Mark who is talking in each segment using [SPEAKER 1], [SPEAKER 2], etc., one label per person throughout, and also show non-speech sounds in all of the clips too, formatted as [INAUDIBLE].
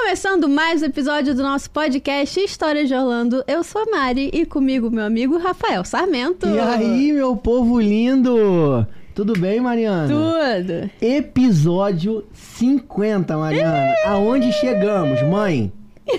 [SPEAKER 1] Começando mais um episódio do nosso podcast Histórias de Orlando, eu sou a Mari e comigo meu amigo Rafael Sarmento.
[SPEAKER 2] E aí, meu povo lindo? Tudo bem, Mariana?
[SPEAKER 1] Tudo.
[SPEAKER 2] Episódio 50, Mariana. Aonde chegamos, mãe?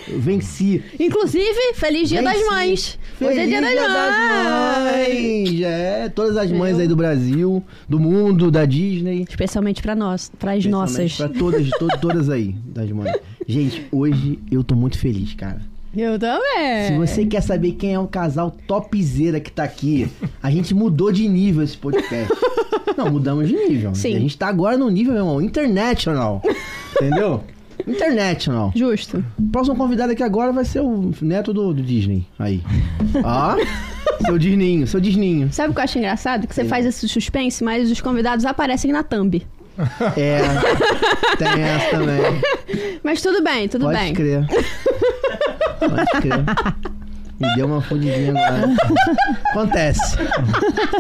[SPEAKER 2] Eu venci.
[SPEAKER 1] Inclusive, feliz Dia das
[SPEAKER 2] Venci.
[SPEAKER 1] Mães.
[SPEAKER 2] Feliz
[SPEAKER 1] Hoje é Dia das, Mães.
[SPEAKER 2] Mães. É, todas as mães
[SPEAKER 1] Meu.
[SPEAKER 2] aí do Brasil, do mundo, da Disney.
[SPEAKER 1] Especialmente pra nós, pras nossas.
[SPEAKER 2] Principalmente Pra todas, to- todas aí, das mães. Gente, hoje eu tô muito feliz, cara.
[SPEAKER 1] Eu também.
[SPEAKER 2] Se você quer saber quem é o casal topzera que tá aqui, a gente mudou de nível esse podcast. Não, mudamos de nível.
[SPEAKER 1] Sim.
[SPEAKER 2] A gente tá agora no nível, meu irmão, international. Entendeu? International.
[SPEAKER 1] Justo.
[SPEAKER 2] O próximo convidado aqui agora vai ser o neto do, do Disney. Aí. Ó. seu Disneyinho, seu Disneyinho.
[SPEAKER 1] Sabe o que eu acho engraçado? Que você
[SPEAKER 2] Sim.
[SPEAKER 1] faz esse suspense, mas os convidados aparecem na thumb.
[SPEAKER 2] É. Tem essa também.
[SPEAKER 1] Mas tudo bem, tudo
[SPEAKER 2] Pode
[SPEAKER 1] bem.
[SPEAKER 2] crer. Pode crer. Me deu uma fundidinha agora. Acontece.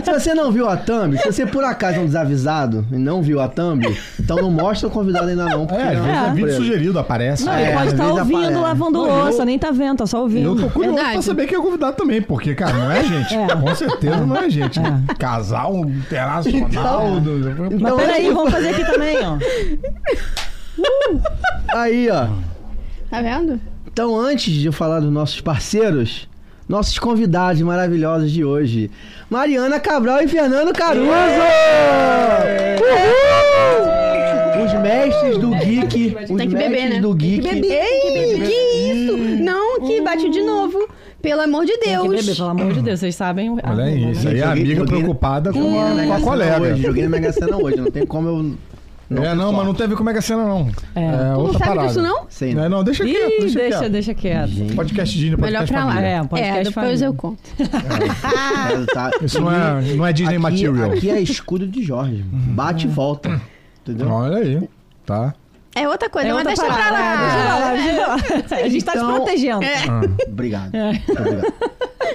[SPEAKER 2] Se você não viu a thumb, se você por acaso é um desavisado e não viu a thumb, então não mostra o convidado ainda não. porque
[SPEAKER 3] É, às
[SPEAKER 2] não tá
[SPEAKER 3] vezes é vídeo sugerido, aparece.
[SPEAKER 4] Não,
[SPEAKER 2] Ah,
[SPEAKER 3] É.
[SPEAKER 4] ele
[SPEAKER 2] é,
[SPEAKER 4] pode
[SPEAKER 2] às
[SPEAKER 4] estar
[SPEAKER 2] vezes
[SPEAKER 4] ouvindo,
[SPEAKER 2] aparece.
[SPEAKER 4] lavando
[SPEAKER 3] Não, eu-
[SPEAKER 4] louça, nem tá vendo, tá só ouvindo.
[SPEAKER 3] Eu tô curioso
[SPEAKER 1] Verdade.
[SPEAKER 3] pra saber quem é o convidado também, porque, cara, não é gente.
[SPEAKER 4] É.
[SPEAKER 3] Com certeza não é gente. Casal um internacional.
[SPEAKER 2] Então-
[SPEAKER 3] do-
[SPEAKER 4] Mas
[SPEAKER 2] Então,
[SPEAKER 4] peraí, vamos fazer aqui também, ó.
[SPEAKER 2] Aí, ó.
[SPEAKER 1] Tá vendo?
[SPEAKER 2] Então, antes de eu falar dos nossos parceiros, nossos convidados maravilhosos de hoje, Mariana Cabral e Fernando Caruso! Uhul! Os mestres do geek, os
[SPEAKER 1] Tem que
[SPEAKER 2] mestres
[SPEAKER 1] beber, né?
[SPEAKER 2] do geek.
[SPEAKER 1] Tem que beber. Ei, que isso? Não, que bate
[SPEAKER 2] Hum.
[SPEAKER 1] de novo. Pelo amor de
[SPEAKER 4] Tem que
[SPEAKER 1] Deus.
[SPEAKER 4] beber, pelo amor de Deus, vocês sabem.
[SPEAKER 3] Olha aí,
[SPEAKER 4] né?
[SPEAKER 3] isso aí é a
[SPEAKER 2] Joguei-
[SPEAKER 3] amiga
[SPEAKER 2] joguei-
[SPEAKER 3] preocupada com
[SPEAKER 1] Hum,
[SPEAKER 2] Joguei
[SPEAKER 1] é
[SPEAKER 2] na
[SPEAKER 3] a, com
[SPEAKER 2] Mega
[SPEAKER 3] a
[SPEAKER 2] Sena
[SPEAKER 3] colega.
[SPEAKER 2] Tá Hoje, joguei na Mega Sena hoje, não tem como eu.
[SPEAKER 3] é,
[SPEAKER 2] ter
[SPEAKER 3] não, mas não
[SPEAKER 2] sorte.
[SPEAKER 3] teve como é que é cena, não.
[SPEAKER 4] É.
[SPEAKER 3] É,
[SPEAKER 1] Não
[SPEAKER 3] outra
[SPEAKER 1] sabe
[SPEAKER 3] parada.
[SPEAKER 1] disso, não?
[SPEAKER 2] Sei,
[SPEAKER 3] Não,
[SPEAKER 2] né?
[SPEAKER 3] é, não, deixa
[SPEAKER 4] Ih,
[SPEAKER 3] quieto, deixa,
[SPEAKER 4] deixa,
[SPEAKER 3] quieto.
[SPEAKER 4] deixa quieto.
[SPEAKER 3] Podcast Disney, podcast
[SPEAKER 1] Melhor pra lá.
[SPEAKER 3] família.
[SPEAKER 4] É, um podcast
[SPEAKER 1] é, depois
[SPEAKER 4] família.
[SPEAKER 1] eu conto.
[SPEAKER 2] Resultado.
[SPEAKER 3] Ah. Isso não é, não é Disney
[SPEAKER 2] tá aqui,
[SPEAKER 3] Material. Uhum.
[SPEAKER 2] Aqui é escudo de Jorge. Bate e volta. Entendeu?
[SPEAKER 3] Olha aí, tá?
[SPEAKER 1] É outra coisa,
[SPEAKER 4] É
[SPEAKER 1] mas
[SPEAKER 4] outra
[SPEAKER 1] deixa pra
[SPEAKER 4] parada,
[SPEAKER 1] lá. é.
[SPEAKER 4] deixa pra lá, deixa pra lá. A gente tá
[SPEAKER 2] Então-
[SPEAKER 4] te protegendo.
[SPEAKER 2] Obrigado. Muito obrigado.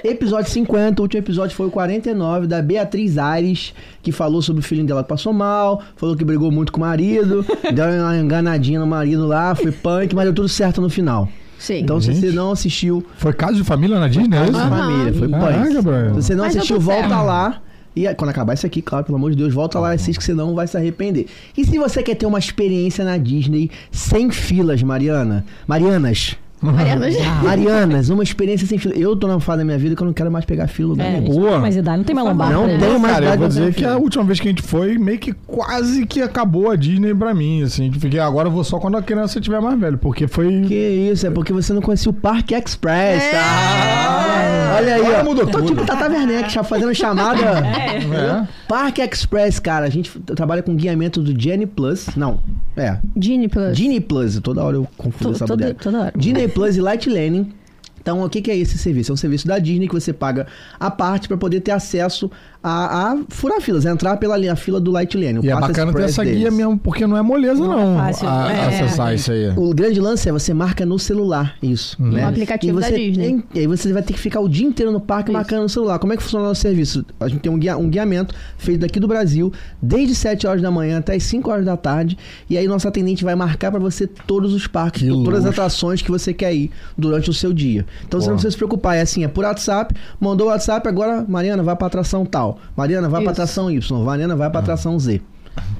[SPEAKER 2] Episódio 50, o último episódio foi o 49, da Beatriz Aires, que falou sobre o filhinho dela que passou mal, falou que brigou muito com o
[SPEAKER 3] [LAUGHS]
[SPEAKER 2] marido, deu uma enganadinha no marido lá, foi punk, mas deu tudo certo no final.
[SPEAKER 1] Sim.
[SPEAKER 2] Então, se
[SPEAKER 3] Gente.
[SPEAKER 2] você não assistiu,
[SPEAKER 3] Foi caso de família na Disney, é isso?
[SPEAKER 2] Nossa família, foi
[SPEAKER 3] Caraca,
[SPEAKER 2] punk.
[SPEAKER 3] Brian.
[SPEAKER 2] Se você não
[SPEAKER 1] Mas
[SPEAKER 2] assistiu,
[SPEAKER 1] deu tudo
[SPEAKER 2] volta
[SPEAKER 1] certo.
[SPEAKER 2] lá. E aí, quando acabar isso aqui, claro, pelo amor de Deus, volta lá e assiste que você não vai se arrepender. E se você quer ter uma experiência na Disney sem filas, Mariana? Marianas. [LAUGHS]
[SPEAKER 1] Mariana,
[SPEAKER 2] Marianas, uma experiência sem fila. Eu tô numa fase da minha vida que eu não quero mais pegar fila.
[SPEAKER 4] É, a
[SPEAKER 2] É.
[SPEAKER 4] gente não
[SPEAKER 3] Tá Boa.
[SPEAKER 4] tem mais idade, não tem mais né, lombar.
[SPEAKER 2] Não
[SPEAKER 4] né?
[SPEAKER 2] tem mais
[SPEAKER 3] É, Cara,
[SPEAKER 2] idade,
[SPEAKER 3] eu vou
[SPEAKER 2] não tem
[SPEAKER 3] dizer que
[SPEAKER 2] filho.
[SPEAKER 3] a última vez que a gente foi, meio que quase que acabou a Disney pra mim, assim. Porque agora eu vou só quando a criança estiver mais velha, porque foi...
[SPEAKER 2] Que isso, é porque você não conhecia o Parque Express.
[SPEAKER 1] É.
[SPEAKER 2] Ah, olha aí,
[SPEAKER 3] Agora
[SPEAKER 2] ó.
[SPEAKER 3] mudou
[SPEAKER 2] Tô
[SPEAKER 3] tudo.
[SPEAKER 2] tipo Tata Werneck, já fazendo chamada.
[SPEAKER 3] É.
[SPEAKER 2] Parque Express, cara, a gente f- trabalha com guiamento do Genie Plus. Não, é,
[SPEAKER 1] Gini Plus.
[SPEAKER 2] Disney Plus, toda hora eu confundo
[SPEAKER 1] To-
[SPEAKER 2] essa
[SPEAKER 1] toda-
[SPEAKER 2] bodega.
[SPEAKER 1] toda hora.
[SPEAKER 2] Disney Plus e Light Learning. Então, o que, que é esse serviço? É um serviço da Disney que você paga a parte pra poder ter acesso a, a furar filas, a entrar pela linha, a fila do Light Learning. o
[SPEAKER 3] E é
[SPEAKER 2] Pass
[SPEAKER 3] bacana ter
[SPEAKER 2] Express
[SPEAKER 3] essa
[SPEAKER 2] deles.
[SPEAKER 3] guia mesmo, porque não é moleza,
[SPEAKER 4] Não
[SPEAKER 3] não,
[SPEAKER 4] é fácil.
[SPEAKER 3] a-
[SPEAKER 4] É.
[SPEAKER 3] acessar isso aí.
[SPEAKER 2] O grande lance é você marca no celular isso.
[SPEAKER 3] Uhum.
[SPEAKER 2] Né?
[SPEAKER 1] No aplicativo
[SPEAKER 2] E
[SPEAKER 1] da
[SPEAKER 2] você
[SPEAKER 1] Disney.
[SPEAKER 2] tem- e aí você vai ter que ficar o dia inteiro no parque
[SPEAKER 1] Isso.
[SPEAKER 2] marcando no celular. Como é que funciona o nosso serviço? A gente tem um, guia- um guiamento feito daqui do Brasil, desde 7 horas da manhã até as 5 horas da tarde. E aí nosso atendente vai marcar pra você todos os parques,
[SPEAKER 3] Que
[SPEAKER 2] todas as
[SPEAKER 3] luxo.
[SPEAKER 2] atrações que você quer ir durante o seu dia. Então você não
[SPEAKER 3] Porra.
[SPEAKER 2] precisa se preocupar. É assim, é por WhatsApp, mandou o WhatsApp, agora Mariana vai pra atração tal. Mariana vai pra
[SPEAKER 1] Isso.
[SPEAKER 2] atração Y, Mariana vai pra
[SPEAKER 3] Uhum.
[SPEAKER 2] atração Z.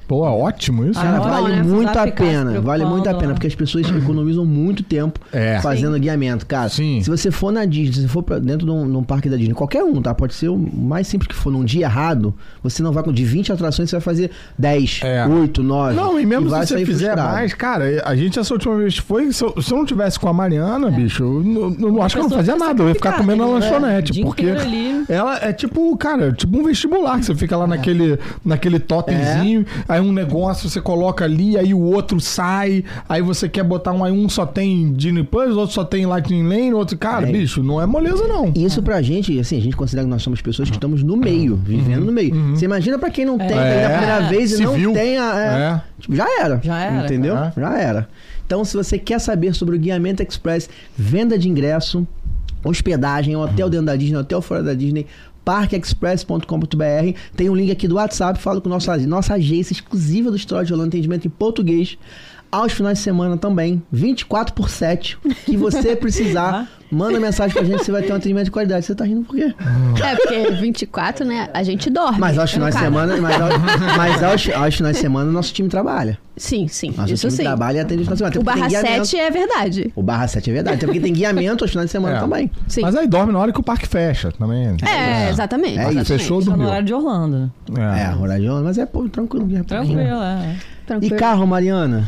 [SPEAKER 3] Pô, é ótimo isso.
[SPEAKER 2] Cara,
[SPEAKER 4] Ah,
[SPEAKER 2] vale
[SPEAKER 4] olha,
[SPEAKER 2] muito
[SPEAKER 4] precisava
[SPEAKER 2] a
[SPEAKER 4] ficar se
[SPEAKER 2] pena. Vale muito a
[SPEAKER 4] preocupando
[SPEAKER 2] pena,
[SPEAKER 4] lá.
[SPEAKER 2] porque as pessoas economizam muito tempo
[SPEAKER 3] É.
[SPEAKER 2] fazendo guiamento, cara.
[SPEAKER 3] Sim.
[SPEAKER 2] Se você for na Disney, se você for pra dentro de um, de um parque da Disney, qualquer um, tá? Pode ser o mais simples que for. Num dia errado, você não vai com de 20 atrações, você vai fazer 10,
[SPEAKER 3] É.
[SPEAKER 2] 8, 9.
[SPEAKER 3] Não, e mesmo
[SPEAKER 2] vai
[SPEAKER 3] se você
[SPEAKER 2] sair
[SPEAKER 3] fizer
[SPEAKER 2] frustrado.
[SPEAKER 3] mais, cara, a gente essa última vez foi. Se eu, se eu não tivesse com a Mariana, bicho, eu não, não- acho que eu não
[SPEAKER 4] É. pessoa
[SPEAKER 3] fazia
[SPEAKER 4] fica
[SPEAKER 3] nada. Eu ia ficar
[SPEAKER 4] sacrificada,
[SPEAKER 3] comendo na
[SPEAKER 4] né? O
[SPEAKER 3] lanchonete.
[SPEAKER 4] dia
[SPEAKER 3] Porque
[SPEAKER 4] inteiro ali. É.
[SPEAKER 3] ela é tipo, cara, tipo um vestibular que você fica lá naquele, naquele totemzinho,
[SPEAKER 2] É.
[SPEAKER 3] aí um negócio você coloca ali, aí o outro sai, aí você quer botar um, aí um só tem Disney Plus, o outro só tem Lightning Lane, o outro, cara,
[SPEAKER 2] É.
[SPEAKER 3] bicho, não é moleza, não.
[SPEAKER 2] Isso pra gente, assim, a gente considera que nós somos pessoas que estamos no meio, vivendo no meio. Você imagina pra
[SPEAKER 4] É.
[SPEAKER 2] quem não tem, tá aí a primeira vez e
[SPEAKER 3] Uhum. É. se
[SPEAKER 2] não
[SPEAKER 3] viu.
[SPEAKER 2] tem a. é. Tipo, já era.
[SPEAKER 4] Já era.
[SPEAKER 2] Entendeu?
[SPEAKER 3] É.
[SPEAKER 2] Já era. Então, se você quer saber sobre o Guiamento Express, venda de ingresso, hospedagem, hotel dentro da Disney, hotel fora da Disney, parqueexpress.com.br. Tem um link aqui do WhatsApp, falo com nossa, nossa agência exclusiva do História de Orlando, atendimento em português. aos finais de semana também, 24 por 7, o que
[SPEAKER 4] [LAUGHS]
[SPEAKER 2] você precisar. Manda mensagem pra gente, você vai ter um atendimento de qualidade. Você tá rindo por quê?
[SPEAKER 1] É, porque 24, né? A gente dorme.
[SPEAKER 2] Mas aos finais de
[SPEAKER 1] Cara,
[SPEAKER 2] semana, mas, ao- mas aos, aos finais de semana, nosso time trabalha.
[SPEAKER 1] Sim, sim.
[SPEAKER 2] Nosso
[SPEAKER 1] isso
[SPEAKER 2] time
[SPEAKER 1] sim.
[SPEAKER 2] trabalha e atende aos finais de semana. Até
[SPEAKER 1] O
[SPEAKER 2] porque
[SPEAKER 1] barra
[SPEAKER 2] tem guiamento.
[SPEAKER 1] 7 é verdade.
[SPEAKER 2] O barra 7 é verdade. Até porque tem guiamento aos finais de semana
[SPEAKER 3] É.
[SPEAKER 2] também.
[SPEAKER 1] Sim.
[SPEAKER 3] Mas aí dorme na hora que o parque fecha também.
[SPEAKER 1] É, exatamente.
[SPEAKER 2] É isso.
[SPEAKER 3] Fechou,
[SPEAKER 4] Só tá no
[SPEAKER 3] dormiu.
[SPEAKER 4] horário de Orlando.
[SPEAKER 3] Ah.
[SPEAKER 2] É, horário de ônibus, mas é pô, tranquilo. já é pouquinho.
[SPEAKER 4] Tranquilo, é.
[SPEAKER 2] E
[SPEAKER 1] Tranquilo.
[SPEAKER 2] carro, Mariana?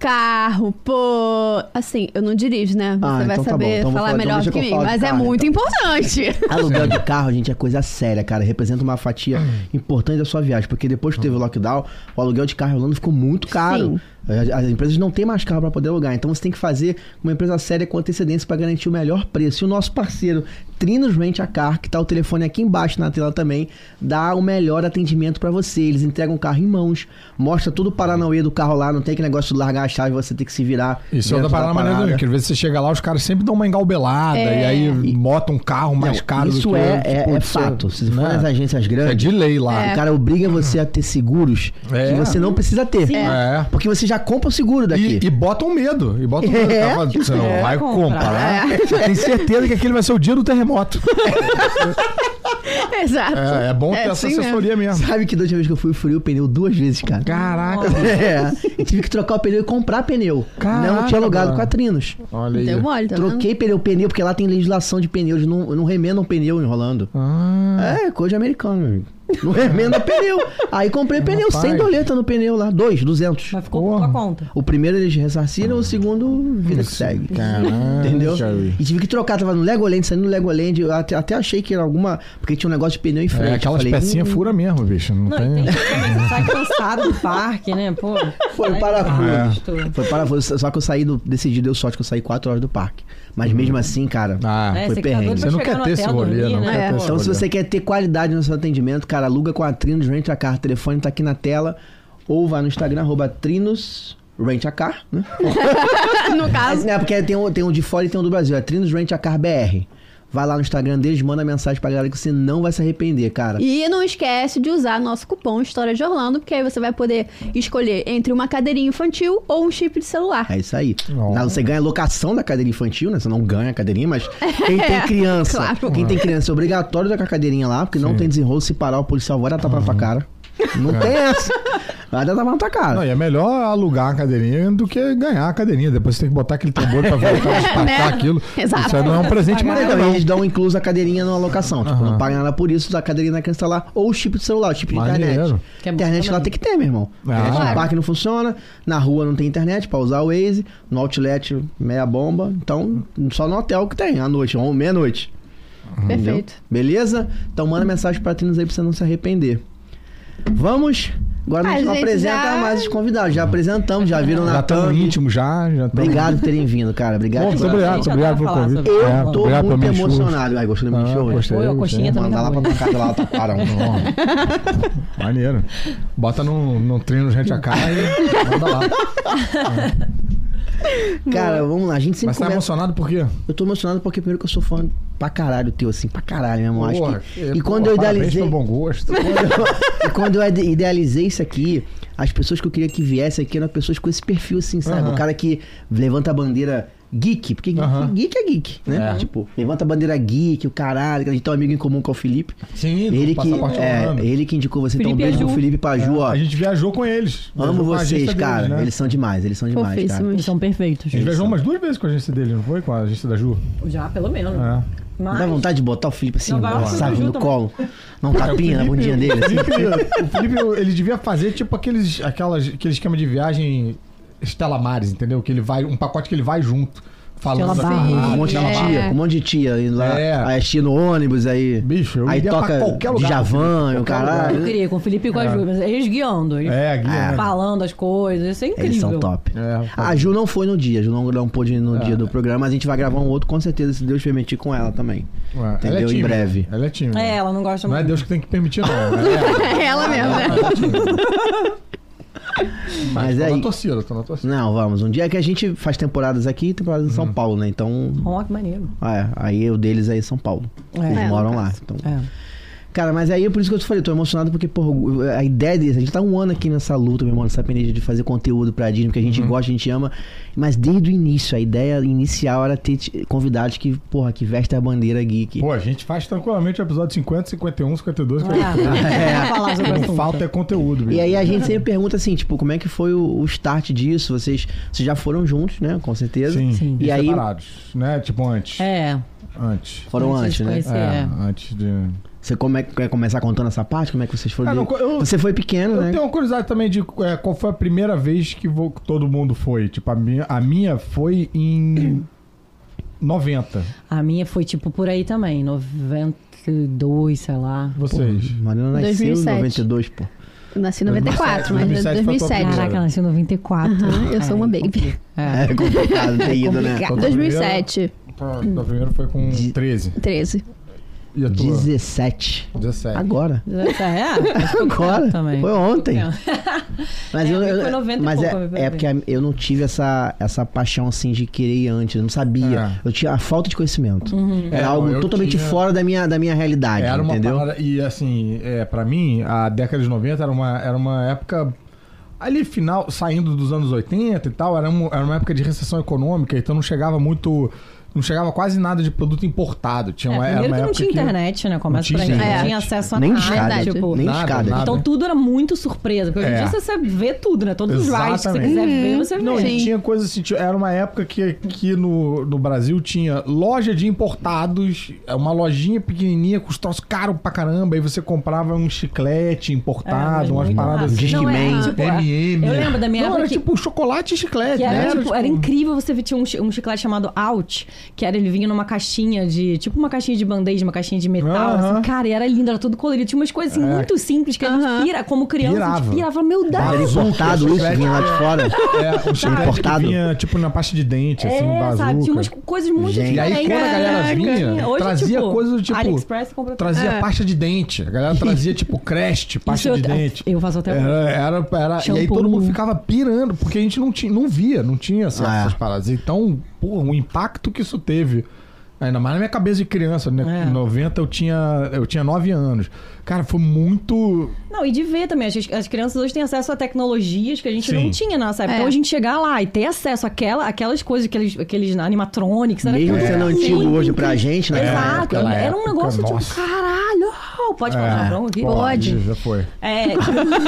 [SPEAKER 1] Carro, pô. Assim, eu não dirijo, né? Você
[SPEAKER 2] Ah,
[SPEAKER 1] vai
[SPEAKER 2] então tá bom.
[SPEAKER 1] saber
[SPEAKER 2] Então vou
[SPEAKER 1] falar
[SPEAKER 2] falar- então
[SPEAKER 1] melhor
[SPEAKER 2] deixa
[SPEAKER 1] do que
[SPEAKER 2] que eu
[SPEAKER 1] mim.
[SPEAKER 2] falo de
[SPEAKER 1] Mas é
[SPEAKER 2] carro, então.
[SPEAKER 1] muito importante. [LAUGHS]
[SPEAKER 2] Aluguel de carro, gente, é coisa séria, cara. Representa uma fatia
[SPEAKER 3] Hum.
[SPEAKER 2] importante da sua viagem. Porque depois que teve o lockdown, o aluguel de carro em Orlando ficou muito caro. É, As, as empresas não têm mais carro pra poder alugar. Então você tem que fazer uma empresa séria com antecedência pra garantir o melhor preço. E o nosso parceiro, Trinos Rent a Car, que tá o telefone aqui embaixo na tela também, dá o melhor atendimento pra você. Eles entregam o carro em mãos, mostra todo o paranauê do carro lá. Não tem aquele negócio de largar a chave e você ter que se virar.
[SPEAKER 3] Isso é outra
[SPEAKER 2] dentro da
[SPEAKER 3] parada maneira também, porque às vezes você chega lá, os caras sempre dão uma engalbelada, e aí botam um carro mais
[SPEAKER 2] Não,
[SPEAKER 3] caro
[SPEAKER 2] isso
[SPEAKER 3] do que
[SPEAKER 2] é,
[SPEAKER 3] outro,
[SPEAKER 2] é,
[SPEAKER 3] tipo,
[SPEAKER 2] é
[SPEAKER 3] isso é-
[SPEAKER 2] fato. Se for
[SPEAKER 3] né?
[SPEAKER 2] nas agências
[SPEAKER 3] É
[SPEAKER 2] grandes,
[SPEAKER 3] de lei lá.
[SPEAKER 2] o cara obriga você a ter seguros
[SPEAKER 3] É.
[SPEAKER 2] que você não precisa ter.
[SPEAKER 3] É.
[SPEAKER 2] Porque você já compra o seguro daqui.
[SPEAKER 3] E, e botam medo. E botam medo.
[SPEAKER 2] É.
[SPEAKER 3] Tava- Você não vai
[SPEAKER 4] comprar.
[SPEAKER 3] comprar. Você tem certeza que aquele vai ser o dia do terremoto.
[SPEAKER 1] Exato.
[SPEAKER 3] É, é bom ter
[SPEAKER 1] É
[SPEAKER 3] essa
[SPEAKER 1] assim
[SPEAKER 3] assessoria mesmo.
[SPEAKER 2] Sabe que da última vez que eu fui, eu furei o pneu duas vezes, cara.
[SPEAKER 3] Caraca.
[SPEAKER 2] É, e tive que trocar o pneu e comprar pneu.
[SPEAKER 3] Caraca,
[SPEAKER 2] não tinha alugado
[SPEAKER 3] mano.
[SPEAKER 2] com a Trinos.
[SPEAKER 3] Olha aí.
[SPEAKER 1] Deu mole, tá vendo?
[SPEAKER 2] Troquei pneu, pneu, porque lá tem legislação de pneus, não, não remendam pneu enrolando.
[SPEAKER 3] Ah,
[SPEAKER 2] É, coisa de americano, meu amigo. Não remenda pneu. Aí comprei pneu,
[SPEAKER 3] Rapaz.
[SPEAKER 2] sem doleta no pneu lá, dois, 200.
[SPEAKER 4] Mas ficou por tua
[SPEAKER 3] Porra.
[SPEAKER 4] conta.
[SPEAKER 2] O primeiro eles ressarciram, o segundo, vida que segue.
[SPEAKER 3] caraca.
[SPEAKER 2] Entendeu?
[SPEAKER 3] velho.
[SPEAKER 2] E tive que trocar, tava no Legoland, saindo no Legoland. Eu até, até achei que era alguma. Porque tinha um negócio de pneu em frente.
[SPEAKER 3] É, aquelas
[SPEAKER 2] Falei,
[SPEAKER 3] pecinhas
[SPEAKER 2] "Hum,
[SPEAKER 3] fura mesmo, bicho. Não,
[SPEAKER 4] Não,
[SPEAKER 3] tem...
[SPEAKER 4] e tem gente também, você sai cansado do parque, né? Pô.
[SPEAKER 2] "Hum, Foi
[SPEAKER 4] sai
[SPEAKER 2] o parafuso.
[SPEAKER 3] É.
[SPEAKER 4] exausto.
[SPEAKER 2] Foi parafuso. Só que eu saí do. Decidi, deu sorte que eu saí 4 horas do parque. Mas mesmo assim, cara.
[SPEAKER 3] Ah,
[SPEAKER 4] É,
[SPEAKER 2] foi
[SPEAKER 4] você que tá
[SPEAKER 2] perrengue.
[SPEAKER 4] doido pra
[SPEAKER 3] Você não
[SPEAKER 4] chegar
[SPEAKER 3] quer
[SPEAKER 4] no
[SPEAKER 3] ter esse
[SPEAKER 4] hotel,
[SPEAKER 3] rolê,
[SPEAKER 4] dormir,
[SPEAKER 3] não
[SPEAKER 4] né?
[SPEAKER 3] quer ter
[SPEAKER 4] Pô.
[SPEAKER 3] esse
[SPEAKER 2] Então, se
[SPEAKER 3] olha.
[SPEAKER 2] você quer ter qualidade no seu atendimento, cara, aluga com a Trinos Rent a Car. O telefone tá aqui na tela. Ou vai no Instagram, arroba Trinos Rent a Car, né?
[SPEAKER 1] [LAUGHS] No caso.
[SPEAKER 2] É, porque tem um, tem um de fora e tem um do Brasil. É Trinos Rent a Car BR. Vai lá no Instagram deles, manda mensagem pra galera que você não vai se arrepender, cara.
[SPEAKER 1] E não esquece de usar nosso cupom História de Orlando, porque aí você vai poder escolher entre uma cadeirinha infantil ou um chip de celular.
[SPEAKER 2] É isso aí.
[SPEAKER 3] Ó.
[SPEAKER 2] Não, você ganha locação da cadeira infantil, né? Você não ganha a cadeirinha, mas quem
[SPEAKER 1] [LAUGHS]
[SPEAKER 2] tem criança.
[SPEAKER 1] É, claro.
[SPEAKER 2] Quem tem criança é obrigatório jogar a cadeirinha lá, porque não tem desenrolo. Se parar, o policial vai dar tapa na tua cara. Não tem essa. Vai dar tapa na tua cara.
[SPEAKER 3] Não, e é melhor alugar a cadeirinha do que ganhar a cadeirinha. Depois você tem que botar aquele tambor pra voltar a
[SPEAKER 1] Né?
[SPEAKER 3] espetar aquilo.
[SPEAKER 1] Exato.
[SPEAKER 3] Isso aí não é um presente
[SPEAKER 2] Mas
[SPEAKER 3] maneiro,
[SPEAKER 2] então,
[SPEAKER 3] não.
[SPEAKER 2] eles dão incluso a cadeirinha na locação. Tipo, não
[SPEAKER 3] Aham.
[SPEAKER 2] paga nada por isso, a cadeirinha da criança tá lá. Ou o chip de celular, o chip de internet.
[SPEAKER 3] Maneiro.
[SPEAKER 4] Que é bom
[SPEAKER 2] internet lá
[SPEAKER 4] também.
[SPEAKER 2] tem que ter, meu irmão.
[SPEAKER 3] Ah.
[SPEAKER 2] Internet no
[SPEAKER 3] Claro.
[SPEAKER 2] parque não funciona, na rua não tem internet pra usar o Waze, no outlet meia bomba. Então, só no hotel que tem, à noite, ou meia-noite. Entendeu?
[SPEAKER 1] Perfeito.
[SPEAKER 2] Beleza? Então manda mensagem pra Trinos aí pra você não se arrepender. Vamos? Agora a
[SPEAKER 1] A
[SPEAKER 2] gente não
[SPEAKER 1] gente
[SPEAKER 2] apresenta
[SPEAKER 1] já-
[SPEAKER 2] mais os convidados. Já apresentamos, já viram
[SPEAKER 3] Já
[SPEAKER 2] na
[SPEAKER 3] estamos
[SPEAKER 2] thumb.
[SPEAKER 3] íntimos já. já tamo...
[SPEAKER 2] Obrigado por terem vindo, cara. Obrigado.
[SPEAKER 3] Pô, muito
[SPEAKER 2] por-
[SPEAKER 3] obrigado,
[SPEAKER 4] gente já
[SPEAKER 3] obrigado pelo
[SPEAKER 4] tava falando
[SPEAKER 3] convite. É,
[SPEAKER 4] sobre
[SPEAKER 2] Eu
[SPEAKER 4] Orlando.
[SPEAKER 2] tô
[SPEAKER 3] Obrigado pelo
[SPEAKER 2] muito
[SPEAKER 3] meu show.
[SPEAKER 2] emocionado. Ai, gostou do meu
[SPEAKER 3] Ah,
[SPEAKER 2] show?
[SPEAKER 3] gostei,
[SPEAKER 4] Pô, a
[SPEAKER 3] gostei.
[SPEAKER 4] coxinha também
[SPEAKER 2] Manda
[SPEAKER 4] tá
[SPEAKER 2] lá pra
[SPEAKER 4] boa.
[SPEAKER 2] tua casa, lá na tua cara.
[SPEAKER 3] [LAUGHS] Maneiro. Bota num, num treino gente a cara e manda lá.
[SPEAKER 2] Cara, vamos lá. A gente sempre
[SPEAKER 3] Mas você tá
[SPEAKER 2] começa...
[SPEAKER 3] emocionado por quê?
[SPEAKER 2] Eu tô emocionado porque primeiro que eu sou fã pra caralho teu, assim, pra caralho mesmo. acho
[SPEAKER 3] Porra,
[SPEAKER 2] que...
[SPEAKER 3] é,
[SPEAKER 2] E quando
[SPEAKER 3] porra,
[SPEAKER 2] eu
[SPEAKER 3] parabéns
[SPEAKER 2] idealizei...
[SPEAKER 3] pelo bom gosto.
[SPEAKER 2] [LAUGHS] e quando eu ide- idealizei isso aqui, as pessoas que eu queria que viessem aqui eram pessoas com esse perfil, assim, sabe?
[SPEAKER 3] Aham.
[SPEAKER 2] O cara que levanta a bandeira geek, porque geek,
[SPEAKER 3] Aham.
[SPEAKER 2] geek é geek, né?
[SPEAKER 3] É.
[SPEAKER 2] Tipo, levanta a bandeira geek, o caralho, que a gente tem um amigo em comum que é o Felipe.
[SPEAKER 3] Sim, do
[SPEAKER 2] Ele que,
[SPEAKER 3] passaporte
[SPEAKER 2] é,
[SPEAKER 3] Orlando. É.
[SPEAKER 2] ele que indicou você, então um
[SPEAKER 4] Felipe e a
[SPEAKER 2] beijo pro
[SPEAKER 4] Ju.
[SPEAKER 2] Felipe e pra Ju, ó.
[SPEAKER 3] A gente viajou com eles.
[SPEAKER 2] Amo
[SPEAKER 3] Viajou com a
[SPEAKER 2] vocês,
[SPEAKER 3] agência deles,
[SPEAKER 2] cara.
[SPEAKER 3] né?
[SPEAKER 2] Eles são demais, eles são demais, cara.
[SPEAKER 4] Eles
[SPEAKER 1] Fofíssimos.
[SPEAKER 4] são perfeitos.
[SPEAKER 3] A gente viajou umas duas vezes com a agência dele, não foi? Com a agência da Ju.
[SPEAKER 4] Já, pelo menos.
[SPEAKER 3] É.
[SPEAKER 4] Mas...
[SPEAKER 2] Dá vontade de botar o Felipe assim,
[SPEAKER 4] Não, vai lá,
[SPEAKER 2] ó,
[SPEAKER 4] Felipe,
[SPEAKER 2] sabe,
[SPEAKER 4] Ju
[SPEAKER 2] no
[SPEAKER 4] também.
[SPEAKER 2] colo. Dá um tapinha na bundinha dele.
[SPEAKER 3] O
[SPEAKER 2] assim.
[SPEAKER 3] Felipe, o Felipe, ele devia fazer tipo aqueles, aquelas, aquele esquema de viagem Estela Mares, entendeu? Que ele vai, um pacote que ele vai junto. Falando
[SPEAKER 4] Estela
[SPEAKER 3] da
[SPEAKER 4] Maris.
[SPEAKER 3] parada,
[SPEAKER 2] Com um monte de
[SPEAKER 4] É.
[SPEAKER 3] Estela Maris.
[SPEAKER 2] tia, com um monte de tia. Aí, lá,
[SPEAKER 3] É.
[SPEAKER 2] aí as tia no ônibus, aí.
[SPEAKER 3] Bicho, eu
[SPEAKER 2] aí
[SPEAKER 3] iria
[SPEAKER 2] toca
[SPEAKER 3] pra qualquer lugar,
[SPEAKER 2] Djavan,
[SPEAKER 3] filho,
[SPEAKER 2] o
[SPEAKER 3] qualquer
[SPEAKER 4] Eu
[SPEAKER 2] caralho.
[SPEAKER 4] queria, com o Felipe e com a Ju, mas eles guiando, eles
[SPEAKER 3] É, Gui, né?
[SPEAKER 4] falando as coisas, isso é incrível.
[SPEAKER 2] Eles são top. Ah,
[SPEAKER 3] É,
[SPEAKER 2] A Ju não foi no dia, a Ju não, não pôde ir no dia do programa, mas a gente vai gravar um outro com certeza, se Deus permitir, com ela também.
[SPEAKER 3] Ué, ela é
[SPEAKER 2] Entendeu? Em
[SPEAKER 3] tímida.
[SPEAKER 2] breve.
[SPEAKER 3] Ela é tímida.
[SPEAKER 4] É, ela não gosta
[SPEAKER 3] Não é
[SPEAKER 4] muito.
[SPEAKER 3] Deus que tem que permitir, não.
[SPEAKER 2] [LAUGHS]
[SPEAKER 3] É ela.
[SPEAKER 1] É ela mesmo, né?
[SPEAKER 3] Ela é tímida.
[SPEAKER 2] Mas
[SPEAKER 3] tô
[SPEAKER 2] é
[SPEAKER 3] na
[SPEAKER 2] aí.
[SPEAKER 3] torcida, tô na torcida.
[SPEAKER 2] Não, vamos. Um dia que a gente faz temporadas aqui e temporadas em
[SPEAKER 3] Uhum.
[SPEAKER 2] São Paulo, né? Então.
[SPEAKER 4] Ó, que maneiro.
[SPEAKER 2] ah, é, aí o deles aí é São Paulo.
[SPEAKER 4] É.
[SPEAKER 2] Eles
[SPEAKER 1] É,
[SPEAKER 2] moram
[SPEAKER 1] no
[SPEAKER 2] lá.
[SPEAKER 1] caso.
[SPEAKER 2] então.
[SPEAKER 4] É.
[SPEAKER 2] Cara, mas aí é por isso que eu te falei, eu tô emocionado porque, porra, a ideia desse, a gente tá um ano aqui nessa luta, meu irmão, nessa peneja de fazer conteúdo pra Disney, porque a gente
[SPEAKER 3] Uhum.
[SPEAKER 2] gosta, a gente ama. Mas desde o início, a ideia inicial era ter t- convidados que, porra, que vestem a bandeira geek. [LAUGHS]
[SPEAKER 3] Pô, a gente faz tranquilamente o episódio 50, 51, 52, 53.
[SPEAKER 4] Ah. É. Falar sobre o
[SPEAKER 3] Não
[SPEAKER 4] assunto.
[SPEAKER 3] falta é conteúdo, bicho.
[SPEAKER 2] E aí a gente sempre pergunta assim, tipo, como é que foi o, o start disso? Vocês, vocês já foram juntos, né? Com certeza.
[SPEAKER 3] Sim,
[SPEAKER 4] Sim.
[SPEAKER 2] E aí
[SPEAKER 3] separados, né? Tipo antes.
[SPEAKER 4] É.
[SPEAKER 3] Antes.
[SPEAKER 2] foram
[SPEAKER 4] Antes
[SPEAKER 2] antes,
[SPEAKER 4] de
[SPEAKER 2] né?
[SPEAKER 4] conhecer. Sim, é.
[SPEAKER 3] antes de.
[SPEAKER 2] Você come, quer começar contando essa parte? Como é que vocês foram?
[SPEAKER 3] Ah, não,
[SPEAKER 2] de-
[SPEAKER 3] eu-
[SPEAKER 2] Você foi pequeno,
[SPEAKER 3] Eu
[SPEAKER 2] né?
[SPEAKER 3] tenho uma curiosidade também de é, qual foi a primeira vez que vo- que todo mundo foi. Tipo, a minha, a minha foi em [CLEARS THROAT] 90.
[SPEAKER 4] A minha foi tipo por aí também, 92, sei lá.
[SPEAKER 3] Vocês.
[SPEAKER 2] Mariana nasceu em
[SPEAKER 1] 2007.
[SPEAKER 2] 92, pô.
[SPEAKER 1] Eu nasci em 94, mas é
[SPEAKER 3] 2007 foi a tua
[SPEAKER 1] 2007.
[SPEAKER 3] primeira.
[SPEAKER 4] Caraca, ela nasceu em 94.
[SPEAKER 1] Aham, eu sou uma
[SPEAKER 4] É,
[SPEAKER 1] baby.
[SPEAKER 4] É.
[SPEAKER 2] É complicado ter ido, né?
[SPEAKER 4] complicado.
[SPEAKER 3] Tua primeira-
[SPEAKER 1] 2007,
[SPEAKER 3] Tua, tua primeira Tá, foi com
[SPEAKER 2] De-
[SPEAKER 3] 13.
[SPEAKER 1] 13.
[SPEAKER 3] E a tua?
[SPEAKER 2] 17.
[SPEAKER 3] 17.
[SPEAKER 2] Agora.
[SPEAKER 4] É,
[SPEAKER 2] Agora.
[SPEAKER 4] também.
[SPEAKER 2] Foi ontem.
[SPEAKER 4] É.
[SPEAKER 2] [LAUGHS] Mas
[SPEAKER 4] É,
[SPEAKER 2] eu,
[SPEAKER 4] a minha
[SPEAKER 2] eu-
[SPEAKER 4] foi 90 e
[SPEAKER 2] mas é,
[SPEAKER 4] pouco, a minha
[SPEAKER 2] é porque a- eu não tive essa, essa paixão assim de querer ir antes, eu não sabia.
[SPEAKER 3] É.
[SPEAKER 2] Eu tinha a falta de conhecimento.
[SPEAKER 4] Uhum.
[SPEAKER 2] Era
[SPEAKER 3] É,
[SPEAKER 2] algo
[SPEAKER 3] eu
[SPEAKER 2] totalmente
[SPEAKER 3] tinha-
[SPEAKER 2] fora da minha, da minha realidade,
[SPEAKER 3] Era uma
[SPEAKER 2] entendeu?
[SPEAKER 3] parada- E assim, é, pra mim, a década de 90 era uma, era uma época. Ali, final, saindo dos anos 80 e tal, era, um- era uma época de recessão econômica, então não chegava muito. Não chegava quase nada de produto importado. Tinha uma,
[SPEAKER 4] É,
[SPEAKER 3] era
[SPEAKER 4] primeiro
[SPEAKER 3] é, uma
[SPEAKER 4] que não
[SPEAKER 3] época
[SPEAKER 4] tinha
[SPEAKER 3] que-
[SPEAKER 4] internet, né? Começa
[SPEAKER 3] tinha
[SPEAKER 4] por aí. Não
[SPEAKER 1] internet.
[SPEAKER 4] tinha acesso a
[SPEAKER 2] Nem
[SPEAKER 4] nada.
[SPEAKER 2] escada,
[SPEAKER 4] tipo,
[SPEAKER 2] nem
[SPEAKER 3] Nada,
[SPEAKER 2] escada.
[SPEAKER 3] nada.
[SPEAKER 4] Então tudo era muito surpresa, porque hoje em
[SPEAKER 3] É.
[SPEAKER 4] dia você vê tudo, né? Todos os rides que você
[SPEAKER 3] Exatamente.
[SPEAKER 4] quiser ver, você vê.
[SPEAKER 3] Não,
[SPEAKER 1] Sim.
[SPEAKER 3] e tinha coisa assim, tinha- era uma época que, que no, no Brasil tinha loja de importados, é, uma lojinha pequenininha com os troços caros pra caramba, aí você comprava um chiclete
[SPEAKER 4] É, mas
[SPEAKER 3] importado, umas
[SPEAKER 4] muito
[SPEAKER 3] paradas
[SPEAKER 4] rápido.
[SPEAKER 3] assim.
[SPEAKER 4] Não, é,
[SPEAKER 2] Discman,
[SPEAKER 4] tipo,
[SPEAKER 3] MM.
[SPEAKER 4] Eu lembro da minha
[SPEAKER 3] Não,
[SPEAKER 4] época
[SPEAKER 3] era
[SPEAKER 4] que-
[SPEAKER 3] tipo chocolate e chiclete,
[SPEAKER 4] Que era,
[SPEAKER 3] né?
[SPEAKER 4] tipo, era incrível, você tinha um, chi- um chiclete chamado Out, que era, ele vinha numa caixinha de. Tipo uma caixinha de band-aid, uma caixinha de metal.
[SPEAKER 3] Aham.
[SPEAKER 4] assim, cara, e era lindo, era todo colorido. Tinha umas coisas assim, muito simples que a gente
[SPEAKER 1] Aham.
[SPEAKER 4] pira, como criança, a gente
[SPEAKER 3] Pirava.
[SPEAKER 4] pirava, meu Deus.
[SPEAKER 2] Era
[SPEAKER 3] Bazuca,
[SPEAKER 2] importado isso,
[SPEAKER 3] chiclete.
[SPEAKER 2] vinha lá de fora.
[SPEAKER 3] É, um chiclete
[SPEAKER 2] Importado.
[SPEAKER 3] que vinha, tipo, na pasta de dente, assim, um
[SPEAKER 4] É,
[SPEAKER 3] bazuca.
[SPEAKER 4] sabe? Tinha umas coisas muito
[SPEAKER 2] Gente.
[SPEAKER 3] E aí,
[SPEAKER 4] diferentes.
[SPEAKER 3] quando a galera
[SPEAKER 1] Caraca.
[SPEAKER 3] vinha,
[SPEAKER 4] Hoje,
[SPEAKER 3] trazia
[SPEAKER 4] tipo,
[SPEAKER 3] coisas tipo.
[SPEAKER 4] AliExpress completamente.
[SPEAKER 3] Trazia
[SPEAKER 1] É.
[SPEAKER 3] pasta de dente. A galera trazia, tipo, crest, pasta
[SPEAKER 4] Isso
[SPEAKER 3] de
[SPEAKER 4] eu-
[SPEAKER 3] dente.
[SPEAKER 4] Eu faço até hoje.
[SPEAKER 3] Era, era, era- e aí
[SPEAKER 4] Shampoo.
[SPEAKER 3] todo mundo ficava pirando, porque a gente não, tinha, não via, não tinha essa-
[SPEAKER 2] Ah, é.
[SPEAKER 3] essas paradas. Então, porra, o impacto que isso teve. Ainda mais na minha cabeça de criança, né?
[SPEAKER 4] É.
[SPEAKER 3] Em 90 eu tinha, eu tinha 9 anos. Cara, foi muito.
[SPEAKER 4] Não, e de ver também. As, as crianças hoje têm acesso a tecnologias que a gente
[SPEAKER 3] Sim.
[SPEAKER 4] não tinha na nossa época.
[SPEAKER 1] É.
[SPEAKER 4] Então a gente chegar lá e ter acesso àquela, aquelas coisas, aqueles, aqueles animatronics. Era
[SPEAKER 2] Mesmo
[SPEAKER 4] tudo
[SPEAKER 2] sendo
[SPEAKER 4] muito
[SPEAKER 2] antigo hoje pra gente, né?
[SPEAKER 4] Exato.
[SPEAKER 3] É, naquela
[SPEAKER 4] Era um
[SPEAKER 3] época,
[SPEAKER 4] negócio
[SPEAKER 3] nossa. É,
[SPEAKER 4] tipo, caralho, oh, pode falar palavrão aqui?
[SPEAKER 1] Pode.
[SPEAKER 3] Já foi. [LAUGHS]
[SPEAKER 4] É,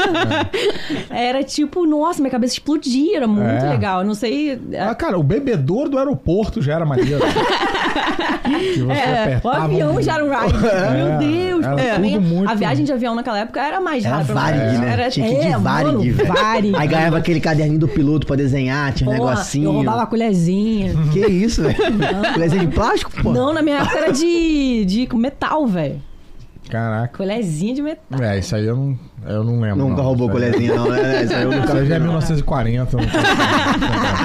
[SPEAKER 4] tipo- era tipo, nossa, minha cabeça explodia, era muito
[SPEAKER 3] É.
[SPEAKER 4] legal. Eu não sei.
[SPEAKER 3] Ah, cara, o bebedouro do aeroporto já era maneiro.
[SPEAKER 4] [LAUGHS]
[SPEAKER 3] Que você
[SPEAKER 4] É, o
[SPEAKER 3] apertava
[SPEAKER 4] avião
[SPEAKER 3] um-
[SPEAKER 4] já era um ride. Meu Deus,
[SPEAKER 3] era
[SPEAKER 4] cara,
[SPEAKER 3] tudo
[SPEAKER 4] minha-
[SPEAKER 3] muito-
[SPEAKER 4] A viagem de avião naquela época era mais
[SPEAKER 2] Era
[SPEAKER 4] rápida.
[SPEAKER 2] Varig, né? Tinha que ir de
[SPEAKER 4] é, mano,
[SPEAKER 2] Varig, velho.
[SPEAKER 3] [LAUGHS]
[SPEAKER 4] Varig.
[SPEAKER 2] Aí ganhava aquele caderninho do piloto pra desenhar, tinha um
[SPEAKER 4] Porra,
[SPEAKER 2] negocinho.
[SPEAKER 4] Eu roubava a colherzinha.
[SPEAKER 2] Que isso, velho? Colherzinho de plástico, pô?
[SPEAKER 4] Não, na minha época era de, de metal, velho.
[SPEAKER 3] Caraca.
[SPEAKER 4] Colherzinha de metal.
[SPEAKER 3] É, isso aí eu não, eu não lembro.
[SPEAKER 2] Nunca
[SPEAKER 3] não.
[SPEAKER 2] roubou
[SPEAKER 3] Isso aí-
[SPEAKER 2] colherzinho, não. né? Isso aí eu nunca
[SPEAKER 3] Isso aí já é
[SPEAKER 2] vi, não.
[SPEAKER 3] 1940. eu
[SPEAKER 2] [LAUGHS]
[SPEAKER 3] não consigo.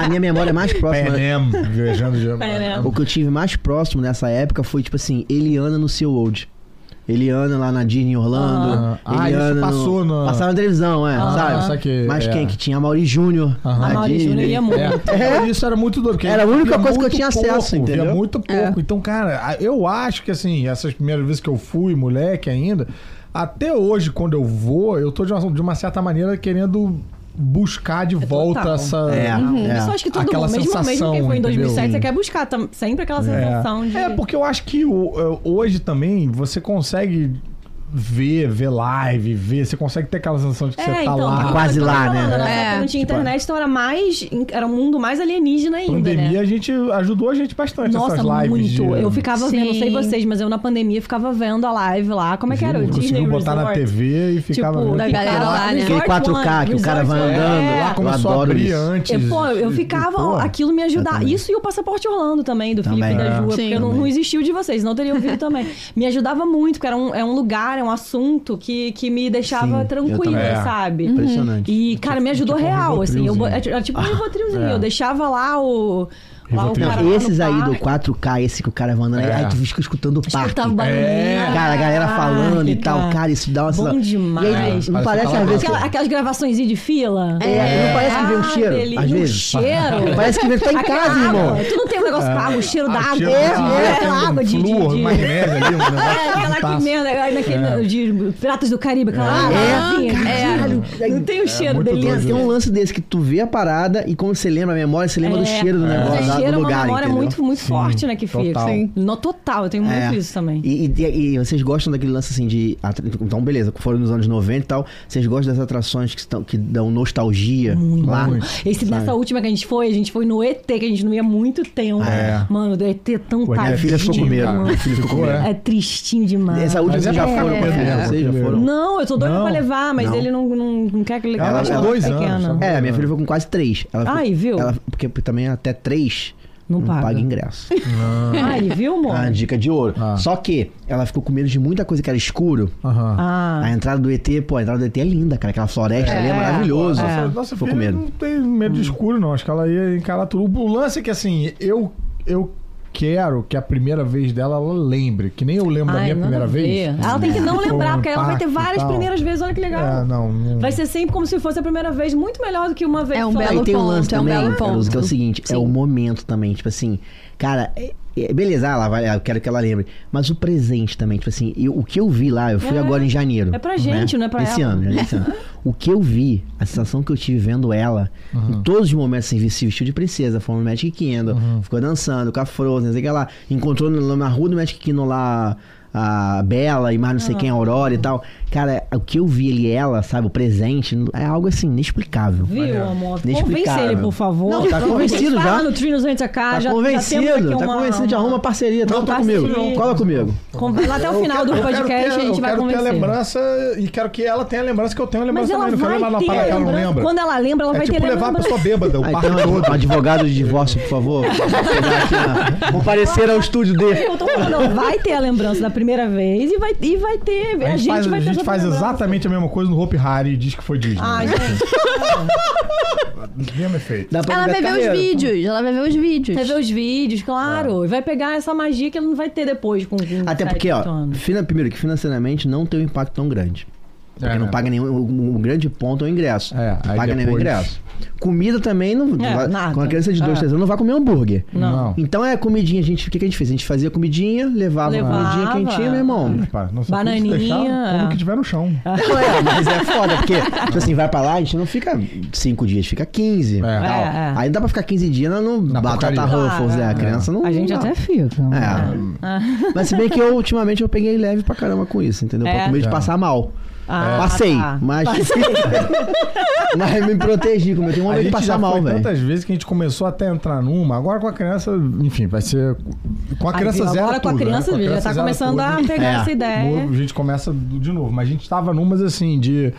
[SPEAKER 2] A minha memória é mais próxima.
[SPEAKER 3] Penem, viajando de...
[SPEAKER 4] Penem.
[SPEAKER 2] O que eu tive mais próximo nessa época foi, tipo assim, Eliana no SeaWorld. Eliana lá na Disney Orlando.
[SPEAKER 3] Aham. Ah,
[SPEAKER 2] Eliana
[SPEAKER 3] isso passou
[SPEAKER 2] no...
[SPEAKER 3] na-
[SPEAKER 2] Passava na televisão, é,
[SPEAKER 4] Ah,
[SPEAKER 2] sabe?
[SPEAKER 3] Só que-
[SPEAKER 2] Mas
[SPEAKER 3] é.
[SPEAKER 2] quem que tinha? Mauri Júnior.
[SPEAKER 3] Aham.
[SPEAKER 2] na
[SPEAKER 4] A Mauri Júnior
[SPEAKER 2] Disney.
[SPEAKER 4] ia muito.
[SPEAKER 3] É, isso era muito doido. porque
[SPEAKER 2] Era a única
[SPEAKER 3] via
[SPEAKER 2] coisa que eu
[SPEAKER 3] muito
[SPEAKER 2] tinha
[SPEAKER 3] pouco,
[SPEAKER 2] acesso, entendeu?
[SPEAKER 3] Via muito
[SPEAKER 4] É.
[SPEAKER 3] pouco. Então, cara, a- eu acho que assim, essas primeiras vezes que eu fui, moleque ainda, até hoje, quando eu vou, eu tô de uma, de uma certa maneira querendo buscar de volta
[SPEAKER 4] total.
[SPEAKER 3] essa.
[SPEAKER 2] É, é.
[SPEAKER 4] Isso eu acho que todo
[SPEAKER 3] Aquela
[SPEAKER 4] mundo, mesmo, mesmo
[SPEAKER 3] sensação,
[SPEAKER 4] quem foi em 2007,
[SPEAKER 3] entendeu?
[SPEAKER 4] você quer buscar tam- sempre aquela é sensação
[SPEAKER 3] É.
[SPEAKER 4] de...
[SPEAKER 3] É, porque eu acho que o- eh, hoje também você consegue ver, ver live, ver, você consegue ter aquela sensação
[SPEAKER 4] É,
[SPEAKER 3] de que você tá
[SPEAKER 4] então,
[SPEAKER 3] lá.
[SPEAKER 2] Tá quase
[SPEAKER 4] eu tô
[SPEAKER 2] lá,
[SPEAKER 4] falando,
[SPEAKER 2] né?
[SPEAKER 4] na nossa
[SPEAKER 1] É.
[SPEAKER 4] época Não tinha
[SPEAKER 2] Tipo,
[SPEAKER 4] internet, então era mais... Era um mundo mais alienígena ainda,
[SPEAKER 3] pandemia
[SPEAKER 4] né?
[SPEAKER 3] a gente ajudou a gente bastante
[SPEAKER 4] Nossa,
[SPEAKER 3] essas lives
[SPEAKER 4] muito.
[SPEAKER 3] de-
[SPEAKER 4] Eu ficava vendo, não sei
[SPEAKER 1] Sim.
[SPEAKER 4] vocês, mas eu na pandemia ficava vendo a live lá. Como é que era? O Disney
[SPEAKER 3] conseguiu botar na
[SPEAKER 4] Resort.
[SPEAKER 3] TV e ficava
[SPEAKER 4] Tipo,
[SPEAKER 3] vendo.
[SPEAKER 4] da galera
[SPEAKER 1] Ficava
[SPEAKER 4] lá, né?
[SPEAKER 2] Aquele 4K que o cara vai
[SPEAKER 4] Resort One.
[SPEAKER 2] andando.
[SPEAKER 4] É.
[SPEAKER 3] lá começou
[SPEAKER 2] adoro
[SPEAKER 3] a abrir
[SPEAKER 2] isso.
[SPEAKER 3] antes.
[SPEAKER 4] Eu, pô, eu
[SPEAKER 3] E,
[SPEAKER 4] ficava,
[SPEAKER 3] pô,
[SPEAKER 4] aquilo me ajudava.
[SPEAKER 2] Exatamente.
[SPEAKER 4] Isso e o Passaporte Orlando também, do Felipe
[SPEAKER 2] Também.
[SPEAKER 4] da Ju,
[SPEAKER 2] É.
[SPEAKER 4] porque
[SPEAKER 1] Sim.
[SPEAKER 4] eu não, não
[SPEAKER 2] Também.
[SPEAKER 4] existia o de vocês, não teria ouvido também. Me ajudava muito, porque era um, é um lugar, é um assunto que, que me deixava
[SPEAKER 2] Sim, eu É,
[SPEAKER 4] tranquila,
[SPEAKER 3] também.
[SPEAKER 4] sabe?
[SPEAKER 2] Impressionante.
[SPEAKER 4] E, cara, me ajudou
[SPEAKER 3] tipo um
[SPEAKER 4] real, assim. Eu, bo-
[SPEAKER 3] Rivotrilzinho.
[SPEAKER 4] era tipo um rivotrilzinho.
[SPEAKER 3] É.
[SPEAKER 4] Eu deixava lá o. Lá o
[SPEAKER 3] Rivotril.
[SPEAKER 4] cara
[SPEAKER 2] Não,
[SPEAKER 4] lá
[SPEAKER 2] esses
[SPEAKER 4] no
[SPEAKER 2] aí do
[SPEAKER 4] parque.
[SPEAKER 2] 4K, esse que o cara manda,
[SPEAKER 3] É.
[SPEAKER 2] aí tu fica escutando o parque.
[SPEAKER 1] Escutar o barulhinho.
[SPEAKER 3] É.
[SPEAKER 2] Cara, a galera falando e
[SPEAKER 4] Parque,
[SPEAKER 2] tal, cara, isso dá uma...
[SPEAKER 4] Bom demais.
[SPEAKER 2] E aí, não
[SPEAKER 3] Parece
[SPEAKER 2] parece
[SPEAKER 3] que tá
[SPEAKER 2] É, às vezes...
[SPEAKER 3] lá
[SPEAKER 4] Aquela- aquelas gravações de fila.
[SPEAKER 2] É, não parece que vem um
[SPEAKER 4] Ah,
[SPEAKER 2] cheiro,
[SPEAKER 4] delícia.
[SPEAKER 2] às
[SPEAKER 4] Um
[SPEAKER 2] vezes.
[SPEAKER 4] cheiro.
[SPEAKER 2] Parece que vem tá em
[SPEAKER 4] Aquela
[SPEAKER 2] casa,
[SPEAKER 4] água.
[SPEAKER 2] irmão. É. Ah,
[SPEAKER 4] Tu não tem um negócio com água, o cheiro da água.
[SPEAKER 3] Cheiro de
[SPEAKER 4] de-
[SPEAKER 3] água,
[SPEAKER 4] de- Aquela
[SPEAKER 3] tem um
[SPEAKER 4] água de... de-
[SPEAKER 3] flúor,
[SPEAKER 4] de-
[SPEAKER 3] maionese ali, um negócio
[SPEAKER 4] [LAUGHS] É, aquela que
[SPEAKER 3] fantástico.
[SPEAKER 4] merda, aí naquele de Piratas do Caribe, aquela
[SPEAKER 2] É,
[SPEAKER 4] água.
[SPEAKER 2] caralho. É
[SPEAKER 4] Não tem o cheiro,
[SPEAKER 3] muito
[SPEAKER 4] delícia.
[SPEAKER 3] doido.
[SPEAKER 2] Tem um lance desse que tu vê a parada e quando você lembra a memória, você lembra do
[SPEAKER 4] É.
[SPEAKER 2] cheiro do negócio,
[SPEAKER 4] Mas
[SPEAKER 2] lá
[SPEAKER 4] cheiro
[SPEAKER 2] do
[SPEAKER 4] é uma
[SPEAKER 2] lugar,
[SPEAKER 4] memória
[SPEAKER 2] entendeu?
[SPEAKER 4] muito, muito forte, né, que fica.
[SPEAKER 3] total. Sim.
[SPEAKER 4] No total, eu tenho muito
[SPEAKER 2] É.
[SPEAKER 4] isso também.
[SPEAKER 2] E, e- e vocês gostam daquele lance assim de. atra- Então, beleza, foram nos anos 90 e tal. Vocês gostam das atrações que, estão, que dão nostalgia lá?
[SPEAKER 4] Esse, nessa última que a gente foi, a gente foi no ET, que a gente não ia há muito tempo.
[SPEAKER 3] É.
[SPEAKER 4] Mano, do ET tão
[SPEAKER 3] Pô,
[SPEAKER 4] tadinho.
[SPEAKER 2] Minha filha ficou com medo.
[SPEAKER 4] mano.
[SPEAKER 2] Minha filha ficou com medo.
[SPEAKER 4] É tristinho demais.
[SPEAKER 2] Essa última
[SPEAKER 3] Mas
[SPEAKER 2] vocês
[SPEAKER 3] é
[SPEAKER 2] já
[SPEAKER 3] bom,
[SPEAKER 2] foram
[SPEAKER 3] é.
[SPEAKER 2] pra
[SPEAKER 3] É.
[SPEAKER 2] Vocês já foram?
[SPEAKER 4] Não, eu tô doida
[SPEAKER 3] Não.
[SPEAKER 4] pra levar, mas
[SPEAKER 2] Não.
[SPEAKER 4] ele não, não, não quer que ele
[SPEAKER 3] Ela
[SPEAKER 4] leve
[SPEAKER 3] tinha
[SPEAKER 4] ela
[SPEAKER 3] dois
[SPEAKER 4] pequena.
[SPEAKER 3] anos, sabe?
[SPEAKER 2] É, minha filha foi com quase três. Ela
[SPEAKER 4] Ai, viu?
[SPEAKER 2] Ela, porque também até três
[SPEAKER 4] Não paga.
[SPEAKER 2] ingresso.
[SPEAKER 4] Ai, viu, amor?
[SPEAKER 2] Ah, dica de ouro.
[SPEAKER 3] Ah.
[SPEAKER 2] Só que ela ficou com medo de muita coisa que era escuro.
[SPEAKER 3] Aham.
[SPEAKER 4] Ah,
[SPEAKER 2] A entrada do ET, pô, a entrada do ET é linda, cara. Aquela floresta ali é
[SPEAKER 4] É.
[SPEAKER 2] maravilhoso.
[SPEAKER 4] É.
[SPEAKER 3] Nossa
[SPEAKER 2] Ficou
[SPEAKER 3] filha
[SPEAKER 2] com
[SPEAKER 3] não
[SPEAKER 2] medo.
[SPEAKER 3] tem medo de escuro, não. Acho que ela ia encarar tudo. O lance é que, assim, eu, eu quero que a primeira vez dela ela lembre. Que nem eu lembro da
[SPEAKER 4] ai,
[SPEAKER 3] minha
[SPEAKER 4] nada
[SPEAKER 3] primeira
[SPEAKER 4] a ver.
[SPEAKER 3] vez.
[SPEAKER 4] Ela tem que não
[SPEAKER 3] Foi um
[SPEAKER 4] lembrar, porque ela vai ter
[SPEAKER 3] impacto e
[SPEAKER 4] várias
[SPEAKER 3] tal.
[SPEAKER 4] primeiras vezes, olha que legal.
[SPEAKER 3] É, não. não-
[SPEAKER 4] Vai ser sempre como se fosse a primeira vez, muito melhor do que uma vez
[SPEAKER 1] É um
[SPEAKER 4] só.
[SPEAKER 1] belo
[SPEAKER 2] Aí tem um lance
[SPEAKER 1] ponto, é um
[SPEAKER 2] também,
[SPEAKER 1] belo
[SPEAKER 2] Caruso, que é o
[SPEAKER 1] ponto.
[SPEAKER 2] seguinte, é o momento também, tipo assim, cara, é- é- beleza, ela vai, eu quero que ela lembre, mas o presente também, tipo assim, eu- o que eu vi lá, eu fui
[SPEAKER 4] É.
[SPEAKER 2] agora em janeiro.
[SPEAKER 4] É pra gente, não é pra
[SPEAKER 2] esse
[SPEAKER 4] ela.
[SPEAKER 2] Ano, né? esse ano. O que eu vi, a sensação que eu tive vendo ela, em todos os momentos, assim, se vestiu de princesa, foi no Magic Kingdom, ficou dançando com a Frozen, não sei o que lá, encontrou no- na rua do Magic Kingdom lá... A Bela e mais não
[SPEAKER 4] Ah.
[SPEAKER 2] sei quem, a Aurora e tal. Cara, o que eu vi ali, ela, sabe, o presente, é algo assim, inexplicável.
[SPEAKER 4] Viu, amor? Convence
[SPEAKER 2] Inexplicável.
[SPEAKER 4] ele, por favor.
[SPEAKER 2] Não, tá convencido
[SPEAKER 4] Fala
[SPEAKER 2] já.
[SPEAKER 4] no Trinos antes a cá,
[SPEAKER 2] Tá
[SPEAKER 4] já,
[SPEAKER 2] convencido,
[SPEAKER 4] já temos aqui
[SPEAKER 2] tá
[SPEAKER 4] uma-
[SPEAKER 2] convencido, já arruma parceria, tá?
[SPEAKER 4] Não,
[SPEAKER 2] Cola
[SPEAKER 4] tá
[SPEAKER 2] comigo,
[SPEAKER 4] sim.
[SPEAKER 2] cola comigo.
[SPEAKER 4] Com- Lá até o
[SPEAKER 3] Eu
[SPEAKER 4] final
[SPEAKER 3] quero-
[SPEAKER 4] do
[SPEAKER 3] eu quero
[SPEAKER 4] podcast
[SPEAKER 3] ter-
[SPEAKER 4] a gente vai
[SPEAKER 3] Eu quero ter a
[SPEAKER 4] convencer.
[SPEAKER 3] lembrança e quero que ela tenha a lembrança que eu tenho a
[SPEAKER 4] Mas
[SPEAKER 3] lembrança
[SPEAKER 4] ela
[SPEAKER 3] também. Não quero levar
[SPEAKER 4] vai
[SPEAKER 3] ela
[SPEAKER 4] ter
[SPEAKER 3] para que ela não
[SPEAKER 4] lembrança.
[SPEAKER 3] lembra.
[SPEAKER 4] Quando ela lembra, ela
[SPEAKER 3] é
[SPEAKER 4] vai
[SPEAKER 3] tipo
[SPEAKER 4] ter
[SPEAKER 3] levar a
[SPEAKER 4] lembrança.
[SPEAKER 3] pessoa bêbada, o
[SPEAKER 2] Aí,
[SPEAKER 3] parque
[SPEAKER 2] tem um
[SPEAKER 3] todo.
[SPEAKER 2] advogado de divórcio, por
[SPEAKER 4] [LAUGHS]
[SPEAKER 2] favor. Pegar aqui na- Comparecer ao estúdio dele.
[SPEAKER 4] Eu tô falando, não, vai ter a lembrança da primeira vez e vai, e vai ter.
[SPEAKER 3] A gente, faz,
[SPEAKER 4] vai
[SPEAKER 3] a
[SPEAKER 4] ter
[SPEAKER 3] gente
[SPEAKER 4] essa
[SPEAKER 3] faz
[SPEAKER 4] lembrança.
[SPEAKER 3] exatamente a mesma coisa no Hope Harry e diz que foi Disney.
[SPEAKER 4] Ah,
[SPEAKER 3] né? [LAUGHS]
[SPEAKER 4] gente,
[SPEAKER 3] Mesmo efeito.
[SPEAKER 2] Dá pra
[SPEAKER 1] Ela
[SPEAKER 2] ligar
[SPEAKER 1] vai ver
[SPEAKER 2] câmera.
[SPEAKER 1] os vídeos, ela vai ver os vídeos.
[SPEAKER 4] vai ver os vídeos,
[SPEAKER 3] É.
[SPEAKER 4] claro. E vai pegar essa magia que ela não vai ter depois com com
[SPEAKER 2] Até
[SPEAKER 4] sete,
[SPEAKER 2] porque, ó,
[SPEAKER 4] oito anos.
[SPEAKER 2] fina- primeiro que financeiramente não tem um impacto tão grande. Porque
[SPEAKER 3] É,
[SPEAKER 2] não
[SPEAKER 3] né?
[SPEAKER 2] paga nenhum. O, o grande ponto é o ingresso.
[SPEAKER 3] É,
[SPEAKER 2] não
[SPEAKER 3] aí
[SPEAKER 2] paga nenhum
[SPEAKER 3] depois-
[SPEAKER 2] ingresso. Comida também não.
[SPEAKER 4] É,
[SPEAKER 2] vai-
[SPEAKER 4] nada.
[SPEAKER 2] Com uma criança de 2,
[SPEAKER 4] É.
[SPEAKER 2] 3 anos não vai comer hambúrguer.
[SPEAKER 3] Não.
[SPEAKER 2] Então é comidinha, a gente. O que, que a gente fez? A gente fazia comidinha, levava,
[SPEAKER 4] Levava.
[SPEAKER 2] comidinha quentinha, meu irmão.
[SPEAKER 4] [LAUGHS]
[SPEAKER 3] Para, não sei
[SPEAKER 4] Bananinha. Ah,
[SPEAKER 3] como se deixar, Como que tiver no chão.
[SPEAKER 2] Não é, mas é foda, porque, tipo assim, vai pra lá, a gente não fica 5 dias, fica 15. e
[SPEAKER 3] É.
[SPEAKER 2] tal.
[SPEAKER 4] É, é.
[SPEAKER 2] Aí não dá pra ficar 15 dias na, no
[SPEAKER 3] Na
[SPEAKER 2] Batata
[SPEAKER 3] porcaria.
[SPEAKER 2] Ruffles, né? A
[SPEAKER 4] Claro,
[SPEAKER 2] criança não.
[SPEAKER 4] A gente
[SPEAKER 2] não dá.
[SPEAKER 4] até fica.
[SPEAKER 2] É.
[SPEAKER 4] Ah.
[SPEAKER 2] Mas se bem que eu, ultimamente, eu peguei leve pra caramba com isso, entendeu? Pra
[SPEAKER 4] É.
[SPEAKER 2] comer de
[SPEAKER 3] Tá.
[SPEAKER 2] passar mal. É.
[SPEAKER 4] Ah,
[SPEAKER 2] Passei,
[SPEAKER 4] tá.
[SPEAKER 2] mas. [LAUGHS] mas me protegi, como eu tenho um uma
[SPEAKER 3] A
[SPEAKER 2] vez de
[SPEAKER 3] gente
[SPEAKER 2] passar
[SPEAKER 3] já
[SPEAKER 2] mal, né?
[SPEAKER 3] foi
[SPEAKER 2] velho.
[SPEAKER 3] tantas vezes que a gente começou até a entrar numa. Agora com a criança, enfim, vai ser... Com a criança
[SPEAKER 4] Agora
[SPEAKER 3] zero
[SPEAKER 4] com a
[SPEAKER 3] tudo, né?
[SPEAKER 4] criança, já tá
[SPEAKER 3] zera
[SPEAKER 4] começando
[SPEAKER 3] tudo.
[SPEAKER 4] a pegar
[SPEAKER 2] É.
[SPEAKER 4] essa ideia.
[SPEAKER 3] Novo, a gente começa do- de novo. Mas a gente tava numas assim de.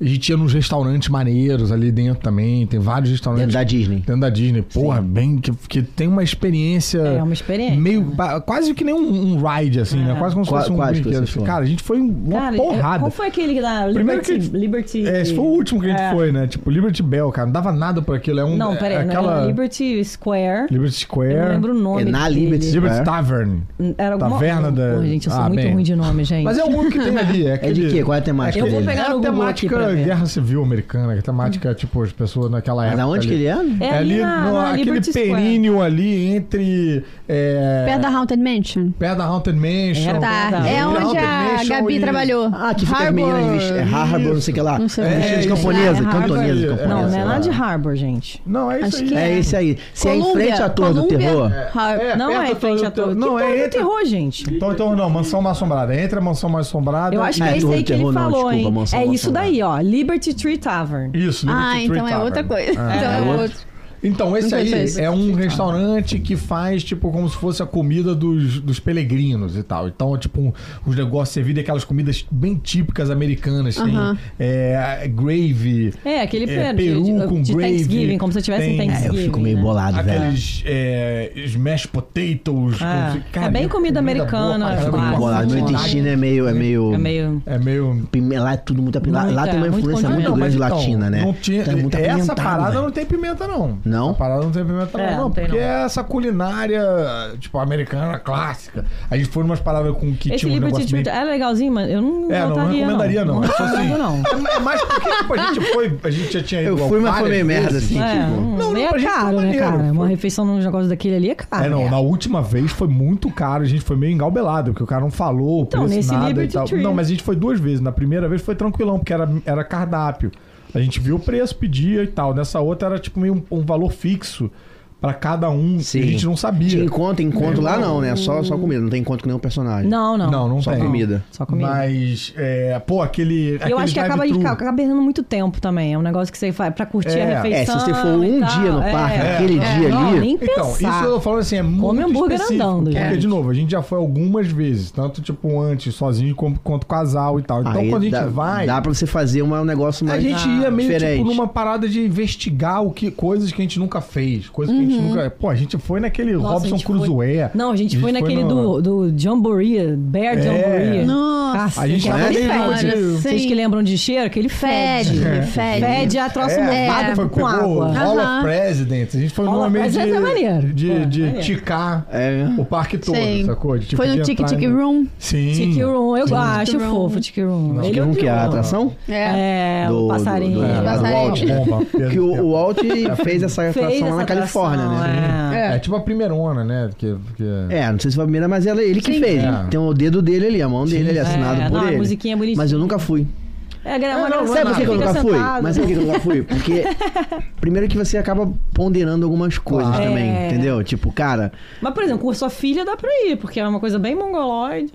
[SPEAKER 3] A gente ia nos restaurantes maneiros ali dentro também. Tem vários restaurantes.
[SPEAKER 2] Dentro da Disney.
[SPEAKER 3] Dentro da Disney. Porra, bem. Que, que tem uma experiência.
[SPEAKER 4] É uma experiência, É.
[SPEAKER 3] Meio. pa- Quase que nem um, um ride, assim, né? Quase como se
[SPEAKER 2] Qua-
[SPEAKER 3] fosse um
[SPEAKER 2] quase que
[SPEAKER 3] brinquedo.
[SPEAKER 2] vocês foram.
[SPEAKER 3] Cara, a gente foi uma
[SPEAKER 4] Cara, eh,
[SPEAKER 3] porrada.
[SPEAKER 4] qual foi aquele da
[SPEAKER 3] Primeiro
[SPEAKER 4] Liberty?
[SPEAKER 3] que-
[SPEAKER 4] Liberty...
[SPEAKER 3] É, esse foi o último que a gente
[SPEAKER 4] É.
[SPEAKER 3] foi, né? Tipo, Liberty Bell, cara. Não dava nada por aquilo. É um.
[SPEAKER 4] Não,
[SPEAKER 3] é
[SPEAKER 4] peraí, não
[SPEAKER 3] aquela...
[SPEAKER 4] era Liberty Square.
[SPEAKER 3] Liberty Square.
[SPEAKER 4] Eu não lembro o nome.
[SPEAKER 2] É na
[SPEAKER 4] dele.
[SPEAKER 2] Liberty
[SPEAKER 3] Liberty
[SPEAKER 2] Square.
[SPEAKER 3] Tavern.
[SPEAKER 4] Era alguma...
[SPEAKER 3] Taverna da-
[SPEAKER 4] Pô, gente, eu sou
[SPEAKER 3] Ah,
[SPEAKER 4] muito
[SPEAKER 3] bem.
[SPEAKER 4] ruim
[SPEAKER 3] [LAUGHS]
[SPEAKER 4] de nome, gente.
[SPEAKER 3] Mas é o único que tem ali.
[SPEAKER 2] [LAUGHS] É de
[SPEAKER 3] É, aquele-
[SPEAKER 2] quê? Qual é a temática
[SPEAKER 4] Eu vou
[SPEAKER 2] dele?
[SPEAKER 4] pegar
[SPEAKER 3] É a
[SPEAKER 4] no Google aqui
[SPEAKER 3] temática
[SPEAKER 4] pra ver.
[SPEAKER 3] guerra civil americana, que temática, tipo, as pessoas naquela
[SPEAKER 2] Mas
[SPEAKER 3] época.
[SPEAKER 2] aonde que ele é?
[SPEAKER 4] É,
[SPEAKER 3] É ali, no, aquele
[SPEAKER 4] Liberty Square.
[SPEAKER 3] períneo ali entre. É,
[SPEAKER 1] Perto da Haunted Mansion.
[SPEAKER 3] Perto da Haunted Mansion.
[SPEAKER 4] Era,
[SPEAKER 1] Tá,
[SPEAKER 4] Tá.
[SPEAKER 1] é
[SPEAKER 3] Não,
[SPEAKER 1] onde a
[SPEAKER 3] Temptation
[SPEAKER 1] Gabi
[SPEAKER 3] e-
[SPEAKER 1] trabalhou.
[SPEAKER 2] Ah, que fica as
[SPEAKER 1] Harbor.
[SPEAKER 2] meninas vestidas. É Harbor, não sei o que lá.
[SPEAKER 1] Não sei o que.
[SPEAKER 2] Vestidas de
[SPEAKER 3] É,
[SPEAKER 2] camponesa,
[SPEAKER 4] é, é
[SPEAKER 2] cantonesa,
[SPEAKER 3] Harbor.
[SPEAKER 2] camponesa.
[SPEAKER 4] Não, não é
[SPEAKER 2] sei lá.
[SPEAKER 4] nada de Harbor, gente.
[SPEAKER 3] Não, é isso
[SPEAKER 1] Acho
[SPEAKER 3] aí.
[SPEAKER 1] que
[SPEAKER 2] É esse aí. Se é em
[SPEAKER 1] Colômbia,
[SPEAKER 2] frente à Torre do
[SPEAKER 1] Colômbia,
[SPEAKER 2] Terror.
[SPEAKER 1] Har-
[SPEAKER 3] É,
[SPEAKER 4] não
[SPEAKER 3] perto
[SPEAKER 4] é em
[SPEAKER 3] do-
[SPEAKER 4] frente à
[SPEAKER 3] do-
[SPEAKER 4] torre.
[SPEAKER 3] não,
[SPEAKER 4] que
[SPEAKER 3] é
[SPEAKER 4] torre do
[SPEAKER 3] entre-
[SPEAKER 4] terror, gente.
[SPEAKER 3] Então, então, não, mansão mal assombrada. Entre a mansão mal assombrada.
[SPEAKER 4] Eu acho
[SPEAKER 3] e-
[SPEAKER 4] que
[SPEAKER 2] Ah,
[SPEAKER 4] é esse
[SPEAKER 2] torre
[SPEAKER 4] aí
[SPEAKER 2] do
[SPEAKER 4] que ele
[SPEAKER 2] terror não,
[SPEAKER 4] falou,
[SPEAKER 2] desculpa,
[SPEAKER 4] hein?
[SPEAKER 2] mansão
[SPEAKER 4] É isso
[SPEAKER 2] assombrada.
[SPEAKER 4] daí, ó. Liberty Tree Tavern.
[SPEAKER 3] Isso, Liberty
[SPEAKER 1] Ah,
[SPEAKER 3] Tree
[SPEAKER 1] então é
[SPEAKER 3] Tavern.
[SPEAKER 1] outra coisa.
[SPEAKER 3] Ah.
[SPEAKER 1] Então é
[SPEAKER 2] É outro.
[SPEAKER 1] outro.
[SPEAKER 3] Então, esse
[SPEAKER 1] Nunca
[SPEAKER 3] aí
[SPEAKER 1] fez.
[SPEAKER 3] é um restaurante que faz, tipo, como se fosse a comida dos, dos peregrinos e tal. Então, é tipo, um- os negócios servidos, aquelas comidas bem típicas americanas.
[SPEAKER 1] Aham.
[SPEAKER 3] Tem é, gravy,
[SPEAKER 4] É,
[SPEAKER 3] É,
[SPEAKER 4] aquele per-
[SPEAKER 3] peru
[SPEAKER 4] de, de-
[SPEAKER 3] com
[SPEAKER 4] de
[SPEAKER 3] gravy.
[SPEAKER 4] Thanksgiving, como se eu tivesse em
[SPEAKER 3] Tem- É, eu
[SPEAKER 2] É, eu
[SPEAKER 4] Thanksgiving.
[SPEAKER 2] fico meio
[SPEAKER 4] né?
[SPEAKER 2] bolado, velho.
[SPEAKER 3] aqueles é, smash potatoes.
[SPEAKER 4] Ah,
[SPEAKER 3] com-
[SPEAKER 4] é bem comida
[SPEAKER 3] boa pra
[SPEAKER 4] americana,
[SPEAKER 3] caramba,
[SPEAKER 4] clássica.
[SPEAKER 3] com
[SPEAKER 2] Bolado. Meu
[SPEAKER 3] quantidade.
[SPEAKER 2] intestino é meio. É meio...
[SPEAKER 4] É meio.
[SPEAKER 3] É meio...
[SPEAKER 2] Pime- Lá é tudo muito apelado. Lá
[SPEAKER 4] Muita,
[SPEAKER 2] tem uma
[SPEAKER 4] muito
[SPEAKER 2] influência muito,
[SPEAKER 4] condimento.
[SPEAKER 2] grande
[SPEAKER 3] então,
[SPEAKER 2] latina, né?
[SPEAKER 3] Não tinha,
[SPEAKER 2] Então é muito
[SPEAKER 3] essa
[SPEAKER 2] apimentado,
[SPEAKER 3] parada
[SPEAKER 2] velho.
[SPEAKER 3] não tem pimenta, não.
[SPEAKER 2] Não?
[SPEAKER 3] A parada não tem pimenta
[SPEAKER 4] É,
[SPEAKER 3] não,
[SPEAKER 4] não tem,
[SPEAKER 3] porque
[SPEAKER 4] não.
[SPEAKER 3] é essa culinária, tipo, americana clássica. A gente foi numas paradas com que
[SPEAKER 4] Esse
[SPEAKER 3] tinha um
[SPEAKER 4] livro
[SPEAKER 3] negócio
[SPEAKER 4] de
[SPEAKER 3] meio...
[SPEAKER 4] Jude é legalzinho, mas eu não
[SPEAKER 3] É, não
[SPEAKER 4] botaria,
[SPEAKER 3] recomendaria, não.
[SPEAKER 4] Não,
[SPEAKER 3] É só assim.
[SPEAKER 4] recomendo,
[SPEAKER 3] [LAUGHS]
[SPEAKER 4] não.
[SPEAKER 3] É mais porque, tipo, a gente foi, a gente já tinha ido
[SPEAKER 2] Eu
[SPEAKER 3] ao
[SPEAKER 2] fui, mas foi meio
[SPEAKER 3] várias
[SPEAKER 2] merda,
[SPEAKER 3] vezes.
[SPEAKER 2] assim,
[SPEAKER 4] É,
[SPEAKER 2] tipo.
[SPEAKER 4] hum,
[SPEAKER 3] Não,
[SPEAKER 4] meio
[SPEAKER 3] não, pra
[SPEAKER 4] é
[SPEAKER 3] gente foi
[SPEAKER 4] caro, né,
[SPEAKER 3] maneiro,
[SPEAKER 4] cara? Uma
[SPEAKER 3] foi-
[SPEAKER 4] refeição num negócio daquele ali é caro.
[SPEAKER 3] É, não,
[SPEAKER 4] né?
[SPEAKER 3] na última vez foi muito caro, a gente foi meio engabelado, porque o cara não falou, o
[SPEAKER 4] Então,
[SPEAKER 3] preço,
[SPEAKER 4] nesse
[SPEAKER 3] nada e
[SPEAKER 4] Liberty
[SPEAKER 3] tal.
[SPEAKER 4] Tree.
[SPEAKER 3] Não, mas a gente foi duas vezes. Na primeira vez foi tranquilão, porque era, era cardápio. A gente viu o preço, pedia e tal. Nessa outra era tipo meio um, um valor fixo pra cada um,
[SPEAKER 2] Sim.
[SPEAKER 3] que a gente não sabia. É.
[SPEAKER 2] Tinha encontro, encontro lá não, né? Só, só comida, não tem encontro com nenhum personagem.
[SPEAKER 4] Não, não.
[SPEAKER 3] Não, não
[SPEAKER 2] Só
[SPEAKER 3] tem.
[SPEAKER 2] comida.
[SPEAKER 4] Só comida.
[SPEAKER 3] Mas, é, pô, aquele.
[SPEAKER 4] eu acho que acaba, de,
[SPEAKER 3] ficar.
[SPEAKER 4] acaba perdendo muito tempo também. É um negócio que você faz pra curtir
[SPEAKER 3] É.
[SPEAKER 4] a
[SPEAKER 2] É, se
[SPEAKER 4] refeição.
[SPEAKER 2] você for
[SPEAKER 4] e
[SPEAKER 2] um
[SPEAKER 4] tal.
[SPEAKER 2] dia no
[SPEAKER 4] É.
[SPEAKER 2] parque,
[SPEAKER 4] É.
[SPEAKER 2] aquele dia
[SPEAKER 4] não,
[SPEAKER 2] ali.
[SPEAKER 4] Nem
[SPEAKER 3] Então,
[SPEAKER 4] pensar.
[SPEAKER 3] isso eu tô falando assim, é muito
[SPEAKER 4] hambúrguer
[SPEAKER 3] específico,
[SPEAKER 4] andando,
[SPEAKER 3] Porque,
[SPEAKER 4] gente.
[SPEAKER 3] de novo, a gente já foi algumas vezes, tanto, tipo, antes, sozinho, como- quanto casal e tal. Então,
[SPEAKER 2] Aí
[SPEAKER 3] quando a gente
[SPEAKER 2] dá,
[SPEAKER 3] vai...
[SPEAKER 2] Dá pra você fazer uma- um negócio
[SPEAKER 3] A
[SPEAKER 2] mais
[SPEAKER 3] gente ia meio
[SPEAKER 2] diferente.
[SPEAKER 3] tipo numa parada de investigar o que, coisas que a gente nunca fez, coisas que a gente nunca. Pô, a gente foi naquele
[SPEAKER 4] Uhum. Nossa, a
[SPEAKER 3] Robson
[SPEAKER 4] gente foi-
[SPEAKER 3] Crusoe.
[SPEAKER 4] Não, a gente foi naquele
[SPEAKER 3] no-
[SPEAKER 4] do, do Jamboree, Bear
[SPEAKER 3] É.
[SPEAKER 4] Jamboree.
[SPEAKER 1] Nossa,
[SPEAKER 3] A gente
[SPEAKER 4] que é
[SPEAKER 3] vai
[SPEAKER 1] aquele
[SPEAKER 3] naquele
[SPEAKER 1] fede,
[SPEAKER 3] negócio de-
[SPEAKER 1] sim.
[SPEAKER 4] Vocês que lembram de cheiro? Que ele fede.
[SPEAKER 1] Fede,
[SPEAKER 3] É.
[SPEAKER 1] fede.
[SPEAKER 4] Fede a troço
[SPEAKER 3] É,
[SPEAKER 1] mofado
[SPEAKER 4] mofado
[SPEAKER 3] foi
[SPEAKER 4] com
[SPEAKER 3] pegou
[SPEAKER 4] água.
[SPEAKER 3] Hall
[SPEAKER 1] Aham.
[SPEAKER 3] of Presidents. A gente foi
[SPEAKER 4] Hall
[SPEAKER 3] numa
[SPEAKER 4] of
[SPEAKER 3] meio de,
[SPEAKER 4] Presidents é maneiro.
[SPEAKER 3] de,
[SPEAKER 4] Pô,
[SPEAKER 3] de
[SPEAKER 4] maneiro.
[SPEAKER 3] ticar
[SPEAKER 2] É.
[SPEAKER 3] o parque todo,
[SPEAKER 1] Sim.
[SPEAKER 3] sacou? De, tipo,
[SPEAKER 1] Foi
[SPEAKER 3] de
[SPEAKER 1] no
[SPEAKER 3] entrar
[SPEAKER 1] Tic Tic
[SPEAKER 3] em-
[SPEAKER 1] Room.
[SPEAKER 3] Sim.
[SPEAKER 4] Tiki Room, eu acho
[SPEAKER 1] Tiki Room.
[SPEAKER 4] fofo Tiki Room.
[SPEAKER 2] Que
[SPEAKER 4] é o
[SPEAKER 2] um que é a
[SPEAKER 4] pior.
[SPEAKER 2] atração?
[SPEAKER 4] É,
[SPEAKER 2] Do- do-
[SPEAKER 4] o passarinho.
[SPEAKER 2] do-
[SPEAKER 3] É,
[SPEAKER 2] do
[SPEAKER 1] Passarinho.
[SPEAKER 2] Walt, né?
[SPEAKER 3] Bomba,
[SPEAKER 2] [LAUGHS] Que o, o
[SPEAKER 3] [LAUGHS]
[SPEAKER 2] Walt fez essa
[SPEAKER 4] Fez
[SPEAKER 2] atração lá
[SPEAKER 4] essa
[SPEAKER 2] na Califórnia, né?
[SPEAKER 4] atração, é.
[SPEAKER 3] É, tipo a primeirona, né? Que, que...
[SPEAKER 2] É, não sei se foi a primeira, mas ela, ele que
[SPEAKER 1] Sim.
[SPEAKER 2] fez.
[SPEAKER 3] É.
[SPEAKER 2] Tem o dedo dele ali, a mão dele ali, assinado
[SPEAKER 4] É,
[SPEAKER 2] por
[SPEAKER 4] não, a
[SPEAKER 2] ele.
[SPEAKER 4] musiquinha é bonitinha.
[SPEAKER 2] Mas eu nunca fui.
[SPEAKER 4] É, gra- uma gracinha,
[SPEAKER 2] Sabe por que que eu
[SPEAKER 4] fica
[SPEAKER 2] nunca fui?
[SPEAKER 4] sentado. né?
[SPEAKER 2] Mas sabe por que eu nunca fui? Porque
[SPEAKER 4] [LAUGHS]
[SPEAKER 2] primeiro que você acaba ponderando algumas coisas
[SPEAKER 3] Claro.
[SPEAKER 2] também,
[SPEAKER 4] É.
[SPEAKER 2] entendeu? Tipo, cara,
[SPEAKER 4] Mas, por exemplo, com sua filha dá pra ir, porque é uma coisa bem mongoloide.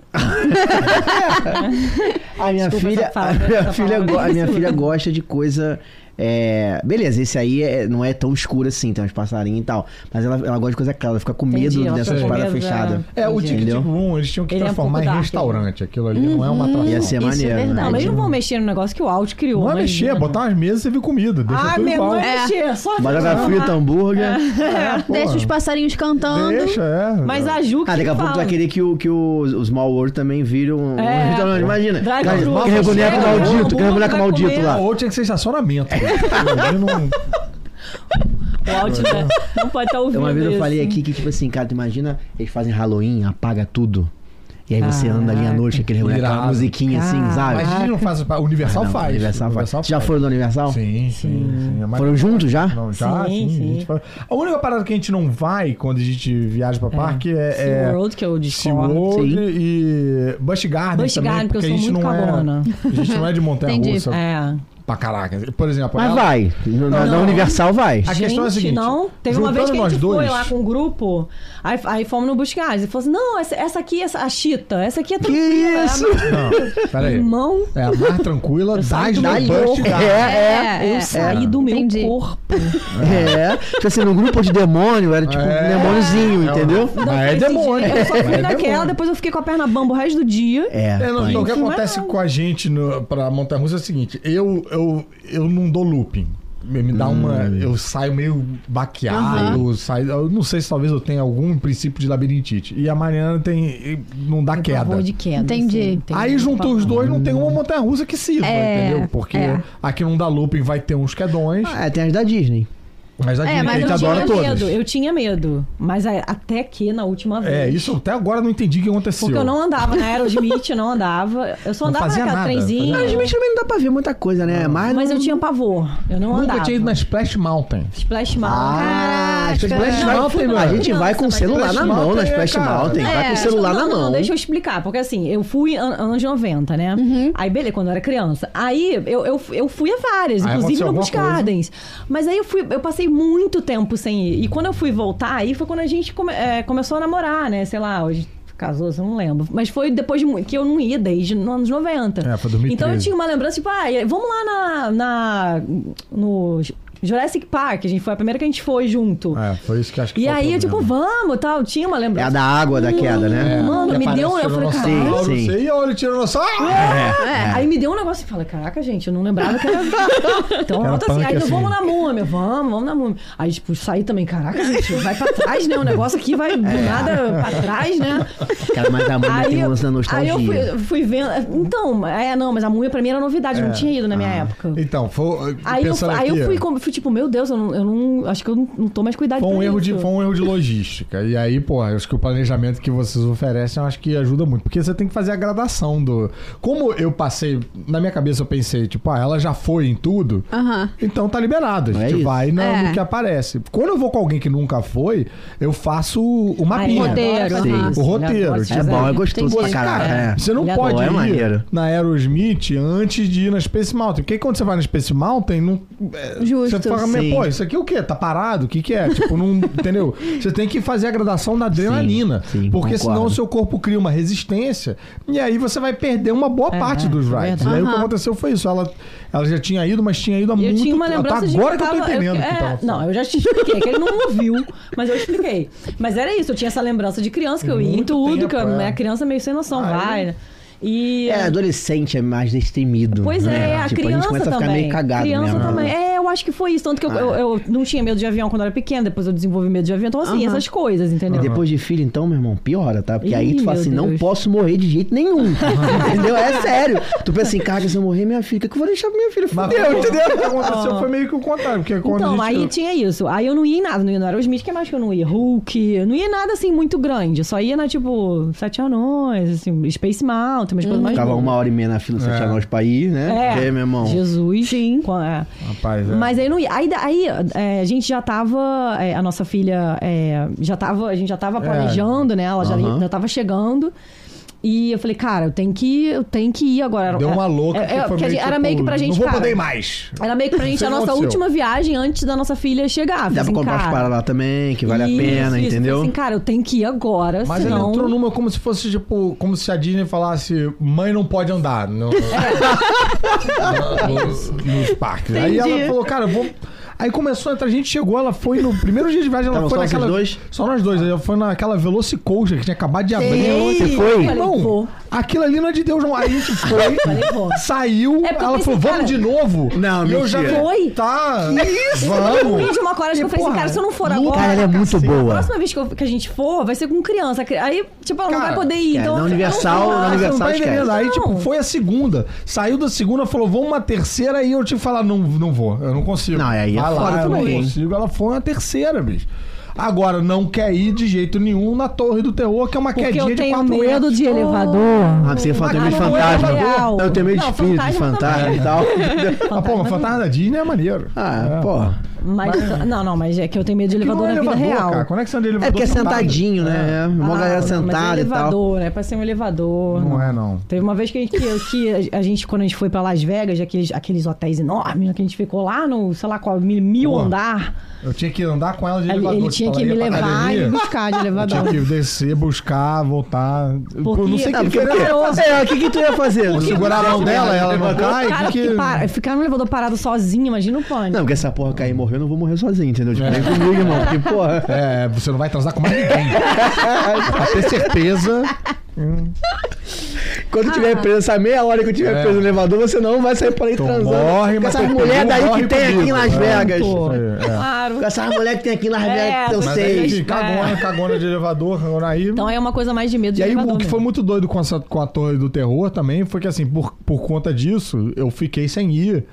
[SPEAKER 2] a minha
[SPEAKER 4] Desculpa
[SPEAKER 2] filha,
[SPEAKER 4] essa fala,
[SPEAKER 2] a
[SPEAKER 4] né?
[SPEAKER 2] minha
[SPEAKER 4] Essa
[SPEAKER 2] filha,
[SPEAKER 4] palavra
[SPEAKER 2] go- a minha
[SPEAKER 4] absurda. [LAUGHS]
[SPEAKER 2] filha gosta de coisa é, beleza, esse aí é- não é tão escuro assim, tem uns passarinhos e tal, mas ela, ela gosta de coisa clara, ela fica com medo
[SPEAKER 4] Entendi, ela
[SPEAKER 2] dessas
[SPEAKER 4] fica com
[SPEAKER 2] paradas
[SPEAKER 4] medo da-
[SPEAKER 2] fechadas.
[SPEAKER 3] É, o Tic Tic
[SPEAKER 2] Entendeu?
[SPEAKER 3] Room eles tinham que
[SPEAKER 4] Ele é um
[SPEAKER 3] transformar
[SPEAKER 4] pouco
[SPEAKER 3] em
[SPEAKER 4] dark, Uhum.
[SPEAKER 3] restaurante. Aquilo ali não é uma atração.
[SPEAKER 4] "Hum,
[SPEAKER 2] Ia
[SPEAKER 1] Isso
[SPEAKER 2] ser
[SPEAKER 1] é
[SPEAKER 2] maneiro, né?
[SPEAKER 1] verdade.
[SPEAKER 4] Não, mas eles não vão mexer no negócio que o Alt criou.
[SPEAKER 3] Não é
[SPEAKER 4] né?
[SPEAKER 3] mexer, botar umas mesas e servir comida. Deixa
[SPEAKER 4] Ah,
[SPEAKER 3] tudo
[SPEAKER 4] meu,
[SPEAKER 3] igual.
[SPEAKER 4] não é mexer, só
[SPEAKER 2] Batata
[SPEAKER 4] ficar.
[SPEAKER 2] frita, hambúrguer.
[SPEAKER 4] [LAUGHS]
[SPEAKER 3] É, pô.
[SPEAKER 1] Deixa os passarinhos cantando.
[SPEAKER 3] Deixa, é.
[SPEAKER 4] Mas a Ju que
[SPEAKER 2] Ah, daqui a pouco tu
[SPEAKER 4] fala.
[SPEAKER 2] vai querer que o, que o, o Small World também vire um,
[SPEAKER 4] É.
[SPEAKER 2] um restaurante. Imagina.
[SPEAKER 4] Drive-thru.
[SPEAKER 2] Cara,
[SPEAKER 4] Nossa,
[SPEAKER 2] Aquele boneco
[SPEAKER 4] chega,
[SPEAKER 2] maldito,
[SPEAKER 4] o
[SPEAKER 2] aquele
[SPEAKER 4] mundo
[SPEAKER 2] boneco
[SPEAKER 4] vai
[SPEAKER 2] maldito
[SPEAKER 4] comer.
[SPEAKER 2] lá.
[SPEAKER 3] Ou Ah, tinha que ser
[SPEAKER 4] É.
[SPEAKER 3] estacionamento. Eu não-
[SPEAKER 4] O
[SPEAKER 2] [LAUGHS]
[SPEAKER 4] Alt né, não pode estar ouvindo
[SPEAKER 2] Uma vez eu
[SPEAKER 4] isso.
[SPEAKER 2] falei aqui que, tipo assim, cara, tu imagina, eles fazem Halloween, apaga tudo. E aí você
[SPEAKER 4] Caraca.
[SPEAKER 2] anda ali à noite, aquele boneco, aquela
[SPEAKER 3] Irado.
[SPEAKER 2] musiquinha assim,
[SPEAKER 4] Caraca.
[SPEAKER 2] sabe?
[SPEAKER 3] Mas a gente não faz. o
[SPEAKER 4] Ah,
[SPEAKER 3] Universal
[SPEAKER 2] Não,
[SPEAKER 3] faz.
[SPEAKER 2] Universal faz.
[SPEAKER 3] Universal
[SPEAKER 2] Já
[SPEAKER 3] faz.
[SPEAKER 2] foram do Universal?
[SPEAKER 3] Sim, sim, sim. É mais-
[SPEAKER 2] Foram juntos já?
[SPEAKER 3] Não, já, sim,
[SPEAKER 4] Sim,
[SPEAKER 3] sim,
[SPEAKER 4] sim.
[SPEAKER 3] A, gente faz. A única parada que a gente não vai quando a gente viaja pra parque é. é...
[SPEAKER 4] SeaWorld, que eu discordo.
[SPEAKER 3] SeaWorld
[SPEAKER 2] Sim.
[SPEAKER 3] e Busch Garden
[SPEAKER 4] Busch
[SPEAKER 3] também,
[SPEAKER 4] Garden, porque eu
[SPEAKER 3] a
[SPEAKER 4] sou
[SPEAKER 3] gente
[SPEAKER 4] muito
[SPEAKER 3] não
[SPEAKER 4] cagona.
[SPEAKER 3] é... A gente não é de montanha-russa
[SPEAKER 4] É.
[SPEAKER 3] pra caraca. Por exemplo, é
[SPEAKER 2] Mas
[SPEAKER 3] ela-
[SPEAKER 2] vai. No- Na, na Universal vai.
[SPEAKER 3] A questão é a
[SPEAKER 4] Gente,
[SPEAKER 3] seguinte,
[SPEAKER 4] não. Teve uma vez que a
[SPEAKER 3] juntando
[SPEAKER 4] gente
[SPEAKER 3] nós
[SPEAKER 4] foi
[SPEAKER 3] dois-
[SPEAKER 4] lá com um grupo, aí, aí fomos no buscar. E falou assim: não, essa, essa aqui, essa, a Chita, essa aqui é
[SPEAKER 2] Que
[SPEAKER 4] tranquila.
[SPEAKER 2] isso?
[SPEAKER 3] Não, peraí.
[SPEAKER 4] Irmão,
[SPEAKER 3] É a mais tranquila das
[SPEAKER 4] saí do
[SPEAKER 3] da
[SPEAKER 4] meu
[SPEAKER 3] Busch Garden.
[SPEAKER 2] É,
[SPEAKER 1] É,
[SPEAKER 4] eu
[SPEAKER 1] é.
[SPEAKER 4] saí do meu
[SPEAKER 1] Entendi.
[SPEAKER 4] corpo.
[SPEAKER 2] É. Tipo assim, no grupo de demônio, era tipo
[SPEAKER 3] É.
[SPEAKER 2] um demôniozinho, entendeu?
[SPEAKER 3] Mas é
[SPEAKER 4] Esse
[SPEAKER 3] demônio.
[SPEAKER 4] dia, Eu só
[SPEAKER 3] Mas
[SPEAKER 4] fui
[SPEAKER 3] é
[SPEAKER 4] naquela,
[SPEAKER 3] demônio.
[SPEAKER 4] depois eu fiquei com a perna bamba o resto do dia.
[SPEAKER 2] É,
[SPEAKER 3] É, não,
[SPEAKER 2] mãe.
[SPEAKER 3] então, o que
[SPEAKER 4] Não é
[SPEAKER 3] acontece
[SPEAKER 4] não.
[SPEAKER 3] com a gente no, pra montanha russa é o seguinte: eu, eu, eu não dou looping. Me me dá uma.
[SPEAKER 2] Hum.
[SPEAKER 3] Eu saio meio baqueado. Saio, eu não sei se talvez eu tenha algum princípio de labirintite. E a Mariana tem. e Não dá queda.
[SPEAKER 4] Pavor de queda.
[SPEAKER 1] Entendi.
[SPEAKER 4] assim, tem
[SPEAKER 3] Aí
[SPEAKER 4] muito
[SPEAKER 3] juntou os
[SPEAKER 4] pavor.
[SPEAKER 3] dois, não tem
[SPEAKER 2] Hum.
[SPEAKER 3] uma montanha russa que sirva,
[SPEAKER 1] É,
[SPEAKER 3] entendeu? Porque
[SPEAKER 1] é.
[SPEAKER 3] aqui não dá looping, vai ter uns quedões.
[SPEAKER 2] Ah, é, tem as da Disney.
[SPEAKER 3] Mas a
[SPEAKER 1] É, mas
[SPEAKER 3] gente
[SPEAKER 1] eu
[SPEAKER 3] adora
[SPEAKER 4] tinha
[SPEAKER 3] todas.
[SPEAKER 4] medo, eu tinha medo. Mas a- até que na última vez.
[SPEAKER 3] É, isso até agora eu não entendi o que aconteceu.
[SPEAKER 4] Porque eu não andava né? na Aerosmith, eu não andava. Eu só
[SPEAKER 3] Não
[SPEAKER 4] andava
[SPEAKER 3] fazia
[SPEAKER 4] naquela
[SPEAKER 3] nada,
[SPEAKER 4] trenzinha.
[SPEAKER 3] fazia nada.
[SPEAKER 2] Mas também não dá pra ver muita coisa, né? Mas,
[SPEAKER 4] Mas eu tinha pavor. Eu não
[SPEAKER 3] Nunca
[SPEAKER 4] andava.
[SPEAKER 3] tinha ido na Splash Mountain.
[SPEAKER 4] Splash Mountain.
[SPEAKER 2] Ah,
[SPEAKER 1] Caraca.
[SPEAKER 2] Splash
[SPEAKER 3] Não,
[SPEAKER 2] Mountain,
[SPEAKER 3] fui
[SPEAKER 2] mano.
[SPEAKER 3] não.
[SPEAKER 2] A gente vai
[SPEAKER 4] Criança,
[SPEAKER 2] com o
[SPEAKER 4] mas
[SPEAKER 2] celular na
[SPEAKER 3] Splash
[SPEAKER 2] mão na
[SPEAKER 3] Mountain é,
[SPEAKER 2] Splash
[SPEAKER 3] cara.
[SPEAKER 2] Mountain. Vai com o
[SPEAKER 1] É,
[SPEAKER 2] celular
[SPEAKER 4] não,
[SPEAKER 2] na
[SPEAKER 4] Não,
[SPEAKER 2] mão.
[SPEAKER 4] deixa eu explicar. Porque assim, eu fui an anos 90, né?
[SPEAKER 2] Uhum.
[SPEAKER 4] Aí, beleza, quando eu era criança. Aí, eu, eu, fui- eu fui a várias,
[SPEAKER 3] Aí
[SPEAKER 4] inclusive
[SPEAKER 3] aconteceu
[SPEAKER 4] no
[SPEAKER 3] alguma
[SPEAKER 4] Busch
[SPEAKER 3] coisa.
[SPEAKER 4] Gardens. Mas aí eu fui, eu passei muito tempo sem ir. E quando eu fui voltar, aí foi quando a gente come- é, começou a namorar, né? Sei lá, hoje casou, eu não lembro. Mas foi depois de mu- que eu não ia desde nos anos 90.
[SPEAKER 3] É, foi 2013.
[SPEAKER 4] Então eu tinha uma lembrança, tipo, ah, e- vamos lá na, na no Jurassic Park, a gente foi a primeira que a gente foi junto.
[SPEAKER 3] É, foi isso que acho que
[SPEAKER 4] E
[SPEAKER 3] foi o
[SPEAKER 4] aí, eu, tipo,
[SPEAKER 3] problema.
[SPEAKER 4] vamos, tal, tinha uma
[SPEAKER 2] É
[SPEAKER 4] lembrança.
[SPEAKER 2] a da água da queda, né?
[SPEAKER 4] Mano,
[SPEAKER 3] Que
[SPEAKER 4] me
[SPEAKER 3] aparece
[SPEAKER 4] deu. um, Eu falei,
[SPEAKER 3] tiranossauro,
[SPEAKER 4] cara.
[SPEAKER 2] Sim, sim.
[SPEAKER 3] não sei, olha o tiranossauro.
[SPEAKER 4] É, Aí me deu um negócio e fala: Caraca, gente, eu não lembrava
[SPEAKER 2] [LAUGHS]
[SPEAKER 4] que era. então,
[SPEAKER 3] Era
[SPEAKER 4] volta assim,
[SPEAKER 3] punk,
[SPEAKER 4] aí
[SPEAKER 3] assim.
[SPEAKER 4] então, vamos na múmia, vamos, vamos na múmia. Aí, tipo, saí também, caraca, gente, vai pra trás, né? O negócio aqui vai do nada pra trás, né?
[SPEAKER 2] Cara, mas a mãe É. tem um lance da
[SPEAKER 4] aí
[SPEAKER 2] nostalgia.
[SPEAKER 4] eu fui, fui vendo. é,
[SPEAKER 2] Ah.
[SPEAKER 4] Então, é, não, mas a múmia pra mim era novidade, eu não tinha ido na minha época.
[SPEAKER 3] Então, foi,
[SPEAKER 4] Aí eu,
[SPEAKER 3] pensando
[SPEAKER 4] aí eu
[SPEAKER 3] aqui, é.
[SPEAKER 4] fui, com- fui, fui tipo, meu Deus, eu não, eu não- acho que eu não, não tô mais cuidado
[SPEAKER 3] Foi um,
[SPEAKER 4] pra
[SPEAKER 3] erro de,
[SPEAKER 4] isso.
[SPEAKER 3] foi um erro de logística. E aí, pô, eu acho que o planejamento que vocês oferecem, eu acho que ajuda muito. Porque você tem que fazer a gradação do. Como eu passei, na minha cabeça eu pensei, tipo, ah, ela já foi em tudo,
[SPEAKER 1] Aham.
[SPEAKER 3] então tá liberado. A
[SPEAKER 2] Não é
[SPEAKER 3] gente
[SPEAKER 2] isso.
[SPEAKER 3] vai na-
[SPEAKER 1] É.
[SPEAKER 3] no que aparece. Quando eu vou com alguém que nunca foi, eu faço o
[SPEAKER 4] Aí,
[SPEAKER 3] mapinha.
[SPEAKER 4] agora
[SPEAKER 1] Roteiro,
[SPEAKER 4] faz
[SPEAKER 1] sim.
[SPEAKER 4] isso,
[SPEAKER 3] O roteiro,
[SPEAKER 4] agora
[SPEAKER 3] tipo,
[SPEAKER 2] É
[SPEAKER 4] faz
[SPEAKER 2] bom,
[SPEAKER 4] isso.
[SPEAKER 2] é gostoso
[SPEAKER 1] Entendi.
[SPEAKER 2] pra caraca.
[SPEAKER 4] Cara,
[SPEAKER 2] é.
[SPEAKER 3] Você não
[SPEAKER 4] Ele
[SPEAKER 3] pode
[SPEAKER 2] adora, é
[SPEAKER 3] ir
[SPEAKER 2] maneiro.
[SPEAKER 3] na Aerosmith antes de ir na Space Mountain. Porque quando você vai na Space Mountain, não, é,
[SPEAKER 1] Justo.
[SPEAKER 3] você fala,
[SPEAKER 2] Sim.
[SPEAKER 3] "Meu, pô, isso aqui é o quê? Tá parado? O que que é?
[SPEAKER 2] [LAUGHS]
[SPEAKER 3] Tipo, não, entendeu? Você tem que fazer a gradação da adrenalina.
[SPEAKER 2] Sim, sim,
[SPEAKER 3] porque senão
[SPEAKER 2] concordo.
[SPEAKER 3] o seu corpo cria uma resistência e aí você vai perder uma boa
[SPEAKER 4] É,
[SPEAKER 3] parte
[SPEAKER 4] é,
[SPEAKER 3] dos
[SPEAKER 4] é
[SPEAKER 3] rides.
[SPEAKER 4] verdade.
[SPEAKER 3] e aí o que
[SPEAKER 1] Aham.
[SPEAKER 3] aconteceu foi isso. Ela, ela já tinha ido, mas tinha ido há
[SPEAKER 4] Eu
[SPEAKER 3] muito
[SPEAKER 4] tinha uma
[SPEAKER 3] tempo.
[SPEAKER 4] lembrança de
[SPEAKER 3] Agora que eu
[SPEAKER 4] tava-
[SPEAKER 3] tô entendendo o que
[SPEAKER 4] é,
[SPEAKER 3] tava
[SPEAKER 4] Não, eu já te expliquei, que ele não ouviu, mas eu expliquei. Mas era isso, eu tinha essa lembrança de criança, que eu ia em
[SPEAKER 3] Muito
[SPEAKER 4] tudo, que eu,
[SPEAKER 3] tempo, é.
[SPEAKER 4] a criança meio sem noção,
[SPEAKER 3] Ah,
[SPEAKER 4] vai.
[SPEAKER 3] eu-
[SPEAKER 4] né? E.
[SPEAKER 2] É, adolescente é mais destemido.
[SPEAKER 4] Pois é,
[SPEAKER 2] né?
[SPEAKER 4] a
[SPEAKER 2] tipo,
[SPEAKER 4] criança
[SPEAKER 2] a gente começa a
[SPEAKER 4] também.
[SPEAKER 2] ficar meio cagado
[SPEAKER 4] criança
[SPEAKER 3] né?
[SPEAKER 2] mesmo.
[SPEAKER 4] também. É, eu acho que foi isso.
[SPEAKER 3] Ah,
[SPEAKER 4] Tanto que eu, eu,
[SPEAKER 3] é.
[SPEAKER 4] eu não tinha medo de avião quando eu era pequena, depois eu desenvolvi medo de avião. Então, assim,
[SPEAKER 1] Aham.
[SPEAKER 4] essas coisas, entendeu?
[SPEAKER 2] E depois de filho, então, meu irmão, piora, tá? Porque
[SPEAKER 4] Ih,
[SPEAKER 2] aí tu fala
[SPEAKER 4] meu
[SPEAKER 2] assim, não
[SPEAKER 4] Deus.
[SPEAKER 2] posso morrer de jeito nenhum. [LAUGHS] entendeu? É sério. Tu pensa assim, caraca, se eu morrer, minha filha, o que que eu vou deixar pra minha filha?
[SPEAKER 3] Mas
[SPEAKER 2] Fudeu,
[SPEAKER 3] foi-
[SPEAKER 2] entendeu?
[SPEAKER 3] O que aconteceu foi meio que o contrário. Porque quando
[SPEAKER 4] Então,
[SPEAKER 3] a gente...
[SPEAKER 4] aí tinha isso. Aí eu não ia em nada, não ia no Aerosmith, que é mais que eu não ia? Hulk, eu não ia em nada assim muito grande. Eu só ia na, tipo, Sete Anões, assim, Space Mountain, umas
[SPEAKER 3] Uhum.
[SPEAKER 4] coisas mais.
[SPEAKER 2] Ficava
[SPEAKER 4] bobas.
[SPEAKER 2] uma hora e meia na fila, sete
[SPEAKER 3] É.
[SPEAKER 2] anos pra ir, né?
[SPEAKER 4] É.
[SPEAKER 2] Porque, meu irmão,
[SPEAKER 4] Jesus. Sim.
[SPEAKER 3] Rapaz, é.
[SPEAKER 4] Mas aí não ia. Aí, da- aí, é, a gente já tava. é, a nossa filha é, já tava. A gente já tava
[SPEAKER 3] É.
[SPEAKER 4] planejando, né? Ela já,
[SPEAKER 2] Aham.
[SPEAKER 4] já tava chegando. E eu falei, cara, eu tenho que, eu tenho que ir agora. Era-
[SPEAKER 3] Deu uma louca.
[SPEAKER 4] é,
[SPEAKER 3] que
[SPEAKER 4] é,
[SPEAKER 3] foi
[SPEAKER 4] porque a gente- era
[SPEAKER 3] tipo,
[SPEAKER 4] meio que pra gente.
[SPEAKER 3] Não vou
[SPEAKER 4] cara,
[SPEAKER 3] poder ir mais.
[SPEAKER 4] Era meio que pra gente
[SPEAKER 3] Sei
[SPEAKER 4] a
[SPEAKER 3] lá
[SPEAKER 4] nossa
[SPEAKER 3] o seu.
[SPEAKER 4] última viagem antes da nossa filha chegar.
[SPEAKER 2] dá pra comprar
[SPEAKER 4] cara,
[SPEAKER 2] as paradas lá também, que vale a pena,
[SPEAKER 4] isso, isso.
[SPEAKER 2] entendeu?
[SPEAKER 4] Assim, cara, eu tenho que ir agora,
[SPEAKER 3] Mas
[SPEAKER 4] senão...
[SPEAKER 3] ele
[SPEAKER 4] [LAUGHS]
[SPEAKER 3] entrou numa como se fosse, tipo, como se a Disney falasse: mãe não pode andar
[SPEAKER 4] [LAUGHS]
[SPEAKER 3] no,
[SPEAKER 4] É.
[SPEAKER 3] no- nos parques. Aí
[SPEAKER 1] Entendi.
[SPEAKER 3] ela falou, cara, eu vou. Aí começou a entrar, a gente chegou, ela foi no primeiro dia de viagem, ela
[SPEAKER 2] Estavam
[SPEAKER 3] foi
[SPEAKER 2] só vocês
[SPEAKER 3] naquela.
[SPEAKER 2] dois?
[SPEAKER 3] Só nós dois, aí ela foi naquela Velocicoaster que tinha acabado de abrir.
[SPEAKER 2] Você foi?
[SPEAKER 4] Eu falei,
[SPEAKER 3] Não,
[SPEAKER 4] vou.
[SPEAKER 3] aquilo ali não é de Deus, não. Aí a gente
[SPEAKER 4] [LAUGHS]
[SPEAKER 3] foi,
[SPEAKER 4] vou.
[SPEAKER 3] saiu,
[SPEAKER 4] É porque eu
[SPEAKER 3] ela
[SPEAKER 4] pensei,
[SPEAKER 3] falou, vamos
[SPEAKER 4] cara-
[SPEAKER 3] de novo?
[SPEAKER 2] Não,
[SPEAKER 3] E eu já
[SPEAKER 2] mentira.
[SPEAKER 4] Foi?
[SPEAKER 3] Tá. Isso,
[SPEAKER 4] Eu
[SPEAKER 3] vamos.
[SPEAKER 4] fiz de uma coragem que eu falei assim,
[SPEAKER 3] Porra,
[SPEAKER 4] cara, se eu não for
[SPEAKER 3] Luca,
[SPEAKER 4] agora...
[SPEAKER 2] Cara, ela é muito
[SPEAKER 4] A
[SPEAKER 2] boa.
[SPEAKER 4] próxima vez que, eu- que a gente for, vai ser com criança. Aí, tipo, ela não
[SPEAKER 3] Cara, é,
[SPEAKER 4] vai poder ir.
[SPEAKER 2] cara,
[SPEAKER 4] então,
[SPEAKER 2] na
[SPEAKER 4] eu falei,
[SPEAKER 2] Universal, na
[SPEAKER 4] não, não,
[SPEAKER 3] Ah,
[SPEAKER 2] Universal,
[SPEAKER 3] você não tá
[SPEAKER 2] esquece.
[SPEAKER 3] entendendo. Aí,
[SPEAKER 4] Não.
[SPEAKER 3] tipo, foi a segunda. Saiu da segunda, falou, vamos uma terceira, e eu te falar, não, não vou, eu não consigo.
[SPEAKER 2] Não, aí é
[SPEAKER 3] Vai
[SPEAKER 2] foda
[SPEAKER 3] lá, eu não
[SPEAKER 2] também, hein?
[SPEAKER 3] consigo. Ela foi uma terceira, bicho. Agora, não quer ir de jeito nenhum na Torre do Terror, que é uma
[SPEAKER 4] Porque
[SPEAKER 3] quedinha
[SPEAKER 4] eu
[SPEAKER 3] de
[SPEAKER 4] tenho
[SPEAKER 3] 4
[SPEAKER 4] medo
[SPEAKER 3] metros.
[SPEAKER 4] de elevador.
[SPEAKER 2] Ah, você fala, tem medo de
[SPEAKER 4] Ah, não,
[SPEAKER 2] fantasma.
[SPEAKER 4] é real.
[SPEAKER 2] Não, eu tenho medo de
[SPEAKER 4] Não,
[SPEAKER 2] filho, de fantasma
[SPEAKER 4] fantasma
[SPEAKER 2] e
[SPEAKER 4] [LAUGHS]
[SPEAKER 2] tal. entendeu?
[SPEAKER 3] Ah, pô, mas fantasma da Disney é maneiro.
[SPEAKER 2] Ah, porra.
[SPEAKER 4] Mas, não, não, mas é que eu tenho medo de
[SPEAKER 3] Que não
[SPEAKER 4] elevador
[SPEAKER 3] é
[SPEAKER 4] na vida
[SPEAKER 3] elevador,
[SPEAKER 4] real.
[SPEAKER 3] cara. Conexão de elevador.
[SPEAKER 2] É porque é
[SPEAKER 3] não tá dá.
[SPEAKER 2] sentadinho, né? É, uma
[SPEAKER 4] Ah,
[SPEAKER 2] galera
[SPEAKER 4] não, mas
[SPEAKER 2] sentada
[SPEAKER 4] é
[SPEAKER 2] e tal.
[SPEAKER 4] elevador, né? Pra ser um elevador.
[SPEAKER 3] Não é, não.
[SPEAKER 4] Teve uma vez que, que, que a gente, quando a gente foi pra Las Vegas, aqueles, aqueles hotéis enormes, né, que a gente ficou lá no, sei lá qual, mil, mil
[SPEAKER 3] Pô.
[SPEAKER 4] andar.
[SPEAKER 3] Eu tinha que andar com ela de
[SPEAKER 4] Ele,
[SPEAKER 3] elevador.
[SPEAKER 4] ele
[SPEAKER 3] tipo,
[SPEAKER 4] tinha que
[SPEAKER 3] ela
[SPEAKER 4] me
[SPEAKER 3] ia pra
[SPEAKER 4] levar e
[SPEAKER 3] academia,
[SPEAKER 4] me buscar de
[SPEAKER 3] eu Tinha
[SPEAKER 4] elevador.
[SPEAKER 3] que descer, buscar, voltar. Pô, não sei
[SPEAKER 4] Porque-
[SPEAKER 3] o
[SPEAKER 2] Ah,
[SPEAKER 3] que
[SPEAKER 2] porque o quê?
[SPEAKER 4] Maravilhoso.
[SPEAKER 2] É, o que que tu ia
[SPEAKER 4] [LAUGHS]
[SPEAKER 2] fazer?
[SPEAKER 3] Segurar a mão dela, ela não cai.
[SPEAKER 4] Cara,
[SPEAKER 3] porque-
[SPEAKER 4] porque para- ficar no elevador parado sozinho, imagina o pânico.
[SPEAKER 2] Não, porque essa porra cair e morrer, eu não vou morrer sozinho, entendeu? Tipo, vem comigo, irmão. Que porra.
[SPEAKER 3] É, você não vai transar com mais ninguém. pra ter
[SPEAKER 4] [LAUGHS]
[SPEAKER 3] certeza.
[SPEAKER 4] Ah.
[SPEAKER 2] Quando tiver preso, essa meia hora que eu tiver
[SPEAKER 3] É.
[SPEAKER 2] preso no elevador, você não vai sair por aí
[SPEAKER 3] Então
[SPEAKER 2] transando.
[SPEAKER 3] morre,
[SPEAKER 2] com
[SPEAKER 3] mas
[SPEAKER 2] essas
[SPEAKER 3] tem-
[SPEAKER 2] mulheres daí
[SPEAKER 3] morre
[SPEAKER 2] que tem aqui em
[SPEAKER 3] comigo.
[SPEAKER 2] Las
[SPEAKER 3] É.
[SPEAKER 2] Vegas.
[SPEAKER 4] Pô,
[SPEAKER 3] É, é.
[SPEAKER 4] Claro.
[SPEAKER 2] Com essas mulheres que tem aqui em Las
[SPEAKER 4] É,
[SPEAKER 2] Vegas, que eu
[SPEAKER 4] mas
[SPEAKER 2] sei.
[SPEAKER 4] aí-
[SPEAKER 3] enfim, cagona, cagona de elevador, agora aí.
[SPEAKER 4] Então é uma coisa mais de medo de
[SPEAKER 3] E aí,
[SPEAKER 4] elevador.
[SPEAKER 3] o que
[SPEAKER 4] mesmo.
[SPEAKER 3] foi muito doido com, essa, com a Torre do Terror também foi que, assim, por, por conta disso, eu fiquei sem ir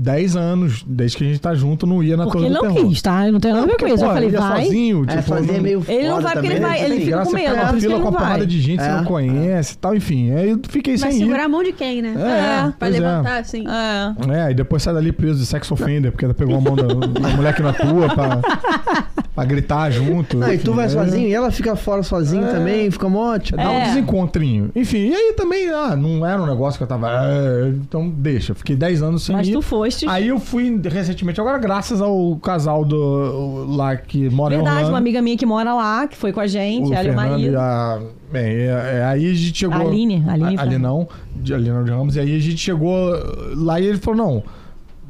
[SPEAKER 3] 10 anos, desde que a gente tá junto, não ia na
[SPEAKER 4] Porque
[SPEAKER 3] Torre
[SPEAKER 4] ele
[SPEAKER 3] do
[SPEAKER 4] não
[SPEAKER 3] Terror.
[SPEAKER 4] quis, tá? Ele não tem nada a ver
[SPEAKER 3] Porque,
[SPEAKER 4] com isso. Eu
[SPEAKER 3] pô,
[SPEAKER 4] falei,
[SPEAKER 3] ia
[SPEAKER 4] vai.
[SPEAKER 3] sozinho,
[SPEAKER 2] É,
[SPEAKER 3] tipo,
[SPEAKER 2] fazer
[SPEAKER 3] não-
[SPEAKER 2] é meio
[SPEAKER 4] Ele não
[SPEAKER 2] foda
[SPEAKER 4] vai porque ele
[SPEAKER 2] também, né?
[SPEAKER 4] vai-
[SPEAKER 2] Você
[SPEAKER 4] ele
[SPEAKER 2] tem
[SPEAKER 4] fica-
[SPEAKER 2] graça.
[SPEAKER 4] com
[SPEAKER 3] você
[SPEAKER 4] medo,
[SPEAKER 3] fica
[SPEAKER 4] por
[SPEAKER 3] na
[SPEAKER 4] isso que
[SPEAKER 3] fila
[SPEAKER 4] ele
[SPEAKER 3] com a
[SPEAKER 4] não vai.
[SPEAKER 3] porrada de gente, você
[SPEAKER 2] É.
[SPEAKER 3] não conhece e tal, enfim. Aí eu fiquei
[SPEAKER 1] Mas
[SPEAKER 3] sem ir.
[SPEAKER 1] segurar a mão de quem, né?
[SPEAKER 3] É,
[SPEAKER 1] pra
[SPEAKER 3] pois é.
[SPEAKER 1] levantar, assim.
[SPEAKER 4] É.
[SPEAKER 3] É, e depois sai dali preso de sex offender, porque ela pegou a mão da, da mulher que não atua pra, pra gritar junto.
[SPEAKER 2] Não, e tu
[SPEAKER 3] enfim,
[SPEAKER 2] vai
[SPEAKER 3] é.
[SPEAKER 2] sozinho e ela fica fora sozinho também, fica tipo, mote.
[SPEAKER 3] Dá um
[SPEAKER 4] É.
[SPEAKER 3] desencontrinho. Enfim, e aí também, ah, não era um negócio que eu tava. "Ah", então deixa, eu fiquei 10 anos sem
[SPEAKER 4] Mas
[SPEAKER 3] ir.
[SPEAKER 4] tu foste.
[SPEAKER 3] Aí eu fui recentemente, agora graças ao casal do, o- lá que mora em
[SPEAKER 4] Verdade,
[SPEAKER 3] Orlando,
[SPEAKER 4] uma amiga minha que mora lá, que foi com a gente,
[SPEAKER 3] o
[SPEAKER 4] ela e o
[SPEAKER 3] Fernando e
[SPEAKER 4] marido.
[SPEAKER 3] a. Bem, é- é, aí a gente chegou.
[SPEAKER 4] A Aline, a Aline
[SPEAKER 3] a,
[SPEAKER 4] Fernando.
[SPEAKER 3] Alinão, de, Alinão de Ramos. E aí a gente chegou lá e ele falou: não,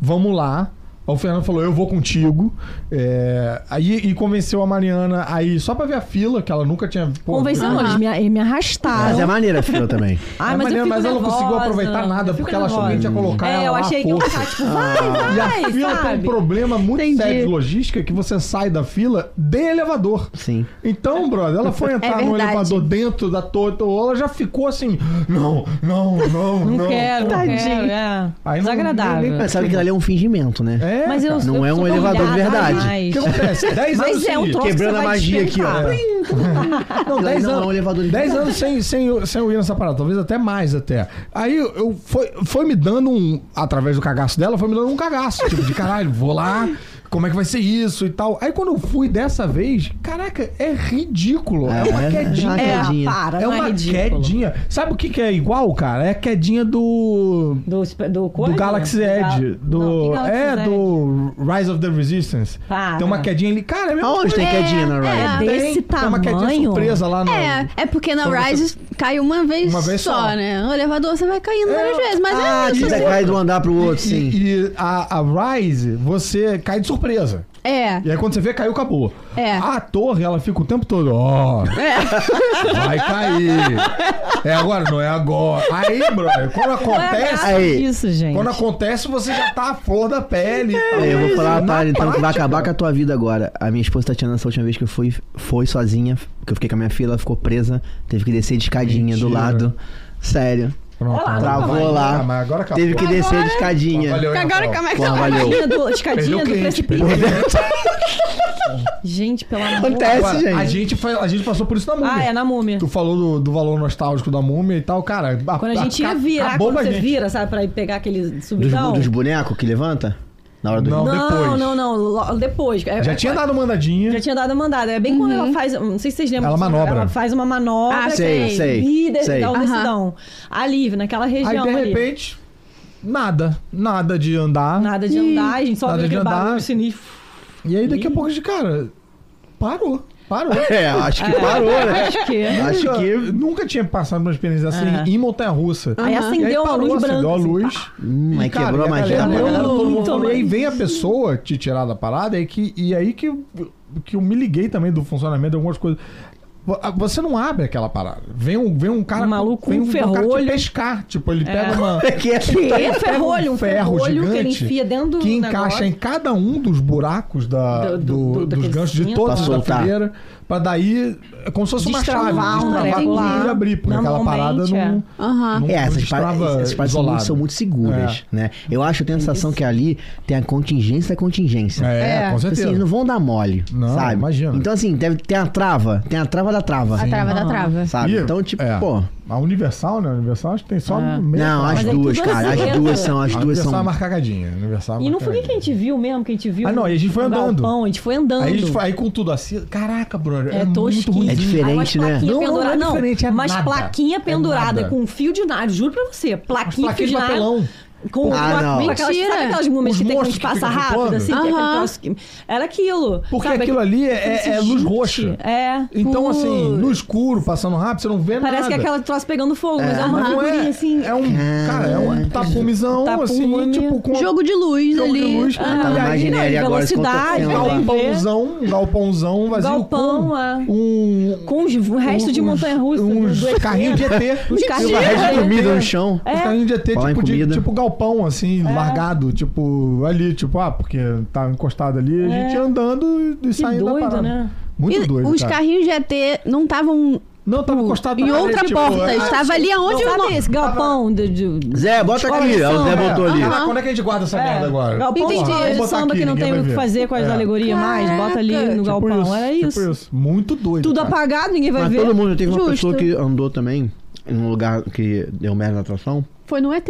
[SPEAKER 3] vamos lá. Aí o Fernando falou: eu vou contigo. É, aí e convenceu a Mariana aí só pra ver a fila, que ela nunca tinha. pô,
[SPEAKER 4] Convenceu, não,
[SPEAKER 1] Ah.
[SPEAKER 4] eles me, eles me
[SPEAKER 2] Mas é
[SPEAKER 4] arrastaram.
[SPEAKER 2] maneira a fila também.
[SPEAKER 4] Ai,
[SPEAKER 3] É
[SPEAKER 4] mas eu
[SPEAKER 3] maneiro,
[SPEAKER 4] fico
[SPEAKER 3] mas ela não
[SPEAKER 4] nervosa.
[SPEAKER 3] conseguiu aproveitar nada,
[SPEAKER 4] Eu fico
[SPEAKER 3] porque ela achou que a gente
[SPEAKER 4] nervosa.
[SPEAKER 3] ia colocar
[SPEAKER 4] É,
[SPEAKER 3] ela
[SPEAKER 4] eu
[SPEAKER 3] lá
[SPEAKER 4] achei
[SPEAKER 3] à
[SPEAKER 4] que eu
[SPEAKER 3] força.
[SPEAKER 4] tava tipo, vai,
[SPEAKER 3] E a fila
[SPEAKER 4] vai,
[SPEAKER 3] tem um
[SPEAKER 4] sabe?
[SPEAKER 3] problema muito
[SPEAKER 1] Entendi.
[SPEAKER 3] sério de logística é que você sai da fila de elevador.
[SPEAKER 2] Sim.
[SPEAKER 3] Então, brother, ela
[SPEAKER 4] É
[SPEAKER 3] foi entrar no
[SPEAKER 1] verdade.
[SPEAKER 3] elevador dentro da torre, então ela já ficou assim, não, não, não, não.
[SPEAKER 4] Não quero, não quero, é.
[SPEAKER 3] Aí não-
[SPEAKER 4] Desagradável.
[SPEAKER 3] nem-
[SPEAKER 2] Mas sabe que ali é um fingimento, né?
[SPEAKER 3] É, É,
[SPEAKER 4] Mas eu,
[SPEAKER 3] cara.
[SPEAKER 2] Não
[SPEAKER 4] eu
[SPEAKER 2] é um
[SPEAKER 4] sou
[SPEAKER 2] elevador de
[SPEAKER 4] molhada
[SPEAKER 2] verdade.
[SPEAKER 3] O
[SPEAKER 4] demais.
[SPEAKER 3] que acontece? 10
[SPEAKER 4] Mas
[SPEAKER 3] anos
[SPEAKER 4] é um
[SPEAKER 3] sem-
[SPEAKER 4] troço que
[SPEAKER 2] Quebrando
[SPEAKER 4] você
[SPEAKER 2] a
[SPEAKER 4] vai
[SPEAKER 2] magia aqui, ó.
[SPEAKER 4] despertar.
[SPEAKER 3] Não, 10
[SPEAKER 2] Não,
[SPEAKER 3] anos.
[SPEAKER 2] é um elevador de
[SPEAKER 3] 10 anos sem, sem, sem eu ir nessa parada, talvez até mais até. Aí eu, eu- foi, foi me dando um. Através do cagaço dela, foi me dando um cagaço. Tipo, de caralho, vou lá, como é que vai ser isso e tal. Aí quando eu fui dessa vez, caraca, é ridículo. É, uma
[SPEAKER 2] É, é
[SPEAKER 3] quedinha.
[SPEAKER 2] uma
[SPEAKER 4] É,
[SPEAKER 2] Quedinha.
[SPEAKER 4] para,
[SPEAKER 3] É
[SPEAKER 4] não
[SPEAKER 3] uma
[SPEAKER 4] ridículo.
[SPEAKER 3] quedinha. Sabe o que, que é igual, cara? É a quedinha do.
[SPEAKER 4] Do, sp- do,
[SPEAKER 3] Do Galaxy Edge. Do,
[SPEAKER 4] Não, que Galaxy
[SPEAKER 3] é,
[SPEAKER 4] Edge?
[SPEAKER 3] do Rise of the Resistance.
[SPEAKER 4] Para.
[SPEAKER 3] Tem uma quedinha ali. Cara, é a mesma
[SPEAKER 2] Aonde tem
[SPEAKER 3] coisa.
[SPEAKER 2] quedinha na
[SPEAKER 1] é,
[SPEAKER 2] Ryan?
[SPEAKER 1] é.
[SPEAKER 4] Desse
[SPEAKER 3] Tem uma quedinha
[SPEAKER 4] tamanho?
[SPEAKER 3] surpresa lá no.
[SPEAKER 1] É, é porque na
[SPEAKER 3] Quando
[SPEAKER 1] Rise cai uma vez,
[SPEAKER 3] Uma vez só.
[SPEAKER 1] né? No elevador você vai caindo
[SPEAKER 3] É.
[SPEAKER 1] várias vezes, mas
[SPEAKER 3] Ah,
[SPEAKER 1] é isso.
[SPEAKER 3] isso
[SPEAKER 2] Você
[SPEAKER 1] assim.
[SPEAKER 3] é-
[SPEAKER 2] cai de um andar pro outro,
[SPEAKER 3] E-
[SPEAKER 2] sim.
[SPEAKER 3] E, e a, a Rise, você cai de surpresa.
[SPEAKER 1] É.
[SPEAKER 3] E aí quando você vê, caiu, acabou.
[SPEAKER 1] É.
[SPEAKER 3] A torre, ela fica o tempo todo, ó,
[SPEAKER 4] É.
[SPEAKER 3] vai cair. É agora, não é agora. Aí, brother, quando
[SPEAKER 4] Qual é a graça
[SPEAKER 3] acontece,
[SPEAKER 2] Aí.
[SPEAKER 4] disso, gente?
[SPEAKER 3] quando acontece, você já tá a flor da pele. e tal.
[SPEAKER 2] Aí É, eu vou falar uma
[SPEAKER 3] Na
[SPEAKER 2] parada, então, que vai
[SPEAKER 3] prática,
[SPEAKER 2] acabar com a tua vida agora. A minha esposa Tatiana, essa última vez que eu fui, foi sozinha, que eu fiquei com a minha filha, ela ficou presa, teve que descer de escadinha do
[SPEAKER 3] Mentira.
[SPEAKER 2] lado. Sério.
[SPEAKER 3] Pronto,
[SPEAKER 4] Olha lá,
[SPEAKER 2] Travou
[SPEAKER 3] mas-
[SPEAKER 2] lá.
[SPEAKER 3] Ah, mas agora acabou.
[SPEAKER 2] Teve que
[SPEAKER 4] Agora-
[SPEAKER 2] descer de escadinha.
[SPEAKER 3] Valeu, hein,
[SPEAKER 1] Agora
[SPEAKER 3] Rafael?
[SPEAKER 1] como é que
[SPEAKER 2] Porra,
[SPEAKER 1] você
[SPEAKER 2] valeu.
[SPEAKER 4] Escadinha do,
[SPEAKER 3] Perdeu
[SPEAKER 4] escadinha
[SPEAKER 3] o
[SPEAKER 4] do
[SPEAKER 3] cliente.
[SPEAKER 4] precipício.
[SPEAKER 3] perdeu o cliente.
[SPEAKER 4] Gente, pelo amor de
[SPEAKER 2] Acontece,
[SPEAKER 3] Agora, a,
[SPEAKER 2] gente.
[SPEAKER 3] gente foi- a gente passou por isso na múmia.
[SPEAKER 4] Ah, é na múmia.
[SPEAKER 3] Tu falou do, do valor nostálgico da múmia e tal, cara.
[SPEAKER 4] Quando a gente ia virar,
[SPEAKER 3] acabou
[SPEAKER 4] quando
[SPEAKER 3] com a
[SPEAKER 4] você
[SPEAKER 3] gente.
[SPEAKER 4] vira, sabe, pra ir pegar aquele
[SPEAKER 2] Dos,
[SPEAKER 4] subidão.
[SPEAKER 2] dos bonecos que levanta? Na hora do.
[SPEAKER 3] Não.
[SPEAKER 4] Não,
[SPEAKER 3] depois.
[SPEAKER 4] não, não, logo depois. É,
[SPEAKER 3] Já
[SPEAKER 4] é,
[SPEAKER 3] tinha dado mandadinha.
[SPEAKER 4] Já tinha dado a mandada. É bem quando ela faz. Não sei se vocês lembram.
[SPEAKER 3] Ela
[SPEAKER 4] disso,
[SPEAKER 3] manobra.
[SPEAKER 4] Ela faz uma manobra.
[SPEAKER 1] Uhum. Ah,
[SPEAKER 2] sei,
[SPEAKER 4] que
[SPEAKER 2] sei,
[SPEAKER 4] e de-
[SPEAKER 2] sei.
[SPEAKER 4] dá um
[SPEAKER 1] Aham.
[SPEAKER 4] decidão. Ali, naquela região.
[SPEAKER 3] Aí, de
[SPEAKER 4] ali.
[SPEAKER 3] repente, nada. Nada de andar.
[SPEAKER 4] Nada de andar, a gente só
[SPEAKER 3] Nada
[SPEAKER 4] vê
[SPEAKER 3] de
[SPEAKER 4] aquele
[SPEAKER 3] andar.
[SPEAKER 4] barulho sinistro.
[SPEAKER 3] E aí, daqui a pouco, a gente, cara, parou. Parou.
[SPEAKER 2] É, acho que parou, né?
[SPEAKER 4] Acho que. é.
[SPEAKER 2] Acho
[SPEAKER 3] Nunca-
[SPEAKER 2] que.
[SPEAKER 3] Nunca tinha passado uma experiência assim
[SPEAKER 4] Aham.
[SPEAKER 3] em montanha russa.
[SPEAKER 4] Aí acendeu uma luz branca.
[SPEAKER 3] Acendeu a
[SPEAKER 4] assim,
[SPEAKER 3] luz.
[SPEAKER 2] Hum, aí
[SPEAKER 3] E, cara,
[SPEAKER 2] quebrou a
[SPEAKER 3] e
[SPEAKER 2] magia né? da
[SPEAKER 3] galera-
[SPEAKER 2] parada.
[SPEAKER 3] galera, todo mundo
[SPEAKER 4] Muito
[SPEAKER 3] falando, E aí
[SPEAKER 4] mais.
[SPEAKER 3] vem a pessoa te tirar da parada e, que, e aí que, que eu me liguei também do funcionamento de algumas coisas. Vo- a- Você não abre aquela parada. Vem um, vem um cara.
[SPEAKER 4] Um maluco com
[SPEAKER 3] vem
[SPEAKER 4] um
[SPEAKER 3] cara te
[SPEAKER 4] ferrolho.
[SPEAKER 3] pescar. Tipo, ele pega
[SPEAKER 4] [LAUGHS]
[SPEAKER 3] uma.
[SPEAKER 2] Que é
[SPEAKER 4] pá. É ferrolho, um
[SPEAKER 3] ferro
[SPEAKER 4] ferrolho que ele
[SPEAKER 3] gigante
[SPEAKER 4] enfia dentro do
[SPEAKER 3] que
[SPEAKER 4] negócio.
[SPEAKER 3] encaixa em cada um dos buracos da,
[SPEAKER 4] Do- do-
[SPEAKER 3] do-
[SPEAKER 4] do-
[SPEAKER 3] dos
[SPEAKER 4] daquele
[SPEAKER 3] ganchos de
[SPEAKER 4] cinto.
[SPEAKER 3] todos
[SPEAKER 2] Pra
[SPEAKER 3] da
[SPEAKER 2] soltar.
[SPEAKER 3] fileira, pra daí, é como se fosse uma chave,
[SPEAKER 4] Destravar um
[SPEAKER 3] destravar
[SPEAKER 4] negócio.
[SPEAKER 3] conseguir abrir, porque aquela parada
[SPEAKER 4] Normalmente,
[SPEAKER 3] não,
[SPEAKER 1] Aham.
[SPEAKER 3] não,
[SPEAKER 2] É,
[SPEAKER 3] não
[SPEAKER 2] essas paradas,
[SPEAKER 3] destrava
[SPEAKER 2] essas paradas são muito,
[SPEAKER 3] isolado. É.
[SPEAKER 2] são muito seguras, né? Eu acho, eu tenho a sensação que ali tem a contingência da contingência.
[SPEAKER 3] É,
[SPEAKER 1] É,
[SPEAKER 3] com
[SPEAKER 2] Tipo assim,
[SPEAKER 3] certeza.
[SPEAKER 2] eles não vão dar mole,
[SPEAKER 3] Não,
[SPEAKER 2] sabe?
[SPEAKER 3] imagina. Ah.
[SPEAKER 2] Então, assim, deve ter a trava, tem a trava da trava,
[SPEAKER 1] A trava da
[SPEAKER 4] Aham.
[SPEAKER 1] trava.
[SPEAKER 2] sabe?
[SPEAKER 3] Ih,
[SPEAKER 2] Então, tipo,
[SPEAKER 3] é.
[SPEAKER 2] pô...
[SPEAKER 3] A Universal, né? A Universal acho que tem só meia
[SPEAKER 4] É.
[SPEAKER 2] Não,
[SPEAKER 3] trava.
[SPEAKER 2] as
[SPEAKER 4] Mas aí
[SPEAKER 2] duas,
[SPEAKER 4] tudo é
[SPEAKER 2] cara, as
[SPEAKER 4] segredo.
[SPEAKER 2] duas são, as
[SPEAKER 3] A
[SPEAKER 2] duas
[SPEAKER 3] Universal é
[SPEAKER 2] são...
[SPEAKER 3] uma cagadinha. a Universal é
[SPEAKER 4] E
[SPEAKER 3] uma
[SPEAKER 4] não foi o que a
[SPEAKER 3] cagadinha.
[SPEAKER 4] gente viu mesmo, que a gente viu.
[SPEAKER 3] Ah, não, e a gente foi
[SPEAKER 4] no
[SPEAKER 3] andando.
[SPEAKER 4] galpão, a gente foi andando.
[SPEAKER 3] Aí, a gente foi- aí com tudo assim, caraca, brother, é,
[SPEAKER 4] É
[SPEAKER 3] muito ruim.
[SPEAKER 4] tosquinho.
[SPEAKER 2] É diferente,
[SPEAKER 4] Aí umas
[SPEAKER 2] né?
[SPEAKER 4] plaquinhas
[SPEAKER 3] Não, não é
[SPEAKER 4] penduradas- Não,
[SPEAKER 3] diferente, é
[SPEAKER 4] mas
[SPEAKER 3] nada.
[SPEAKER 4] plaquinha
[SPEAKER 3] É
[SPEAKER 4] pendurada
[SPEAKER 3] nada.
[SPEAKER 4] com fio de nylon. Juro pra você. Plaquinha,
[SPEAKER 3] Plaquinha
[SPEAKER 4] fio de
[SPEAKER 3] de
[SPEAKER 4] nylon.
[SPEAKER 3] papelão.
[SPEAKER 4] Com,
[SPEAKER 2] Ah,
[SPEAKER 4] com-
[SPEAKER 2] não.
[SPEAKER 4] com aquelas,
[SPEAKER 1] Mentira.
[SPEAKER 4] sabe aquelas múmias
[SPEAKER 3] Os
[SPEAKER 4] que tem aquele
[SPEAKER 3] monstros que
[SPEAKER 4] espaço
[SPEAKER 3] ficam flutuando?
[SPEAKER 4] rápido, assim? que é aquele
[SPEAKER 1] Aham.
[SPEAKER 4] troço que- Era aquilo.
[SPEAKER 3] Porque
[SPEAKER 4] sabe?
[SPEAKER 3] aquilo ali é, é- é luz
[SPEAKER 4] Gente,
[SPEAKER 3] roxa.
[SPEAKER 4] assim, É.
[SPEAKER 3] Então, assim,
[SPEAKER 1] Putz.
[SPEAKER 3] no escuro, passando rápido, você não vê nada.
[SPEAKER 4] Parece que é aquela troço pegando fogo, mas é uma
[SPEAKER 3] Mas não
[SPEAKER 4] figurinha
[SPEAKER 3] é,
[SPEAKER 4] assim.
[SPEAKER 3] é um, cara, é um tapumizão,
[SPEAKER 4] Tapume.
[SPEAKER 3] assim, tipo, com
[SPEAKER 1] Jogo de luz
[SPEAKER 3] Jogo de
[SPEAKER 1] ali.
[SPEAKER 3] luz.
[SPEAKER 1] Ah,
[SPEAKER 3] Ah,
[SPEAKER 2] Tá,
[SPEAKER 3] E aí,
[SPEAKER 2] imaginei
[SPEAKER 4] não,
[SPEAKER 2] ali
[SPEAKER 4] em
[SPEAKER 2] agora esse
[SPEAKER 4] velocidade,
[SPEAKER 2] contorno
[SPEAKER 3] um
[SPEAKER 4] né?
[SPEAKER 2] lá.
[SPEAKER 4] Tem que ver.
[SPEAKER 3] galpãozão, um galpãozão vazio
[SPEAKER 4] Galpão,
[SPEAKER 3] com
[SPEAKER 4] é.
[SPEAKER 3] um...
[SPEAKER 4] Com os, o resto de
[SPEAKER 3] uns-
[SPEAKER 4] montanha-russa. do-
[SPEAKER 3] Uns
[SPEAKER 4] do ET.
[SPEAKER 3] carrinhos de ET.
[SPEAKER 4] Uns
[SPEAKER 3] Uns
[SPEAKER 4] carrinhos
[SPEAKER 2] Uma
[SPEAKER 4] de
[SPEAKER 2] rede de
[SPEAKER 4] É.
[SPEAKER 2] comida no chão.
[SPEAKER 4] É.
[SPEAKER 3] carrinhos de ET,
[SPEAKER 2] Falar em
[SPEAKER 3] tipo, de,
[SPEAKER 2] comida.
[SPEAKER 3] tipo galpão, assim, largado, tipo, ali, tipo, ah, porque tá encostado ali, a gente andando e, e
[SPEAKER 4] É. Que
[SPEAKER 3] saindo da
[SPEAKER 4] doido,
[SPEAKER 3] parada.
[SPEAKER 4] né?
[SPEAKER 3] Muito
[SPEAKER 1] E
[SPEAKER 3] doido,
[SPEAKER 1] os
[SPEAKER 3] cara.
[SPEAKER 1] carrinhos GT não estavam
[SPEAKER 3] Não, tava encostado
[SPEAKER 1] em
[SPEAKER 3] na
[SPEAKER 1] outra
[SPEAKER 3] parede, tipo,
[SPEAKER 1] porta.
[SPEAKER 3] é-
[SPEAKER 1] Estava ali aonde
[SPEAKER 4] Sabe
[SPEAKER 1] o
[SPEAKER 4] esse galpão de, de-
[SPEAKER 2] Zé, bota
[SPEAKER 4] Escola
[SPEAKER 2] aqui.
[SPEAKER 4] de
[SPEAKER 2] ó, O Zé
[SPEAKER 4] samba.
[SPEAKER 2] botou ali.
[SPEAKER 1] Aham.
[SPEAKER 3] Quando é que a gente guarda essa merda agora?
[SPEAKER 4] Galpão
[SPEAKER 1] Entendi.
[SPEAKER 4] de escola
[SPEAKER 3] Vamos
[SPEAKER 4] de
[SPEAKER 3] botar
[SPEAKER 4] samba
[SPEAKER 3] aqui,
[SPEAKER 4] que não
[SPEAKER 3] ninguém
[SPEAKER 4] tem
[SPEAKER 3] vai
[SPEAKER 4] o que
[SPEAKER 3] ver.
[SPEAKER 4] fazer com as
[SPEAKER 3] É.
[SPEAKER 4] alegorias mais, bota ali
[SPEAKER 1] Caraca.
[SPEAKER 4] no
[SPEAKER 1] Tipo
[SPEAKER 4] galpão. Era
[SPEAKER 3] tipo
[SPEAKER 4] isso.
[SPEAKER 3] Muito doido.
[SPEAKER 4] Tudo
[SPEAKER 3] cara.
[SPEAKER 4] apagado, ninguém vai
[SPEAKER 2] Mas
[SPEAKER 4] ver.
[SPEAKER 2] todo mundo, teve uma
[SPEAKER 1] Justo.
[SPEAKER 2] pessoa que andou também, em um lugar que deu merda na atração,
[SPEAKER 1] Foi no ET.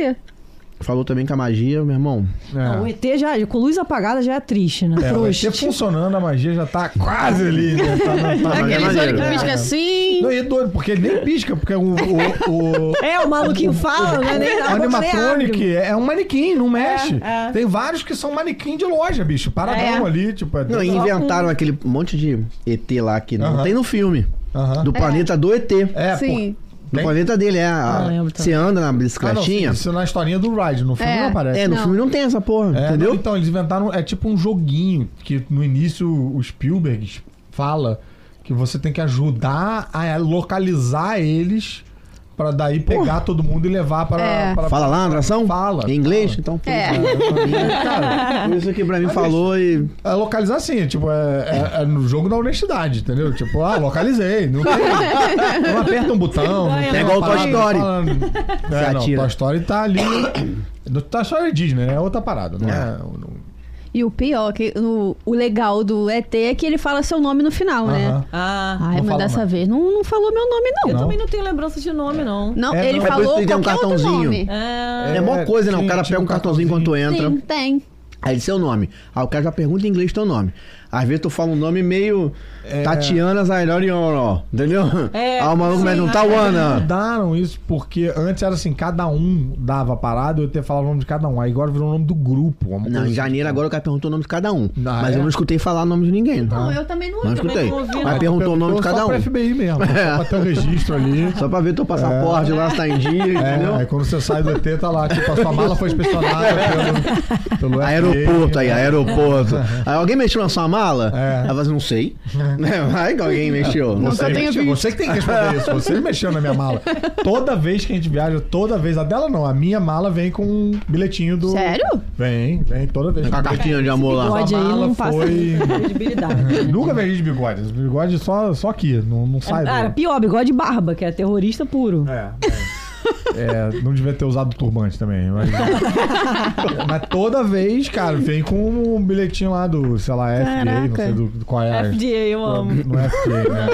[SPEAKER 2] falou também que a magia, meu irmão...
[SPEAKER 4] Ah, O
[SPEAKER 3] É.
[SPEAKER 4] ET já, com luz apagada, já é triste, né?
[SPEAKER 3] É, vai
[SPEAKER 4] Trouxa.
[SPEAKER 3] ser funcionando, a magia já tá quase ali. Né? Tá na- tá na-
[SPEAKER 1] [LAUGHS]
[SPEAKER 2] Aquele
[SPEAKER 1] Aqueles olhos que
[SPEAKER 2] maneiro.
[SPEAKER 1] pisca assim.
[SPEAKER 3] Não, e é doido, porque ele nem pisca, porque o,
[SPEAKER 4] [LAUGHS]
[SPEAKER 3] o, o,
[SPEAKER 4] É,
[SPEAKER 3] [LAUGHS]
[SPEAKER 4] o maluquinho fala, né? Nem
[SPEAKER 3] o
[SPEAKER 4] a boca nem
[SPEAKER 3] É Tá, animatronic
[SPEAKER 4] abre.
[SPEAKER 3] é um manequim, não mexe.
[SPEAKER 4] é.
[SPEAKER 3] Tem vários que são manequim de loja, bicho. Paradão
[SPEAKER 4] É.
[SPEAKER 3] ali, tipo... É
[SPEAKER 2] Não, e inventaram aquele monte de ET lá que não
[SPEAKER 3] Aham.
[SPEAKER 2] tem no filme.
[SPEAKER 3] Aham.
[SPEAKER 2] Do planeta do ET.
[SPEAKER 3] É,
[SPEAKER 1] Sim.
[SPEAKER 2] Do
[SPEAKER 3] Tem?
[SPEAKER 2] planeta dele, é. a-
[SPEAKER 4] Não lembro
[SPEAKER 2] Você anda na
[SPEAKER 3] pô. Ah, não,
[SPEAKER 2] bicicletinha.
[SPEAKER 3] isso na historinha do Ride, no filme
[SPEAKER 1] É.
[SPEAKER 3] não aparece.
[SPEAKER 2] é, no
[SPEAKER 1] Não.
[SPEAKER 2] filme não tem essa porra,
[SPEAKER 3] É,
[SPEAKER 2] entendeu?
[SPEAKER 3] não, então, eles inventaram. É tipo um joguinho que no início o Spielberg fala que você tem que ajudar a localizar eles pra daí pegar todo mundo e levar para.
[SPEAKER 1] É.
[SPEAKER 3] para-
[SPEAKER 2] Fala lá, Andração?
[SPEAKER 3] Fala.
[SPEAKER 2] Em inglês? Então, por
[SPEAKER 1] É.
[SPEAKER 2] isso,
[SPEAKER 3] Cara,
[SPEAKER 2] por isso que pra mim falou e.
[SPEAKER 3] é localizar assim, é tipo, é, é- é no jogo da honestidade, entendeu? Tipo, ah, localizei. Não,
[SPEAKER 2] [LAUGHS]
[SPEAKER 3] tem- não aperta um botão. Não
[SPEAKER 4] É
[SPEAKER 3] tem
[SPEAKER 2] igual
[SPEAKER 3] uma
[SPEAKER 2] Toy
[SPEAKER 3] parada
[SPEAKER 2] Story. [LAUGHS]
[SPEAKER 3] falando. É, não,
[SPEAKER 2] atira.
[SPEAKER 3] tá Toy Story tá ali. no- Toy Story é Disney, né? É outra parada, não é?
[SPEAKER 1] E o pior, que no- o legal do ET é que ele fala seu nome no final, né?
[SPEAKER 2] é.
[SPEAKER 3] Aham.
[SPEAKER 4] Ah,
[SPEAKER 1] Ai,
[SPEAKER 3] Não
[SPEAKER 1] mas
[SPEAKER 3] fala
[SPEAKER 1] dessa
[SPEAKER 3] mais.
[SPEAKER 1] vez não, não falou meu nome,
[SPEAKER 4] eu
[SPEAKER 1] não.
[SPEAKER 4] também não tenho lembrança de nome, não.
[SPEAKER 1] Não,
[SPEAKER 3] É,
[SPEAKER 1] ele
[SPEAKER 3] não.
[SPEAKER 2] É por isso
[SPEAKER 1] falou
[SPEAKER 2] que ele tem um
[SPEAKER 1] qualquer outro
[SPEAKER 2] cartãozinho.
[SPEAKER 1] nome.
[SPEAKER 4] É.
[SPEAKER 2] É, a maior
[SPEAKER 3] É,
[SPEAKER 2] coisa, né? O
[SPEAKER 3] tinha-
[SPEAKER 2] cara
[SPEAKER 3] tinha
[SPEAKER 2] pega um
[SPEAKER 3] um
[SPEAKER 2] cartãozinho enquanto entra.
[SPEAKER 1] Sim, tem.
[SPEAKER 2] Aí diz seu nome. Aí o cara já pergunta em inglês teu nome. Às vezes tu fala um nome meio
[SPEAKER 3] É.
[SPEAKER 2] Tatiana Zairorion, entendeu?
[SPEAKER 4] É,
[SPEAKER 2] ah, o maluco, mas
[SPEAKER 4] sim.
[SPEAKER 2] não tá o Ana.
[SPEAKER 3] Mudaram isso porque antes era assim, cada um dava a parada, eu ia ter falado o nome de cada um. Aí agora virou o nome do grupo. uma
[SPEAKER 2] Não,
[SPEAKER 3] coisa assim.
[SPEAKER 2] em janeiro agora o cara perguntou o nome de cada um.
[SPEAKER 3] Ah,
[SPEAKER 2] mas
[SPEAKER 3] é?
[SPEAKER 2] eu não escutei falar o nome de ninguém.
[SPEAKER 1] Não, eu também não
[SPEAKER 2] Não
[SPEAKER 1] lembro.
[SPEAKER 2] escutei.
[SPEAKER 4] não ouvi, não.
[SPEAKER 2] Mas perguntou o nome de cada
[SPEAKER 3] Só pra
[SPEAKER 2] um.
[SPEAKER 3] FBI mesmo,
[SPEAKER 2] [LAUGHS]
[SPEAKER 3] só pra ter o registro ali.
[SPEAKER 2] Só pra ver teu passaporte lá, se tá em dia, entendeu?
[SPEAKER 3] É, aí quando você sai do ET, tá lá, tipo, a sua mala foi inspecionada pelo, pelo FBI.
[SPEAKER 2] Aeroporto aí, aeroporto. Aí alguém mexeu na sua mala?
[SPEAKER 3] É.
[SPEAKER 2] Aí você assim, não sei. Né, Vai que alguém mexeu. Não tá
[SPEAKER 1] Nunca
[SPEAKER 2] sei.
[SPEAKER 1] tenho
[SPEAKER 3] mexeu,
[SPEAKER 1] visto.
[SPEAKER 3] você que tem que responder isso. Você que mexeu na minha mala. Toda vez que a gente viaja, toda vez, a dela não, a minha mala vem com um bilhetinho do.
[SPEAKER 1] Sério?
[SPEAKER 3] Vem, vem toda vez.
[SPEAKER 2] Com a cartinha de amor lá.
[SPEAKER 4] bigode.
[SPEAKER 3] Essa
[SPEAKER 4] aí
[SPEAKER 3] mala
[SPEAKER 4] não passa
[SPEAKER 3] É, foi.
[SPEAKER 4] [LAUGHS]
[SPEAKER 3] [LAUGHS]
[SPEAKER 4] Credibilidade.
[SPEAKER 3] Nunca viajei de bigode. Os bigode só, só aqui, não, não sai. do-
[SPEAKER 4] Ah, era pior, bigode de barba, que é terrorista puro.
[SPEAKER 3] É, é. É, não devia ter usado turbante
[SPEAKER 1] [LAUGHS]
[SPEAKER 3] também. Mas, mas toda vez, cara, vem com um bilhetinho lá do, sei lá, FDA, não
[SPEAKER 1] Caraca.
[SPEAKER 3] sei do, do qual é. a-
[SPEAKER 4] FDA, eu amo.
[SPEAKER 3] Não é FDA,
[SPEAKER 4] [LAUGHS]
[SPEAKER 3] né?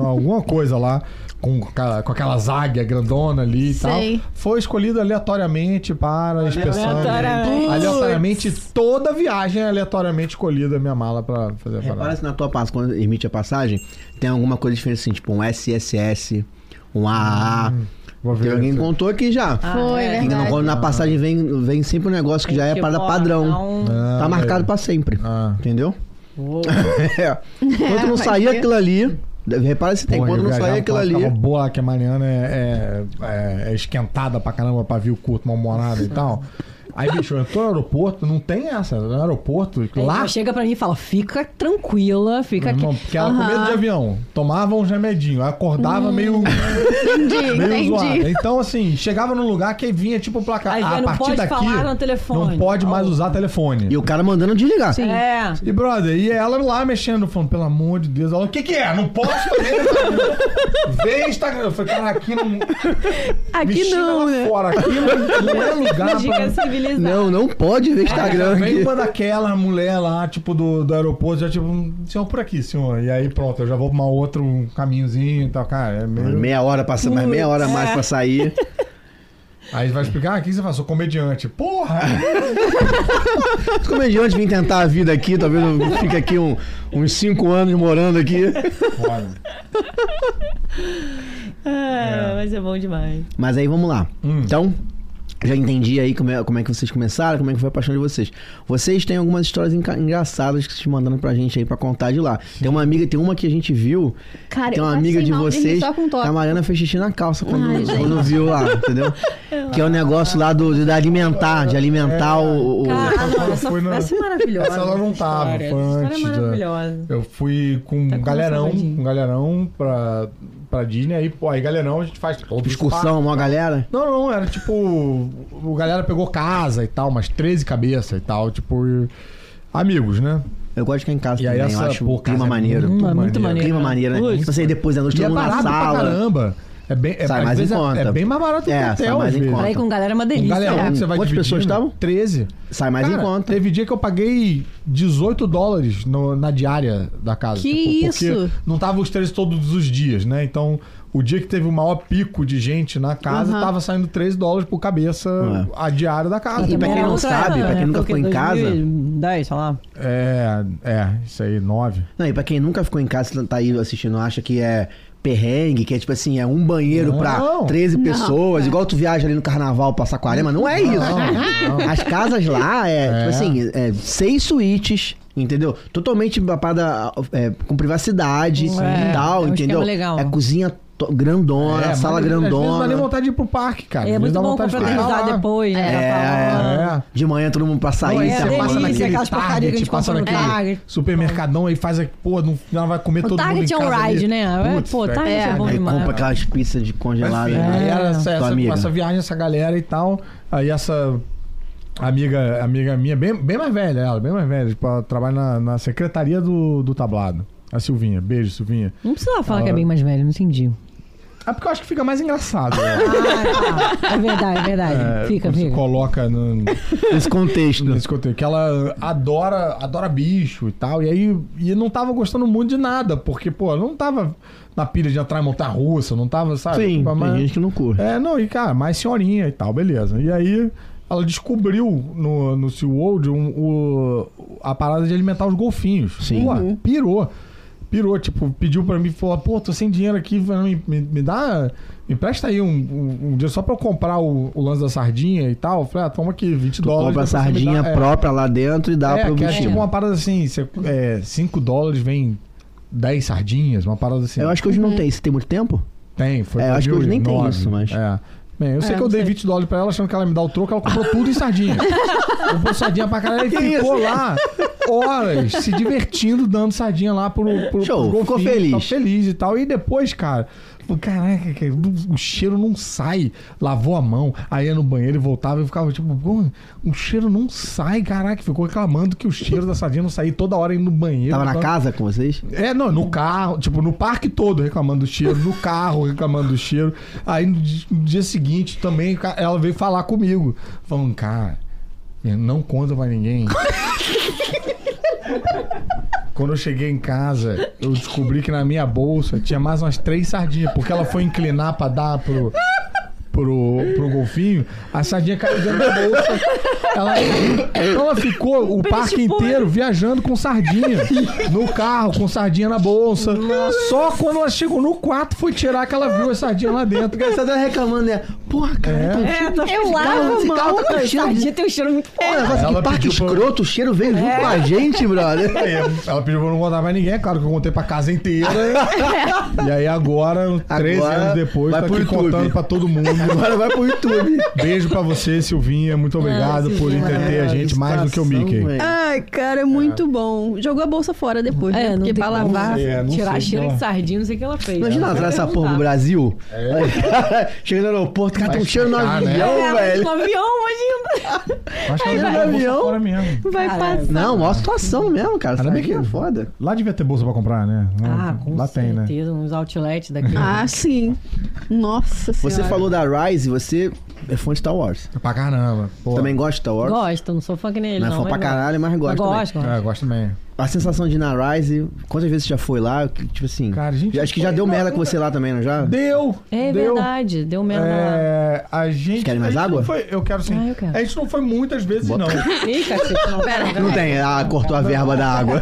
[SPEAKER 3] É, Alguma coisa lá. Com, aquela- com aquelas águias grandona ali e
[SPEAKER 1] Sei.
[SPEAKER 3] tal. Foi escolhido aleatoriamente para a inspeção.
[SPEAKER 4] Aleatoriamente.
[SPEAKER 3] Aleatoriamente, toda viagem é aleatoriamente escolhida a minha mala pra fazer a
[SPEAKER 2] Repara
[SPEAKER 3] parada.
[SPEAKER 2] se na tua passa, quando emite a passagem, tem alguma coisa diferente assim, tipo um SSS, um AA.
[SPEAKER 3] Vou
[SPEAKER 2] Tem
[SPEAKER 3] ver.
[SPEAKER 2] alguém que
[SPEAKER 3] se-
[SPEAKER 2] contou aqui já.
[SPEAKER 1] Foi,
[SPEAKER 4] é.
[SPEAKER 2] Que não,
[SPEAKER 1] Ah, verdade.
[SPEAKER 2] quando na passagem vem, vem sempre um negócio que já é
[SPEAKER 4] Tipo,
[SPEAKER 2] parada
[SPEAKER 4] ó, então,
[SPEAKER 2] padrão.
[SPEAKER 4] não-
[SPEAKER 3] Ah,
[SPEAKER 2] Tá marcado
[SPEAKER 3] é.
[SPEAKER 2] pra sempre.
[SPEAKER 3] Ah.
[SPEAKER 2] Entendeu?
[SPEAKER 4] Vou-
[SPEAKER 2] [LAUGHS] É. Quando não
[SPEAKER 1] mas
[SPEAKER 2] sair
[SPEAKER 1] que-
[SPEAKER 2] aquilo ali, repara se tem,
[SPEAKER 3] Porra, um
[SPEAKER 2] quando
[SPEAKER 3] eu
[SPEAKER 2] não
[SPEAKER 3] viajava
[SPEAKER 2] sair aquilo
[SPEAKER 3] pra-
[SPEAKER 2] ali.
[SPEAKER 3] ficava boa que a Mariana é, é- é esquentada pra caramba, pavio curto, mal-humorada e tal. Aí, bicho, eu tô no aeroporto, não tem essa. No aeroporto,
[SPEAKER 4] Aí
[SPEAKER 3] lá.
[SPEAKER 4] ela chega pra mim e fala, fica tranquila, fica aqui.
[SPEAKER 3] Irmão, porque ela com medo de avião. Tomava um remedinho, aí
[SPEAKER 4] Hum.
[SPEAKER 3] acordava
[SPEAKER 4] [LAUGHS]
[SPEAKER 3] meio,
[SPEAKER 2] [LAUGHS]
[SPEAKER 1] Entendi,
[SPEAKER 3] meio zoada.
[SPEAKER 1] entendi.
[SPEAKER 3] Então, assim, chegava num lugar que vinha tipo placar.
[SPEAKER 4] Aí
[SPEAKER 3] "Ah,
[SPEAKER 4] vem,
[SPEAKER 3] a
[SPEAKER 4] não
[SPEAKER 3] partir
[SPEAKER 4] pode
[SPEAKER 3] daqui.
[SPEAKER 4] falar no telefone."
[SPEAKER 3] Não pode mais
[SPEAKER 4] Oh.
[SPEAKER 3] usar telefone.
[SPEAKER 2] E o cara mandando desligar. Sim.
[SPEAKER 4] É.
[SPEAKER 3] E, brother, e ela lá mexendo, falando, pelo amor de Deus. Ela, o que que é? Não posso fazer. essa- Vê Instagram. Eu falei, cara, aqui não... me
[SPEAKER 1] Aqui
[SPEAKER 3] xinga
[SPEAKER 1] não,
[SPEAKER 3] lá
[SPEAKER 1] né?
[SPEAKER 3] Fora. Aqui não, não é lugar
[SPEAKER 4] Dica
[SPEAKER 3] pra...
[SPEAKER 4] civilizada.
[SPEAKER 2] Não, não pode ver Instagram
[SPEAKER 3] Vem
[SPEAKER 2] aqui.
[SPEAKER 3] uma daquela mulher lá, tipo, do, do aeroporto, já tipo, senhor, por aqui, senhor. E aí, pronto, eu já vou pra um outro caminhozinho e tal, cara. É meio...
[SPEAKER 2] Meia hora pra sa- mais meia hora a mais pra sair.
[SPEAKER 3] Aí vai explicar, ah, o que você faz? Sou comediante. Porra!
[SPEAKER 2] Os comediantes vêm tentar a vida aqui, talvez eu fique aqui um- uns 5 anos morando aqui.
[SPEAKER 3] Olha.
[SPEAKER 4] [LAUGHS] Ah, mas é bom demais.
[SPEAKER 2] Mas aí vamos lá.
[SPEAKER 3] Hum.
[SPEAKER 2] Então, já entendi aí como é, como é que vocês começaram, como é que foi a paixão de vocês. Vocês têm algumas histórias enca- engraçadas que vocês mandando pra gente aí pra contar de lá. Tem uma amiga, tem uma que a gente viu.
[SPEAKER 1] Cara,
[SPEAKER 2] tem uma
[SPEAKER 1] eu
[SPEAKER 2] amiga
[SPEAKER 1] passei
[SPEAKER 2] de
[SPEAKER 1] mal rir
[SPEAKER 2] vocês.
[SPEAKER 1] Só com
[SPEAKER 2] que a
[SPEAKER 1] toque.
[SPEAKER 2] Mariana fez xixi na calça quando,
[SPEAKER 1] Ai, gente.
[SPEAKER 2] quando viu lá, entendeu? que é o negócio lá do, de alimentar, de alimentar o. o-
[SPEAKER 4] Cara,
[SPEAKER 3] quando
[SPEAKER 4] não,
[SPEAKER 3] eu
[SPEAKER 4] essa
[SPEAKER 3] fui na-
[SPEAKER 4] essa é maravilhosa.
[SPEAKER 3] Essa ela não tava,
[SPEAKER 4] história.
[SPEAKER 3] foi
[SPEAKER 4] Essa
[SPEAKER 3] antes
[SPEAKER 4] história
[SPEAKER 3] da-
[SPEAKER 4] é maravilhosa. Tá
[SPEAKER 3] Eu fui com um
[SPEAKER 4] com
[SPEAKER 3] galerão,
[SPEAKER 4] saudinho.
[SPEAKER 3] um galerão pra, pra Disney, aí, pô, aí galerão a gente faz todo o
[SPEAKER 2] excursão, uma galera.
[SPEAKER 3] Não, não, era tipo. O galera pegou casa e tal, umas 13 cabeças e tal, tipo. e- Amigos, né?
[SPEAKER 2] Eu gosto de ficar em casa
[SPEAKER 3] E aí
[SPEAKER 2] também, eu
[SPEAKER 3] essa,
[SPEAKER 2] acho
[SPEAKER 3] pô,
[SPEAKER 2] o clima
[SPEAKER 3] casa é
[SPEAKER 2] maneiro.
[SPEAKER 3] muito
[SPEAKER 4] Hum, é muito
[SPEAKER 3] maneiro.
[SPEAKER 4] maneiro.
[SPEAKER 2] Clima maneiro, né?
[SPEAKER 4] Putz.
[SPEAKER 2] Pra sair depois da noite,
[SPEAKER 3] E
[SPEAKER 2] todo
[SPEAKER 3] é
[SPEAKER 2] mundo na
[SPEAKER 3] barato pra
[SPEAKER 2] sala.
[SPEAKER 3] caramba. É bem, é,
[SPEAKER 2] Sai
[SPEAKER 3] às
[SPEAKER 2] mais em
[SPEAKER 3] vezes é-
[SPEAKER 2] conta.
[SPEAKER 3] É bem mais barato
[SPEAKER 2] É,
[SPEAKER 3] que
[SPEAKER 2] sai
[SPEAKER 3] hotel,
[SPEAKER 2] mais
[SPEAKER 3] às
[SPEAKER 2] em
[SPEAKER 3] vezes.
[SPEAKER 2] conta.
[SPEAKER 4] Aí com galera é uma
[SPEAKER 3] Um
[SPEAKER 4] delícia.
[SPEAKER 3] galerão
[SPEAKER 4] né?
[SPEAKER 3] que você vai
[SPEAKER 2] Quantas
[SPEAKER 3] dividindo,
[SPEAKER 2] pessoas estavam?
[SPEAKER 3] 13.
[SPEAKER 2] Sai mais
[SPEAKER 3] Cara,
[SPEAKER 2] em conta.
[SPEAKER 3] Teve dia que eu paguei 18 dólares no- na diária da casa. Tipo,
[SPEAKER 1] Que
[SPEAKER 3] porque
[SPEAKER 1] isso?
[SPEAKER 3] Não tava os 13 todos os dias, né? Então, o dia que teve o maior pico de gente na casa,
[SPEAKER 1] Aham.
[SPEAKER 3] tava saindo 13 dólares por cabeça
[SPEAKER 2] Ué.
[SPEAKER 3] a diária da casa.
[SPEAKER 2] E pra quem não
[SPEAKER 4] é
[SPEAKER 2] sabe, pra quem nunca foi em casa-
[SPEAKER 4] 10, sei lá.
[SPEAKER 3] É, é, isso aí, 9.
[SPEAKER 2] Não, e pra quem nunca ficou em casa, tá aí assistindo, acha que é perrengue, que é tipo assim, é um banheiro pra
[SPEAKER 3] Não.
[SPEAKER 2] 13 pessoas, igual tu viaja ali no carnaval pra Saquarema, não é isso. As casas lá é, tipo assim, é seis suítes, entendeu? Totalmente bapada é, com privacidade
[SPEAKER 4] É,
[SPEAKER 2] e tal,
[SPEAKER 4] é um
[SPEAKER 2] entendeu?
[SPEAKER 4] esquema legal.
[SPEAKER 2] É cozinha to- grandona,
[SPEAKER 3] É,
[SPEAKER 2] sala
[SPEAKER 3] mas, Às vezes não dá nem
[SPEAKER 2] grandona.
[SPEAKER 3] vontade de ir pro parque, cara.
[SPEAKER 4] É,
[SPEAKER 3] Às vezes
[SPEAKER 4] muito
[SPEAKER 3] dá
[SPEAKER 4] bom
[SPEAKER 3] vontade de ficar
[SPEAKER 4] complementar
[SPEAKER 3] lá.
[SPEAKER 4] depois, né?
[SPEAKER 2] "Ah, É.
[SPEAKER 4] É.
[SPEAKER 3] É.
[SPEAKER 2] De manhã todo mundo pra
[SPEAKER 3] Não,
[SPEAKER 2] sair,
[SPEAKER 4] é,
[SPEAKER 2] você
[SPEAKER 4] delícia,
[SPEAKER 2] passa naquele...
[SPEAKER 4] aquelas porcarias que a
[SPEAKER 3] Target,
[SPEAKER 4] gente
[SPEAKER 3] passa
[SPEAKER 4] compra no
[SPEAKER 3] naquele
[SPEAKER 4] Target.
[SPEAKER 3] supermercadão e faz, a- pô, não, ela vai comer
[SPEAKER 4] O
[SPEAKER 3] todo mundo em
[SPEAKER 4] Target é um
[SPEAKER 3] casa
[SPEAKER 4] ride,
[SPEAKER 3] ali.
[SPEAKER 4] né?
[SPEAKER 3] Putz,
[SPEAKER 4] Pô,
[SPEAKER 3] é
[SPEAKER 4] Target um é,
[SPEAKER 1] é.
[SPEAKER 4] bom
[SPEAKER 2] Aí
[SPEAKER 4] demais.
[SPEAKER 2] compra aquelas pizzas de congelada.
[SPEAKER 3] Mas, é, enfim,
[SPEAKER 2] né?
[SPEAKER 3] aí era essa,
[SPEAKER 2] Tua
[SPEAKER 3] essa,
[SPEAKER 2] amiga.
[SPEAKER 3] essa viagem, essa galera e tal. Aí essa amiga, amiga minha, bem, bem mais velha ela, bem mais velha, tipo, ela trabalha na, na secretaria do, do tablado. A Silvinha, beijo, Silvinha.
[SPEAKER 4] Não precisava falar
[SPEAKER 3] Ah.
[SPEAKER 4] que é bem mais velho, não entendi.
[SPEAKER 3] Ah, porque eu acho que fica mais engraçado. né?
[SPEAKER 4] [LAUGHS] Ah, tá. É verdade, é verdade.
[SPEAKER 3] É,
[SPEAKER 4] fica,
[SPEAKER 3] você
[SPEAKER 4] fica.
[SPEAKER 3] coloca no,
[SPEAKER 2] Esse contexto.
[SPEAKER 3] nesse contexto. Que ela adora, adora bicho e tal. E aí e não tava gostando muito de nada, porque, pô, não tava na pilha de entrar em montar russa, não tava, sabe?
[SPEAKER 2] Sim,
[SPEAKER 3] Tipo, mas-
[SPEAKER 2] tem gente que não curte.
[SPEAKER 3] É, não, e cara, mais senhorinha e tal, beleza. E aí ela descobriu no, no SeaWorld um, o, a parada de alimentar os golfinhos.
[SPEAKER 2] Sim. Uhum.
[SPEAKER 3] Pô, pirou. Pirou, tipo, pediu pra mim, falou, pô, tô sem dinheiro aqui, me, me, me dá, me empresta aí um, um, um dia só pra eu comprar o, o lance da sardinha e tal. Eu falei, ah, toma aqui, 20
[SPEAKER 2] Tu
[SPEAKER 3] dólares.
[SPEAKER 2] compra a
[SPEAKER 3] depois você me
[SPEAKER 2] sardinha
[SPEAKER 3] dá- é.
[SPEAKER 2] própria lá dentro e dá
[SPEAKER 3] É,
[SPEAKER 2] pro
[SPEAKER 3] que é
[SPEAKER 2] bichinho.
[SPEAKER 3] tipo uma parada assim, você, é, 5 dólares vem 10 sardinhas, uma parada assim.
[SPEAKER 2] É, Eu acho que hoje não tem. Você tem muito tempo?
[SPEAKER 3] Tem, foi
[SPEAKER 2] É, eu acho que hoje nem tem
[SPEAKER 3] 2009.
[SPEAKER 2] isso, mas-
[SPEAKER 3] É. Bem, eu sei
[SPEAKER 4] É,
[SPEAKER 3] que eu
[SPEAKER 4] não
[SPEAKER 3] dei
[SPEAKER 4] sei.
[SPEAKER 3] 20 dólares pra ela achando que ela ia me dar o troco, ela comprou tudo
[SPEAKER 2] [LAUGHS]
[SPEAKER 3] em sardinha. comprou sardinha pra caralho e ficou lá horas se divertindo dando sardinha lá pro, pro,
[SPEAKER 2] Show,
[SPEAKER 3] pro golfinho,
[SPEAKER 2] ficou feliz.
[SPEAKER 3] tá feliz e tal. E depois, cara, falou, caraca, que- o cheiro não sai. Lavou a mão, aí ia no banheiro e voltava e ficava tipo, "Pô, o cheiro não sai, caraca. Ficou reclamando que o cheiro da sardinha não saía toda hora indo no banheiro.
[SPEAKER 2] Tava na
[SPEAKER 3] Então,
[SPEAKER 2] casa com vocês?
[SPEAKER 3] é, não, no carro, tipo, no parque todo reclamando do cheiro, no carro reclamando do cheiro. Aí no di- no dia seguinte também ca- ela veio falar comigo, falando, cara, eu não conta pra ninguém. Quando eu cheguei em casa, eu descobri que na minha bolsa tinha mais umas três sardinhas, porque ela foi inclinar pra dar pro. Pro, pro golfinho, a sardinha caiu dentro da bolsa. Ela, então ela ficou o parque
[SPEAKER 4] Peixe podre.
[SPEAKER 3] inteiro viajando com [LAUGHS] sardinha no carro, com sardinha na bolsa. Só quando ela chegou no quarto foi tirar que ela viu a sardinha lá dentro.
[SPEAKER 2] Você tá reclamando, né? Porra, cara,
[SPEAKER 3] É.
[SPEAKER 2] tá um
[SPEAKER 4] É, tá
[SPEAKER 1] Eu lavo a
[SPEAKER 2] Esse carro
[SPEAKER 1] mão.
[SPEAKER 2] tá com cheiro de...
[SPEAKER 4] Sardinha tem um cheiro muito
[SPEAKER 2] Pô,
[SPEAKER 4] forte.
[SPEAKER 2] negócio
[SPEAKER 3] Ela
[SPEAKER 2] que parque
[SPEAKER 3] pediu pra-
[SPEAKER 2] escroto, o cheiro veio junto
[SPEAKER 1] É.
[SPEAKER 2] com a gente, brother.
[SPEAKER 1] [LAUGHS]
[SPEAKER 3] Aí É, Ela pediu pra eu não contar pra ninguém, é claro que eu contei pra casa inteira. E aí agora, 13
[SPEAKER 2] Agora
[SPEAKER 3] anos depois,
[SPEAKER 2] vai
[SPEAKER 3] tá
[SPEAKER 2] pro
[SPEAKER 3] aqui
[SPEAKER 2] YouTube.
[SPEAKER 3] contando pra todo mundo.
[SPEAKER 2] Agora vai pro YouTube.
[SPEAKER 3] Beijo pra você, Silvinha. Muito obrigado por entreter a gente mais do que o Mickey.
[SPEAKER 1] Ai, cara, é muito bom. Jogou a bolsa fora depois, né?
[SPEAKER 4] É, não
[SPEAKER 1] Porque
[SPEAKER 4] tem
[SPEAKER 1] pra
[SPEAKER 4] como.
[SPEAKER 1] lavar.
[SPEAKER 3] É, não
[SPEAKER 4] Tirar
[SPEAKER 3] sei,
[SPEAKER 4] cheiro
[SPEAKER 3] então.
[SPEAKER 4] de sardinha, não sei o que ela fez. um
[SPEAKER 2] Imagina
[SPEAKER 4] Ela
[SPEAKER 2] atrás essa
[SPEAKER 4] foi
[SPEAKER 2] porra pro
[SPEAKER 4] perguntar.
[SPEAKER 2] Brasil. Aí, [LAUGHS] cara, chega no aeroporto, cara, tem um
[SPEAKER 3] É. Vai
[SPEAKER 2] cheiro no
[SPEAKER 3] ficar, né?
[SPEAKER 2] avião,
[SPEAKER 4] É, mas
[SPEAKER 2] velho.
[SPEAKER 4] no avião, imagina.
[SPEAKER 3] Acho que
[SPEAKER 2] Aí,
[SPEAKER 3] ela jogou a
[SPEAKER 2] no
[SPEAKER 3] bolsa
[SPEAKER 2] avião?
[SPEAKER 3] fora mesmo.
[SPEAKER 1] Vai
[SPEAKER 4] Caralho.
[SPEAKER 1] passar.
[SPEAKER 2] Não, maior situação mesmo, cara.
[SPEAKER 3] Ainda
[SPEAKER 2] Sabe
[SPEAKER 3] bem
[SPEAKER 2] que é
[SPEAKER 3] que-
[SPEAKER 2] foda.
[SPEAKER 3] Lá devia ter bolsa pra comprar, né?
[SPEAKER 4] Ah, com
[SPEAKER 3] Lá tem,
[SPEAKER 4] certeza.
[SPEAKER 3] né?
[SPEAKER 4] Uns outlets daqui.
[SPEAKER 1] Ah, sim. Nossa
[SPEAKER 2] Você
[SPEAKER 1] senhora.
[SPEAKER 2] falou da Rise, você é fã de Star Wars.
[SPEAKER 3] Pra caramba. Pô.
[SPEAKER 2] Também gosta de Star Wars?
[SPEAKER 4] Gosto, não sou fã que nem ele.
[SPEAKER 2] Não é fã
[SPEAKER 4] mas
[SPEAKER 2] pra
[SPEAKER 4] gosto.
[SPEAKER 2] caralho, né? mas gosta também.
[SPEAKER 4] Gosto.
[SPEAKER 3] É, eu gosto também.
[SPEAKER 2] A sensação de ir na Rise, quantas vezes você já foi lá? Que, Tipo assim.
[SPEAKER 3] Cara, gente,
[SPEAKER 2] já- acho que já
[SPEAKER 3] foi-
[SPEAKER 2] deu
[SPEAKER 3] não,
[SPEAKER 2] merda com você lá também, não já?
[SPEAKER 3] Deu!
[SPEAKER 4] É
[SPEAKER 3] Ah. deu.
[SPEAKER 4] verdade, deu merda lá.
[SPEAKER 3] É, a gente.
[SPEAKER 2] Querem mais
[SPEAKER 3] a gente
[SPEAKER 2] água?
[SPEAKER 3] não foi- eu quero sim.
[SPEAKER 4] Ah, eu quero.
[SPEAKER 3] A gente não foi muitas vezes,
[SPEAKER 2] Bota-
[SPEAKER 3] não. [LAUGHS]
[SPEAKER 4] Ih, cacete,
[SPEAKER 2] [LAUGHS]
[SPEAKER 4] não. Pera.
[SPEAKER 2] Não tem, ah, cortou a verba da
[SPEAKER 4] [LAUGHS]
[SPEAKER 2] água.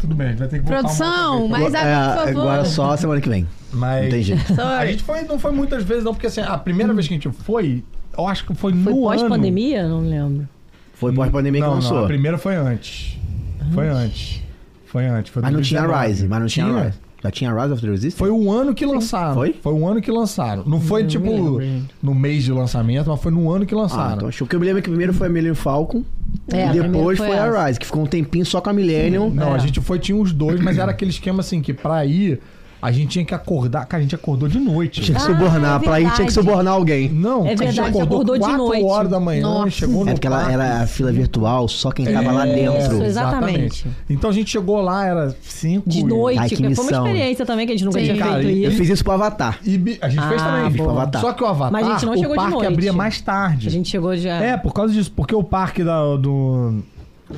[SPEAKER 3] Tudo bem, a gente vai ter que voltar um
[SPEAKER 1] Produção,
[SPEAKER 3] uma outra
[SPEAKER 1] mais água, por
[SPEAKER 2] É,
[SPEAKER 1] favor.
[SPEAKER 2] agora só semana que vem.
[SPEAKER 3] vez. Mas
[SPEAKER 2] Não tem jeito.
[SPEAKER 3] A
[SPEAKER 1] Sorry.
[SPEAKER 3] gente foi, não foi muitas vezes, não, porque assim, a primeira vez que a gente foi, eu acho que foi,
[SPEAKER 4] Foi
[SPEAKER 3] no ano.
[SPEAKER 4] pós-pandemia? Não lembro.
[SPEAKER 2] Foi pós-pandemia que
[SPEAKER 3] Não,
[SPEAKER 2] lançou.
[SPEAKER 3] não, a primeira foi antes. Foi antes. Foi antes. Foi
[SPEAKER 2] Mas não tinha
[SPEAKER 3] 2019.
[SPEAKER 2] Rise, mas não tinha, Rise. Já tinha Rise of the Resistance? Ah,
[SPEAKER 3] Foi o ano que lançaram.
[SPEAKER 2] Foi?
[SPEAKER 3] Foi o ano que lançaram. Não foi, tipo,
[SPEAKER 4] lembro, gente.
[SPEAKER 3] no mês de lançamento, mas foi no ano que
[SPEAKER 2] Ah,
[SPEAKER 3] lançaram.
[SPEAKER 2] então acho que eu me lembro que primeiro foi a Millennium Falcon
[SPEAKER 4] É, a
[SPEAKER 2] e depois
[SPEAKER 4] primeira
[SPEAKER 2] foi,
[SPEAKER 4] foi
[SPEAKER 2] a
[SPEAKER 4] essa.
[SPEAKER 2] Rise, que ficou um tempinho só com a Millennium.
[SPEAKER 3] Não,
[SPEAKER 4] É.
[SPEAKER 3] a gente foi, tinha os dois, mas era aquele esquema assim que pra ir, a gente tinha que acordar. Cara, a gente acordou de noite.
[SPEAKER 2] Tinha que
[SPEAKER 4] Ah,
[SPEAKER 2] subornar,
[SPEAKER 4] é
[SPEAKER 2] pra ir tinha que
[SPEAKER 4] verdade.
[SPEAKER 2] subornar alguém.
[SPEAKER 3] Não, a
[SPEAKER 4] É
[SPEAKER 3] gente
[SPEAKER 4] verdade,
[SPEAKER 3] acordou,
[SPEAKER 4] acordou de
[SPEAKER 3] 4
[SPEAKER 4] noite.
[SPEAKER 3] horas da manhã,
[SPEAKER 1] Nossa.
[SPEAKER 3] chegou no
[SPEAKER 2] É porque ela
[SPEAKER 3] parque.
[SPEAKER 2] era a fila virtual, só quem tava
[SPEAKER 3] É.
[SPEAKER 2] lá
[SPEAKER 4] Isso,
[SPEAKER 2] dentro.
[SPEAKER 4] exatamente.
[SPEAKER 3] Então a gente chegou lá, era 5
[SPEAKER 4] De noite,
[SPEAKER 2] Ai, que
[SPEAKER 4] que foi uma
[SPEAKER 2] missão.
[SPEAKER 4] experiência também que a gente nunca
[SPEAKER 1] Sim.
[SPEAKER 4] tinha
[SPEAKER 3] Cara,
[SPEAKER 4] feito
[SPEAKER 3] e-
[SPEAKER 2] Eu
[SPEAKER 4] isso.
[SPEAKER 2] fiz isso pro Avatar.
[SPEAKER 3] E bi- a gente
[SPEAKER 4] Ah,
[SPEAKER 3] fez também.
[SPEAKER 4] boa.
[SPEAKER 2] Avatar.
[SPEAKER 3] Só que o Avatar,
[SPEAKER 4] Mas a gente não chegou
[SPEAKER 3] o
[SPEAKER 4] de
[SPEAKER 3] parque
[SPEAKER 4] noite.
[SPEAKER 3] abria mais tarde.
[SPEAKER 4] A gente chegou já.
[SPEAKER 3] É, por causa disso, porque o parque da- do.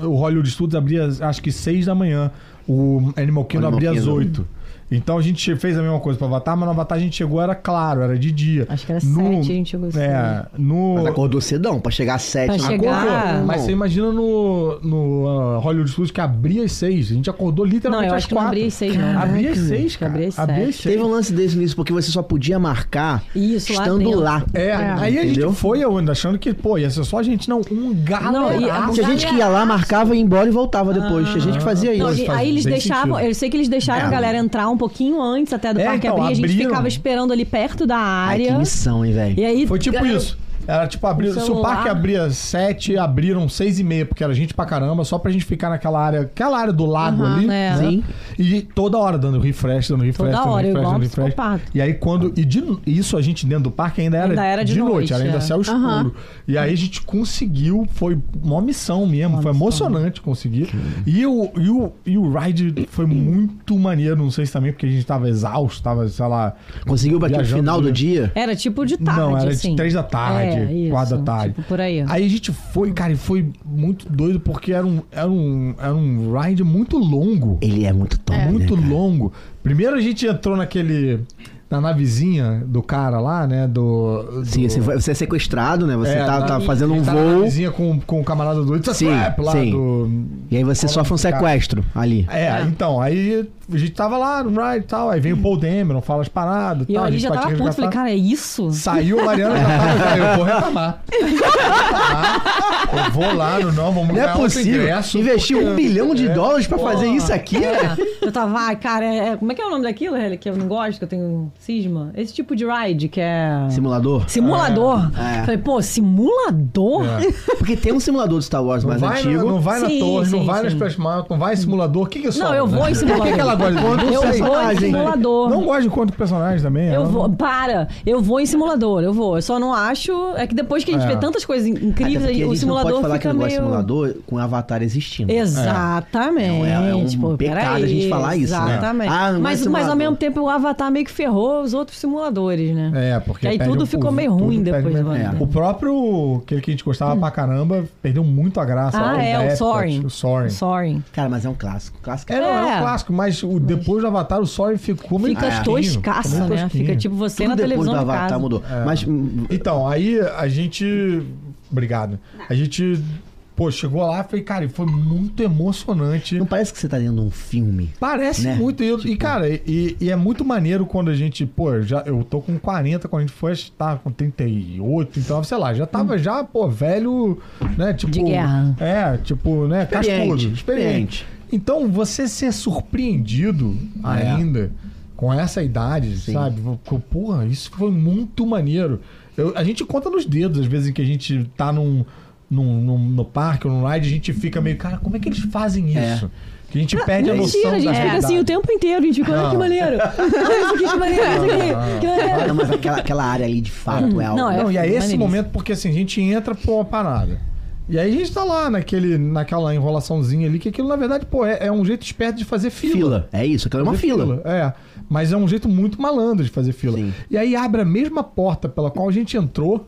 [SPEAKER 3] O Hollywood Studios abria acho que 6 da manhã. O Animal Kingdom
[SPEAKER 2] Animal
[SPEAKER 3] abria às
[SPEAKER 2] Kingdom.
[SPEAKER 3] 8. Então a gente fez a mesma coisa pro Avatar, mas no Avatar a gente chegou, era claro, era de dia.
[SPEAKER 4] Acho que era
[SPEAKER 3] No-
[SPEAKER 4] sete, a gente chegou assim.
[SPEAKER 3] É, no.
[SPEAKER 2] Mas acordou cedão, pra chegar às sete.
[SPEAKER 4] Pra
[SPEAKER 2] né?
[SPEAKER 4] chegar-
[SPEAKER 3] Acordou, mas
[SPEAKER 2] Não.
[SPEAKER 3] você imagina no, no ah, Hollywood Studios que abria às 6. A gente acordou
[SPEAKER 4] Não,
[SPEAKER 3] literalmente
[SPEAKER 4] eu
[SPEAKER 3] às
[SPEAKER 4] acho que não
[SPEAKER 3] 4.
[SPEAKER 4] abria às seis, não.
[SPEAKER 3] Abria às
[SPEAKER 4] Caraca,
[SPEAKER 3] 6,
[SPEAKER 4] acho que
[SPEAKER 3] cara.
[SPEAKER 4] abria às
[SPEAKER 3] Abria às
[SPEAKER 4] sete.
[SPEAKER 2] Teve
[SPEAKER 3] 6.
[SPEAKER 2] um lance desse nisso, porque você só podia marcar
[SPEAKER 4] Isso, lá
[SPEAKER 2] estando
[SPEAKER 4] dentro.
[SPEAKER 2] lá.
[SPEAKER 3] É, aí a
[SPEAKER 2] Entendeu?
[SPEAKER 3] gente foi aonde, achando que, pô, ia ser só a gente. Não, um
[SPEAKER 4] Não, e- Ah.
[SPEAKER 3] galera.
[SPEAKER 2] Se a gente que ia lá, marcava, ia embora e voltava depois. Tinha gente que fazia
[SPEAKER 4] Não,
[SPEAKER 2] isso.
[SPEAKER 4] e-
[SPEAKER 3] faz
[SPEAKER 4] aí eles
[SPEAKER 3] bem
[SPEAKER 4] deixavam,
[SPEAKER 3] sentido.
[SPEAKER 4] eu sei que eles deixaram
[SPEAKER 2] É.
[SPEAKER 4] a galera entrar um pouquinho antes até do
[SPEAKER 3] É,
[SPEAKER 4] parque
[SPEAKER 3] então,
[SPEAKER 4] abrir, a gente
[SPEAKER 3] abriram.
[SPEAKER 4] ficava esperando ali perto da
[SPEAKER 2] Ai, que
[SPEAKER 4] área.
[SPEAKER 2] missão, hein, velho.
[SPEAKER 4] e aí
[SPEAKER 3] Foi tipo
[SPEAKER 4] galera,
[SPEAKER 3] isso. Era tipo, abrir,
[SPEAKER 4] No
[SPEAKER 3] se o
[SPEAKER 4] celular.
[SPEAKER 3] parque abria 7, abriram 6 e meia, porque era gente pra caramba, só pra gente ficar naquela área, aquela área do lago
[SPEAKER 4] Aham,
[SPEAKER 3] ali.
[SPEAKER 4] é.
[SPEAKER 3] né?
[SPEAKER 2] Sim.
[SPEAKER 3] E toda hora dando refresh, dando refresh, dando
[SPEAKER 4] hora,
[SPEAKER 3] refresh,
[SPEAKER 4] igual
[SPEAKER 3] dando
[SPEAKER 4] um
[SPEAKER 3] refresh.
[SPEAKER 4] psicopata.
[SPEAKER 3] E aí quando. E de- isso a gente dentro do parque ainda era,
[SPEAKER 4] Ainda era de noite,
[SPEAKER 3] era ainda
[SPEAKER 4] é.
[SPEAKER 3] céu escuro.
[SPEAKER 1] Aham.
[SPEAKER 3] E aí a gente conseguiu, foi uma missão mesmo, foi emocionante conseguir. E o, e, o, e o ride foi muito maneiro, não sei se também, porque a gente tava exausto, tava, sei lá.
[SPEAKER 2] Conseguiu bater o
[SPEAKER 3] Viajando né?
[SPEAKER 2] final do
[SPEAKER 3] durante-
[SPEAKER 2] dia?
[SPEAKER 4] Era tipo de tarde,
[SPEAKER 3] Não, era de
[SPEAKER 4] assim.
[SPEAKER 3] três da
[SPEAKER 4] É,
[SPEAKER 3] tarde,
[SPEAKER 4] isso,
[SPEAKER 3] quatro da tarde.
[SPEAKER 4] Tipo por aí.
[SPEAKER 3] Aí a gente foi, cara, e foi muito doido porque era um, era um, era um ride muito longo.
[SPEAKER 2] Ele é muito top,
[SPEAKER 3] Muito
[SPEAKER 2] né, cara?
[SPEAKER 3] longo. Primeiro a gente entrou naquele. na navezinha do cara lá, né? Do. do-
[SPEAKER 2] Sim, você, vai- você é sequestrado, né? Você
[SPEAKER 3] É,
[SPEAKER 2] tá,
[SPEAKER 3] na-
[SPEAKER 2] tá fazendo
[SPEAKER 3] a
[SPEAKER 2] um
[SPEAKER 3] gente tá Na
[SPEAKER 2] voo
[SPEAKER 3] navezinha com, com o camarada do It's a
[SPEAKER 2] Sim,
[SPEAKER 3] Trap lá
[SPEAKER 2] sim.
[SPEAKER 3] do.
[SPEAKER 2] e aí você
[SPEAKER 3] Fala
[SPEAKER 2] sofre um
[SPEAKER 3] do cara.
[SPEAKER 2] sequestro ali.
[SPEAKER 3] É, então, aí a gente tava lá no ride e tal, aí vem o Paul Dameron, fala as paradas
[SPEAKER 4] E eu
[SPEAKER 3] tal. a
[SPEAKER 4] ali
[SPEAKER 3] gente
[SPEAKER 4] já tava
[SPEAKER 3] pratica
[SPEAKER 4] puto, falei,
[SPEAKER 3] resgatar.
[SPEAKER 4] cara, é isso?
[SPEAKER 3] Saiu a Mariana já tava, já, eu vou
[SPEAKER 4] [LAUGHS]
[SPEAKER 3] reclamar. Eu vou reclamar. Eu vou lá, no não, vamos
[SPEAKER 2] Não é
[SPEAKER 3] ganhar outro
[SPEAKER 2] possível
[SPEAKER 3] ingresso. É.
[SPEAKER 2] investir um bilhão de dólares pra fazer
[SPEAKER 4] Porra.
[SPEAKER 2] isso aqui? né?
[SPEAKER 4] É. Eu tava, ai, cara, é- como é que é o nome daquilo, Heli, que eu não gosto, que eu tenho cisma? Esse tipo de ride que é.
[SPEAKER 2] Simulador?
[SPEAKER 4] Simulador?
[SPEAKER 2] É.
[SPEAKER 4] Falei, pô, simulador?
[SPEAKER 3] É.
[SPEAKER 2] Porque tem um simulador do Star Wars
[SPEAKER 3] Não
[SPEAKER 2] mais
[SPEAKER 3] vai, na,
[SPEAKER 2] antigo.
[SPEAKER 3] não vai
[SPEAKER 4] Sim,
[SPEAKER 3] na torre, não
[SPEAKER 4] sim,
[SPEAKER 3] vai
[SPEAKER 4] sim.
[SPEAKER 3] no Splash Mountain, não vai em simulador. O que que eu sou? né?
[SPEAKER 4] Não, eu vou em
[SPEAKER 3] Por que, que ela gosta de
[SPEAKER 4] simulador.
[SPEAKER 3] conto?
[SPEAKER 4] Eu vou em
[SPEAKER 2] personagem?
[SPEAKER 4] simulador.
[SPEAKER 3] Não gosta de conto personagem também?
[SPEAKER 4] [LAUGHS]
[SPEAKER 3] é,
[SPEAKER 4] Eu
[SPEAKER 3] ela
[SPEAKER 4] vou, para, eu vou em simulador, eu vou. Eu só não acho. É que depois que a gente
[SPEAKER 3] É.
[SPEAKER 4] vê tantas coisas in-
[SPEAKER 2] Até
[SPEAKER 4] incríveis,
[SPEAKER 2] porque Ah, a gente
[SPEAKER 4] o
[SPEAKER 2] não
[SPEAKER 4] simulador
[SPEAKER 2] pode falar que
[SPEAKER 4] fica
[SPEAKER 2] não gosta de
[SPEAKER 4] meio.
[SPEAKER 2] simulador com o Avatar existindo.
[SPEAKER 4] Exatamente.
[SPEAKER 2] É um- é um
[SPEAKER 4] pô,
[SPEAKER 2] pecado
[SPEAKER 4] peraí,
[SPEAKER 2] a gente falar isso, né?
[SPEAKER 4] Exatamente.
[SPEAKER 2] Ah, não gosto de
[SPEAKER 4] mas, mas
[SPEAKER 2] simulador.
[SPEAKER 4] ao mesmo tempo o Avatar meio que ferrou os outros simuladores, né?
[SPEAKER 3] É, porque.
[SPEAKER 4] E aí
[SPEAKER 3] perde
[SPEAKER 4] tudo
[SPEAKER 3] o-
[SPEAKER 4] ficou meio
[SPEAKER 3] tudo
[SPEAKER 4] ruim
[SPEAKER 3] perde É,
[SPEAKER 4] depois,
[SPEAKER 3] meio-
[SPEAKER 4] mano.
[SPEAKER 3] O próprio, aquele que a gente gostava pra caramba, perdeu muito a graça.
[SPEAKER 4] Ah,
[SPEAKER 3] ó,
[SPEAKER 4] é,
[SPEAKER 3] da
[SPEAKER 4] o
[SPEAKER 3] Epcot,
[SPEAKER 4] Soaring.
[SPEAKER 3] O Soaring.
[SPEAKER 4] Sorry.
[SPEAKER 2] Cara, mas é um clássico. Clássico
[SPEAKER 3] É, não, é
[SPEAKER 4] É.
[SPEAKER 3] um clássico, mas o, depois do Avatar, o Soaring ficou meio
[SPEAKER 4] Fica
[SPEAKER 3] tosquinho,
[SPEAKER 4] toscaço,
[SPEAKER 3] ficou meio
[SPEAKER 4] né?
[SPEAKER 3] é tosquinho.
[SPEAKER 4] Fica tipo você
[SPEAKER 2] Tudo
[SPEAKER 4] na
[SPEAKER 2] depois
[SPEAKER 4] televisão
[SPEAKER 2] do
[SPEAKER 4] de
[SPEAKER 2] Avatar
[SPEAKER 4] casa.
[SPEAKER 2] mudou.
[SPEAKER 3] É.
[SPEAKER 2] Mas hum,
[SPEAKER 3] Então, aí a gente. Obrigado. A gente, pô, chegou lá e falei, cara, e foi muito emocionante.
[SPEAKER 2] não parece que você tá lendo um
[SPEAKER 4] [LAUGHS]
[SPEAKER 2] filme.
[SPEAKER 3] Parece
[SPEAKER 2] Né?
[SPEAKER 3] muito. E, eu- e, cara, e, e é muito maneiro quando a gente, pô, eu já, eu tô com 40, quando a gente foi, tava com 38, então, sei lá, já tava já, pô, velho, né? Tipo,
[SPEAKER 4] De guerra.
[SPEAKER 3] É, tipo, né?
[SPEAKER 2] Experiente,
[SPEAKER 3] Cascudo,
[SPEAKER 2] experiente.
[SPEAKER 3] experiente. Então, você ser surpreendido ainda com essa idade, sabe? Porque, Porra, isso foi muito maneiro. Eu- a gente conta nos dedos, às vezes, em que a gente tá num, num, num- no parque ou num ride, a gente fica meio, cara, como é que eles fazem
[SPEAKER 2] É.
[SPEAKER 3] isso? Que a gente perde a noção
[SPEAKER 4] É, Mentira, a
[SPEAKER 3] da
[SPEAKER 4] gente fica
[SPEAKER 3] realidade.
[SPEAKER 4] assim o tempo inteiro, a gente fica, olha que
[SPEAKER 3] Não. [LAUGHS]
[SPEAKER 4] maneiro. Olha isso aqui, que maneiro, isso aqui, que maneiro.
[SPEAKER 2] Não, mas aquela, aquela área ali de fato é algo.
[SPEAKER 4] Não, é-
[SPEAKER 3] Não, e é esse
[SPEAKER 4] maneiríssimo.
[SPEAKER 3] momento porque assim, a gente entra pra uma parada. E aí a gente tá lá naquele, naquela enrolaçãozinha ali, que aquilo, na verdade, pô, é, é um jeito esperto de fazer fila.
[SPEAKER 2] fila. É isso, aquela é uma
[SPEAKER 3] Fazer
[SPEAKER 2] fila.
[SPEAKER 3] É. Mas é um jeito muito malandro de fazer fila.
[SPEAKER 2] Sim.
[SPEAKER 3] E aí abre a mesma porta pela qual a gente entrou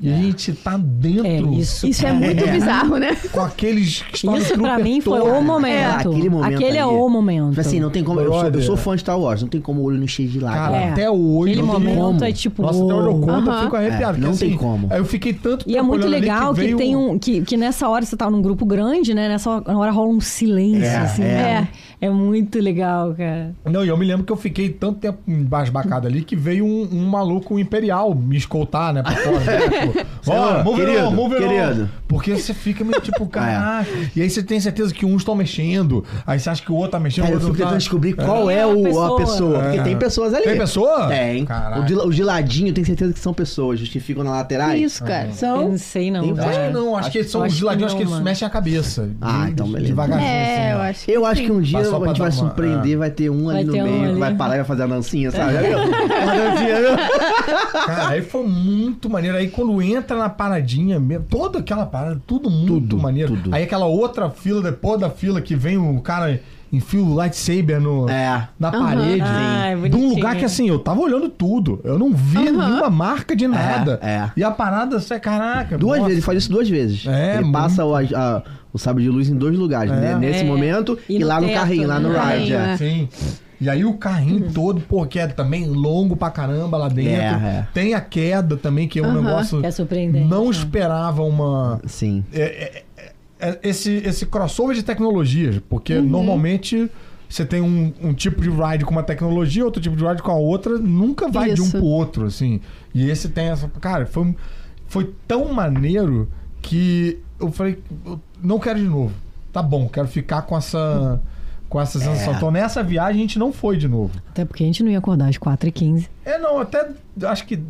[SPEAKER 3] e a gente tá dentro
[SPEAKER 4] É isso.
[SPEAKER 1] Isso é muito bizarro, né?
[SPEAKER 3] com aqueles
[SPEAKER 4] Isso pra
[SPEAKER 3] stormtrooper
[SPEAKER 4] mim foi
[SPEAKER 3] todo.
[SPEAKER 4] o momento.
[SPEAKER 2] Ah, Aquele momento.
[SPEAKER 4] Aquele é
[SPEAKER 2] ali.
[SPEAKER 4] o momento.
[SPEAKER 2] Tipo Assim, não tem como. Eu sou, eu
[SPEAKER 3] Brother.
[SPEAKER 2] sou fã de Star Wars, não tem como o olho não cheio de
[SPEAKER 3] Cara,
[SPEAKER 2] lágrimas.
[SPEAKER 4] É.
[SPEAKER 3] até hoje.
[SPEAKER 4] Aquele
[SPEAKER 3] eu fico-
[SPEAKER 4] momento é tipo,
[SPEAKER 3] Nossa, até hoje eu
[SPEAKER 4] uou.
[SPEAKER 3] conto, eu
[SPEAKER 1] Aham.
[SPEAKER 3] fico arrepiado.
[SPEAKER 2] É,
[SPEAKER 3] porque,
[SPEAKER 2] não tem
[SPEAKER 3] assim,
[SPEAKER 2] como.
[SPEAKER 3] Eu fiquei tanto
[SPEAKER 4] E é
[SPEAKER 3] tempo
[SPEAKER 4] muito
[SPEAKER 3] olhando ali
[SPEAKER 4] legal que,
[SPEAKER 3] veio
[SPEAKER 4] tem um. Que, que nessa hora você tá num grupo grande, né? Nessa hora, na hora rola um silêncio,
[SPEAKER 2] É,
[SPEAKER 4] assim.
[SPEAKER 2] é.
[SPEAKER 4] É. é muito legal, cara.
[SPEAKER 3] Não, e eu me lembro que eu fiquei tanto tempo embasbacado ali que veio um, um maluco imperial me escoltar, né? Pra fora. né, tipo,
[SPEAKER 2] [LAUGHS] Senhor,
[SPEAKER 3] Ó, move it
[SPEAKER 2] querido,
[SPEAKER 3] on, move it on."
[SPEAKER 2] querido. Ah, é.
[SPEAKER 3] Porque você fica
[SPEAKER 2] [LAUGHS]
[SPEAKER 3] meio tipo, caraca. E aí você tem certeza que uns estão mexendo, aí você acha que o outro tá mexendo,
[SPEAKER 2] Cara, eu
[SPEAKER 3] o outro
[SPEAKER 2] fico
[SPEAKER 3] não tá.
[SPEAKER 2] tentando descobrir qual é,
[SPEAKER 4] É a
[SPEAKER 2] o, a
[SPEAKER 4] pessoa.
[SPEAKER 2] pessoa. Porque
[SPEAKER 3] É.
[SPEAKER 2] tem pessoas ali.
[SPEAKER 3] Tem pessoa?
[SPEAKER 2] Tem.
[SPEAKER 3] Caralho.
[SPEAKER 2] O de, o de ladinho, tenho certeza que são pessoas. Justificam na lateral.
[SPEAKER 1] Que isso, cara.
[SPEAKER 4] Eu
[SPEAKER 2] São.
[SPEAKER 4] não sei, não.
[SPEAKER 2] Tem
[SPEAKER 3] Eu Acho
[SPEAKER 4] velho.
[SPEAKER 3] que não, acho, que eles são
[SPEAKER 4] É. acho
[SPEAKER 3] os
[SPEAKER 4] que
[SPEAKER 3] giladinhos,
[SPEAKER 4] não,
[SPEAKER 3] acho que eles
[SPEAKER 4] mano.
[SPEAKER 3] mexem a cabeça.
[SPEAKER 2] Ah,
[SPEAKER 3] De-
[SPEAKER 2] então
[SPEAKER 3] de-
[SPEAKER 2] beleza.
[SPEAKER 3] Devagarzinho.
[SPEAKER 1] É, eu
[SPEAKER 3] assim, né?
[SPEAKER 1] acho que.
[SPEAKER 2] Eu acho
[SPEAKER 1] sim.
[SPEAKER 2] que um dia
[SPEAKER 3] Passou
[SPEAKER 2] a
[SPEAKER 3] pra
[SPEAKER 2] gente vai
[SPEAKER 3] dar uma-
[SPEAKER 2] surpreender,
[SPEAKER 3] é.
[SPEAKER 2] vai ter um ali
[SPEAKER 4] Vai
[SPEAKER 2] no
[SPEAKER 4] ter um
[SPEAKER 2] meio, que
[SPEAKER 4] ali. É.
[SPEAKER 2] vai parar e vai fazer a dancinha,
[SPEAKER 4] [LAUGHS]
[SPEAKER 2] sabe? Já viu? Uma dancinha, né? viu?
[SPEAKER 3] Cara, aí foi muito maneiro. Aí quando entra na paradinha mesmo, toda aquela parada, tudo muito
[SPEAKER 2] Tudo,
[SPEAKER 3] maneiro.
[SPEAKER 2] tudo.
[SPEAKER 3] Aí aquela outra fila, depois da fila, que vem o cara enfia o lightsaber no,
[SPEAKER 2] É.
[SPEAKER 3] na parede.
[SPEAKER 4] Ah, é
[SPEAKER 3] de um
[SPEAKER 4] bonitinho.
[SPEAKER 3] lugar que assim, eu tava olhando tudo. Eu não vi nenhuma marca de nada.
[SPEAKER 2] é.
[SPEAKER 3] E a parada, você, caraca.
[SPEAKER 2] Duas
[SPEAKER 3] nossa.
[SPEAKER 2] vezes, ele faz isso duas vezes.
[SPEAKER 3] É,
[SPEAKER 2] ele
[SPEAKER 3] muito.
[SPEAKER 2] passa o, a- o sábio de luz em dois lugares,
[SPEAKER 3] É.
[SPEAKER 2] né? Nesse
[SPEAKER 4] É.
[SPEAKER 2] momento e,
[SPEAKER 4] E no
[SPEAKER 2] lá no
[SPEAKER 4] teto,
[SPEAKER 2] carrinho, lá
[SPEAKER 4] né?
[SPEAKER 2] no
[SPEAKER 1] No
[SPEAKER 2] ride.
[SPEAKER 1] carrinho,
[SPEAKER 2] é.
[SPEAKER 1] né?
[SPEAKER 3] Sim. E aí o
[SPEAKER 4] Uhum.
[SPEAKER 3] carrinho todo, porque é também longo pra caramba lá dentro.
[SPEAKER 2] É, é.
[SPEAKER 3] Tem a queda também, que é um
[SPEAKER 1] Aham.
[SPEAKER 3] negócio.
[SPEAKER 4] É surpreendente,
[SPEAKER 3] Não
[SPEAKER 4] né?
[SPEAKER 3] esperava uma.
[SPEAKER 2] Sim.
[SPEAKER 3] é, é, é, esse, esse crossover de tecnologias, porque normalmente você tem um, um tipo de ride com uma tecnologia, outro tipo de ride com a outra, nunca vai de um
[SPEAKER 1] Isso.
[SPEAKER 3] pro outro, assim. E esse tem essa. Cara, foi, um- foi tão maneiro que eu falei, eu não quero de novo. Tá bom, quero ficar com essa. Com essa sensação. Então, nessa viagem a gente não foi de novo.
[SPEAKER 4] Até porque a gente não ia acordar às 4h15.
[SPEAKER 3] É, não, até acho que.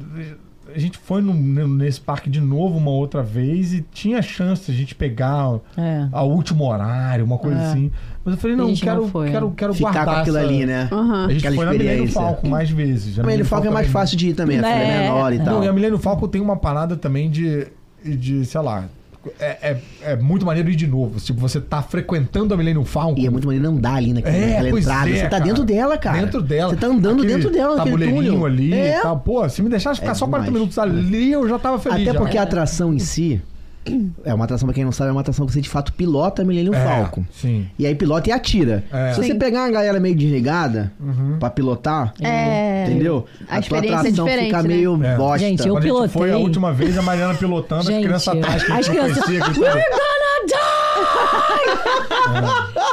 [SPEAKER 3] a gente foi no- nesse parque de novo uma outra vez e tinha chance de a gente pegar
[SPEAKER 4] É.
[SPEAKER 3] a último horário, uma coisa
[SPEAKER 4] É.
[SPEAKER 3] assim. Mas eu falei,
[SPEAKER 4] A
[SPEAKER 3] não,
[SPEAKER 4] gente não
[SPEAKER 3] quero,
[SPEAKER 4] foi,
[SPEAKER 3] quero,
[SPEAKER 4] né?
[SPEAKER 3] quero
[SPEAKER 2] Ficar
[SPEAKER 3] guardar
[SPEAKER 2] com aquilo
[SPEAKER 3] essa-
[SPEAKER 2] ali, né?
[SPEAKER 1] Aham.
[SPEAKER 3] A gente
[SPEAKER 2] Aquela
[SPEAKER 3] foi na né? Milênio
[SPEAKER 2] experiência.
[SPEAKER 3] Falco mais vezes.
[SPEAKER 2] Mas ele fala que é mais fácil de ir também, a filha
[SPEAKER 4] É.
[SPEAKER 2] é menor e
[SPEAKER 4] Bom,
[SPEAKER 2] tal.
[SPEAKER 3] Bom, e a Milênio Falco tem uma parada também de, de sei lá, é, é, é muito maneiro ir de novo. Tipo, você tá frequentando a Milênio Falco.
[SPEAKER 2] E é muito maneiro andar ali naquela, naquela
[SPEAKER 3] pois
[SPEAKER 2] entrada.
[SPEAKER 3] é,
[SPEAKER 2] você tá
[SPEAKER 3] cara.
[SPEAKER 2] dentro dela, cara.
[SPEAKER 3] Dentro dela.
[SPEAKER 2] Você tá andando
[SPEAKER 3] Aquele
[SPEAKER 2] dentro dela, naquele
[SPEAKER 3] tabuleirinho
[SPEAKER 2] túnel.
[SPEAKER 3] ali
[SPEAKER 2] É.
[SPEAKER 3] e tal. Pô, se me deixasse ficar
[SPEAKER 2] É
[SPEAKER 3] só 40
[SPEAKER 2] demais.
[SPEAKER 3] minutos ali, eu já tava feliz.
[SPEAKER 2] Até
[SPEAKER 3] já.
[SPEAKER 2] porque a atração em si, é uma atração, pra quem não sabe, é uma atração que você de fato pilota Millennium
[SPEAKER 3] É,
[SPEAKER 2] um Falco.
[SPEAKER 3] Sim.
[SPEAKER 2] E aí pilota e atira.
[SPEAKER 3] É. Uhum.
[SPEAKER 2] Se você
[SPEAKER 1] Sim.
[SPEAKER 2] pegar uma galera meio desligada pra pilotar,
[SPEAKER 1] É.
[SPEAKER 2] entendeu?
[SPEAKER 1] A
[SPEAKER 2] tua
[SPEAKER 1] experiência é
[SPEAKER 2] atração
[SPEAKER 1] diferente,
[SPEAKER 2] fica
[SPEAKER 1] né?
[SPEAKER 2] meio
[SPEAKER 3] É.
[SPEAKER 2] bosta.
[SPEAKER 4] Gente, eu-
[SPEAKER 3] Quando a gente foi a
[SPEAKER 4] pilotei.
[SPEAKER 3] última vez, a Mariana pilotando, as
[SPEAKER 4] Gente,
[SPEAKER 3] crianças atrás que a
[SPEAKER 4] as
[SPEAKER 3] gente não
[SPEAKER 4] crianças-
[SPEAKER 3] conhecia. gritando.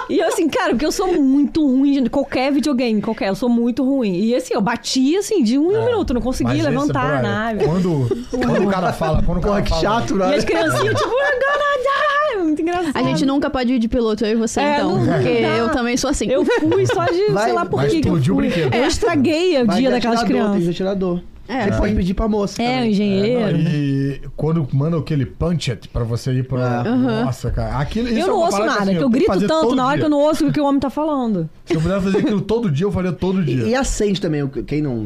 [SPEAKER 4] E eu assim, cara, porque eu sou muito ruim de qualquer videogame, qualquer, eu sou muito ruim. E assim, eu bati assim de um em um minuto, não consegui
[SPEAKER 3] É. Mas esse,
[SPEAKER 4] levantar a
[SPEAKER 3] brother,
[SPEAKER 4] nave. [LAUGHS]
[SPEAKER 3] Quando, quando o cara fala, quando o cara
[SPEAKER 2] Porra, que
[SPEAKER 3] fala,
[SPEAKER 2] chato,
[SPEAKER 4] E
[SPEAKER 2] né?
[SPEAKER 4] as criancinhas, tipo, I'm gonna die! É Muito engraçado.
[SPEAKER 1] A gente nunca pode ir de piloto, eu e você,
[SPEAKER 4] É,
[SPEAKER 1] então.
[SPEAKER 4] não-
[SPEAKER 1] Porque
[SPEAKER 4] não dá.
[SPEAKER 1] eu também sou assim.
[SPEAKER 4] Eu fui só de,
[SPEAKER 2] Vai-
[SPEAKER 4] sei lá por
[SPEAKER 3] Vai
[SPEAKER 4] quê que. Eu,
[SPEAKER 3] explodir o
[SPEAKER 4] fui.
[SPEAKER 3] brinquedo.
[SPEAKER 4] eu estraguei é o
[SPEAKER 2] Vai
[SPEAKER 4] dia
[SPEAKER 2] de
[SPEAKER 4] daquelas
[SPEAKER 2] atirador, Tem
[SPEAKER 4] crianças.
[SPEAKER 2] de atirador.
[SPEAKER 1] É.
[SPEAKER 2] Você pode pedir pra moça.
[SPEAKER 4] É, o
[SPEAKER 2] também.
[SPEAKER 3] É,
[SPEAKER 4] engenheiro.
[SPEAKER 3] não, e quando manda aquele punch it pra você ir pro.
[SPEAKER 2] É.
[SPEAKER 3] Nossa, cara. Aquilo, isso
[SPEAKER 4] eu
[SPEAKER 3] é
[SPEAKER 4] não
[SPEAKER 3] uma
[SPEAKER 4] ouço
[SPEAKER 3] parada
[SPEAKER 4] nada,
[SPEAKER 3] assim,
[SPEAKER 4] que eu
[SPEAKER 3] tenho que
[SPEAKER 4] grito
[SPEAKER 3] fazer
[SPEAKER 4] tanto
[SPEAKER 3] todo
[SPEAKER 4] na hora
[SPEAKER 3] dia.
[SPEAKER 4] que eu não ouço o que o homem tá falando.
[SPEAKER 3] Se eu pudesse fazer aquilo todo dia, eu faria todo dia.
[SPEAKER 2] E, e acende também. o- Quem não.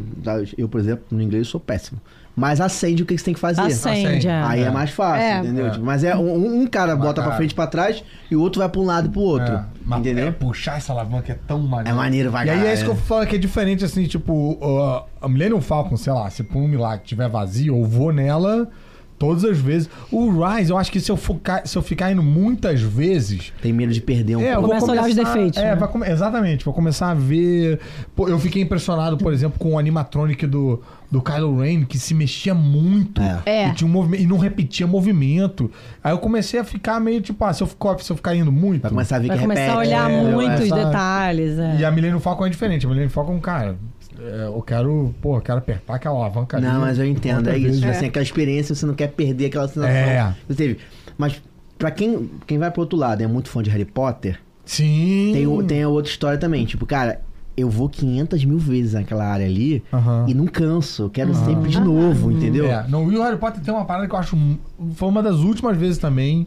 [SPEAKER 2] Eu, por exemplo, no inglês eu sou péssimo. Mas acende o que que você tem que fazer.
[SPEAKER 4] Acende,
[SPEAKER 3] Acende.
[SPEAKER 4] é.
[SPEAKER 2] Aí é. mais fácil,
[SPEAKER 1] É.
[SPEAKER 2] entendeu?
[SPEAKER 3] É.
[SPEAKER 2] Tipo, Mas é um, um cara bota pra
[SPEAKER 3] cara.
[SPEAKER 2] frente e pra trás e o outro vai pra um lado e pro outro.
[SPEAKER 3] É, mas é
[SPEAKER 2] entendeu?
[SPEAKER 3] puxar essa alavanca é tão maneiro.
[SPEAKER 2] É maneiro, vai,
[SPEAKER 3] E aí
[SPEAKER 2] cara,
[SPEAKER 3] é isso que
[SPEAKER 2] é.
[SPEAKER 3] eu falo que é diferente, assim, tipo, ó, a Millennium Falcon, sei lá, se por um milagre tiver vazio, eu vou nela todas as vezes. O Rise, eu acho que se eu, focar, se eu ficar indo muitas vezes,
[SPEAKER 2] Tem medo de perder um
[SPEAKER 3] É,
[SPEAKER 2] pouco.
[SPEAKER 3] eu vou
[SPEAKER 4] Começa a olhar os
[SPEAKER 3] começar-
[SPEAKER 4] defeitos,
[SPEAKER 3] É,
[SPEAKER 4] né?
[SPEAKER 3] vai come- exatamente. Vou começar a ver. Pô, eu fiquei impressionado, por exemplo, com o animatronic do, do Kylo Ren, que se mexia muito.
[SPEAKER 2] É.
[SPEAKER 1] É.
[SPEAKER 3] E, tinha um movimento- e não repetia movimento. Aí eu comecei a ficar meio tipo, ah, se eu ficar, se eu ficar indo muito.
[SPEAKER 2] Vai começar a ver
[SPEAKER 4] Vai
[SPEAKER 2] que
[SPEAKER 4] começar
[SPEAKER 2] repete. É,
[SPEAKER 4] a olhar
[SPEAKER 2] entendeu?
[SPEAKER 4] muitos
[SPEAKER 3] sabe?
[SPEAKER 4] detalhes. é.
[SPEAKER 3] E a Millennium Falcon é diferente. A Millennium Falcon, cara, é, eu quero, pô, eu quero apertar aquela alavanca ali.
[SPEAKER 2] Não, mas eu entendo,
[SPEAKER 3] Quantas
[SPEAKER 2] é
[SPEAKER 3] vezes-
[SPEAKER 2] isso. Assim, aquela experiência, você não quer perder aquela sensação
[SPEAKER 3] É.
[SPEAKER 2] que você teve. Mas pra quem, quem vai pro outro lado e é muito fã de Harry Potter,
[SPEAKER 3] Sim.
[SPEAKER 2] tem, o- tem a outra história também. Tipo, cara, eu vou 500 mil vezes naquela área ali
[SPEAKER 3] Aham.
[SPEAKER 2] e não canso. Eu
[SPEAKER 3] Ah.
[SPEAKER 2] quero sempre de novo, entendeu?
[SPEAKER 3] É, não, e o Harry Potter tem uma parada que eu acho. mu- Foi uma das últimas vezes também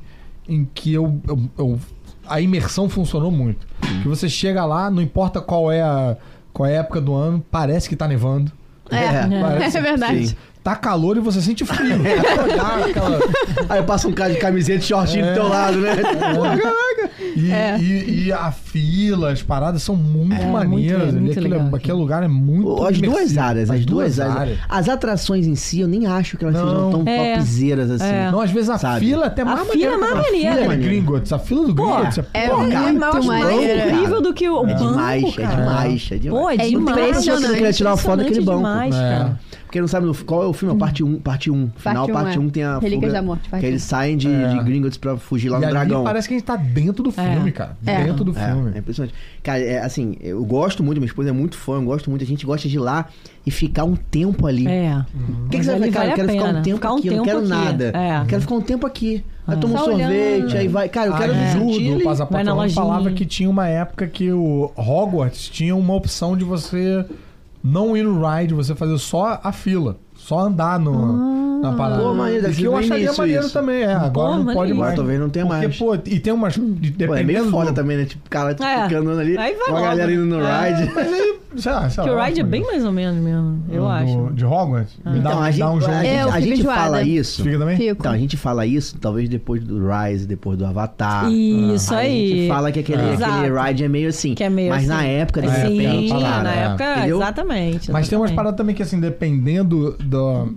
[SPEAKER 3] em que eu. eu- eu- a imersão funcionou muito. Que você chega lá, não importa qual é a, qual é a época do ano, parece que tá nevando.
[SPEAKER 1] [LAUGHS] É,
[SPEAKER 3] Parece-
[SPEAKER 1] é verdade.
[SPEAKER 2] Sim.
[SPEAKER 3] Tá calor e você
[SPEAKER 2] [LAUGHS]
[SPEAKER 3] sente frio. Dá aquela-
[SPEAKER 2] Aí passa um cara de camiseta e shortinho
[SPEAKER 3] É.
[SPEAKER 2] do teu lado,
[SPEAKER 3] [LAUGHS]
[SPEAKER 2] né?
[SPEAKER 3] E, e- e a fila, as paradas são muito maneiras.
[SPEAKER 4] muito- É. é
[SPEAKER 3] ali.
[SPEAKER 4] muito
[SPEAKER 3] aquele,
[SPEAKER 4] legal.
[SPEAKER 3] aquele lugar é muito.
[SPEAKER 2] As duas
[SPEAKER 3] imersivo.
[SPEAKER 2] áreas, as, duas, áreas. As atrações em si, eu nem acho que elas sejam
[SPEAKER 3] Não.
[SPEAKER 2] tão
[SPEAKER 4] É.
[SPEAKER 2] topzeiras assim.
[SPEAKER 4] É.
[SPEAKER 3] Não, às vezes a
[SPEAKER 2] Sabe?
[SPEAKER 3] fila é até mais
[SPEAKER 4] A fila é mais maneira.
[SPEAKER 2] fila é
[SPEAKER 3] Aquele
[SPEAKER 2] maneira.
[SPEAKER 3] Gringotts, a fila do Gringotts. é-
[SPEAKER 1] É
[SPEAKER 3] pô,
[SPEAKER 2] Pô, cara,
[SPEAKER 1] muito
[SPEAKER 4] Eu acho mais
[SPEAKER 1] maneiro.
[SPEAKER 2] cara.
[SPEAKER 4] incrível do que o
[SPEAKER 2] É
[SPEAKER 4] banco,
[SPEAKER 2] demais, é
[SPEAKER 4] cara.
[SPEAKER 2] demais, é demais.
[SPEAKER 4] Pô, é
[SPEAKER 1] É
[SPEAKER 4] demais.
[SPEAKER 1] impressionante.
[SPEAKER 2] Eu queria tirar uma foto daquele banco.
[SPEAKER 4] Demais,
[SPEAKER 3] É.
[SPEAKER 4] cara.
[SPEAKER 2] Porque não sabe no- qual é o filme, é o parte 1, parte 1. Final,
[SPEAKER 1] um,
[SPEAKER 2] parte
[SPEAKER 1] é.
[SPEAKER 2] 1 tem a
[SPEAKER 1] Relíquias
[SPEAKER 2] fuga,
[SPEAKER 1] da Morte, parte
[SPEAKER 2] que
[SPEAKER 1] um.
[SPEAKER 2] eles saem de,
[SPEAKER 3] É.
[SPEAKER 2] de Gringotts pra fugir lá
[SPEAKER 3] e
[SPEAKER 2] no
[SPEAKER 3] ali
[SPEAKER 2] dragão.
[SPEAKER 3] parece que a gente tá dentro do filme, cara.
[SPEAKER 1] É.
[SPEAKER 3] Dentro do
[SPEAKER 2] É, é
[SPEAKER 3] filme.
[SPEAKER 2] impressionante. Cara, é, assim, eu gosto muito, minha esposa é muito fã, eu gosto muito, a gente gosta de ir lá e ficar um tempo ali.
[SPEAKER 4] É.
[SPEAKER 2] O que, que
[SPEAKER 4] Mas
[SPEAKER 2] você vai
[SPEAKER 4] ali
[SPEAKER 2] ficar? eu
[SPEAKER 4] vale a
[SPEAKER 2] quero ficar um
[SPEAKER 4] pena.
[SPEAKER 2] tempo
[SPEAKER 4] Ficar um
[SPEAKER 2] aqui, eu não
[SPEAKER 4] tempo
[SPEAKER 2] quero
[SPEAKER 4] aqui.
[SPEAKER 2] nada.
[SPEAKER 4] É.
[SPEAKER 2] Eu quero ficar um tempo aqui. Aí
[SPEAKER 4] É.
[SPEAKER 2] toma um
[SPEAKER 1] Só
[SPEAKER 2] sorvete,
[SPEAKER 1] olhando.
[SPEAKER 2] aí vai. Cara, eu quero
[SPEAKER 3] Ah,
[SPEAKER 2] me sentir
[SPEAKER 3] Judo,
[SPEAKER 2] ali.
[SPEAKER 3] o Pasa
[SPEAKER 4] Vai na
[SPEAKER 3] Patrão
[SPEAKER 4] lojinha.
[SPEAKER 3] falava que tinha uma época que o Hogwarts tinha uma opção de você não ir no ride, você fazer só a fila. Só andar no,
[SPEAKER 4] Ah.
[SPEAKER 3] na parada.
[SPEAKER 2] Pô, maneiro, deve
[SPEAKER 3] e que
[SPEAKER 2] ser
[SPEAKER 3] eu
[SPEAKER 2] bem
[SPEAKER 3] acharia
[SPEAKER 2] isso,
[SPEAKER 3] maneiro
[SPEAKER 2] isso.
[SPEAKER 3] também. É, agora não
[SPEAKER 4] maneiro.
[SPEAKER 3] pode mais.
[SPEAKER 2] Agora talvez não tenha
[SPEAKER 3] Porque,
[SPEAKER 2] mais.
[SPEAKER 3] pô, e tem umas.
[SPEAKER 2] Pô, é
[SPEAKER 3] dependendo
[SPEAKER 2] meio
[SPEAKER 3] do-
[SPEAKER 2] foda também, né? Tipo, cara, tu
[SPEAKER 4] É.
[SPEAKER 2] fica andando ali.
[SPEAKER 4] Aí vai
[SPEAKER 2] uma
[SPEAKER 4] logo,
[SPEAKER 2] galera
[SPEAKER 4] né?
[SPEAKER 2] indo no
[SPEAKER 4] É. [LAUGHS]
[SPEAKER 2] ride.
[SPEAKER 3] Mas aí, sei lá, sei
[SPEAKER 4] Que o
[SPEAKER 3] lá,
[SPEAKER 4] ride é
[SPEAKER 3] mas-
[SPEAKER 4] bem mais ou menos mesmo, eu
[SPEAKER 3] do-
[SPEAKER 4] acho. Ah. É,
[SPEAKER 3] De Hogwarts? Me dá,
[SPEAKER 2] Então,
[SPEAKER 3] me
[SPEAKER 2] a gente,
[SPEAKER 3] dá um jogo.
[SPEAKER 2] a gente-
[SPEAKER 1] Eu
[SPEAKER 2] a
[SPEAKER 1] fico
[SPEAKER 2] gente
[SPEAKER 1] enjoada.
[SPEAKER 2] fala isso.
[SPEAKER 3] Fica também?
[SPEAKER 1] Fico.
[SPEAKER 2] Então, a gente fala isso, talvez depois do Rise, depois do Avatar.
[SPEAKER 4] Isso
[SPEAKER 2] Ah, A gente
[SPEAKER 4] aí.
[SPEAKER 2] fala que aquele,
[SPEAKER 4] É.
[SPEAKER 2] aquele
[SPEAKER 4] Exato.
[SPEAKER 2] ride é meio assim.
[SPEAKER 4] Que é meio
[SPEAKER 2] mas na
[SPEAKER 4] assim.
[SPEAKER 2] época, né, de
[SPEAKER 3] É,
[SPEAKER 2] repente.
[SPEAKER 4] Sim,
[SPEAKER 3] pela palavra,
[SPEAKER 4] na
[SPEAKER 3] é.
[SPEAKER 4] época,
[SPEAKER 2] Entendeu?
[SPEAKER 4] exatamente.
[SPEAKER 3] Mas tem umas
[SPEAKER 4] exatamente.
[SPEAKER 3] paradas também que, assim, dependendo do,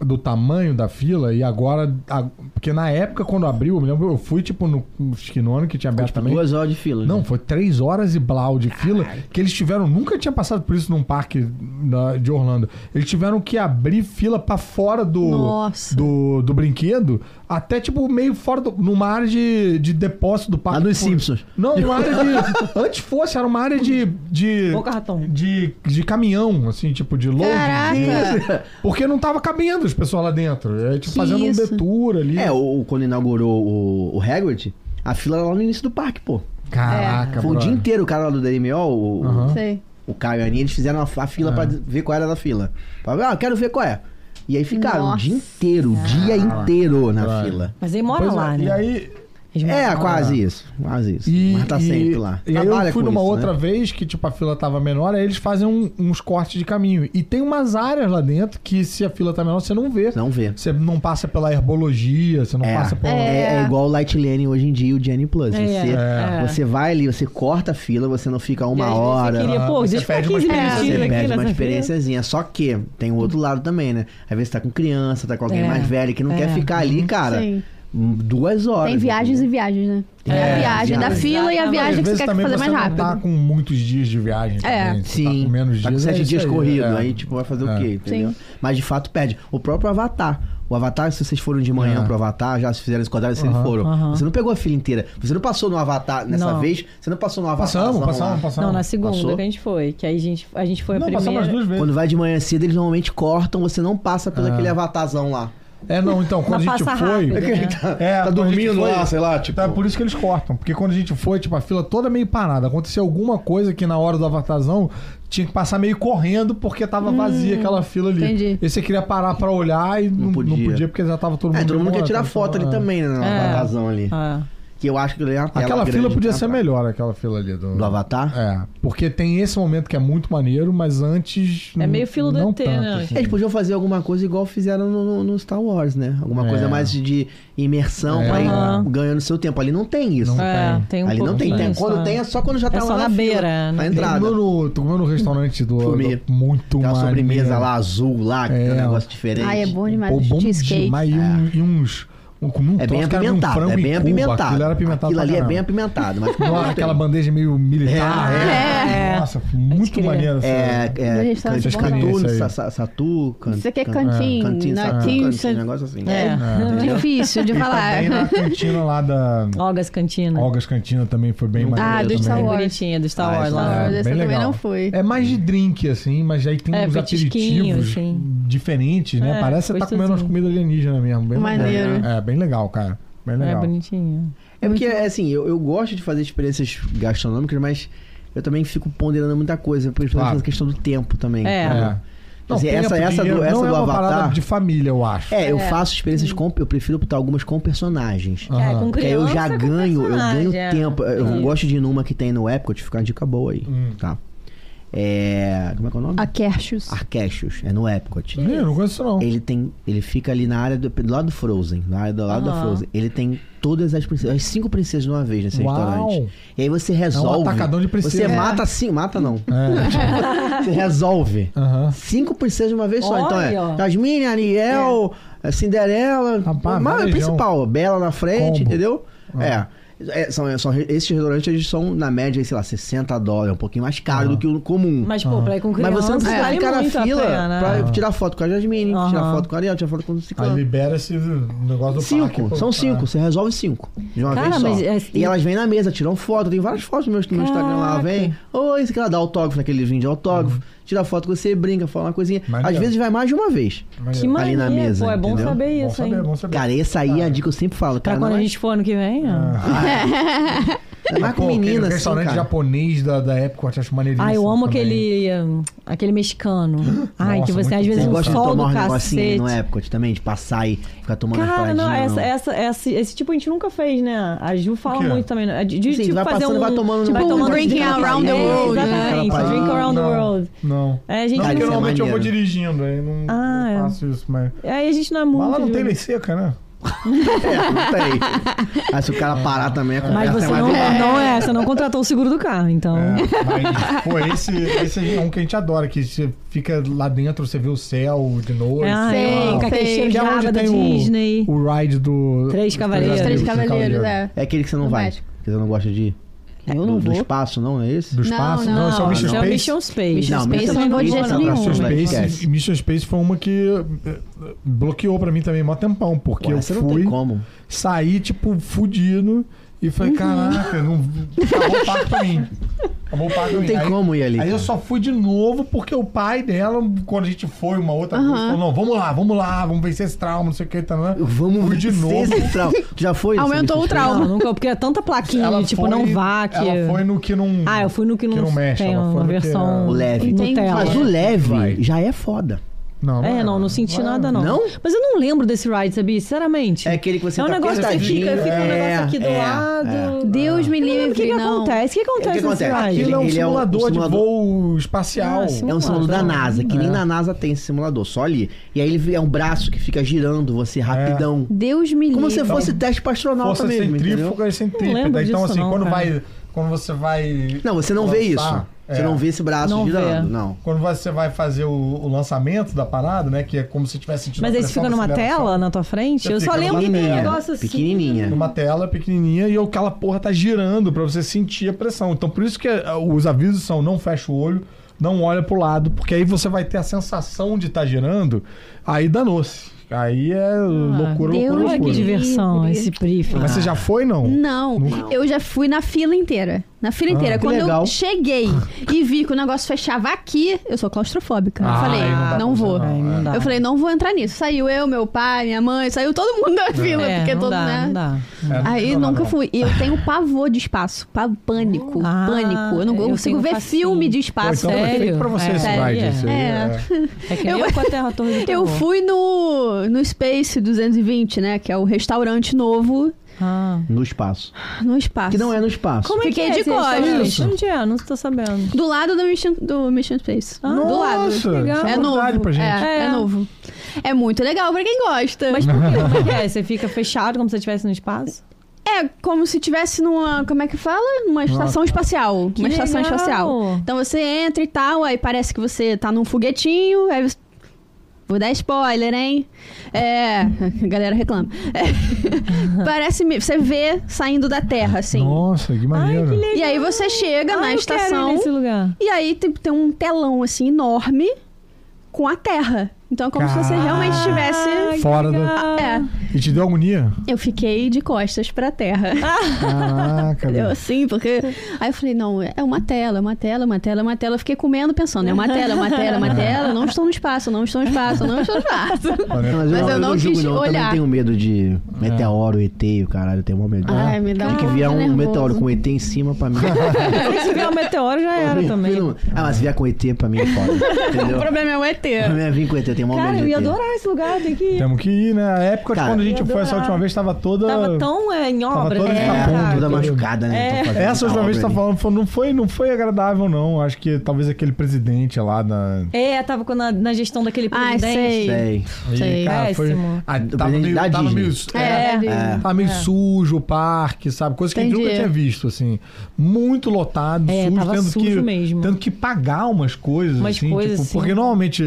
[SPEAKER 3] do tamanho da fila, e agora. a- porque na época, quando abriu, eu me lembro, eu fui, tipo, no esquinone que tinha aberto
[SPEAKER 2] tipo,
[SPEAKER 3] também.
[SPEAKER 2] duas horas de fila.
[SPEAKER 3] Não,
[SPEAKER 2] né?
[SPEAKER 3] foi três horas e blau de fila que eles tiveram. Nunca tinha passado por isso num parque na- de Orlando. Eles tiveram que abrir fila pra fora do,
[SPEAKER 1] Nossa.
[SPEAKER 3] do, do brinquedo, até tipo meio fora do, numa área de, de depósito do parque.
[SPEAKER 2] Lá nos
[SPEAKER 3] Tipo,
[SPEAKER 2] Simpsons.
[SPEAKER 3] Não, uma
[SPEAKER 2] [LAUGHS]
[SPEAKER 3] área de. antes fosse, era uma área de. de
[SPEAKER 4] Ô, cartão.
[SPEAKER 3] de, de caminhão, assim, tipo de load.
[SPEAKER 1] Caraca.
[SPEAKER 3] Porque não tava cabendo as pessoas lá dentro. É, tipo,
[SPEAKER 1] Que
[SPEAKER 3] fazendo um
[SPEAKER 1] isso.
[SPEAKER 3] detour ali.
[SPEAKER 2] [LAUGHS] É, o, o- quando inaugurou o, o Hagrid, a fila era lá no início do parque, pô.
[SPEAKER 3] Caraca,
[SPEAKER 2] Foi o dia
[SPEAKER 3] brother.
[SPEAKER 2] inteiro o cara lá do DMO, o, o-
[SPEAKER 3] Aham.
[SPEAKER 1] Sei.
[SPEAKER 2] o Caio e a Aninha, eles fizeram a, a fila pra ver qual era da fila. Pra ver, ah, eu quero ver qual é. E aí ficaram o
[SPEAKER 1] Nossa.
[SPEAKER 2] dia inteiro, o dia inteiro na
[SPEAKER 3] Ah. Claro.
[SPEAKER 2] fila.
[SPEAKER 4] Mas ele mora
[SPEAKER 3] Pois é,
[SPEAKER 4] lá, né?
[SPEAKER 3] E aí,
[SPEAKER 4] Eles moram
[SPEAKER 2] É,
[SPEAKER 4] lá.
[SPEAKER 2] quase isso. Quase isso.
[SPEAKER 3] E,
[SPEAKER 2] Mas tá
[SPEAKER 3] e-
[SPEAKER 2] sempre lá.
[SPEAKER 3] E aí
[SPEAKER 2] Trabalha
[SPEAKER 3] eu fui
[SPEAKER 2] com
[SPEAKER 3] numa
[SPEAKER 2] isso,
[SPEAKER 3] outra
[SPEAKER 2] né?
[SPEAKER 3] vez que, tipo, a fila tava menor, aí eles fazem um- uns cortes de caminho. E tem umas áreas lá dentro que, se a fila tá menor, você não vê.
[SPEAKER 2] Não vê.
[SPEAKER 3] Você não passa pela herbologia, você não
[SPEAKER 2] É,
[SPEAKER 3] passa por.
[SPEAKER 2] é, é igual o Light Lane hoje em dia e o Genie Plus.
[SPEAKER 4] É,
[SPEAKER 2] Você,
[SPEAKER 4] é.
[SPEAKER 2] você vai ali, você corta a fila, você não fica
[SPEAKER 4] E
[SPEAKER 2] uma
[SPEAKER 4] às vezes
[SPEAKER 2] hora.
[SPEAKER 4] Você queria, pô,
[SPEAKER 3] Você
[SPEAKER 4] deixa eu ficar
[SPEAKER 3] perde uma
[SPEAKER 4] 15
[SPEAKER 2] É,
[SPEAKER 4] minutinhos
[SPEAKER 2] você
[SPEAKER 4] aqui
[SPEAKER 2] perde
[SPEAKER 4] nessa
[SPEAKER 2] uma
[SPEAKER 4] fila.
[SPEAKER 2] experiênciazinha. Só que tem o outro lado também, né? Às vezes você tá com criança, tá com alguém
[SPEAKER 4] É,
[SPEAKER 2] mais velho que não
[SPEAKER 4] é.
[SPEAKER 2] quer ficar ali, cara,
[SPEAKER 1] Sim.
[SPEAKER 2] duas horas.
[SPEAKER 1] Tem viagens e
[SPEAKER 2] entendeu?
[SPEAKER 1] viagens, né? Tem
[SPEAKER 3] É,
[SPEAKER 1] a viagem da
[SPEAKER 2] viagens.
[SPEAKER 1] fila e É, a
[SPEAKER 4] Exatamente.
[SPEAKER 1] viagem
[SPEAKER 3] Às
[SPEAKER 1] que
[SPEAKER 3] vezes
[SPEAKER 1] você quer
[SPEAKER 3] também
[SPEAKER 1] fazer mais
[SPEAKER 3] você não
[SPEAKER 1] rápido.
[SPEAKER 3] tá com muitos dias de viagem
[SPEAKER 1] É.
[SPEAKER 3] também. Você
[SPEAKER 2] Sim,
[SPEAKER 3] tá com menos
[SPEAKER 2] tá com
[SPEAKER 3] dias. é
[SPEAKER 2] sete
[SPEAKER 3] isso
[SPEAKER 2] dias
[SPEAKER 3] aí,
[SPEAKER 2] corrido,
[SPEAKER 3] é.
[SPEAKER 2] aí tipo, vai fazer o
[SPEAKER 3] É.
[SPEAKER 2] quê, entendeu?
[SPEAKER 1] Sim.
[SPEAKER 2] Mas de fato perde. O próprio Avatar. O Avatar, se vocês foram de manhã
[SPEAKER 3] É.
[SPEAKER 2] pro Avatar, já se fizeram esse quadrado, vocês
[SPEAKER 3] Aham,
[SPEAKER 2] foram.
[SPEAKER 4] aham.
[SPEAKER 2] Você não pegou a fila inteira. Você não passou no Avatar nessa
[SPEAKER 4] Não.
[SPEAKER 2] vez, você não passou no Avatar.
[SPEAKER 3] Passamos,
[SPEAKER 2] vamos lá.
[SPEAKER 3] passamos, passamos.
[SPEAKER 4] Não, na segunda
[SPEAKER 2] Passou?
[SPEAKER 4] que a gente foi. Que aí a gente, a gente foi a
[SPEAKER 3] Não, passamos
[SPEAKER 4] primeira.
[SPEAKER 3] as duas vezes.
[SPEAKER 2] Quando vai de manhã cedo, eles normalmente cortam, você não passa pelo
[SPEAKER 3] É.
[SPEAKER 2] aquele avatarzão lá.
[SPEAKER 3] É, não, então, quando
[SPEAKER 4] Mas
[SPEAKER 3] a gente
[SPEAKER 4] passa
[SPEAKER 3] foi.
[SPEAKER 4] rápido, né?
[SPEAKER 3] É,
[SPEAKER 2] [LAUGHS] tá
[SPEAKER 3] quando a gente
[SPEAKER 2] dormindo
[SPEAKER 3] foi-
[SPEAKER 2] lá, sei lá, tipo.
[SPEAKER 3] Tá, por isso que eles cortam. Porque quando a gente foi, tipo, a fila toda meio parada. Aconteceu alguma coisa que na hora do avatarzão tinha que passar meio correndo porque tava
[SPEAKER 4] Hum,
[SPEAKER 3] vazia aquela fila ali.
[SPEAKER 1] entendi.
[SPEAKER 3] E você queria parar pra olhar e não, não podia.
[SPEAKER 2] podia.
[SPEAKER 3] porque já tava todo mundo.
[SPEAKER 2] É, todo mundo
[SPEAKER 3] meio
[SPEAKER 2] quer tirar
[SPEAKER 3] morto,
[SPEAKER 2] foto ali
[SPEAKER 3] então, é.
[SPEAKER 2] também, né? Na
[SPEAKER 4] É.
[SPEAKER 2] avatarzão ali.
[SPEAKER 4] Ah,
[SPEAKER 2] Que eu acho que ele é uma tela
[SPEAKER 3] Aquela
[SPEAKER 2] grande
[SPEAKER 3] fila podia
[SPEAKER 2] pra-
[SPEAKER 3] ser melhor, aquela fila ali do.
[SPEAKER 2] Do Avatar?
[SPEAKER 3] É, porque tem esse momento que é muito maneiro, mas antes.
[SPEAKER 4] É
[SPEAKER 3] n-
[SPEAKER 4] meio fila do
[SPEAKER 3] não
[SPEAKER 4] ET,
[SPEAKER 3] tanto,
[SPEAKER 4] né?
[SPEAKER 3] assim.
[SPEAKER 2] Eles podiam fazer alguma coisa igual fizeram no, no Star Wars, né? Alguma
[SPEAKER 3] É.
[SPEAKER 2] coisa mais de imersão
[SPEAKER 3] É.
[SPEAKER 2] pra ir
[SPEAKER 4] Aham.
[SPEAKER 2] ganhando seu tempo. Ali não tem isso.
[SPEAKER 3] Não
[SPEAKER 4] é,
[SPEAKER 3] tem.
[SPEAKER 4] tem um
[SPEAKER 2] Ali não
[SPEAKER 4] pouco
[SPEAKER 2] tem. tem.
[SPEAKER 4] disso,
[SPEAKER 2] Quando
[SPEAKER 4] é.
[SPEAKER 2] tem é só quando já tá
[SPEAKER 4] É
[SPEAKER 2] lá
[SPEAKER 4] só na beira,
[SPEAKER 2] Fila,
[SPEAKER 4] não
[SPEAKER 2] na
[SPEAKER 4] tem.
[SPEAKER 3] Tu
[SPEAKER 2] entrada.
[SPEAKER 3] comeu no, tu comeu no restaurante do,
[SPEAKER 2] Comi.
[SPEAKER 3] do- muito
[SPEAKER 2] Aquela
[SPEAKER 3] maneiro.
[SPEAKER 2] sobremesa lá azul lá, que tem um
[SPEAKER 3] É.
[SPEAKER 2] negócio
[SPEAKER 4] tá.
[SPEAKER 2] diferente.
[SPEAKER 4] Ah,
[SPEAKER 1] Ai, é bom demais.
[SPEAKER 3] Pô, bom
[SPEAKER 1] Cheesecake.
[SPEAKER 3] demais. E, um- e uns. Um, comi um
[SPEAKER 2] Ah. É bem
[SPEAKER 3] troço, cara, de um
[SPEAKER 2] apimentado,
[SPEAKER 3] frango
[SPEAKER 2] é
[SPEAKER 3] em
[SPEAKER 2] bem
[SPEAKER 3] Cuba.
[SPEAKER 2] apimentado.
[SPEAKER 3] Aquilo era apimentado
[SPEAKER 2] Aquilo
[SPEAKER 3] pra
[SPEAKER 2] ali é
[SPEAKER 3] caramba.
[SPEAKER 2] bem apimentado,
[SPEAKER 3] [LAUGHS]
[SPEAKER 2] mas ficou
[SPEAKER 3] Nossa,
[SPEAKER 2] muito
[SPEAKER 3] aquela
[SPEAKER 2] bem.
[SPEAKER 3] bandeja meio militar.
[SPEAKER 2] É,
[SPEAKER 4] é.
[SPEAKER 3] Nossa,
[SPEAKER 4] Pode
[SPEAKER 3] muito
[SPEAKER 4] crer.
[SPEAKER 3] maneiro. essa-
[SPEAKER 2] É,
[SPEAKER 1] No
[SPEAKER 2] é,
[SPEAKER 1] restaurante
[SPEAKER 2] Catu,
[SPEAKER 1] bom
[SPEAKER 3] demais.
[SPEAKER 2] sa- sa- Satu, can-
[SPEAKER 1] Isso aqui é
[SPEAKER 2] can-
[SPEAKER 1] cantinho,
[SPEAKER 2] cantinho,
[SPEAKER 1] né?
[SPEAKER 2] Satu,
[SPEAKER 1] Tinha
[SPEAKER 2] cantinho,
[SPEAKER 1] isso-
[SPEAKER 2] um negócio assim.
[SPEAKER 4] É. [LAUGHS]
[SPEAKER 1] Difícil
[SPEAKER 3] Tá
[SPEAKER 1] de falar. [LAUGHS]
[SPEAKER 3] Também na cantina lá da
[SPEAKER 4] Olgas Cantina. É
[SPEAKER 3] Olgas Cantina também foi bem
[SPEAKER 1] Ah,
[SPEAKER 3] maneiro.
[SPEAKER 1] do
[SPEAKER 3] também.
[SPEAKER 1] Star Wars.
[SPEAKER 4] Bonitinha, do Star
[SPEAKER 2] Ah,
[SPEAKER 4] Wars
[SPEAKER 2] Star
[SPEAKER 4] lá.
[SPEAKER 1] Wars.
[SPEAKER 3] É,
[SPEAKER 1] Essa
[SPEAKER 3] bem
[SPEAKER 1] eu também não
[SPEAKER 3] legal.
[SPEAKER 1] fui.
[SPEAKER 3] É mais de drink, assim, mas aí tem
[SPEAKER 4] É,
[SPEAKER 3] uns
[SPEAKER 4] petisquinho,
[SPEAKER 3] aperitivos
[SPEAKER 4] assim.
[SPEAKER 3] diferentes, né?
[SPEAKER 4] É,
[SPEAKER 3] Parece que tá comendo umas
[SPEAKER 4] gostosinho.
[SPEAKER 3] comidas alienígenas mesmo. Bem
[SPEAKER 1] Maneiro.
[SPEAKER 3] Legal. É, bem legal, cara. Bem
[SPEAKER 4] É
[SPEAKER 3] legal.
[SPEAKER 4] bonitinho.
[SPEAKER 2] É porque, assim, eu, eu gosto de fazer experiências gastronômicas, mas eu também fico ponderando muita coisa, principalmente
[SPEAKER 3] Claro.
[SPEAKER 2] na questão do tempo também.
[SPEAKER 4] É.
[SPEAKER 2] Quer dizer,
[SPEAKER 3] tem
[SPEAKER 2] essa-
[SPEAKER 3] a-
[SPEAKER 2] essa do-
[SPEAKER 3] não
[SPEAKER 2] essa
[SPEAKER 3] é
[SPEAKER 2] do
[SPEAKER 3] uma
[SPEAKER 2] Avatar-
[SPEAKER 3] parada de família, eu acho.
[SPEAKER 2] É, eu
[SPEAKER 1] É.
[SPEAKER 2] faço experiências com. Eu prefiro optar algumas com personagens.
[SPEAKER 3] Aham.
[SPEAKER 4] É, com
[SPEAKER 2] Porque aí eu já
[SPEAKER 4] criança, com
[SPEAKER 2] ganho, eu
[SPEAKER 4] personagem,
[SPEAKER 2] ganho
[SPEAKER 4] é.
[SPEAKER 2] tempo. Eu
[SPEAKER 4] Isso.
[SPEAKER 2] gosto de ir numa que tem no Epcot, fica uma dica boa aí.
[SPEAKER 3] Hum.
[SPEAKER 2] Tá. É. Como é que é o nome?
[SPEAKER 1] A Kershus.
[SPEAKER 2] Arquechos, é no Epcot.
[SPEAKER 3] Ih, Eu não conheço isso, não.
[SPEAKER 2] Ele tem. Ele fica ali na área do, do lado do Frozen. Na área do lado da
[SPEAKER 4] Aham.
[SPEAKER 2] Frozen. Ele tem todas as princesas. As cinco princesas de uma vez nesse
[SPEAKER 3] Uau. É um
[SPEAKER 2] restaurante. E aí você resolve.
[SPEAKER 3] atacadão de princesa.
[SPEAKER 2] Você
[SPEAKER 3] É.
[SPEAKER 2] mata sim, mata
[SPEAKER 3] [LAUGHS]
[SPEAKER 2] não.
[SPEAKER 3] É.
[SPEAKER 2] Você resolve.
[SPEAKER 3] Aham.
[SPEAKER 2] Cinco princesas de uma vez só. Então é
[SPEAKER 4] Olha. É.
[SPEAKER 2] Jasmine, Ariel, eh, Cinderela. mas é
[SPEAKER 3] Rapaz,
[SPEAKER 2] o
[SPEAKER 3] varejão.
[SPEAKER 2] principal, Bela na frente,
[SPEAKER 3] Combo. Ah.
[SPEAKER 2] entendeu? É. É, são, são- esses restaurantes eles são, na média, sei lá, 60 dólares, um pouquinho mais caro do que o comum.
[SPEAKER 4] Mas, pô, pra ir com
[SPEAKER 2] Mas
[SPEAKER 4] criança, é,
[SPEAKER 2] você não precisa
[SPEAKER 4] vale
[SPEAKER 2] ficar na
[SPEAKER 4] muito a
[SPEAKER 2] fila
[SPEAKER 4] pena, né?
[SPEAKER 2] pra tirar foto com a Jasmine, tirar
[SPEAKER 4] Aham.
[SPEAKER 2] foto com a Ariel, tirar foto com o
[SPEAKER 3] Aí
[SPEAKER 2] Ciclano.
[SPEAKER 3] libera esse negócio do parque,
[SPEAKER 2] Cinco,
[SPEAKER 3] pô.
[SPEAKER 2] são cinco,
[SPEAKER 3] É.
[SPEAKER 2] você resolve cinco. De uma
[SPEAKER 4] Cara,
[SPEAKER 2] vez só.
[SPEAKER 4] mas é assim-
[SPEAKER 2] E elas vêm na mesa, tiram foto, tem várias fotos no meu, no meu Instagram lá,
[SPEAKER 4] Caraca.
[SPEAKER 2] vem. Oi, isso que ela dá autógrafo naquele livrinho de
[SPEAKER 3] Uhum.
[SPEAKER 2] autógrafo, tira foto com você, brinca, fala uma coinha. Às
[SPEAKER 3] Maneiro.
[SPEAKER 2] vezes vai mais de uma vez.
[SPEAKER 3] é. Mas
[SPEAKER 4] Que
[SPEAKER 3] é.
[SPEAKER 2] ali
[SPEAKER 4] maneiro,
[SPEAKER 2] na mesa,
[SPEAKER 4] pô, é bom
[SPEAKER 2] entendeu?
[SPEAKER 4] saber
[SPEAKER 3] Bom
[SPEAKER 4] isso,
[SPEAKER 3] saber,
[SPEAKER 4] hein?
[SPEAKER 3] bom saber.
[SPEAKER 2] Cara, essa aí é a dica que eu sempre falo.
[SPEAKER 4] Pra
[SPEAKER 2] Cara,
[SPEAKER 4] quando
[SPEAKER 2] não
[SPEAKER 4] a
[SPEAKER 2] é-
[SPEAKER 4] gente for ano que vem,
[SPEAKER 2] Ah,
[SPEAKER 4] ó.
[SPEAKER 2] não é mais com
[SPEAKER 3] Ah. Pô, aquele
[SPEAKER 2] menina, assim,
[SPEAKER 3] restaurante
[SPEAKER 2] cara.
[SPEAKER 3] japonês da, da Epcot, acho maneiríssimo.
[SPEAKER 4] Ah, eu amo
[SPEAKER 3] também.
[SPEAKER 4] aquele, hum, aquele mexicano. Ai,
[SPEAKER 3] Nossa,
[SPEAKER 4] que você
[SPEAKER 3] muito
[SPEAKER 4] às vezes
[SPEAKER 2] Você
[SPEAKER 3] bom,
[SPEAKER 4] um
[SPEAKER 2] gosta de
[SPEAKER 4] sol
[SPEAKER 2] tomar
[SPEAKER 4] do
[SPEAKER 2] um
[SPEAKER 4] cacete.
[SPEAKER 2] negocinho no Epcot também, de passar e ficar tomando
[SPEAKER 4] Cara,
[SPEAKER 2] paradinha,
[SPEAKER 4] não, essa, essa, essa- esse tipo a gente nunca fez, né? A Ju fala
[SPEAKER 3] O quê?
[SPEAKER 4] muito também. né? De, de,
[SPEAKER 2] Sim,
[SPEAKER 4] tipo,
[SPEAKER 2] vai
[SPEAKER 4] fazer
[SPEAKER 2] passando,
[SPEAKER 4] um,
[SPEAKER 2] vai tomando
[SPEAKER 4] tipo,
[SPEAKER 2] um-
[SPEAKER 4] vai tomando
[SPEAKER 1] Drinking
[SPEAKER 4] de cada
[SPEAKER 1] around the
[SPEAKER 4] país.
[SPEAKER 1] world, né?
[SPEAKER 4] Exatamente,
[SPEAKER 2] Cada
[SPEAKER 4] drink
[SPEAKER 2] país.
[SPEAKER 4] around the
[SPEAKER 3] Ah, Não.
[SPEAKER 4] world.
[SPEAKER 3] Não.
[SPEAKER 4] É, a gente
[SPEAKER 2] Cara, isso
[SPEAKER 3] Não, porque
[SPEAKER 2] é
[SPEAKER 4] não,
[SPEAKER 3] normalmente eu vou
[SPEAKER 2] maneiro.
[SPEAKER 3] dirigindo, aí não,
[SPEAKER 4] Ah,
[SPEAKER 3] não
[SPEAKER 4] é.
[SPEAKER 3] faço isso, mas.
[SPEAKER 4] aí a gente não é muito.
[SPEAKER 3] Mas lá não
[SPEAKER 4] de-
[SPEAKER 3] tem lei seca, né?
[SPEAKER 2] É, não tem. Mas se o cara parar também, a
[SPEAKER 4] Mas
[SPEAKER 2] conversa
[SPEAKER 4] você
[SPEAKER 2] é mais
[SPEAKER 4] não,
[SPEAKER 2] legal.
[SPEAKER 4] não é, você não contratou o seguro do carro, então.
[SPEAKER 3] É, mas, pô, esse, esse é um que a gente adora, que você fica lá dentro, você vê o céu de noite.
[SPEAKER 4] Ah,
[SPEAKER 1] sei
[SPEAKER 4] eu
[SPEAKER 1] lá.
[SPEAKER 4] amo, com aquele
[SPEAKER 1] Sei.
[SPEAKER 4] cheiro
[SPEAKER 3] Que
[SPEAKER 4] de
[SPEAKER 3] é onde
[SPEAKER 4] água da
[SPEAKER 3] tem o-
[SPEAKER 4] Disney.
[SPEAKER 3] O ride do.
[SPEAKER 4] Três
[SPEAKER 3] dos
[SPEAKER 4] Cavaleiros.
[SPEAKER 1] Os Três Cavaleiros, é.
[SPEAKER 2] É aquele que você não
[SPEAKER 1] No
[SPEAKER 2] vai.
[SPEAKER 1] México.
[SPEAKER 2] Que você não gosta de ir.
[SPEAKER 4] Eu
[SPEAKER 2] do,
[SPEAKER 4] não
[SPEAKER 2] do
[SPEAKER 4] vou.
[SPEAKER 2] espaço, não, é esse?
[SPEAKER 3] Do
[SPEAKER 1] Não,
[SPEAKER 3] espaço?
[SPEAKER 1] não.
[SPEAKER 3] esse é o Mission
[SPEAKER 4] Isso é o
[SPEAKER 3] Space.
[SPEAKER 4] Mission Space.
[SPEAKER 1] Mission
[SPEAKER 2] mas
[SPEAKER 1] Space eu
[SPEAKER 2] esse
[SPEAKER 1] não vou de
[SPEAKER 2] é
[SPEAKER 1] jeito
[SPEAKER 2] pra
[SPEAKER 4] um,
[SPEAKER 1] nenhum.
[SPEAKER 2] Mission
[SPEAKER 3] Mission
[SPEAKER 4] né?
[SPEAKER 2] Space,
[SPEAKER 3] Space,
[SPEAKER 2] esquece.
[SPEAKER 3] Mission Space foi uma que eh, eh, bloqueou pra mim também mó tempão, porque
[SPEAKER 2] Ué,
[SPEAKER 3] eu
[SPEAKER 2] você não tem
[SPEAKER 3] fui,
[SPEAKER 2] como.
[SPEAKER 3] saí, tipo, fudido e falei,
[SPEAKER 4] Uhum.
[SPEAKER 3] caraca, não, acabou o parque pra mim. Acabou o parque pra
[SPEAKER 2] Não
[SPEAKER 3] mim.
[SPEAKER 2] tem
[SPEAKER 3] Aí-
[SPEAKER 2] como ir ali.
[SPEAKER 3] Aí eu
[SPEAKER 2] cara.
[SPEAKER 3] só fui de novo porque o pai dela, quando a gente foi uma outra vez, falou: não, vamos lá, vamos lá, vamos vencer esse trauma, não sei o que, tá, né?
[SPEAKER 2] Vamos
[SPEAKER 3] Fui de
[SPEAKER 2] vencer
[SPEAKER 3] novo.
[SPEAKER 2] esse trauma. Tu já foi? nesse
[SPEAKER 1] Aumentou
[SPEAKER 2] Mission
[SPEAKER 1] o trauma.
[SPEAKER 4] Não, nunca, porque é tanta plaquinha, de, tipo,
[SPEAKER 3] foi-
[SPEAKER 4] não vá que...
[SPEAKER 3] Ela foi no que não.
[SPEAKER 4] Ah, eu fui no que não,
[SPEAKER 3] que não mexe,
[SPEAKER 4] tem
[SPEAKER 3] ela foi
[SPEAKER 4] uma
[SPEAKER 3] no que-
[SPEAKER 4] versão
[SPEAKER 2] O leve.
[SPEAKER 1] Entendi.
[SPEAKER 4] Nutella.
[SPEAKER 2] Space? Mas o leve
[SPEAKER 3] Vai.
[SPEAKER 2] já é foda.
[SPEAKER 3] Não, não
[SPEAKER 4] é,
[SPEAKER 3] era.
[SPEAKER 4] não, não senti
[SPEAKER 3] Não era.
[SPEAKER 4] nada, não.
[SPEAKER 2] Não?
[SPEAKER 4] Mas eu não lembro desse ride, sabia? Sinceramente.
[SPEAKER 2] É aquele que você
[SPEAKER 4] É um
[SPEAKER 2] tá
[SPEAKER 4] negócio que você
[SPEAKER 2] apertadinho,
[SPEAKER 4] fica, fica um
[SPEAKER 2] é,
[SPEAKER 4] negócio aqui do
[SPEAKER 2] é,
[SPEAKER 4] lado.
[SPEAKER 1] Deus me
[SPEAKER 4] Não,
[SPEAKER 1] livre,
[SPEAKER 4] Então, o que, que
[SPEAKER 1] não.
[SPEAKER 4] acontece? O que
[SPEAKER 2] É, o
[SPEAKER 4] acontece
[SPEAKER 2] que
[SPEAKER 4] nesse
[SPEAKER 2] acontece?
[SPEAKER 4] ride?
[SPEAKER 3] Aquilo é um
[SPEAKER 2] Ele é um- um
[SPEAKER 3] simulador de
[SPEAKER 2] simulador-
[SPEAKER 3] voo espacial.
[SPEAKER 4] Ah, sim.
[SPEAKER 2] É um simulador da
[SPEAKER 4] Nossa,
[SPEAKER 2] NASA, que nem
[SPEAKER 3] é.
[SPEAKER 2] na NASA tem esse simulador, só ali. E aí ele é um braço que fica girando você rapidão.
[SPEAKER 1] Deus me livre.
[SPEAKER 2] Como se fosse teste pra astronauta
[SPEAKER 3] Força
[SPEAKER 2] mesmo, entendeu?
[SPEAKER 3] Então, centrífuga e
[SPEAKER 4] Não
[SPEAKER 3] centrípeta.
[SPEAKER 4] lembro
[SPEAKER 3] Então,
[SPEAKER 4] disso
[SPEAKER 3] assim,
[SPEAKER 4] não,
[SPEAKER 3] quando
[SPEAKER 4] cara.
[SPEAKER 3] vai. Quando você vai.
[SPEAKER 2] Não, você não vê isso.
[SPEAKER 3] lançar,
[SPEAKER 2] Você
[SPEAKER 3] é.
[SPEAKER 2] não vê esse braço
[SPEAKER 4] Não
[SPEAKER 2] girando,
[SPEAKER 4] vê.
[SPEAKER 2] não.
[SPEAKER 3] Quando você vai fazer o, o lançamento da parada, né? Que é como se tivesse sentido.
[SPEAKER 4] Mas
[SPEAKER 3] a
[SPEAKER 4] aí você
[SPEAKER 3] pressão
[SPEAKER 4] fica
[SPEAKER 3] da
[SPEAKER 4] numa
[SPEAKER 3] aceleração.
[SPEAKER 4] tela na tua frente?
[SPEAKER 3] Você
[SPEAKER 4] Eu só
[SPEAKER 3] fica
[SPEAKER 4] lembro
[SPEAKER 3] numa
[SPEAKER 4] que tem um
[SPEAKER 3] tela,
[SPEAKER 4] negócio assim.
[SPEAKER 2] pequenininha.
[SPEAKER 3] Numa tela pequenininha e aquela porra tá girando pra você sentir a pressão. Então, por isso que ah, os avisos são não fecha o olho, não olha pro lado, porque aí você vai ter a sensação de tá girando, aí danou-se. Aí é
[SPEAKER 1] Deus
[SPEAKER 3] loucura, loucura,
[SPEAKER 4] Olha Ah, é que
[SPEAKER 1] me
[SPEAKER 3] loucura.
[SPEAKER 1] livre.
[SPEAKER 4] diversão esse briefing.
[SPEAKER 3] Mas você já foi, não? Ah,
[SPEAKER 1] Não, eu já fui na fila inteira. Na fila inteira.
[SPEAKER 2] que
[SPEAKER 1] Quando
[SPEAKER 2] legal.
[SPEAKER 1] eu cheguei e vi que o negócio fechava aqui, eu sou claustrofóbica.
[SPEAKER 3] Ah,
[SPEAKER 1] eu falei,
[SPEAKER 3] aí não dá
[SPEAKER 1] não,
[SPEAKER 3] pra usar,
[SPEAKER 1] vou.
[SPEAKER 3] não. é.
[SPEAKER 4] Aí não dá.
[SPEAKER 1] Eu falei, não vou entrar nisso. Saiu eu, meu pai, minha mãe, saiu todo mundo da fila,
[SPEAKER 4] É,
[SPEAKER 1] porque
[SPEAKER 4] não
[SPEAKER 1] todo,
[SPEAKER 4] dá,
[SPEAKER 1] né?
[SPEAKER 4] não dá.
[SPEAKER 3] É, não
[SPEAKER 1] Aí
[SPEAKER 3] funciona,
[SPEAKER 1] nunca
[SPEAKER 3] não.
[SPEAKER 1] fui. E eu tenho pavor de espaço. pa- Pânico.
[SPEAKER 4] Ah,
[SPEAKER 1] pânico. Eu não
[SPEAKER 4] eu
[SPEAKER 1] consigo
[SPEAKER 4] tenho
[SPEAKER 1] ver
[SPEAKER 4] facinho.
[SPEAKER 1] filme de
[SPEAKER 3] Pô,
[SPEAKER 1] espaço.
[SPEAKER 3] então foi
[SPEAKER 4] Sério?
[SPEAKER 3] feito pra você
[SPEAKER 4] É,
[SPEAKER 3] esse
[SPEAKER 4] sério,
[SPEAKER 3] ride.
[SPEAKER 4] é.
[SPEAKER 3] esse aí,
[SPEAKER 1] É.
[SPEAKER 4] É que nem
[SPEAKER 1] Eu-
[SPEAKER 4] eu com a Terra Torre do
[SPEAKER 1] Eu
[SPEAKER 4] Terror.
[SPEAKER 1] fui no, no Space 220, né? Que é o restaurante novo
[SPEAKER 4] Ah.
[SPEAKER 2] No espaço.
[SPEAKER 1] no espaço.
[SPEAKER 2] Que não é no espaço.
[SPEAKER 4] Como é
[SPEAKER 1] Fiquei
[SPEAKER 4] que é
[SPEAKER 1] de
[SPEAKER 4] esse restaurante?
[SPEAKER 1] costas.
[SPEAKER 4] Onde é? Não estou sabendo.
[SPEAKER 1] Do lado do Mission, do Mission Space.
[SPEAKER 4] Ah,
[SPEAKER 1] do lado.
[SPEAKER 3] Nossa,
[SPEAKER 4] legal.
[SPEAKER 3] isso
[SPEAKER 1] É
[SPEAKER 3] uma novidade
[SPEAKER 1] novo.
[SPEAKER 3] pra gente.
[SPEAKER 1] É, é
[SPEAKER 4] É.
[SPEAKER 1] novo. É muito legal pra quem gosta.
[SPEAKER 4] Mas por quê? Como é que é? Você fica fechado como se você estivesse no espaço?
[SPEAKER 1] é como se tivesse numa. Como é que fala? Uma estação espacial. uma estação
[SPEAKER 4] legal.
[SPEAKER 1] espacial. Então você entra e tal, aí parece que você tá num foguetinho, aí você. Vou dar spoiler, hein? É. [LAUGHS] A galera reclama. É. [LAUGHS] Parece. me- Você vê saindo da Terra, assim.
[SPEAKER 3] Nossa, que
[SPEAKER 4] Ai,
[SPEAKER 3] maneiro.
[SPEAKER 4] que legal.
[SPEAKER 1] E aí você chega
[SPEAKER 4] Ah,
[SPEAKER 1] na
[SPEAKER 4] eu Quero ir
[SPEAKER 1] estação.
[SPEAKER 4] nesse lugar.
[SPEAKER 1] E aí tem, tem um telão assim enorme com a terra. Então é como se você
[SPEAKER 3] Caraca.
[SPEAKER 1] realmente
[SPEAKER 4] Ai,
[SPEAKER 1] estivesse.
[SPEAKER 4] que
[SPEAKER 3] Fora da-
[SPEAKER 4] legal.
[SPEAKER 1] É,
[SPEAKER 3] E te deu agonia?
[SPEAKER 1] eu fiquei de costas pra terra.
[SPEAKER 3] Caraca,
[SPEAKER 2] Uhum.
[SPEAKER 1] Eu
[SPEAKER 3] velho.
[SPEAKER 1] assim, porque. Aí eu falei, não, é uma tela, é uma tela, é uma tela, é uma tela. Eu fiquei comendo, pensando, é uma tela, é uma tela, é
[SPEAKER 2] Uhum.
[SPEAKER 1] uma tela. Não estou no espaço, não estou no espaço, não estou no espaço.
[SPEAKER 2] [LAUGHS] Mas
[SPEAKER 1] Mas eu não quis
[SPEAKER 2] Eu também
[SPEAKER 1] olhar.
[SPEAKER 2] tenho medo
[SPEAKER 3] É.
[SPEAKER 2] de meteoro, ET, o caralho, eu tenho mó medo.
[SPEAKER 1] Ai, me dá
[SPEAKER 2] É. Tem que
[SPEAKER 1] um
[SPEAKER 2] vier um
[SPEAKER 1] nervoso.
[SPEAKER 2] meteoro com ET em cima
[SPEAKER 4] [LAUGHS]
[SPEAKER 2] pra mim.
[SPEAKER 4] Se vier um meteoro, já era também.
[SPEAKER 2] Ah, mas se vier com ET pra mim é
[SPEAKER 4] [LAUGHS]
[SPEAKER 2] foda. Entendeu?
[SPEAKER 1] O problema é o ET.
[SPEAKER 2] Pra mim é vir com ET, eu tenho mó medo
[SPEAKER 4] Cara,
[SPEAKER 2] de
[SPEAKER 4] eu ia
[SPEAKER 2] ET.
[SPEAKER 4] adorar esse lugar, tem que ir.
[SPEAKER 3] Temos que ir, né? A época de
[SPEAKER 2] Cara,
[SPEAKER 3] quando a gente
[SPEAKER 4] eu
[SPEAKER 3] foi essa
[SPEAKER 4] adorava.
[SPEAKER 3] última vez, tava toda.
[SPEAKER 4] Tava tão é, em
[SPEAKER 3] Tava
[SPEAKER 4] obra.
[SPEAKER 3] todo
[SPEAKER 4] né,
[SPEAKER 2] É,
[SPEAKER 3] escapado,
[SPEAKER 4] cara?
[SPEAKER 2] toda
[SPEAKER 3] todo-
[SPEAKER 2] machucada, né?
[SPEAKER 4] É.
[SPEAKER 2] Então fazendo
[SPEAKER 3] Essa última
[SPEAKER 2] tal
[SPEAKER 3] vez que tá
[SPEAKER 2] obra ali.
[SPEAKER 3] falando, falou, não foi, não foi agradável, não. Acho que talvez aquele presidente lá na.
[SPEAKER 4] É, tava com- na, na gestão daquele
[SPEAKER 1] Ai,
[SPEAKER 4] presidente.
[SPEAKER 1] Ah, sei.
[SPEAKER 2] Sei.
[SPEAKER 1] Sei.
[SPEAKER 3] foi.
[SPEAKER 4] Péssimo.
[SPEAKER 3] Ah,
[SPEAKER 2] Do
[SPEAKER 3] tava
[SPEAKER 2] presidente
[SPEAKER 3] meio,
[SPEAKER 2] da
[SPEAKER 3] tava
[SPEAKER 2] Disney.
[SPEAKER 3] meio,
[SPEAKER 1] É,
[SPEAKER 4] É.
[SPEAKER 1] é.
[SPEAKER 3] tava Tá meio
[SPEAKER 4] É.
[SPEAKER 3] sujo o parque, sabe? Coisa que a gente nunca
[SPEAKER 1] Entendi.
[SPEAKER 3] tinha visto, assim. Muito lotado,
[SPEAKER 4] É,
[SPEAKER 3] sujo,
[SPEAKER 4] tava
[SPEAKER 3] tendo
[SPEAKER 4] sujo
[SPEAKER 3] que.
[SPEAKER 4] mesmo.
[SPEAKER 3] Tendo que pagar umas coisas,
[SPEAKER 4] Umas
[SPEAKER 3] assim.
[SPEAKER 4] coisas,
[SPEAKER 3] tipo,
[SPEAKER 4] sim.
[SPEAKER 3] Porque normalmente.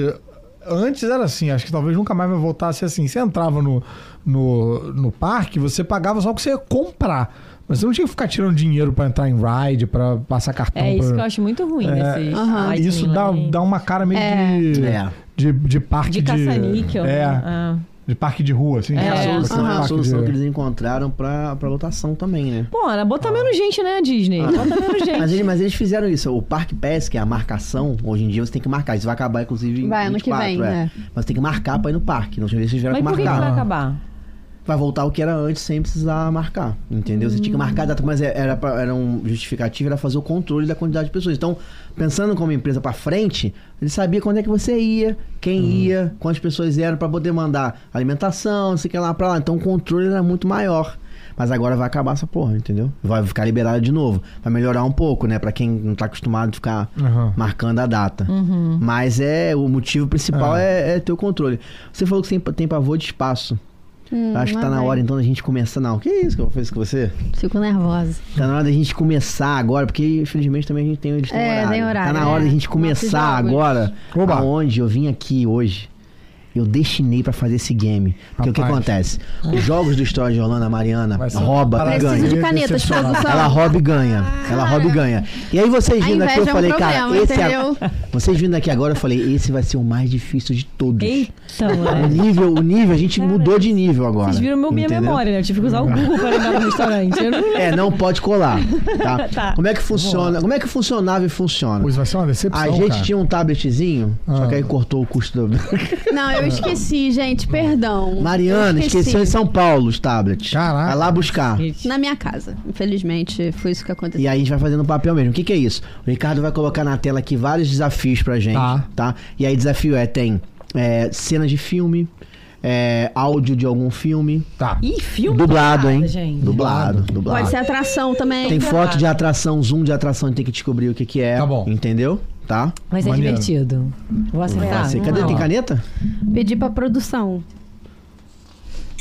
[SPEAKER 3] Antes era assim, acho que talvez nunca mais vai voltar a ser assim. Você entrava no, no, no parque, você pagava só o que você ia comprar. Mas você não tinha que ficar tirando dinheiro pra entrar em ride, pra passar cartão.
[SPEAKER 4] É isso
[SPEAKER 3] Então, pra-
[SPEAKER 4] que eu acho muito ruim. desses
[SPEAKER 1] Aham.
[SPEAKER 4] Lightning
[SPEAKER 3] isso dá,
[SPEAKER 4] Lane.
[SPEAKER 3] dá uma cara meio de,
[SPEAKER 2] É.
[SPEAKER 3] de, de parque de...
[SPEAKER 4] De caça-níquel.
[SPEAKER 3] É,
[SPEAKER 4] né? É.
[SPEAKER 3] de parque de rua, assim.
[SPEAKER 4] É,
[SPEAKER 2] É
[SPEAKER 3] de
[SPEAKER 2] a
[SPEAKER 3] parque
[SPEAKER 2] solução, é a
[SPEAKER 3] de-
[SPEAKER 2] solução que eles encontraram pra, pra lotação também, né?
[SPEAKER 4] Pô, era botar menos gente, né, Disney? Bota menos
[SPEAKER 2] [LAUGHS]
[SPEAKER 4] gente.
[SPEAKER 2] Mas eles, mas eles fizeram isso. O Parque Pass, que é a marcação, hoje em dia você tem que marcar. Isso vai acabar, inclusive, em
[SPEAKER 1] Vai, ano que
[SPEAKER 2] 24,
[SPEAKER 1] vem,
[SPEAKER 2] é.
[SPEAKER 1] né?
[SPEAKER 2] Mas tem que marcar pra ir no parque. Então, Não tinha vez que eles tiveram
[SPEAKER 4] Mas
[SPEAKER 2] que
[SPEAKER 4] por que, que
[SPEAKER 2] marcar.
[SPEAKER 4] vai acabar?
[SPEAKER 2] Vai voltar o que era antes sem precisar marcar. Entendeu? Você tinha que marcar a data, mas era, pra- era um justificativo, era fazer o controle da quantidade de pessoas. Então, pensando como empresa pra frente, ele sabia quando é que você ia, quem ia, quantas pessoas eram pra poder mandar alimentação, não sei o que lá pra lá. Então o controle era muito maior. Mas agora vai acabar essa porra, entendeu? Vai ficar liberado de novo. Vai melhorar um pouco, né? Pra quem não tá acostumado a ficar
[SPEAKER 3] Aham.
[SPEAKER 2] marcando a data. Mas é o motivo principal é, é ter o controle. Você falou que tem, tem pavor de espaço.
[SPEAKER 1] Hum,
[SPEAKER 2] Acho que tá na hora então da gente começar. Não, que isso que eu fiz com você?
[SPEAKER 1] Fico nervosa.
[SPEAKER 2] Tá na hora da gente começar agora, porque infelizmente também a gente tem, eles têm
[SPEAKER 1] É,
[SPEAKER 2] horário.
[SPEAKER 1] tem horário,
[SPEAKER 2] Tá na hora
[SPEAKER 1] é.
[SPEAKER 2] da
[SPEAKER 1] Nossos
[SPEAKER 2] gente começar
[SPEAKER 1] jogos.
[SPEAKER 2] agora.
[SPEAKER 3] Oba.
[SPEAKER 2] Aonde eu vim aqui hoje. Eu destinei pra fazer esse game. Porque o que
[SPEAKER 3] Rapaz.
[SPEAKER 2] acontece?
[SPEAKER 1] [LAUGHS]
[SPEAKER 2] Os jogos do História de Orlando, a Mariana
[SPEAKER 3] Vai ser uma
[SPEAKER 2] rouba e
[SPEAKER 3] parada
[SPEAKER 2] ganha.
[SPEAKER 1] Preciso de canetas,
[SPEAKER 3] Decepcionado.
[SPEAKER 1] produção.
[SPEAKER 2] Ela rouba e ganha. Ela rouba e ganha. E aí vocês
[SPEAKER 1] A
[SPEAKER 2] vindo aqui, eu
[SPEAKER 1] inveja é um
[SPEAKER 2] falei, cara,
[SPEAKER 1] problema,
[SPEAKER 2] esse
[SPEAKER 1] entendeu?
[SPEAKER 2] é... [LAUGHS] Vocês vindo aqui agora, eu falei, esse vai ser o mais difícil de todos.
[SPEAKER 4] Eita,
[SPEAKER 2] O
[SPEAKER 4] mano.
[SPEAKER 2] nível, o nível, a gente mudou de nível agora.
[SPEAKER 4] Vocês viram meu, minha
[SPEAKER 2] entendeu?
[SPEAKER 4] memória, né? Eu tive que usar o Google pra lembrar
[SPEAKER 1] [LAUGHS]
[SPEAKER 4] do restaurante. Eu não-
[SPEAKER 2] É, não pode colar, tá?
[SPEAKER 4] Tá.
[SPEAKER 2] Como é que funciona? Como é que funcionava e funciona?
[SPEAKER 3] Pô, isso vai ser uma decepção,
[SPEAKER 2] A gente
[SPEAKER 3] cara.
[SPEAKER 2] tinha um tabletzinho, só
[SPEAKER 3] Ah.
[SPEAKER 2] que aí cortou o custo do... [LAUGHS]
[SPEAKER 1] Não, eu esqueci, gente. Perdão.
[SPEAKER 2] Mariana,
[SPEAKER 1] Eu esqueci.
[SPEAKER 2] esqueceu em São Paulo os tablets.
[SPEAKER 3] Caraca.
[SPEAKER 2] Vai lá buscar.
[SPEAKER 1] Na minha casa. Infelizmente, foi isso que aconteceu.
[SPEAKER 2] E aí a gente vai fazendo papel mesmo. O que, que é isso? O Ricardo vai colocar na tela aqui vários desafios pra gente, tá?
[SPEAKER 3] Tá.
[SPEAKER 2] E aí desafio é, tem é, cenas de filme, é, áudio de algum filme.
[SPEAKER 3] Tá.
[SPEAKER 4] Ih, filme.
[SPEAKER 2] Dublado, hein?
[SPEAKER 4] um Gente.
[SPEAKER 2] Dublado, dublado.
[SPEAKER 1] Pode ser atração também.
[SPEAKER 2] Tem foto de atração, zoom de atração, tem que descobrir o que, que é.
[SPEAKER 3] Tá bom.
[SPEAKER 2] Entendeu? Tá?
[SPEAKER 4] Mas é
[SPEAKER 3] Maneiro.
[SPEAKER 4] divertido. Vou
[SPEAKER 1] É,
[SPEAKER 4] acertar.
[SPEAKER 2] Assim, cadê?
[SPEAKER 4] Vamos
[SPEAKER 2] Tem
[SPEAKER 4] lá.
[SPEAKER 2] caneta?
[SPEAKER 5] Pedir pra produção.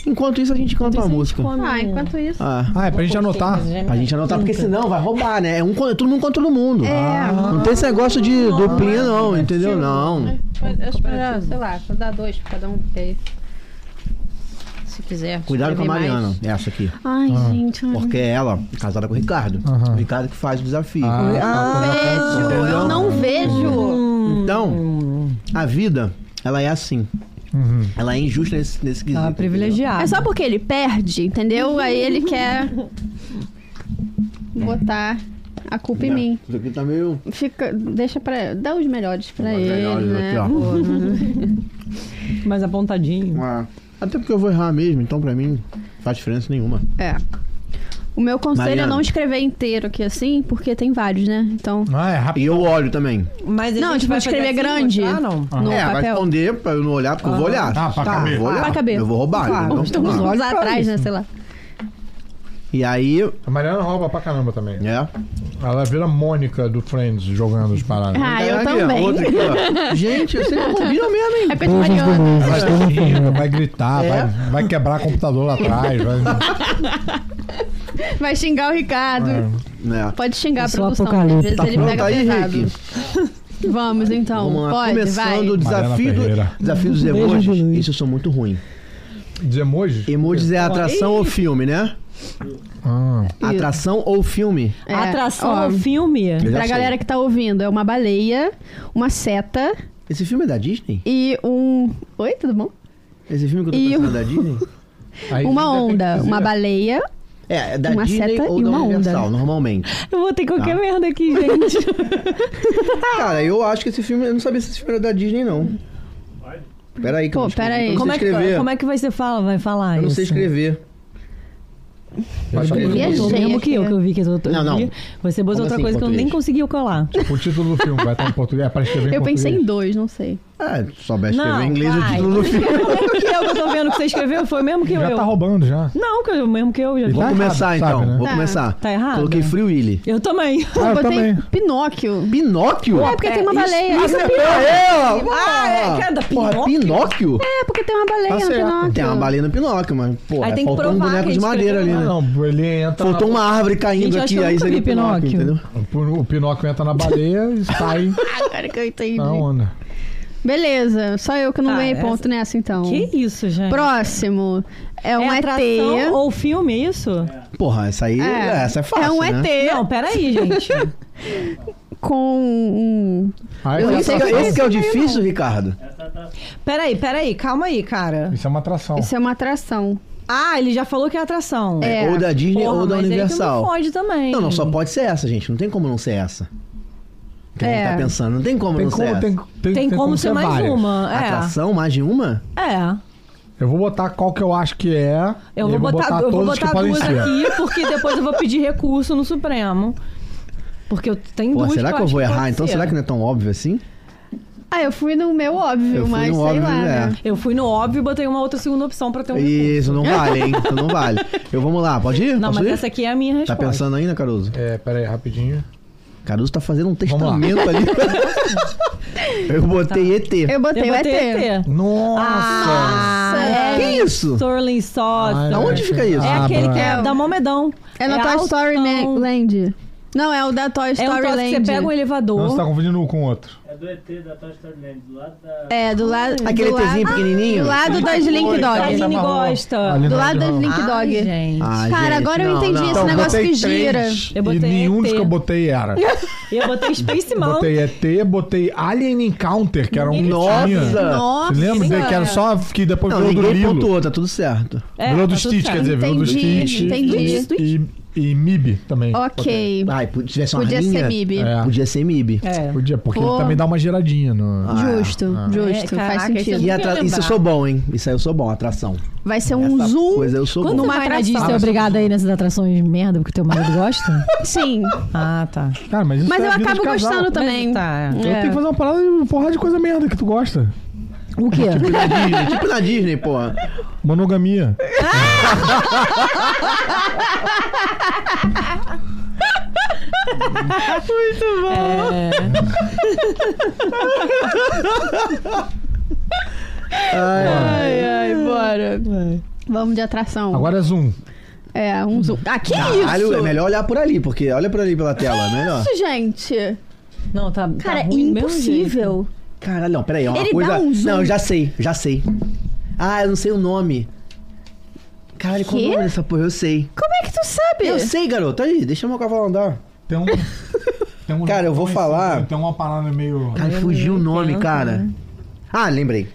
[SPEAKER 2] Enquanto isso, a gente canta uma música.
[SPEAKER 1] Ah, enquanto isso.
[SPEAKER 2] Ah,
[SPEAKER 3] Ah, é pra
[SPEAKER 1] Um
[SPEAKER 3] gente anotar.
[SPEAKER 1] né?
[SPEAKER 4] um
[SPEAKER 2] pra gente anotar, porque senão vai roubar, né? É um, con- todo mundo contra todo mundo.
[SPEAKER 1] É,
[SPEAKER 2] Ah, Não tem esse negócio de duplinha, não, entendeu? Não.
[SPEAKER 5] Eu espero, sei lá, vou dar dois pra cada um, porque aí. Se quiser.
[SPEAKER 2] Cuidado com a
[SPEAKER 5] escrever
[SPEAKER 2] Mariana,
[SPEAKER 5] mais.
[SPEAKER 2] essa aqui.
[SPEAKER 1] Ai, gente. ai.
[SPEAKER 2] Ah, Porque ela, é casada com o Ricardo.
[SPEAKER 3] Aham. Ah.
[SPEAKER 2] O Ricardo que faz o desafio.
[SPEAKER 1] Ah,
[SPEAKER 2] tá,
[SPEAKER 1] Vejo, eu não vejo.
[SPEAKER 2] É. Então, a vida, ela é assim.
[SPEAKER 3] Uhum.
[SPEAKER 2] Ela é injusta nesse, nesse quesito.
[SPEAKER 4] Tá
[SPEAKER 5] Ah.
[SPEAKER 4] privilegiado.
[SPEAKER 1] É só porque ele perde, entendeu? Aí ele
[SPEAKER 5] É.
[SPEAKER 1] quer botar a culpa em mim.
[SPEAKER 2] Isso aqui tá meio.
[SPEAKER 1] Fica, deixa pra. Dá os melhores pra
[SPEAKER 2] Os
[SPEAKER 1] ele,
[SPEAKER 2] melhores
[SPEAKER 1] né?
[SPEAKER 2] aqui, ó.
[SPEAKER 5] Uhum.
[SPEAKER 1] Pô.
[SPEAKER 4] Mais apontadinho.
[SPEAKER 2] uma- Até porque eu vou errar mesmo, então pra mim não faz diferença nenhuma.
[SPEAKER 1] é. O meu conselho é
[SPEAKER 2] Mariana.
[SPEAKER 1] não escrever inteiro aqui assim, porque tem vários, né? Então.
[SPEAKER 3] Ah, é rápido.
[SPEAKER 2] E eu olho também.
[SPEAKER 4] Mas a
[SPEAKER 1] Não,
[SPEAKER 4] gente
[SPEAKER 1] tipo,
[SPEAKER 4] vai
[SPEAKER 1] escrever
[SPEAKER 4] fazer assim,
[SPEAKER 1] grande.
[SPEAKER 4] mostrar, não?
[SPEAKER 1] No
[SPEAKER 2] é, vai
[SPEAKER 1] papel.
[SPEAKER 2] esconder pra eu não olhar, porque eu vou olhar. Tá,
[SPEAKER 3] Ah, pra caber.
[SPEAKER 2] Eu vou olhar.
[SPEAKER 1] Pra caber.
[SPEAKER 2] Eu vou roubar.
[SPEAKER 1] Claro.
[SPEAKER 2] então,
[SPEAKER 1] Estamos
[SPEAKER 2] tá.
[SPEAKER 1] [LAUGHS] uns atrás, né?
[SPEAKER 4] isso.
[SPEAKER 1] Sei lá.
[SPEAKER 2] E aí,
[SPEAKER 3] A Mariana rouba pra caramba também.
[SPEAKER 2] né?
[SPEAKER 3] Ela vira Mônica do Friends jogando os paradas.
[SPEAKER 1] Ah, eu
[SPEAKER 2] Aí, ó,
[SPEAKER 1] também.
[SPEAKER 2] outra aqui,
[SPEAKER 1] [LAUGHS]
[SPEAKER 2] ó. Gente, vocês não combinam mesmo, hein?
[SPEAKER 1] É coisa de Mariana.
[SPEAKER 3] Mas todo mundo fica, né? vai gritar,
[SPEAKER 2] É.
[SPEAKER 3] vai, vai quebrar computador lá atrás.
[SPEAKER 2] [LAUGHS]
[SPEAKER 3] Vai...
[SPEAKER 1] Vai xingar o Ricardo.
[SPEAKER 2] É.
[SPEAKER 1] Pode xingar a
[SPEAKER 4] Eu sou
[SPEAKER 1] produção. Às
[SPEAKER 4] apocalipse.
[SPEAKER 1] vezes ele
[SPEAKER 2] Pronto
[SPEAKER 1] pega
[SPEAKER 2] tá aí,
[SPEAKER 1] pesado.
[SPEAKER 2] Henrique.
[SPEAKER 1] Vamos então.
[SPEAKER 2] Vamos lá.
[SPEAKER 1] Pode,
[SPEAKER 2] Começando
[SPEAKER 1] vai.
[SPEAKER 2] o desafio, do-
[SPEAKER 3] Ferreira.
[SPEAKER 2] desafio dos
[SPEAKER 4] Beijo,
[SPEAKER 2] emojis.
[SPEAKER 4] Luiz.
[SPEAKER 2] Isso eu sou muito ruim.
[SPEAKER 3] De emoji?
[SPEAKER 2] Emojis é atração ou filme, né?
[SPEAKER 3] Ah,
[SPEAKER 2] Atração ou filme.
[SPEAKER 1] É,
[SPEAKER 4] Atração
[SPEAKER 1] ó,
[SPEAKER 4] ao filme.
[SPEAKER 2] Eu já
[SPEAKER 1] Pra
[SPEAKER 2] sei.
[SPEAKER 1] galera que tá ouvindo, é uma baleia, uma seta
[SPEAKER 2] Esse filme é da Disney?
[SPEAKER 1] e um. Oi, tudo bom?
[SPEAKER 2] Esse filme que eu tô
[SPEAKER 1] E
[SPEAKER 2] pensando
[SPEAKER 1] o-
[SPEAKER 2] é da Disney?
[SPEAKER 1] [LAUGHS]
[SPEAKER 3] aí
[SPEAKER 1] Uma
[SPEAKER 3] ainda tem que
[SPEAKER 1] onda,
[SPEAKER 3] dizer.
[SPEAKER 1] uma baleia.
[SPEAKER 2] É, é da
[SPEAKER 1] Uma
[SPEAKER 2] Disney
[SPEAKER 1] seta
[SPEAKER 2] ou
[SPEAKER 1] e
[SPEAKER 2] da
[SPEAKER 1] uma onda. né?
[SPEAKER 2] Universal, normalmente.
[SPEAKER 4] Eu vou ter qualquer
[SPEAKER 2] Tá.
[SPEAKER 4] merda aqui, gente.
[SPEAKER 2] Cara, eu acho que esse filme. Eu não sabia se esse filme era da Disney, não. Peraí, que eu
[SPEAKER 1] Pô,
[SPEAKER 2] não escrevi.
[SPEAKER 1] peraí.
[SPEAKER 2] Eu não
[SPEAKER 4] como,
[SPEAKER 2] sei
[SPEAKER 4] é que,
[SPEAKER 2] escrever.
[SPEAKER 4] como é que vai ser fala? Vai falar
[SPEAKER 2] Eu não
[SPEAKER 4] isso?
[SPEAKER 2] sei escrever. Eu
[SPEAKER 3] Mas
[SPEAKER 2] escrevi.
[SPEAKER 1] Viajei
[SPEAKER 4] O mesmo que
[SPEAKER 1] aqui,
[SPEAKER 4] eu,
[SPEAKER 1] né?
[SPEAKER 4] que eu vi que eu tô-
[SPEAKER 2] Não, não.
[SPEAKER 4] vi. Você
[SPEAKER 2] Como
[SPEAKER 4] botou outra
[SPEAKER 2] assim,
[SPEAKER 4] coisa que eu nem
[SPEAKER 2] português?
[SPEAKER 4] conseguia colar.
[SPEAKER 3] O título do filme vai estar em português. É pra escrever em
[SPEAKER 1] Eu
[SPEAKER 3] português.
[SPEAKER 1] pensei em dois, não sei.
[SPEAKER 2] Ah, se souber escrever
[SPEAKER 4] Não,
[SPEAKER 2] em inglês, o
[SPEAKER 4] vai.
[SPEAKER 2] título do [LAUGHS] filme.
[SPEAKER 4] O mesmo que eu que eu tô vendo que você escreveu foi o mesmo que
[SPEAKER 3] Já
[SPEAKER 4] eu.
[SPEAKER 3] tá roubando já.
[SPEAKER 4] Não, que eu- o mesmo que eu já
[SPEAKER 3] E
[SPEAKER 4] vi.
[SPEAKER 2] Vou
[SPEAKER 3] Tá
[SPEAKER 2] começar
[SPEAKER 3] errado,
[SPEAKER 2] então.
[SPEAKER 3] sabe, né?
[SPEAKER 2] Vou
[SPEAKER 1] Tá.
[SPEAKER 2] começar.
[SPEAKER 4] Tá errado?
[SPEAKER 2] Coloquei Free Willy.
[SPEAKER 4] Eu também.
[SPEAKER 3] Ah, eu
[SPEAKER 1] Botei
[SPEAKER 3] também.
[SPEAKER 1] Pinóquio.
[SPEAKER 2] Pinóquio?
[SPEAKER 1] É porque tem uma baleia.
[SPEAKER 2] Isso Ah, é pra ela!
[SPEAKER 4] Ah, é, que é da
[SPEAKER 2] Porra, Pinóquio?
[SPEAKER 1] É, porque tem uma baleia
[SPEAKER 3] Tá
[SPEAKER 1] no
[SPEAKER 3] certo.
[SPEAKER 1] Pinóquio.
[SPEAKER 2] Tem uma baleia no Pinóquio, mas, pô,
[SPEAKER 4] Aí
[SPEAKER 2] é,
[SPEAKER 4] tem que
[SPEAKER 2] faltou um
[SPEAKER 4] provar
[SPEAKER 2] boneco
[SPEAKER 4] que
[SPEAKER 2] de madeira ali,
[SPEAKER 4] escreveu Tá.
[SPEAKER 2] né?
[SPEAKER 3] Ah, Não, ele entra.
[SPEAKER 2] Faltou uma árvore caindo
[SPEAKER 4] Gente, eu acho
[SPEAKER 2] aqui,
[SPEAKER 4] que eu
[SPEAKER 2] aí
[SPEAKER 4] nunca
[SPEAKER 2] seria
[SPEAKER 4] vi
[SPEAKER 2] Pinóquio,
[SPEAKER 4] Pinóquio.
[SPEAKER 2] entendeu?
[SPEAKER 3] O Pinóquio entra na baleia
[SPEAKER 1] [LAUGHS]
[SPEAKER 3] e sai
[SPEAKER 1] Cara, que eu entendi.
[SPEAKER 3] na onda.
[SPEAKER 1] Beleza, só eu que não
[SPEAKER 4] Tá,
[SPEAKER 1] ganhei
[SPEAKER 4] essa-
[SPEAKER 1] ponto nessa então.
[SPEAKER 4] Que isso, gente?
[SPEAKER 1] Próximo. É um ET.
[SPEAKER 4] é atração ou filme, é isso?
[SPEAKER 2] Porra, essa aí, é, essa é fácil,
[SPEAKER 1] É um
[SPEAKER 2] né?
[SPEAKER 1] ET
[SPEAKER 4] Não, peraí, gente.
[SPEAKER 1] com um.
[SPEAKER 3] Aí tá.
[SPEAKER 1] Eu
[SPEAKER 3] essa
[SPEAKER 1] não sei
[SPEAKER 2] Esse,
[SPEAKER 1] o
[SPEAKER 2] que-
[SPEAKER 1] que é
[SPEAKER 2] esse que é o difícil, Ricardo?
[SPEAKER 4] peraí, peraí, calma aí, cara.
[SPEAKER 3] Isso é uma atração.
[SPEAKER 1] Isso é uma atração.
[SPEAKER 4] Ah, ele já falou que é atração.
[SPEAKER 1] É.
[SPEAKER 2] Ou da Disney
[SPEAKER 4] Porra,
[SPEAKER 2] ou da
[SPEAKER 4] mas aí tu Não
[SPEAKER 2] Universal.
[SPEAKER 4] pode também.
[SPEAKER 2] Não, não, só pode ser essa, gente. Não tem como não ser essa. Que a gente
[SPEAKER 1] É.
[SPEAKER 2] tá pensando. Não tem como
[SPEAKER 3] Tem
[SPEAKER 2] não ser
[SPEAKER 3] como,
[SPEAKER 2] essa. Ah,
[SPEAKER 3] tem, tem,
[SPEAKER 4] Tem, como, ser mais
[SPEAKER 3] várias.
[SPEAKER 4] uma. É.
[SPEAKER 2] Atração, mais de uma?
[SPEAKER 4] É.
[SPEAKER 3] Eu vou botar qual que eu acho que é.
[SPEAKER 4] Eu
[SPEAKER 3] e
[SPEAKER 4] vou botar, eu
[SPEAKER 3] todos
[SPEAKER 4] vou
[SPEAKER 3] que
[SPEAKER 4] botar
[SPEAKER 3] podem
[SPEAKER 4] duas
[SPEAKER 3] ser.
[SPEAKER 4] aqui, porque depois eu vou pedir recurso no Supremo. Porque eu tenho
[SPEAKER 2] Pô,
[SPEAKER 4] duas.
[SPEAKER 2] será que eu
[SPEAKER 4] acho
[SPEAKER 2] vou errar?
[SPEAKER 4] pode
[SPEAKER 2] Então,
[SPEAKER 4] ser.
[SPEAKER 2] será que não é tão óbvio assim?
[SPEAKER 1] Ah, eu fui no meu óbvio,
[SPEAKER 2] Eu fui
[SPEAKER 1] mas
[SPEAKER 2] no
[SPEAKER 1] sei
[SPEAKER 2] óbvio,
[SPEAKER 1] lá.
[SPEAKER 2] é.
[SPEAKER 1] Né?
[SPEAKER 4] Eu fui no óbvio e botei uma outra segunda opção pra ter um recurso.
[SPEAKER 2] Isso não vale, hein? Isso não vale. Eu vamos lá, pode ir?
[SPEAKER 4] Não,
[SPEAKER 2] Posso
[SPEAKER 4] mas
[SPEAKER 2] ir?
[SPEAKER 4] essa aqui é a minha
[SPEAKER 2] Tá
[SPEAKER 4] resposta.
[SPEAKER 2] pensando ainda, Caruso?
[SPEAKER 3] É, peraí, rapidinho.
[SPEAKER 2] Caruso tá fazendo um
[SPEAKER 3] lá.
[SPEAKER 2] testamento ali. Eu botei ET.
[SPEAKER 1] Eu
[SPEAKER 4] Eu
[SPEAKER 1] botei o ET.
[SPEAKER 4] botei ET.
[SPEAKER 3] Nossa!
[SPEAKER 4] Ah,
[SPEAKER 1] Nossa,
[SPEAKER 2] Que
[SPEAKER 1] é.
[SPEAKER 2] isso?
[SPEAKER 4] Sterling
[SPEAKER 3] Ai,
[SPEAKER 4] Stott.
[SPEAKER 2] Da onde
[SPEAKER 3] gente.
[SPEAKER 2] fica isso?
[SPEAKER 4] É
[SPEAKER 3] Ah,
[SPEAKER 4] aquele que
[SPEAKER 1] bravo.
[SPEAKER 4] é da Momedão.
[SPEAKER 1] É no Toy
[SPEAKER 4] altão.
[SPEAKER 1] Story Ne- Land. Não, é o da Toy
[SPEAKER 4] É
[SPEAKER 1] Story
[SPEAKER 4] um troço que
[SPEAKER 1] Land.
[SPEAKER 4] você pega um
[SPEAKER 3] Não, você tá
[SPEAKER 4] elevador.
[SPEAKER 3] confundindo um com o outro.
[SPEAKER 6] É do ET da Toy Story Land, do lado da.
[SPEAKER 1] É, do lado.
[SPEAKER 2] Aquele
[SPEAKER 1] do
[SPEAKER 2] ETzinho
[SPEAKER 1] lado-
[SPEAKER 2] pequenininho?
[SPEAKER 1] Do lado das Link
[SPEAKER 4] A
[SPEAKER 1] Dogs.
[SPEAKER 4] Aline
[SPEAKER 3] Amarrou.
[SPEAKER 4] gosta.
[SPEAKER 3] Tá Aline
[SPEAKER 1] Do
[SPEAKER 3] não
[SPEAKER 1] lado das
[SPEAKER 3] amarrou.
[SPEAKER 1] Link
[SPEAKER 4] Ai,
[SPEAKER 1] Dog.
[SPEAKER 4] gente.
[SPEAKER 2] Ah,
[SPEAKER 1] Cara, agora eu
[SPEAKER 2] não,
[SPEAKER 1] entendi
[SPEAKER 2] não.
[SPEAKER 1] esse
[SPEAKER 3] Então, Eu
[SPEAKER 1] negócio
[SPEAKER 3] botei
[SPEAKER 1] que gira.
[SPEAKER 3] três,
[SPEAKER 4] Eu botei
[SPEAKER 3] e nenhum dos
[SPEAKER 4] ET.
[SPEAKER 3] que eu botei era.
[SPEAKER 4] Eu botei Space Mountain.
[SPEAKER 3] botei ET, botei Alien Encounter, que era um que
[SPEAKER 2] Nossa!
[SPEAKER 3] tinha.
[SPEAKER 1] Nossa.
[SPEAKER 3] Você lembra dele? que era só que depois
[SPEAKER 2] Não,
[SPEAKER 3] virou do
[SPEAKER 2] ninguém
[SPEAKER 3] Lilo.
[SPEAKER 2] pontuou, tá tudo certo.
[SPEAKER 4] É,
[SPEAKER 3] virou
[SPEAKER 4] tá
[SPEAKER 3] do
[SPEAKER 4] tudo
[SPEAKER 3] Stitch, quer
[SPEAKER 4] certo.
[SPEAKER 3] dizer, virou do
[SPEAKER 1] Entendi,
[SPEAKER 3] Stitch.
[SPEAKER 1] entendi.
[SPEAKER 3] E, e Mib também.
[SPEAKER 1] Ok.
[SPEAKER 2] Ai, se tivesse uma
[SPEAKER 1] Podia
[SPEAKER 2] linha,
[SPEAKER 1] ser Bibi.
[SPEAKER 3] É.
[SPEAKER 2] Podia ser MIB.
[SPEAKER 4] É.
[SPEAKER 3] Podia, porque
[SPEAKER 1] Pô. Ah.
[SPEAKER 3] ele também dá uma giradinha no.
[SPEAKER 1] Justo, justo.
[SPEAKER 4] É,
[SPEAKER 1] faz
[SPEAKER 4] caraca, esse
[SPEAKER 1] sentido.
[SPEAKER 2] Ah, E
[SPEAKER 4] Eu
[SPEAKER 2] atra-
[SPEAKER 4] queria
[SPEAKER 2] Isso eu
[SPEAKER 4] lembrar.
[SPEAKER 2] sou bom, hein? Isso aí eu sou bom, atração.
[SPEAKER 1] Vai ser um
[SPEAKER 2] Essa
[SPEAKER 1] zoom.
[SPEAKER 2] coisa eu sou
[SPEAKER 4] Quando
[SPEAKER 2] bom.
[SPEAKER 1] numa
[SPEAKER 4] numa vai na Disney,
[SPEAKER 1] atração.
[SPEAKER 4] é obrigada aí nessas atrações merda porque teu marido gosta?
[SPEAKER 1] Sim.
[SPEAKER 4] [LAUGHS] ah, tá.
[SPEAKER 3] Cara, mas isso
[SPEAKER 1] Mas
[SPEAKER 3] é
[SPEAKER 1] eu
[SPEAKER 3] vida de
[SPEAKER 1] acabo
[SPEAKER 3] casal.
[SPEAKER 1] gostando também.
[SPEAKER 4] Tá.
[SPEAKER 1] É.
[SPEAKER 3] Eu um tenho que fazer uma parada e porra de coisa merda que tu gosta.
[SPEAKER 4] O [LAUGHS] quê?
[SPEAKER 2] Na Disney, tipo na Disney, porra.
[SPEAKER 3] Monogamia.
[SPEAKER 4] É.
[SPEAKER 1] Ai, ai, bora. Vamos de atração.
[SPEAKER 3] Agora é Zoom.
[SPEAKER 1] É, um zoom. Ah, que
[SPEAKER 2] Caralho,
[SPEAKER 1] isso?
[SPEAKER 2] é melhor olhar por ali, porque olha por ali pela tela, é melhor.
[SPEAKER 1] Isso, gente.
[SPEAKER 4] Não, tá. tá
[SPEAKER 1] Cara, é
[SPEAKER 4] ruim do mesmo jeito.
[SPEAKER 1] impossível.
[SPEAKER 2] Caralho, não, peraí, é uma
[SPEAKER 1] Ele dá
[SPEAKER 2] coisa.
[SPEAKER 1] um zoom.
[SPEAKER 2] Não, eu já sei, já sei. Ah, eu não sei o nome. Caralho, qual
[SPEAKER 1] Quê?
[SPEAKER 2] o nome dessa porra? Eu sei.
[SPEAKER 1] Como é que tu sabe?
[SPEAKER 2] Eu sei, garoto. Aí, deixa meu cavalo andar.
[SPEAKER 3] Tem um.
[SPEAKER 2] [LAUGHS]
[SPEAKER 3] tem um-
[SPEAKER 2] Cara, eu vou
[SPEAKER 3] tem-
[SPEAKER 2] falar-
[SPEAKER 3] Tem uma parada meio.
[SPEAKER 2] Cara, fugiu o nome,
[SPEAKER 4] entendo.
[SPEAKER 2] cara. Ah, lembrei.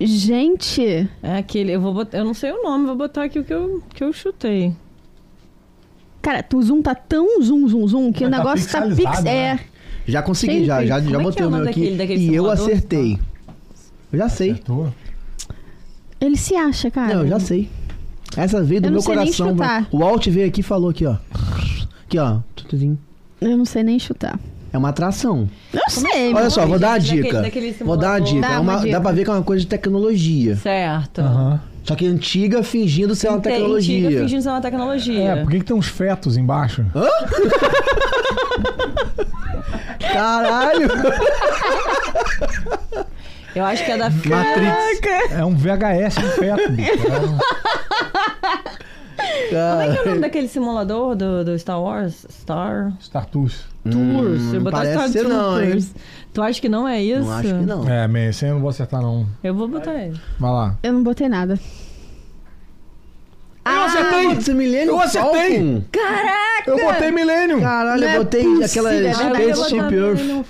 [SPEAKER 1] Gente,
[SPEAKER 4] É aquele. Eu, vou botar, eu não sei o nome, vou botar aqui o que eu, que eu chutei.
[SPEAKER 1] cara, tu zoom tá tão zoom, zoom, zoom que o
[SPEAKER 3] Mas tá
[SPEAKER 1] negócio tá
[SPEAKER 3] pixelizado,
[SPEAKER 1] pix.
[SPEAKER 3] né?
[SPEAKER 1] É.
[SPEAKER 2] Já consegui,
[SPEAKER 1] Sempre.
[SPEAKER 2] já, já,
[SPEAKER 4] Como
[SPEAKER 2] já
[SPEAKER 4] é que
[SPEAKER 2] botei
[SPEAKER 4] é o
[SPEAKER 2] o
[SPEAKER 4] nome
[SPEAKER 2] meu aqui.
[SPEAKER 4] daquele- daquele
[SPEAKER 2] e eu
[SPEAKER 4] simulador?
[SPEAKER 2] acertei. Eu já sei.
[SPEAKER 3] Acertou?
[SPEAKER 1] Ele se acha, cara.
[SPEAKER 2] Não, eu já sei. Essa veio do
[SPEAKER 1] Ah, Eu não
[SPEAKER 2] meu
[SPEAKER 1] sei nem
[SPEAKER 2] coração.
[SPEAKER 1] chutar.
[SPEAKER 2] mano. O Alt veio aqui e falou aqui, ó. Aqui, ó. Tutuzinho.
[SPEAKER 1] Eu não sei nem chutar.
[SPEAKER 2] É uma atração.
[SPEAKER 1] Eu sei,
[SPEAKER 2] Olha
[SPEAKER 1] mas.
[SPEAKER 2] só, vou dar a
[SPEAKER 4] Daquele-
[SPEAKER 2] dica.
[SPEAKER 4] daquele
[SPEAKER 2] Vou dar a
[SPEAKER 4] simulador.
[SPEAKER 2] dica.
[SPEAKER 1] Dá
[SPEAKER 2] É
[SPEAKER 1] uma
[SPEAKER 2] uma-
[SPEAKER 1] dica.
[SPEAKER 2] Dá pra ver que é uma coisa de tecnologia.
[SPEAKER 4] Certo.
[SPEAKER 3] Aham.
[SPEAKER 2] Só que antiga fingindo ser uma
[SPEAKER 4] Tem-
[SPEAKER 2] tecnologia.
[SPEAKER 4] Antiga fingindo ser uma tecnologia.
[SPEAKER 3] É, por que, que tem uns fetos embaixo?
[SPEAKER 4] [LAUGHS]
[SPEAKER 2] Caralho!
[SPEAKER 4] Eu acho que é da.
[SPEAKER 3] Matrix. É um VHS de feto, bicho.
[SPEAKER 4] Como é que é o
[SPEAKER 2] Cara,
[SPEAKER 4] nome daquele simulador do, do Star Wars? Star
[SPEAKER 3] É, Star Tours.
[SPEAKER 4] Tours. Eu botar
[SPEAKER 2] parece
[SPEAKER 4] Star
[SPEAKER 2] ser Hum, não,
[SPEAKER 4] Troopers. Tu acha que não é isso?
[SPEAKER 2] não acho que não.
[SPEAKER 3] É, mas esse aí eu não vou acertar, não.
[SPEAKER 4] Eu vou botar ele.
[SPEAKER 3] Vai lá.
[SPEAKER 1] Eu não botei nada. Ah,
[SPEAKER 2] Eu acertei! Putz, Millennium
[SPEAKER 3] Eu acertei!
[SPEAKER 2] Falcon.
[SPEAKER 3] Eu botei Millennium.
[SPEAKER 2] Caralho,
[SPEAKER 1] Não é
[SPEAKER 2] eu botei
[SPEAKER 1] possível,
[SPEAKER 2] aquela
[SPEAKER 1] é verdade.
[SPEAKER 2] Space Ship Earth.
[SPEAKER 4] um Earth.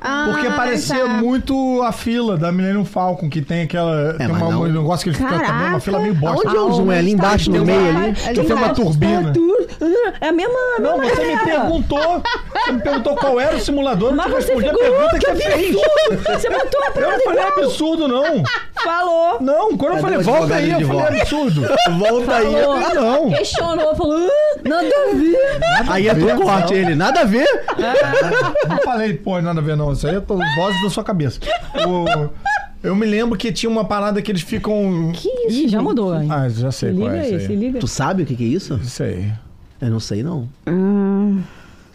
[SPEAKER 1] Ah,
[SPEAKER 3] Porque parecia
[SPEAKER 1] tá.
[SPEAKER 3] muito a fila da Millennium Falcon, que tem aquela. tem
[SPEAKER 2] É, mas
[SPEAKER 3] uma-
[SPEAKER 2] não.
[SPEAKER 3] um negócio que eles ficam
[SPEAKER 1] Caraca.
[SPEAKER 3] também, uma fila meio bosta.
[SPEAKER 2] Aonde é o zoom? É ali
[SPEAKER 1] Tá
[SPEAKER 2] embaixo, no meio ali?
[SPEAKER 3] Que eu tenho uma turbina.
[SPEAKER 4] É a mesma. a
[SPEAKER 3] Não,
[SPEAKER 4] mesma
[SPEAKER 3] você me
[SPEAKER 4] merda.
[SPEAKER 3] perguntou. Você me perguntou qual era o simulador.
[SPEAKER 4] Mas
[SPEAKER 3] eu te
[SPEAKER 4] você
[SPEAKER 3] respondi a
[SPEAKER 4] ficou,
[SPEAKER 3] pergunta que
[SPEAKER 4] "Que
[SPEAKER 3] você fez.
[SPEAKER 4] Você botou a
[SPEAKER 3] Eu
[SPEAKER 4] parada
[SPEAKER 3] não falei
[SPEAKER 4] igual.
[SPEAKER 3] absurdo, não.
[SPEAKER 4] Falou.
[SPEAKER 3] Não, quando
[SPEAKER 2] Cadê
[SPEAKER 3] eu falei
[SPEAKER 2] o
[SPEAKER 3] volta
[SPEAKER 2] advogado
[SPEAKER 3] aí, eu
[SPEAKER 2] de
[SPEAKER 3] falei
[SPEAKER 2] volta?
[SPEAKER 3] absurdo.
[SPEAKER 2] Volta aí.
[SPEAKER 4] Falou.
[SPEAKER 3] Não.
[SPEAKER 4] Questionou, falou. "Ah, Nada a ver.
[SPEAKER 2] Aí é tu corte ele. Nada a ver.
[SPEAKER 3] Não falei, pô, nada a ver, não. Isso aí é to- vozes da sua cabeça. O- Eu me lembro que tinha uma parada que eles ficam.
[SPEAKER 4] Que isso? Ih, já mudou. hein?
[SPEAKER 3] Ah, já sei
[SPEAKER 4] Se
[SPEAKER 3] qual
[SPEAKER 4] liga
[SPEAKER 3] é
[SPEAKER 4] aí,
[SPEAKER 3] isso
[SPEAKER 4] se
[SPEAKER 3] aí.
[SPEAKER 4] liga.
[SPEAKER 2] Tu sabe o que que é isso?
[SPEAKER 3] Isso aí.
[SPEAKER 2] Eu não sei, não.
[SPEAKER 1] Hum.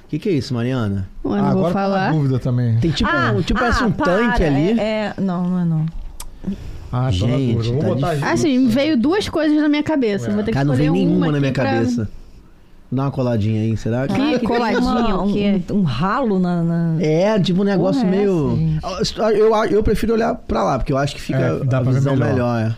[SPEAKER 2] O que que é isso, Mariana?
[SPEAKER 1] Ué,
[SPEAKER 3] Ah,
[SPEAKER 1] não vou
[SPEAKER 3] agora tá
[SPEAKER 1] falar.
[SPEAKER 3] na dúvida também.
[SPEAKER 2] Tem tipo, um, tipo parece
[SPEAKER 4] ah,
[SPEAKER 2] um
[SPEAKER 4] para,
[SPEAKER 2] tanque ali.
[SPEAKER 4] É, é- não, não é não.
[SPEAKER 3] Ah, tô na
[SPEAKER 2] Gente,
[SPEAKER 3] dúvida. Eu
[SPEAKER 2] tá
[SPEAKER 3] Vou botar
[SPEAKER 1] Ah, Assim, veio duas coisas na minha cabeça. Eu Vou ter que
[SPEAKER 2] Cara, não
[SPEAKER 1] escolher
[SPEAKER 2] vem nenhuma
[SPEAKER 1] uma
[SPEAKER 2] na minha
[SPEAKER 1] aqui pra-
[SPEAKER 2] cabeça. Dá uma coladinha aí, será que...
[SPEAKER 4] Caraca,
[SPEAKER 1] coladinho,
[SPEAKER 4] uma-
[SPEAKER 1] o quê?
[SPEAKER 4] um, um ralo na. na-
[SPEAKER 2] É, tipo um negócio
[SPEAKER 4] Porra, é
[SPEAKER 2] meio. Ah, eu, eu prefiro olhar pra lá, porque eu acho que fica
[SPEAKER 3] É, dá
[SPEAKER 2] a
[SPEAKER 3] pra ver
[SPEAKER 2] visão melhor. é.
[SPEAKER 3] melhor.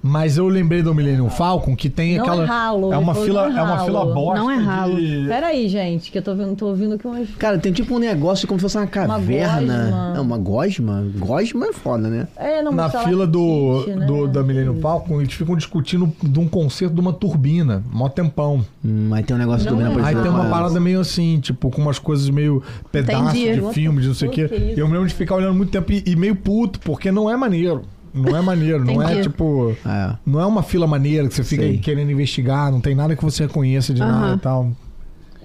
[SPEAKER 3] Mas eu lembrei do Millennium Falcon que tem
[SPEAKER 4] Não
[SPEAKER 3] aquela.
[SPEAKER 4] é ralo,
[SPEAKER 3] é uma
[SPEAKER 4] depois
[SPEAKER 3] fila,
[SPEAKER 4] não é
[SPEAKER 3] é uma
[SPEAKER 4] ralo.
[SPEAKER 3] fila bosta.
[SPEAKER 1] Não é ralo.
[SPEAKER 3] de-
[SPEAKER 4] Pera aí, gente, que eu tô ouvindo, tô ouvindo que umas.
[SPEAKER 2] é. Cara, tem tipo um negócio como se fosse uma caverna.
[SPEAKER 4] gosma.
[SPEAKER 2] É, uma gosma? Gosma é foda, né?
[SPEAKER 4] É, não,
[SPEAKER 3] Na
[SPEAKER 4] mas tá lá
[SPEAKER 3] fila do,
[SPEAKER 4] kit, né?
[SPEAKER 3] do- da Millennium Falcon, eles ficam discutindo de um concerto de uma turbina, mó tempão.
[SPEAKER 2] Hum, aí tem um negócio
[SPEAKER 4] Não
[SPEAKER 2] do
[SPEAKER 4] é.
[SPEAKER 2] depois
[SPEAKER 3] Aí
[SPEAKER 2] do
[SPEAKER 3] tem uma
[SPEAKER 2] outro lado.
[SPEAKER 3] parada meio assim, tipo, com umas coisas meio pedaço
[SPEAKER 1] Entendi.
[SPEAKER 3] de filme, de não sei o quê.
[SPEAKER 4] What the fuck, que
[SPEAKER 3] Eu me lembro de ficar olhando muito tempo e, e meio puto, porque não é maneiro. Não é maneiro, não é
[SPEAKER 1] Entendi.
[SPEAKER 3] tipo.
[SPEAKER 2] É.
[SPEAKER 3] Não é uma fila maneira que você fica
[SPEAKER 2] Sei.
[SPEAKER 3] querendo investigar, não tem nada que você reconheça de nada
[SPEAKER 1] Aham.
[SPEAKER 3] e tal.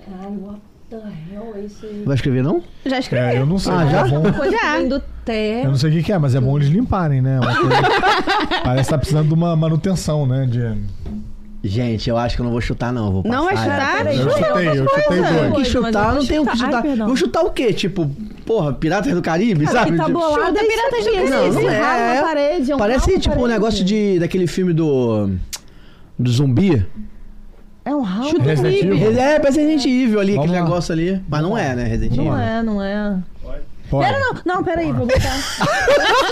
[SPEAKER 4] Ai, what the hell é isso aí?
[SPEAKER 2] Vai escrever, não?
[SPEAKER 1] Já escrevi.
[SPEAKER 3] É, eu não sei.
[SPEAKER 2] Ah,
[SPEAKER 3] mas
[SPEAKER 2] já?
[SPEAKER 3] é bom.
[SPEAKER 4] Coisa que
[SPEAKER 1] Já.
[SPEAKER 4] vem do té.
[SPEAKER 3] Eu não sei o que, que é, mas é bom eles limparem, né? Uma coisa- Parece que tá precisando de uma manutenção, né? De...
[SPEAKER 2] Gente, eu acho que eu não vou chutar, não. Vou
[SPEAKER 1] Não vai chutar?
[SPEAKER 2] passar. Eu
[SPEAKER 4] peraí,
[SPEAKER 3] Eu
[SPEAKER 2] vou
[SPEAKER 4] chuta.
[SPEAKER 3] chutei, eu chutei
[SPEAKER 4] coisa.
[SPEAKER 3] dois.
[SPEAKER 2] que
[SPEAKER 4] Pois, mas eu
[SPEAKER 2] chutar,
[SPEAKER 4] vou
[SPEAKER 2] não tenho o que
[SPEAKER 4] chutar. Ai,
[SPEAKER 2] chutar.
[SPEAKER 4] perdão.
[SPEAKER 2] vou chutar o quê? Tipo, porra, Piratas do Caribe, sabe?
[SPEAKER 4] que tá
[SPEAKER 2] Tipo,
[SPEAKER 4] bolado
[SPEAKER 1] Chuta
[SPEAKER 4] é isso
[SPEAKER 1] Piratas do
[SPEAKER 4] aqui,
[SPEAKER 1] Caribe.
[SPEAKER 2] Não,
[SPEAKER 4] esse
[SPEAKER 2] não é.
[SPEAKER 4] ralo na parede,
[SPEAKER 1] Então,
[SPEAKER 4] é um
[SPEAKER 2] Parece
[SPEAKER 4] ralo na
[SPEAKER 2] tipo um
[SPEAKER 4] parede.
[SPEAKER 2] negócio de, daquele filme do. do zumbi.
[SPEAKER 4] É um ralo.
[SPEAKER 1] Chuta
[SPEAKER 4] na
[SPEAKER 1] o
[SPEAKER 3] Resident
[SPEAKER 1] Ribe.
[SPEAKER 3] Evil.
[SPEAKER 2] É, parece Resident Evil ali,
[SPEAKER 3] Vamos
[SPEAKER 2] aquele
[SPEAKER 3] lá.
[SPEAKER 2] negócio ali. Mas não é, né, Resident Evil?
[SPEAKER 4] Não é, não é.
[SPEAKER 3] Pode.
[SPEAKER 4] Pera, não, não, pera aí, vou botar.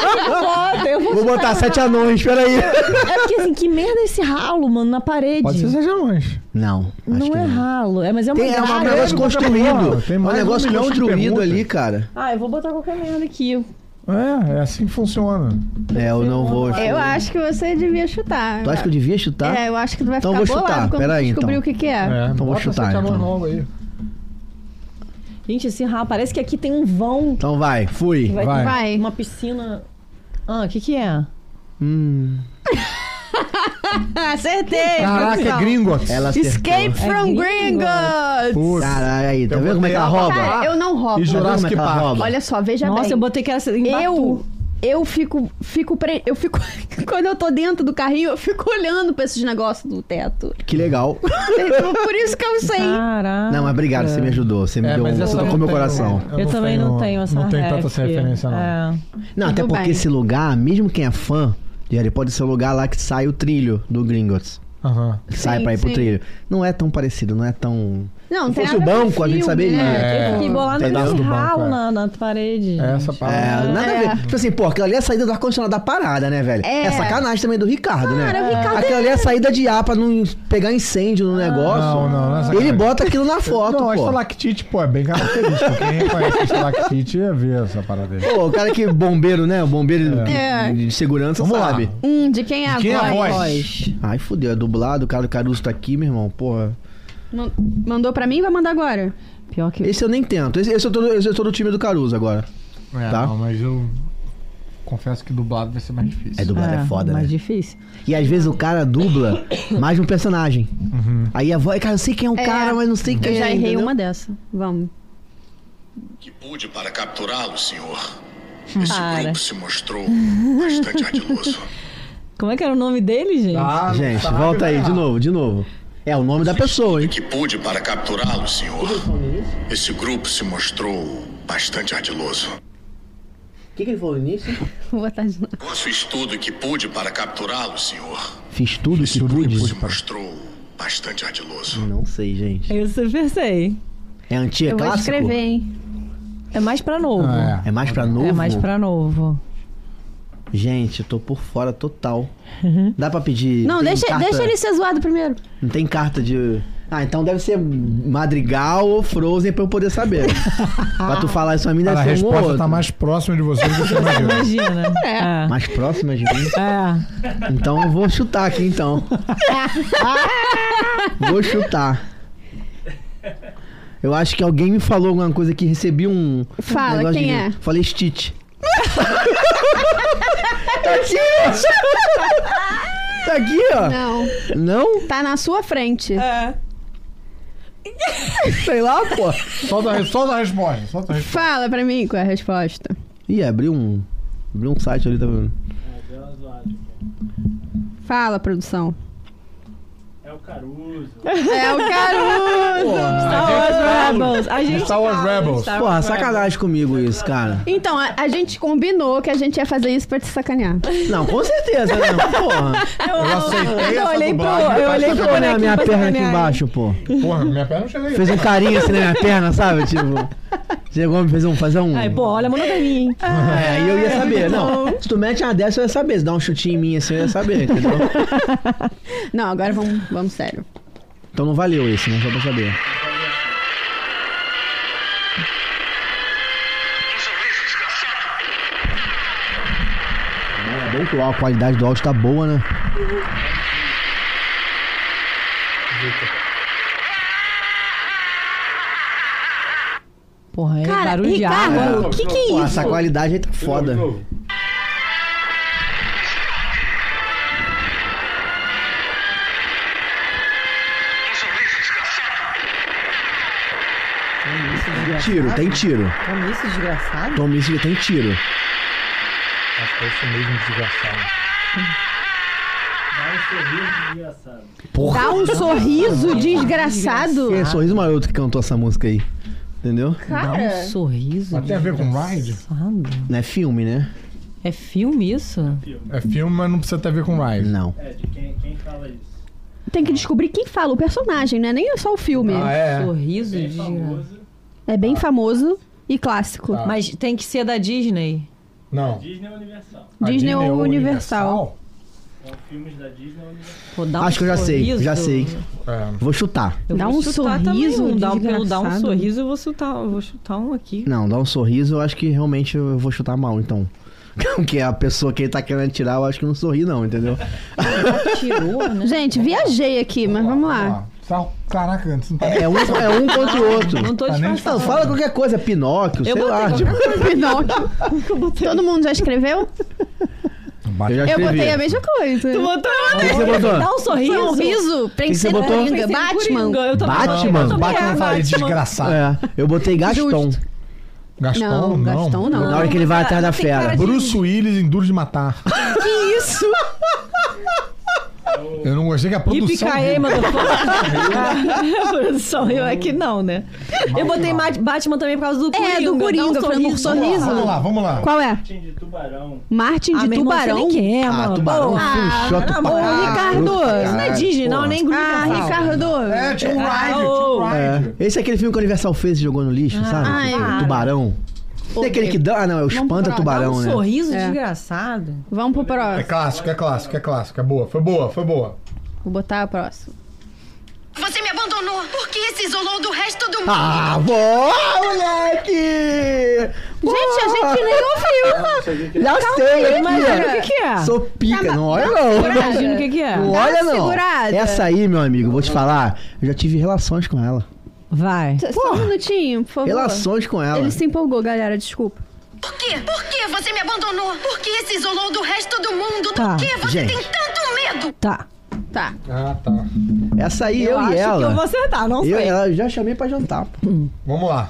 [SPEAKER 4] Bota, eu vou
[SPEAKER 2] Vou botar sete anões, peraí.
[SPEAKER 4] É porque assim, que merda é esse ralo, mano, na parede?
[SPEAKER 3] Pode ser seja longe.
[SPEAKER 2] Não, acho
[SPEAKER 4] Não
[SPEAKER 2] que
[SPEAKER 4] é
[SPEAKER 2] não.
[SPEAKER 4] ralo, é, mas é uma
[SPEAKER 2] Tem, é um
[SPEAKER 4] grade.
[SPEAKER 2] negócio construído.
[SPEAKER 3] Tem
[SPEAKER 2] é um
[SPEAKER 3] mais um
[SPEAKER 2] negócio
[SPEAKER 3] milhão de
[SPEAKER 2] construído
[SPEAKER 3] perguntas.
[SPEAKER 2] ali, cara.
[SPEAKER 4] Ah, eu vou botar qualquer merda aqui.
[SPEAKER 3] É, é assim que funciona.
[SPEAKER 2] É, eu não vou.
[SPEAKER 1] Eu acho que você devia chutar.
[SPEAKER 2] Tu acha que eu devia chutar?
[SPEAKER 1] É, eu acho que tu vai
[SPEAKER 2] Então
[SPEAKER 1] ficar
[SPEAKER 2] eu vou chutar,
[SPEAKER 1] bolado quando
[SPEAKER 2] pera aí,
[SPEAKER 1] descobrir
[SPEAKER 2] então.
[SPEAKER 1] o que que é.
[SPEAKER 2] então vou
[SPEAKER 3] bota
[SPEAKER 2] chutar,
[SPEAKER 3] sete anões
[SPEAKER 2] então.
[SPEAKER 3] logo aí.
[SPEAKER 4] Gente, esse ralo, parece que aqui tem um vão.
[SPEAKER 2] Então vai, fui.
[SPEAKER 4] Vai,
[SPEAKER 3] Vai.
[SPEAKER 1] Vai.
[SPEAKER 4] Uma piscina. Ah, o que que é?
[SPEAKER 2] Hum,
[SPEAKER 1] [LAUGHS] Acertei!
[SPEAKER 3] Caraca, é
[SPEAKER 1] produção.
[SPEAKER 3] Gringotts.
[SPEAKER 2] ela acertou. É
[SPEAKER 1] Escape from
[SPEAKER 4] gringo.
[SPEAKER 1] Gringotts!
[SPEAKER 3] Putz.
[SPEAKER 2] Caralho, aí, tá
[SPEAKER 3] Eu
[SPEAKER 2] vendo como é que ela
[SPEAKER 3] botei
[SPEAKER 2] rouba?
[SPEAKER 1] Cara, eu não roubo.
[SPEAKER 3] E
[SPEAKER 2] Tá vendo como é
[SPEAKER 3] Jurassic
[SPEAKER 2] que ela
[SPEAKER 3] Park.
[SPEAKER 2] rouba?
[SPEAKER 1] Olha só, veja
[SPEAKER 4] Nossa,
[SPEAKER 1] bem.
[SPEAKER 4] eu botei que era em Batu.
[SPEAKER 1] Eu eu fico. fico pre... Eu fico. [LAUGHS] Quando eu tô dentro do carrinho, eu fico olhando pra esses negócios do teto.
[SPEAKER 2] Que legal.
[SPEAKER 1] Por isso que eu sei.
[SPEAKER 4] Ah. Caraca.
[SPEAKER 2] Não, mas obrigado, você me ajudou. Você me
[SPEAKER 3] É,
[SPEAKER 2] deu um. Você tocou meu coração.
[SPEAKER 4] Eu, também não tenho essa
[SPEAKER 3] Não tenho tanta
[SPEAKER 4] ref.
[SPEAKER 3] essa referência, não.
[SPEAKER 4] É.
[SPEAKER 2] Não, até
[SPEAKER 1] Tudo
[SPEAKER 2] porque
[SPEAKER 1] bem.
[SPEAKER 2] esse lugar, mesmo quem é fã de Harry Potter, esse é o lugar lá que sai o trilho do Gringotts.
[SPEAKER 3] Aham.
[SPEAKER 2] Que sai
[SPEAKER 1] Sim,
[SPEAKER 2] pra ir pro
[SPEAKER 1] sim.
[SPEAKER 2] trilho. Não é tão parecido, não é tão.
[SPEAKER 1] Não,
[SPEAKER 2] Se
[SPEAKER 1] tem
[SPEAKER 2] fosse o
[SPEAKER 1] nada a ver com
[SPEAKER 2] banco, a gente
[SPEAKER 1] filme,
[SPEAKER 2] saberia.
[SPEAKER 1] né?
[SPEAKER 4] Eu
[SPEAKER 1] Tipo,
[SPEAKER 4] fiquei bolada
[SPEAKER 2] Tem
[SPEAKER 4] nesse
[SPEAKER 3] dado do banco,
[SPEAKER 4] ralo
[SPEAKER 3] é.
[SPEAKER 4] na, na parede.
[SPEAKER 3] É essa
[SPEAKER 2] É,
[SPEAKER 3] palavra.
[SPEAKER 2] nada a ver. Tipo assim, pô, aquela ali é a saída do ar-condicionado da parada, né, velho? É,
[SPEAKER 1] É.
[SPEAKER 2] sacanagem também do Ricardo, né?
[SPEAKER 1] Cara, o Ricardo Ah.
[SPEAKER 2] Aquela ali é a saída de ar pra não pegar incêndio no negócio.
[SPEAKER 3] Não, não, não é sacanagem.
[SPEAKER 2] Ele bota aquilo na É, foto,
[SPEAKER 3] não, a
[SPEAKER 2] pô.
[SPEAKER 3] estalactite, pô, é bem característica. Quem reconhece a estalactite ia ver essa parada aí.
[SPEAKER 2] Pô, o cara que é bombeiro, né? O bombeiro que-
[SPEAKER 1] É.
[SPEAKER 2] de segurança
[SPEAKER 3] Vamos lá.
[SPEAKER 2] sabe.
[SPEAKER 1] Hum, de quem é a
[SPEAKER 3] De quem é a
[SPEAKER 1] voz?
[SPEAKER 3] voz?
[SPEAKER 2] Ai, fudeu, é dublado, o cara do Caruso tá aqui, meu irmão, porra.
[SPEAKER 1] Man- Mandou pra mim e vai mandar agora.
[SPEAKER 4] Pior que.
[SPEAKER 2] Esse eu nem tento. Esse, esse eu, tô, esse eu tô do time do Caruso agora.
[SPEAKER 3] É,
[SPEAKER 2] Tá.
[SPEAKER 3] não, mas eu confesso que dublado vai ser mais
[SPEAKER 2] É
[SPEAKER 3] difícil.
[SPEAKER 2] dublado,
[SPEAKER 1] Ah,
[SPEAKER 2] é, foda,
[SPEAKER 4] mais
[SPEAKER 2] né?
[SPEAKER 4] difícil.
[SPEAKER 2] E às vezes o cara dubla mais de um personagem. Aí a voz, cara, eu sei quem é o
[SPEAKER 1] É.
[SPEAKER 2] cara, mas não sei quem
[SPEAKER 1] Eu
[SPEAKER 2] é.
[SPEAKER 1] já errei um.
[SPEAKER 2] entendeu?
[SPEAKER 1] uma dessa. Vamos. [LAUGHS]
[SPEAKER 7] que pude para
[SPEAKER 2] [LAUGHS]
[SPEAKER 7] capturá-lo, senhor. Esse
[SPEAKER 4] Para.
[SPEAKER 7] grupo se mostrou
[SPEAKER 2] [LAUGHS]
[SPEAKER 7] bastante ardiloso.
[SPEAKER 4] Como é que era o nome dele, gente?
[SPEAKER 3] Ah,
[SPEAKER 2] Gente,
[SPEAKER 3] sabe,
[SPEAKER 2] volta aí,
[SPEAKER 3] vai
[SPEAKER 2] de
[SPEAKER 3] lá.
[SPEAKER 2] novo, de novo. É o nome da pessoa, hein?
[SPEAKER 7] que pude para capturá-lo, senhor. Esse grupo se mostrou bastante ardiloso.
[SPEAKER 2] O que, ele falou no início?
[SPEAKER 1] Vou botar de novo.
[SPEAKER 7] Faço estudo que pude para capturá-lo, senhor.
[SPEAKER 2] Fiz tudo
[SPEAKER 7] Esse
[SPEAKER 2] que
[SPEAKER 7] grupo se
[SPEAKER 2] pude.
[SPEAKER 7] mostrou bastante ardiloso.
[SPEAKER 2] Não sei, gente.
[SPEAKER 4] Eu super sei.
[SPEAKER 2] É antiga,
[SPEAKER 1] Eu vou
[SPEAKER 2] clássico?
[SPEAKER 1] escrever, hein?
[SPEAKER 4] É mais pra novo.
[SPEAKER 3] Ah,
[SPEAKER 2] É mais pra novo?
[SPEAKER 4] É mais pra novo.
[SPEAKER 2] Gente, eu tô por fora total. Dá pra pedir...
[SPEAKER 1] Uhum. Não,
[SPEAKER 2] tem
[SPEAKER 1] deixa,
[SPEAKER 2] carta-
[SPEAKER 1] deixa ele ser zoado primeiro.
[SPEAKER 2] Não tem carta de... Ah, então deve ser Madrigal ou Frozen pra eu
[SPEAKER 1] [LAUGHS]
[SPEAKER 2] poder saber. pra tu falar isso pra mim,
[SPEAKER 3] Cara,
[SPEAKER 2] deve
[SPEAKER 3] a
[SPEAKER 2] ser um ou
[SPEAKER 3] resposta
[SPEAKER 2] outro.
[SPEAKER 3] tá mais próxima de você do que
[SPEAKER 2] [LAUGHS]
[SPEAKER 3] você imagina.
[SPEAKER 4] Imagina. É.
[SPEAKER 2] mais próxima de mim.
[SPEAKER 4] É.
[SPEAKER 2] Então eu vou chutar aqui, então. vou chutar. Eu acho que alguém me falou alguma coisa que recebi um.
[SPEAKER 1] Fala,
[SPEAKER 2] negócio
[SPEAKER 1] quem
[SPEAKER 2] de-
[SPEAKER 1] é?
[SPEAKER 2] Falei Stitch. tá aqui, ó. Tá aqui, ó.
[SPEAKER 1] Não.
[SPEAKER 2] Não?
[SPEAKER 1] Tá na sua frente.
[SPEAKER 4] É.
[SPEAKER 2] Sei lá, Ah, pô.
[SPEAKER 3] Solta a, solta É, a resposta. Solta a resposta.
[SPEAKER 1] Fala pra mim qual é a resposta.
[SPEAKER 2] Ih, abriu um. Abriu um site ali, tá vendo?
[SPEAKER 6] É, deu uma zoada.
[SPEAKER 1] Fala, produção.
[SPEAKER 6] É o Caruso.
[SPEAKER 1] É o Caruso!
[SPEAKER 4] Star Wars Rebels. Ah, A gente
[SPEAKER 3] Star Wars Rebels.
[SPEAKER 4] Star
[SPEAKER 2] Porra,
[SPEAKER 4] Wars
[SPEAKER 2] sacanagem comigo isso, cara.
[SPEAKER 1] Então, a, a gente combinou que a gente ia fazer isso pra te sacanear.
[SPEAKER 2] Não, com certeza, né? Porra.
[SPEAKER 3] Eu aceitei essa
[SPEAKER 4] olhei pro-
[SPEAKER 3] dublagem.
[SPEAKER 4] eu olhei
[SPEAKER 2] Deixa
[SPEAKER 4] pro
[SPEAKER 2] eu olhar
[SPEAKER 4] bonequinho
[SPEAKER 2] minha
[SPEAKER 4] pra
[SPEAKER 2] perna aqui
[SPEAKER 4] sacanear.
[SPEAKER 2] embaixo, pô.
[SPEAKER 3] [LAUGHS] Porra, minha perna não chega aí.
[SPEAKER 2] Fez um carinho assim na minha perna, sabe? Tipo. Chegou e fez um. Fazer um.
[SPEAKER 4] Ai, pô, olha a monogamia, hein?
[SPEAKER 2] É, aí eu ia saber. Não, se tu mete uma dessa, eu ia saber. Se dá um chutinho em mim assim, eu ia saber, entendeu?
[SPEAKER 1] Não, agora vamos, vamos sério.
[SPEAKER 2] Então não valeu esse, né? Só pra saber. É bom que a qualidade do áudio tá boa, né?
[SPEAKER 4] Porra, é
[SPEAKER 1] Cara,
[SPEAKER 4] barulho de
[SPEAKER 1] Ricardo,
[SPEAKER 4] água.
[SPEAKER 2] O que, que é isso? Essa qualidade aí tá foda. Tiro, tem tiro.
[SPEAKER 5] Comício desgraçado.
[SPEAKER 2] Tom Missy tem tiro.
[SPEAKER 3] Acho que é isso mesmo, desgraçado.
[SPEAKER 6] Dá um sorriso desgraçado.
[SPEAKER 2] Porra.
[SPEAKER 1] Dá um sorriso desgraçado.
[SPEAKER 2] É sorriso maroto que cantou essa música aí. Entendeu?
[SPEAKER 4] Dá um sorriso.
[SPEAKER 3] Mas tem a ver com Ride?
[SPEAKER 4] desgraçado.
[SPEAKER 2] Não é filme, né?
[SPEAKER 4] É filme isso?
[SPEAKER 3] É filme, mas não precisa ter a ver com Ride.
[SPEAKER 2] Não.
[SPEAKER 6] É, de quem, quem fala isso?
[SPEAKER 1] Tem que descobrir quem fala, o personagem, né? Nem é só o filme.
[SPEAKER 3] Ah, é?
[SPEAKER 4] Sorriso
[SPEAKER 6] Bem
[SPEAKER 4] de.
[SPEAKER 6] famoso.
[SPEAKER 1] é. bem famoso e clássico.
[SPEAKER 3] Tá.
[SPEAKER 4] Mas tem que ser da Disney. é
[SPEAKER 3] Não.
[SPEAKER 6] Disney é Universal.
[SPEAKER 3] A
[SPEAKER 1] Disney ou Universal?
[SPEAKER 6] São filmes da Disney é Universal.
[SPEAKER 4] Pô, dá um
[SPEAKER 2] Acho que eu já sei,
[SPEAKER 4] sorriso.
[SPEAKER 2] já sei.
[SPEAKER 3] É.
[SPEAKER 2] Vou chutar.
[SPEAKER 4] Eu
[SPEAKER 1] Dá
[SPEAKER 4] vou
[SPEAKER 1] um
[SPEAKER 4] chutar também
[SPEAKER 1] sorriso
[SPEAKER 4] um, dá, pelo dar um
[SPEAKER 1] desgraçado.
[SPEAKER 4] sorriso, eu vou chutar, eu vou chutar um aqui.
[SPEAKER 2] Não, dá um sorriso, eu acho que realmente eu vou chutar mal, então. [LAUGHS] Porque a pessoa que ele tá querendo tirar, eu acho que não sorri, não, entendeu?
[SPEAKER 4] [LAUGHS] Tirou, né?
[SPEAKER 1] Gente, viajei aqui, mas vamos
[SPEAKER 4] Ah.
[SPEAKER 1] lá.
[SPEAKER 3] Sal- Caraca, antes não tá.
[SPEAKER 2] É um, é um contra o outro.
[SPEAKER 4] Não tô
[SPEAKER 3] Tá nem
[SPEAKER 2] Não,
[SPEAKER 4] disfarçando.
[SPEAKER 2] fala qualquer coisa, Pinóquio,
[SPEAKER 4] Eu
[SPEAKER 2] sei
[SPEAKER 4] botei
[SPEAKER 2] lá.
[SPEAKER 4] qualquer
[SPEAKER 2] tipo,
[SPEAKER 1] [LAUGHS] Pinóquio.
[SPEAKER 4] [LAUGHS]
[SPEAKER 1] Todo mundo já escreveu?
[SPEAKER 2] eu
[SPEAKER 1] Eu
[SPEAKER 2] já escrevi.
[SPEAKER 1] botei a mesma coisa.
[SPEAKER 4] Tu botou
[SPEAKER 2] O que você botou?
[SPEAKER 4] Dá um sorriso.
[SPEAKER 1] Sorriso,
[SPEAKER 2] que você
[SPEAKER 1] princesa
[SPEAKER 2] botou?
[SPEAKER 1] Coringa,
[SPEAKER 4] Pensei em
[SPEAKER 1] Batman.
[SPEAKER 4] Coringa, eu também-
[SPEAKER 2] Batman?
[SPEAKER 4] eu também-
[SPEAKER 2] Batman
[SPEAKER 4] é,
[SPEAKER 3] Não falei desgraçado.
[SPEAKER 2] É, eu botei Tá. Gaston.
[SPEAKER 3] Gastão, não.
[SPEAKER 1] Não, Gastão não.
[SPEAKER 2] Na hora que ele vai atrás da fera.
[SPEAKER 3] Bruce Willis em Duro de Matar.
[SPEAKER 1] Que isso?
[SPEAKER 3] Eu não gostei que a
[SPEAKER 4] E
[SPEAKER 3] produção.
[SPEAKER 4] picarei,
[SPEAKER 3] dele-
[SPEAKER 4] motherfucker.
[SPEAKER 2] [LAUGHS]
[SPEAKER 4] Produção, eu é que não, né? Eu botei Ma- Batman também por causa do Coringa.
[SPEAKER 1] É, do Coringa,
[SPEAKER 4] dá um
[SPEAKER 1] foi no sorriso.
[SPEAKER 3] Vamos lá, vamos lá.
[SPEAKER 1] Qual é?
[SPEAKER 6] Martin de tubarão.
[SPEAKER 1] Martin
[SPEAKER 4] Ah,
[SPEAKER 1] de
[SPEAKER 4] meu irmão,
[SPEAKER 1] Tubarão?
[SPEAKER 4] você nem quer,
[SPEAKER 2] Ah,
[SPEAKER 4] mano.
[SPEAKER 2] tubarão,
[SPEAKER 4] Pô,
[SPEAKER 2] ah, filho chato
[SPEAKER 4] ah,
[SPEAKER 2] pra
[SPEAKER 4] pô,
[SPEAKER 2] caralho.
[SPEAKER 1] Ricardo,
[SPEAKER 4] Isso não é
[SPEAKER 2] Caralho,
[SPEAKER 4] Disney, não,
[SPEAKER 2] porra.
[SPEAKER 4] nem Grupo.
[SPEAKER 1] Ah, Ricardo.
[SPEAKER 3] É, tinha um ride, tinha
[SPEAKER 4] Ah, ô.
[SPEAKER 3] um ride.
[SPEAKER 2] É. Esse é aquele filme que o Universal fez e jogou no lixo, sabe?
[SPEAKER 1] ai,
[SPEAKER 2] Tipo,
[SPEAKER 1] cara.
[SPEAKER 2] tubarão. Tem aquele que dá. Ah, não, é o Espanta
[SPEAKER 4] Um
[SPEAKER 2] Tubarão, né?
[SPEAKER 4] sorriso
[SPEAKER 5] É.
[SPEAKER 4] desgraçado.
[SPEAKER 5] Vamos pro
[SPEAKER 3] É
[SPEAKER 5] próximo.
[SPEAKER 3] clássico, é clássico, é clássico. É boa, foi boa, foi boa.
[SPEAKER 5] Vou botar a próxima.
[SPEAKER 8] Você me abandonou. Por que se isolou do resto do mundo?
[SPEAKER 2] Ah, boa, moleque!
[SPEAKER 1] Gente, a gente nem ouviu.
[SPEAKER 2] é. Já sei, aqui,
[SPEAKER 4] Mas
[SPEAKER 2] ó.
[SPEAKER 4] olha o que que é?
[SPEAKER 2] Sou pica, não olha não.
[SPEAKER 4] Imagina o que que é.
[SPEAKER 2] Não
[SPEAKER 1] Dá uma
[SPEAKER 2] olha não.
[SPEAKER 1] segurada.
[SPEAKER 2] Essa aí, meu amigo, vou te falar. Eu já tive relações com ela.
[SPEAKER 4] Vai.
[SPEAKER 1] Só um minutinho, por favor.
[SPEAKER 2] Relações com ela.
[SPEAKER 1] Ele se empolgou, galera, desculpa.
[SPEAKER 8] Por quê? Por que você me abandonou? Por que se isolou do resto do mundo?
[SPEAKER 4] Tá.
[SPEAKER 8] Por que você
[SPEAKER 2] Gente.
[SPEAKER 8] tem tanto medo?
[SPEAKER 4] Tá.
[SPEAKER 1] Tá.
[SPEAKER 3] Ah, tá.
[SPEAKER 2] Essa aí, eu,
[SPEAKER 4] acho
[SPEAKER 2] e ela.
[SPEAKER 4] que eu vou acertar,
[SPEAKER 1] um
[SPEAKER 4] não
[SPEAKER 2] eu e
[SPEAKER 4] sei.
[SPEAKER 2] ela já chamei pra jantar. pô.
[SPEAKER 3] Vamos lá.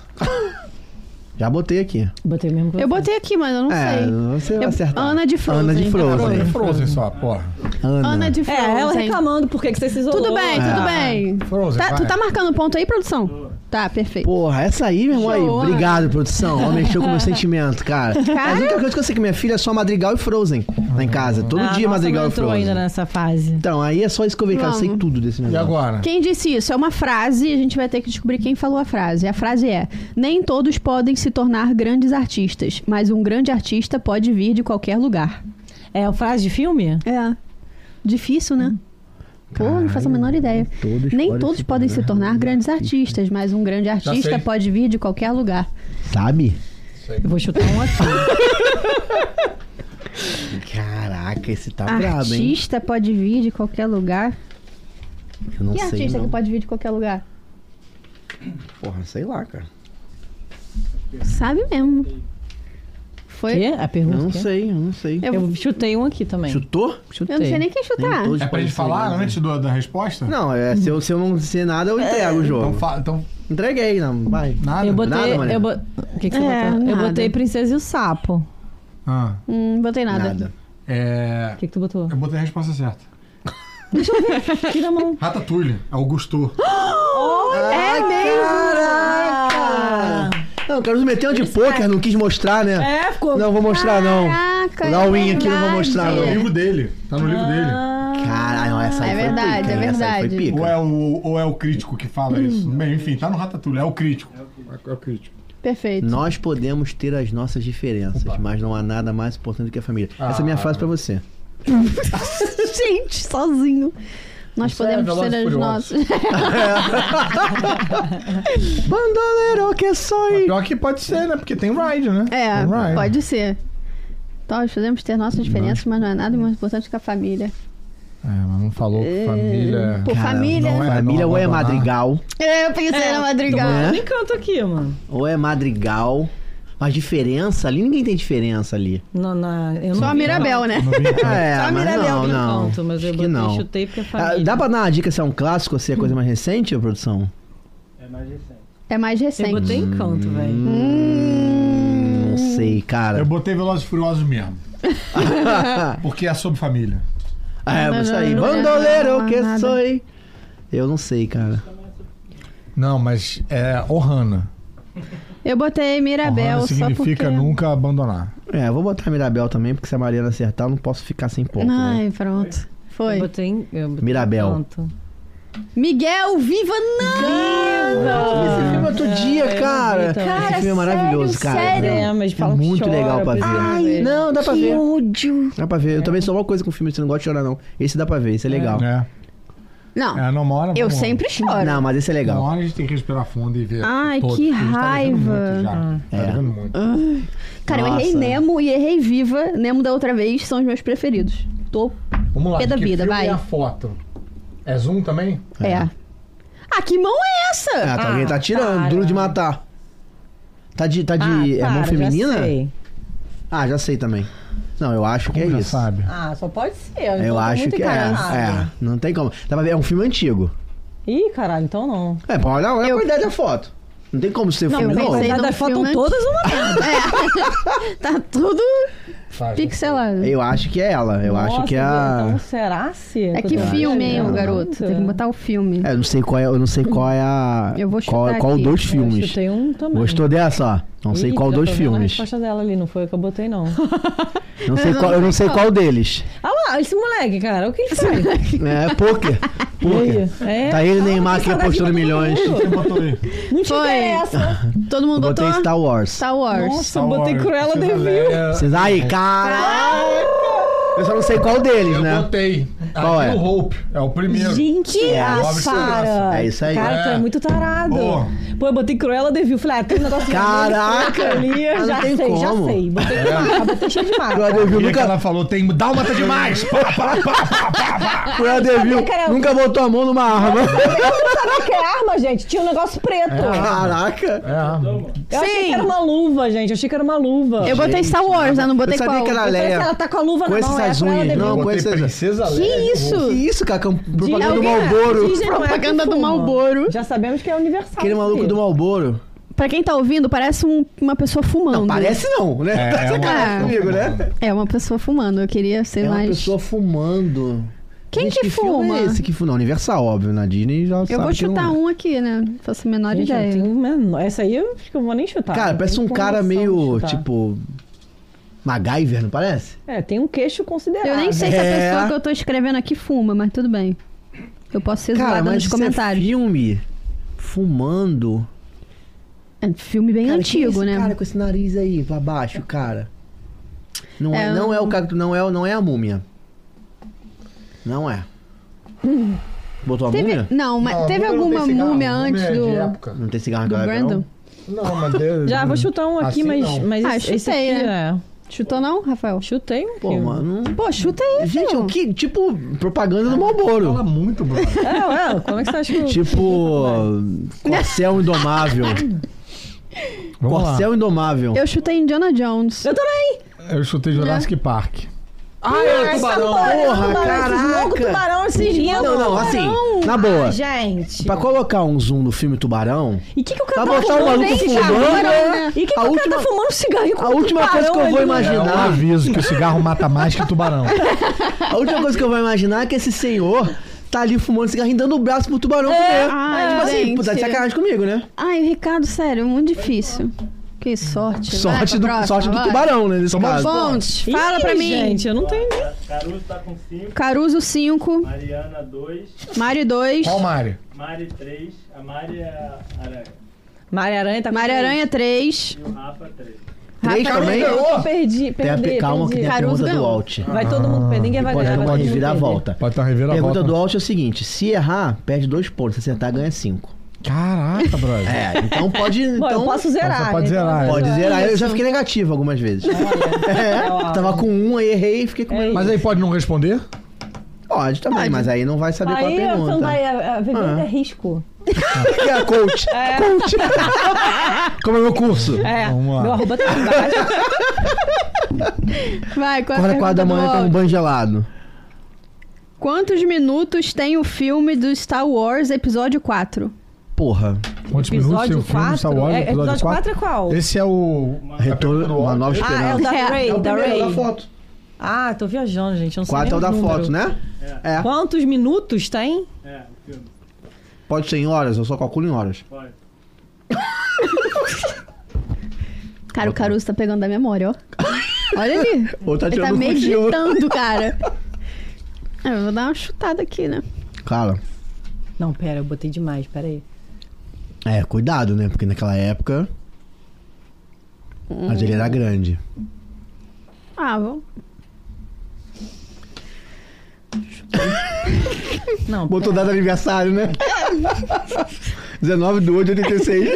[SPEAKER 2] Já botei aqui.
[SPEAKER 4] Botei mesmo que
[SPEAKER 1] Eu botei aqui, mas eu não
[SPEAKER 2] É,
[SPEAKER 1] sei.
[SPEAKER 2] você vai
[SPEAKER 1] Eu-
[SPEAKER 2] acertar.
[SPEAKER 1] Ana de Frozen.
[SPEAKER 2] Ana de
[SPEAKER 3] Frozen,
[SPEAKER 2] Frozen.
[SPEAKER 3] Frozen só, porra.
[SPEAKER 2] Ana.
[SPEAKER 1] Ana de Frozen. É.
[SPEAKER 4] É, ela reclamando por que que você se isolou.
[SPEAKER 1] Tudo bem, tudo
[SPEAKER 2] Ah,
[SPEAKER 1] bem.
[SPEAKER 3] Frozen,
[SPEAKER 1] Tá- tu
[SPEAKER 3] vai.
[SPEAKER 1] tá marcando ponto aí, produção? Tá, perfeito.
[SPEAKER 2] Porra, essa aí, meu irmão, aí.
[SPEAKER 1] Show, Ana.
[SPEAKER 2] Obrigado, produção. Ó, mexeu com o meu sentimento, cara. Mas a única coisa que eu sei que minha filha é só Madrigal e Frozen lá em casa. Todo
[SPEAKER 4] Ah,
[SPEAKER 2] dia
[SPEAKER 4] nossa,
[SPEAKER 2] Madrigal
[SPEAKER 4] não
[SPEAKER 2] e
[SPEAKER 4] entrou
[SPEAKER 2] Frozen.
[SPEAKER 4] ainda né? nessa fase.
[SPEAKER 2] Então, aí é só isso que eu vi, cara. Eu sei
[SPEAKER 1] Vamos.
[SPEAKER 2] tudo desse
[SPEAKER 3] E
[SPEAKER 2] negócio.
[SPEAKER 3] agora?
[SPEAKER 1] Quem disse isso? É uma frase, a gente vai ter que descobrir quem falou a frase. A frase é: Nem todos podem se tornar grandes artistas, mas um grande artista pode vir de qualquer lugar.
[SPEAKER 4] É o frase de filme?
[SPEAKER 1] É. Difícil, né? Pô, não faço a menor ideia.
[SPEAKER 2] todos
[SPEAKER 1] Nem
[SPEAKER 2] podem
[SPEAKER 1] todos
[SPEAKER 2] se
[SPEAKER 1] podem se
[SPEAKER 2] tornar
[SPEAKER 1] tornar grandes artistas, mas um grande artista
[SPEAKER 3] sei.
[SPEAKER 1] pode vir de qualquer lugar.
[SPEAKER 2] Sabe?
[SPEAKER 4] Eu vou chutar um aqui.
[SPEAKER 2] [LAUGHS] Caraca, esse tá brabo, hein?
[SPEAKER 1] artista pode vir de qualquer lugar.
[SPEAKER 2] Eu não
[SPEAKER 1] que
[SPEAKER 2] sei.
[SPEAKER 1] artista
[SPEAKER 2] não.
[SPEAKER 1] que pode vir de qualquer lugar?
[SPEAKER 2] Porra, sei lá, cara.
[SPEAKER 1] Sabe mesmo. Foi.
[SPEAKER 4] Quê? A pergunta
[SPEAKER 2] Eu não
[SPEAKER 4] que é?
[SPEAKER 2] sei, eu não sei.
[SPEAKER 1] Eu, Tá.
[SPEAKER 4] Eu chutei um aqui também.
[SPEAKER 2] Chutou?
[SPEAKER 4] Chutei.
[SPEAKER 1] eu não sei nem quem chutar.
[SPEAKER 2] todos
[SPEAKER 3] É pra
[SPEAKER 2] podem
[SPEAKER 3] gente
[SPEAKER 2] ser
[SPEAKER 3] falar
[SPEAKER 2] grandes.
[SPEAKER 3] antes do- da resposta?
[SPEAKER 2] Não, é, se, eu, se eu não sei nada, eu entrego o jogo.
[SPEAKER 3] Então, fa- então
[SPEAKER 2] Entreguei, não. Vai.
[SPEAKER 3] nada.
[SPEAKER 4] Eu botei.
[SPEAKER 2] Nada, mané.
[SPEAKER 4] eu bo- O que, que você
[SPEAKER 1] É,
[SPEAKER 4] botou? Eu
[SPEAKER 1] nada.
[SPEAKER 4] botei Princesa e o Sapo.
[SPEAKER 3] Ah,
[SPEAKER 1] Hum, botei nada.
[SPEAKER 2] Nada.
[SPEAKER 3] é...
[SPEAKER 4] O que, que tu botou?
[SPEAKER 3] Eu botei a resposta certa.
[SPEAKER 4] Aqui na mão.
[SPEAKER 3] Ratatouille, Augusto.
[SPEAKER 2] É mesmo? Caraca! Não, o cara me meteu um de pôquer, não quis mostrar, né?
[SPEAKER 4] É, ficou.
[SPEAKER 2] Não, vou mostrar Ah, não.
[SPEAKER 1] Caraca,
[SPEAKER 2] Dá
[SPEAKER 1] é
[SPEAKER 2] o win aqui, não vou
[SPEAKER 1] verdade.
[SPEAKER 2] mostrar não.
[SPEAKER 3] É o livro dele. Tá no
[SPEAKER 4] Ah.
[SPEAKER 3] livro dele.
[SPEAKER 2] Caralho, essa aí
[SPEAKER 1] É
[SPEAKER 2] foi
[SPEAKER 1] verdade,
[SPEAKER 2] pica,
[SPEAKER 1] é
[SPEAKER 2] hein? Essa aí
[SPEAKER 1] verdade.
[SPEAKER 2] foi pica.
[SPEAKER 3] Ou é, o, ou é o crítico que fala isso? Bem, enfim, tá no Ratatouille, é o crítico. É o crítico.
[SPEAKER 1] Perfeito.
[SPEAKER 2] Nós podemos ter as nossas diferenças, mas não há nada mais importante do que a família. Essa é a minha
[SPEAKER 3] Ah.
[SPEAKER 2] frase pra você.
[SPEAKER 1] [LAUGHS] Gente, sozinho. Nós
[SPEAKER 3] é
[SPEAKER 1] podemos
[SPEAKER 3] Velozes
[SPEAKER 1] ser
[SPEAKER 3] e
[SPEAKER 1] as
[SPEAKER 3] Furiosos.
[SPEAKER 1] nossas.
[SPEAKER 2] Bandoleiro que soy.
[SPEAKER 3] Pior que pode ser, né? Porque tem ride, né?
[SPEAKER 1] [LAUGHS] É,
[SPEAKER 3] Tem ride.
[SPEAKER 1] pode ser. Então, nós podemos ter nossas diferenças, mas não é nada mais importante que a família.
[SPEAKER 3] É, mas não falou que família.
[SPEAKER 1] Pô, família.
[SPEAKER 3] não é-
[SPEAKER 2] Família ou é
[SPEAKER 3] abandonar.
[SPEAKER 2] madrigal,
[SPEAKER 1] É, [LAUGHS] Eu pensei na madrugada.
[SPEAKER 4] [LAUGHS] Me encanto aqui, mano.
[SPEAKER 2] ou é madrigal. Mas diferença ali, ninguém tem diferença
[SPEAKER 4] [LAUGHS]
[SPEAKER 2] ali.
[SPEAKER 4] Não, não, eu
[SPEAKER 1] Só
[SPEAKER 4] não
[SPEAKER 1] a
[SPEAKER 4] vi,
[SPEAKER 1] Mirabel, né?
[SPEAKER 2] É,
[SPEAKER 4] Só a
[SPEAKER 2] mas
[SPEAKER 4] Mirabel
[SPEAKER 2] não,
[SPEAKER 4] que eu
[SPEAKER 2] não.
[SPEAKER 4] conto, mas eu
[SPEAKER 2] Acho que
[SPEAKER 4] botei,
[SPEAKER 2] não.
[SPEAKER 4] chutei porque a
[SPEAKER 2] Ah,
[SPEAKER 4] família.
[SPEAKER 2] dá pra dar uma dica se é um clássico ou se é coisa mais recente, produção?
[SPEAKER 6] É mais recente.
[SPEAKER 1] É mais
[SPEAKER 4] Eu
[SPEAKER 1] recente.
[SPEAKER 4] botei encanto, velho.
[SPEAKER 2] Hum, não sei,
[SPEAKER 3] Eu
[SPEAKER 2] cara.
[SPEAKER 3] botei Velozes e Furiosos
[SPEAKER 1] [LAUGHS]
[SPEAKER 3] mesmo. Porque é sobre família.
[SPEAKER 2] é, isso aí.
[SPEAKER 1] não, não,
[SPEAKER 2] Bandoleiro
[SPEAKER 1] não,
[SPEAKER 2] que
[SPEAKER 1] nada.
[SPEAKER 2] sou. Eu não sei, cara.
[SPEAKER 3] Não, mas é Ohana.
[SPEAKER 1] Eu botei Mirabel
[SPEAKER 3] Ohana
[SPEAKER 1] É, só porque...
[SPEAKER 3] significa nunca abandonar.
[SPEAKER 2] É, eu vou botar Mirabel também, porque se a Mariana acertar, eu não posso ficar sem ponto. né?
[SPEAKER 1] Ai, pronto.
[SPEAKER 4] Eu
[SPEAKER 1] Foi.
[SPEAKER 4] botei, en- eu botei
[SPEAKER 2] Mirabel.
[SPEAKER 4] encanto.
[SPEAKER 1] Miguel, viva não!
[SPEAKER 2] Esse filme é outro dia, cara.
[SPEAKER 4] também.
[SPEAKER 2] Esse
[SPEAKER 1] Cara,
[SPEAKER 2] filme é maravilhoso,
[SPEAKER 1] sério,
[SPEAKER 2] cara.
[SPEAKER 1] sério?
[SPEAKER 4] É, mas
[SPEAKER 2] É
[SPEAKER 4] falam que
[SPEAKER 2] muito
[SPEAKER 4] chora,
[SPEAKER 2] legal pra ver.
[SPEAKER 4] precisa
[SPEAKER 2] Ai,
[SPEAKER 4] ver.
[SPEAKER 2] não, dá pra ver.
[SPEAKER 1] ódio.
[SPEAKER 2] Dá pra ver. Eu também sou uma coisa com filme, você não gosta de chorar, não. Esse dá pra ver, esse é legal.
[SPEAKER 3] É.
[SPEAKER 1] Não,
[SPEAKER 3] É, não, uma hora.
[SPEAKER 1] eu
[SPEAKER 3] vamos-
[SPEAKER 1] sempre choro.
[SPEAKER 2] Não, mas esse é
[SPEAKER 3] Uma
[SPEAKER 2] legal.
[SPEAKER 3] hora a gente tem que respirar fundo e ver.
[SPEAKER 1] Ai,
[SPEAKER 3] todos.
[SPEAKER 1] que
[SPEAKER 3] A gente
[SPEAKER 1] raiva. Ah.
[SPEAKER 3] Tá
[SPEAKER 2] É.
[SPEAKER 3] ligando muito. já. Tá ligando muito.
[SPEAKER 1] Cara, eu
[SPEAKER 2] Nossa.
[SPEAKER 1] errei Nemo e errei Viva. Nemo da outra vez são os meus preferidos. Tô.
[SPEAKER 3] Vamos lá.
[SPEAKER 1] Pé
[SPEAKER 3] de
[SPEAKER 1] da
[SPEAKER 3] que
[SPEAKER 1] vida,
[SPEAKER 3] filme
[SPEAKER 1] vai.
[SPEAKER 3] é a foto. É zoom também?
[SPEAKER 1] É. Ah, que mão é essa?
[SPEAKER 2] Ah, tá, alguém tá tirando,
[SPEAKER 4] para. Ah,
[SPEAKER 2] duro de matar. Tá de. Tá de é
[SPEAKER 4] para,
[SPEAKER 2] mão
[SPEAKER 4] já
[SPEAKER 2] feminina?
[SPEAKER 4] sei.
[SPEAKER 2] Ah, já sei também. Não, eu acho que é
[SPEAKER 3] Como já
[SPEAKER 2] isso.
[SPEAKER 3] sabe.
[SPEAKER 4] Ah, só pode ser. tá
[SPEAKER 2] Eu acho que é, é. Não tem como. Dá pra ver, é um filme antigo.
[SPEAKER 4] Ih, caralho, então não.
[SPEAKER 2] É, pô, olha, olha a qualidade da foto. Não tem como ser filme,
[SPEAKER 4] Não,
[SPEAKER 1] Eu
[SPEAKER 2] não.
[SPEAKER 1] pensei-
[SPEAKER 4] mas
[SPEAKER 1] num
[SPEAKER 4] as fotos
[SPEAKER 1] filme-
[SPEAKER 4] todas uma merda.
[SPEAKER 1] [LAUGHS] É. tá tudo né? pixelado.
[SPEAKER 2] Eu acho que é ela. Eu acho que é
[SPEAKER 4] Nossa,
[SPEAKER 2] a.
[SPEAKER 4] Então, será se?
[SPEAKER 5] É que filme, hein, o
[SPEAKER 4] Caramba.
[SPEAKER 5] garoto? Tem que botar o
[SPEAKER 1] um
[SPEAKER 5] filme.
[SPEAKER 2] É, eu não sei qual é, eu não sei qual é a.
[SPEAKER 5] Eu vou
[SPEAKER 2] qual,
[SPEAKER 5] chutar
[SPEAKER 2] qual
[SPEAKER 5] aqui.
[SPEAKER 2] dos
[SPEAKER 4] Eu
[SPEAKER 2] filmes.
[SPEAKER 4] chutei um também.
[SPEAKER 2] Gostou dessa, ó? Não sei
[SPEAKER 4] Ih,
[SPEAKER 2] qual
[SPEAKER 4] já
[SPEAKER 2] dos
[SPEAKER 4] tô vendo A
[SPEAKER 2] filmes.
[SPEAKER 4] resposta dela ali não foi o que eu botei, não.
[SPEAKER 2] Não sei qual, eu não sei qual deles.
[SPEAKER 4] Ah lá, esse moleque, cara, o que ele faz?
[SPEAKER 2] É poker. Poker.
[SPEAKER 4] É.
[SPEAKER 2] Tá ele e Neymar que apostando milhões.
[SPEAKER 3] Quem botou
[SPEAKER 4] [LAUGHS]
[SPEAKER 3] aí?
[SPEAKER 4] Não te
[SPEAKER 1] Foi.
[SPEAKER 4] interessa.
[SPEAKER 1] Todo mundo botou
[SPEAKER 2] Botei Star Wars.
[SPEAKER 1] Star Wars.
[SPEAKER 4] Nossa, eu botei
[SPEAKER 3] Wars,
[SPEAKER 4] Cruella de
[SPEAKER 3] Princesa
[SPEAKER 4] Vil.
[SPEAKER 3] Leia.
[SPEAKER 2] Vocês aí, cara. Eu só não sei qual deles,
[SPEAKER 3] Eu
[SPEAKER 2] né?
[SPEAKER 3] botei.
[SPEAKER 2] Qual
[SPEAKER 3] Aqui
[SPEAKER 2] é?
[SPEAKER 3] o Hope. É o primeiro.
[SPEAKER 4] Gente, ah,
[SPEAKER 3] Nova
[SPEAKER 4] para.
[SPEAKER 3] Esperança.
[SPEAKER 2] É isso aí.
[SPEAKER 4] Cara, tu é
[SPEAKER 3] É.
[SPEAKER 4] muito tarado.
[SPEAKER 3] Boa.
[SPEAKER 4] Pô, eu botei Cruella de Vil. Falei, ah, tem um negócio
[SPEAKER 2] Caraca!
[SPEAKER 4] vermelho,
[SPEAKER 2] Mas não
[SPEAKER 4] ali. Eu já
[SPEAKER 2] tem
[SPEAKER 4] sei, já
[SPEAKER 2] como.
[SPEAKER 4] sei. Botei de marca, botei cheio de marca.
[SPEAKER 2] Cruella de Vil
[SPEAKER 3] E que
[SPEAKER 2] nunca,
[SPEAKER 3] ela falou, tem dálmata demais. Pá, pá, pá, pá, pá, pá.
[SPEAKER 2] Cruella de Vil
[SPEAKER 4] cara, eu-
[SPEAKER 2] nunca botou a mão numa arma.
[SPEAKER 4] Sabe o que é arma, gente? Tinha um negócio preto.
[SPEAKER 2] Caraca.
[SPEAKER 3] É,
[SPEAKER 4] Eu achei que era uma luva, gente. Eu achei que era uma luva.
[SPEAKER 1] Eu botei
[SPEAKER 2] Gente,
[SPEAKER 1] Star Wars, né? Não
[SPEAKER 2] Eu
[SPEAKER 1] botei
[SPEAKER 2] sabia
[SPEAKER 1] qual.
[SPEAKER 2] que era a
[SPEAKER 4] Parece que ela
[SPEAKER 2] Leia.
[SPEAKER 4] tá com a luva
[SPEAKER 2] Com
[SPEAKER 4] na mão.
[SPEAKER 2] essas
[SPEAKER 4] é a Cruella
[SPEAKER 2] unhas,
[SPEAKER 4] de Vil.
[SPEAKER 2] não, com
[SPEAKER 3] botei
[SPEAKER 2] essas...
[SPEAKER 3] Princesa Leia.
[SPEAKER 1] Que isso?
[SPEAKER 2] Que isso, cara? Com- Propaganda do
[SPEAKER 1] Alguém-
[SPEAKER 2] Malboro.
[SPEAKER 4] Disney não é
[SPEAKER 1] Propaganda do
[SPEAKER 4] perfume.
[SPEAKER 1] Marlboro.
[SPEAKER 4] Já sabemos que é universal.
[SPEAKER 2] Aquele maluco
[SPEAKER 1] assim.
[SPEAKER 4] filho.
[SPEAKER 2] do Malboro.
[SPEAKER 1] Pra quem tá ouvindo, parece um- Ah, uma pessoa fumando.
[SPEAKER 2] Não, [LAUGHS] parece não, né?
[SPEAKER 3] É,
[SPEAKER 2] tá
[SPEAKER 3] é
[SPEAKER 1] uma-
[SPEAKER 2] sacanagem comigo, né?
[SPEAKER 1] É uma pessoa fumando. Eu queria ser
[SPEAKER 2] É uma
[SPEAKER 1] mais.
[SPEAKER 2] pessoa fumando.
[SPEAKER 1] Quem
[SPEAKER 2] Gente,
[SPEAKER 1] que
[SPEAKER 2] filme
[SPEAKER 1] fuma?
[SPEAKER 2] é esse que fuma? Não, Universal, óbvio. Na Disney já
[SPEAKER 1] Eu
[SPEAKER 2] sabe
[SPEAKER 1] vou
[SPEAKER 2] que não
[SPEAKER 1] chutar
[SPEAKER 2] é.
[SPEAKER 1] um aqui, né? Não faço a menor
[SPEAKER 4] Gente, eu
[SPEAKER 1] ideia.
[SPEAKER 4] tenho menor- Essa aí eu acho que eu não vou nem chutar.
[SPEAKER 2] Cara,
[SPEAKER 4] Não
[SPEAKER 2] parece
[SPEAKER 4] tem
[SPEAKER 2] um cara
[SPEAKER 4] noção de
[SPEAKER 2] meio,
[SPEAKER 4] chutar.
[SPEAKER 2] tipo... MacGyver, não parece?
[SPEAKER 4] É, tem um queixo considerável.
[SPEAKER 1] Eu nem sei se a
[SPEAKER 2] É.
[SPEAKER 1] pessoa que eu tô escrevendo aqui fuma, mas tudo bem. Eu posso ser
[SPEAKER 2] Cara,
[SPEAKER 1] zoada
[SPEAKER 2] mas
[SPEAKER 1] nos
[SPEAKER 2] isso é
[SPEAKER 1] comentários.
[SPEAKER 2] filme... Fumando...
[SPEAKER 1] É filme bem
[SPEAKER 2] Cara, quem é
[SPEAKER 1] antigo,
[SPEAKER 2] esse
[SPEAKER 1] né?
[SPEAKER 2] cara com esse nariz aí pra baixo, cara? Não é,
[SPEAKER 1] É,
[SPEAKER 2] não
[SPEAKER 1] eu-
[SPEAKER 2] é o cara... que tu- Não é, o- não é a múmia. Não é. Botou a múmia?
[SPEAKER 1] Teve, não, mas
[SPEAKER 3] Não,
[SPEAKER 1] teve
[SPEAKER 3] Múmia não
[SPEAKER 1] alguma
[SPEAKER 3] tem cigarro.
[SPEAKER 2] um
[SPEAKER 1] múmia antes
[SPEAKER 3] é de
[SPEAKER 1] do,
[SPEAKER 3] época.
[SPEAKER 2] Não tem cigarro
[SPEAKER 1] do
[SPEAKER 2] naquela época, não?
[SPEAKER 1] Brandon?
[SPEAKER 3] Não, mas... de-
[SPEAKER 4] [LAUGHS] Já vou chutar um aqui,
[SPEAKER 3] Assim
[SPEAKER 4] mas,
[SPEAKER 3] não.
[SPEAKER 4] mas
[SPEAKER 1] Ah,
[SPEAKER 4] esse, esse
[SPEAKER 1] chutei, né?
[SPEAKER 4] aqui
[SPEAKER 1] Chutou não, Rafael?
[SPEAKER 4] é. Chutei um aqui.
[SPEAKER 2] Pô, mano... não-
[SPEAKER 1] Pô, chuta aí,
[SPEAKER 2] Gente,
[SPEAKER 1] filho.
[SPEAKER 2] o que... Tipo, propaganda do Malboro.
[SPEAKER 3] Fala muito, Bruno.
[SPEAKER 4] É, ué, como é que você acha que
[SPEAKER 2] [LAUGHS]
[SPEAKER 4] eu...
[SPEAKER 2] Tipo. Corcel Indomável.
[SPEAKER 3] Vamos lá.
[SPEAKER 2] Corcel Indomável.
[SPEAKER 1] Eu chutei Indiana Jones.
[SPEAKER 4] Eu também!
[SPEAKER 3] Eu chutei Jurassic Park.
[SPEAKER 2] Ah, é o tubarão. Porra,
[SPEAKER 4] Tubarão, esses longos
[SPEAKER 2] caraca.
[SPEAKER 4] tubarão, esses longos
[SPEAKER 2] Não, não, assim, na boa.
[SPEAKER 4] Ah, gente.
[SPEAKER 2] Pra colocar um zoom no filme Tubarão,
[SPEAKER 4] E o que, que o
[SPEAKER 2] pra
[SPEAKER 4] cara tá
[SPEAKER 2] botar o
[SPEAKER 4] fumando?
[SPEAKER 2] maluco né?
[SPEAKER 4] hein?
[SPEAKER 2] fumando.
[SPEAKER 4] Cara, E o que, que
[SPEAKER 2] A
[SPEAKER 4] o
[SPEAKER 2] última-
[SPEAKER 4] cara tá fumando cigarro com
[SPEAKER 2] A última
[SPEAKER 4] tubarão
[SPEAKER 2] coisa que eu vou
[SPEAKER 4] ali,
[SPEAKER 3] É
[SPEAKER 2] imaginar-
[SPEAKER 4] né?
[SPEAKER 3] um aviso que o cigarro mata mais que o
[SPEAKER 2] [LAUGHS]
[SPEAKER 3] tubarão.
[SPEAKER 2] A última coisa que eu vou imaginar é que esse senhor tá ali fumando cigarrinho, dando o braço pro tubarão
[SPEAKER 4] É.
[SPEAKER 2] comer.
[SPEAKER 4] Ah,
[SPEAKER 1] Ai,
[SPEAKER 2] tipo assim,
[SPEAKER 1] Ah, gente.
[SPEAKER 2] pô, tá de sacanagem comigo, né?
[SPEAKER 1] Ai, Ricardo, sério, muito difícil. Que sorte.
[SPEAKER 2] Sorte,
[SPEAKER 1] Vai pra
[SPEAKER 2] do,
[SPEAKER 1] próxima,
[SPEAKER 2] sorte do
[SPEAKER 1] vai.
[SPEAKER 2] tubarão, né? Nesse
[SPEAKER 3] Tomara-
[SPEAKER 2] caso.
[SPEAKER 1] Fontes, fala
[SPEAKER 4] Ih,
[SPEAKER 1] pra mim.
[SPEAKER 4] Gente, eu não tenho.
[SPEAKER 6] Caruso tá com 5,
[SPEAKER 1] Caruso 5,
[SPEAKER 6] Mariana 2,
[SPEAKER 1] Mário 2,
[SPEAKER 3] Qual Mário?
[SPEAKER 6] Mari 3, a Mari é a Aranha
[SPEAKER 4] Maria Aranha tá com
[SPEAKER 1] Mário Aranha 3.
[SPEAKER 6] e o Rafa 3.
[SPEAKER 2] Três
[SPEAKER 1] Rafael
[SPEAKER 2] também?
[SPEAKER 1] ganhou.
[SPEAKER 4] Eu perdi,
[SPEAKER 2] Tem a-
[SPEAKER 4] perdi.
[SPEAKER 2] calma que
[SPEAKER 4] perdi.
[SPEAKER 2] tem a
[SPEAKER 1] Caruso
[SPEAKER 2] pergunta do
[SPEAKER 1] ganhou.
[SPEAKER 2] Alt.
[SPEAKER 4] Vai todo mundo perder, ninguém vai
[SPEAKER 2] Pode ter
[SPEAKER 4] ganhar. vai
[SPEAKER 2] uma
[SPEAKER 4] todo mundo
[SPEAKER 2] reviravolta.
[SPEAKER 3] Pode estar revira
[SPEAKER 2] Pergunta do Alt é o seguinte: se errar, perde dois pontos. Se acertar, ganha cinco.
[SPEAKER 3] Caraca, brother.
[SPEAKER 2] É, então pode.
[SPEAKER 4] perder. Bom,
[SPEAKER 2] então
[SPEAKER 4] eu posso zerar.
[SPEAKER 3] Você pode
[SPEAKER 4] né?
[SPEAKER 3] zerar,
[SPEAKER 2] pode
[SPEAKER 3] é
[SPEAKER 2] zerar. Eu já fiquei negativo algumas vezes. [LAUGHS] É,
[SPEAKER 4] ó.
[SPEAKER 2] tava com um, aí errei e fiquei com
[SPEAKER 4] É
[SPEAKER 2] mais.
[SPEAKER 4] isso.
[SPEAKER 3] Mas aí pode não responder?
[SPEAKER 2] Pode também, mas aí não vai saber
[SPEAKER 4] Aí
[SPEAKER 2] qual
[SPEAKER 4] eu
[SPEAKER 2] a
[SPEAKER 4] não
[SPEAKER 2] pergunta.
[SPEAKER 4] vai. A a
[SPEAKER 2] Ah.
[SPEAKER 4] vivenda é risco.
[SPEAKER 2] Que [LAUGHS] é coach. Coach. Como é meu curso?
[SPEAKER 4] É,
[SPEAKER 3] Vamos lá.
[SPEAKER 4] meu arroba tá aqui embaixo.
[SPEAKER 1] Vai, qual é a
[SPEAKER 2] Agora
[SPEAKER 1] pergunta
[SPEAKER 2] quatro da
[SPEAKER 1] do
[SPEAKER 2] manhã
[SPEAKER 1] Walt?
[SPEAKER 2] com um banho gelado.
[SPEAKER 1] Quantos minutos tem o filme do Star Wars Episódio 4?
[SPEAKER 2] Porra.
[SPEAKER 3] Quantos minutos tem o
[SPEAKER 4] Episódio
[SPEAKER 3] filme Star
[SPEAKER 4] 4.
[SPEAKER 3] Wars?
[SPEAKER 4] É, episódio 4 é qual?
[SPEAKER 3] Esse é o...
[SPEAKER 2] Retorno, uma nova
[SPEAKER 4] Ah, é o
[SPEAKER 2] esperança.
[SPEAKER 4] da
[SPEAKER 1] É,
[SPEAKER 4] Ray,
[SPEAKER 2] o
[SPEAKER 4] da
[SPEAKER 2] primeiro, é o
[SPEAKER 4] Ray.
[SPEAKER 2] da foto.
[SPEAKER 4] Ah, tô viajando, gente. eu Não sei
[SPEAKER 2] Quatro é o
[SPEAKER 4] nem
[SPEAKER 2] da
[SPEAKER 4] número.
[SPEAKER 2] foto, né? É.
[SPEAKER 4] Quantos minutos tem?
[SPEAKER 6] É, o filme,
[SPEAKER 2] Pode ser em horas, eu só calculo em horas.
[SPEAKER 6] pode.
[SPEAKER 1] Cara, o Caruso tá pegando da memória,
[SPEAKER 2] [LAUGHS]
[SPEAKER 1] ó. Olha ali.
[SPEAKER 2] Ou tá
[SPEAKER 1] Ele tá
[SPEAKER 2] tirando um cochilo.
[SPEAKER 1] meditando,
[SPEAKER 2] [LAUGHS]
[SPEAKER 1] cara. É, Eu vou dar uma chutada aqui, né?
[SPEAKER 2] Cara,
[SPEAKER 4] Não, pera, eu botei demais, pera aí.
[SPEAKER 2] é, cuidado, né? Porque naquela época. Mas ele era grande.
[SPEAKER 1] Ah, vou.
[SPEAKER 4] Não,
[SPEAKER 2] Botou data de aniversário, né? 19 de 8 de 86.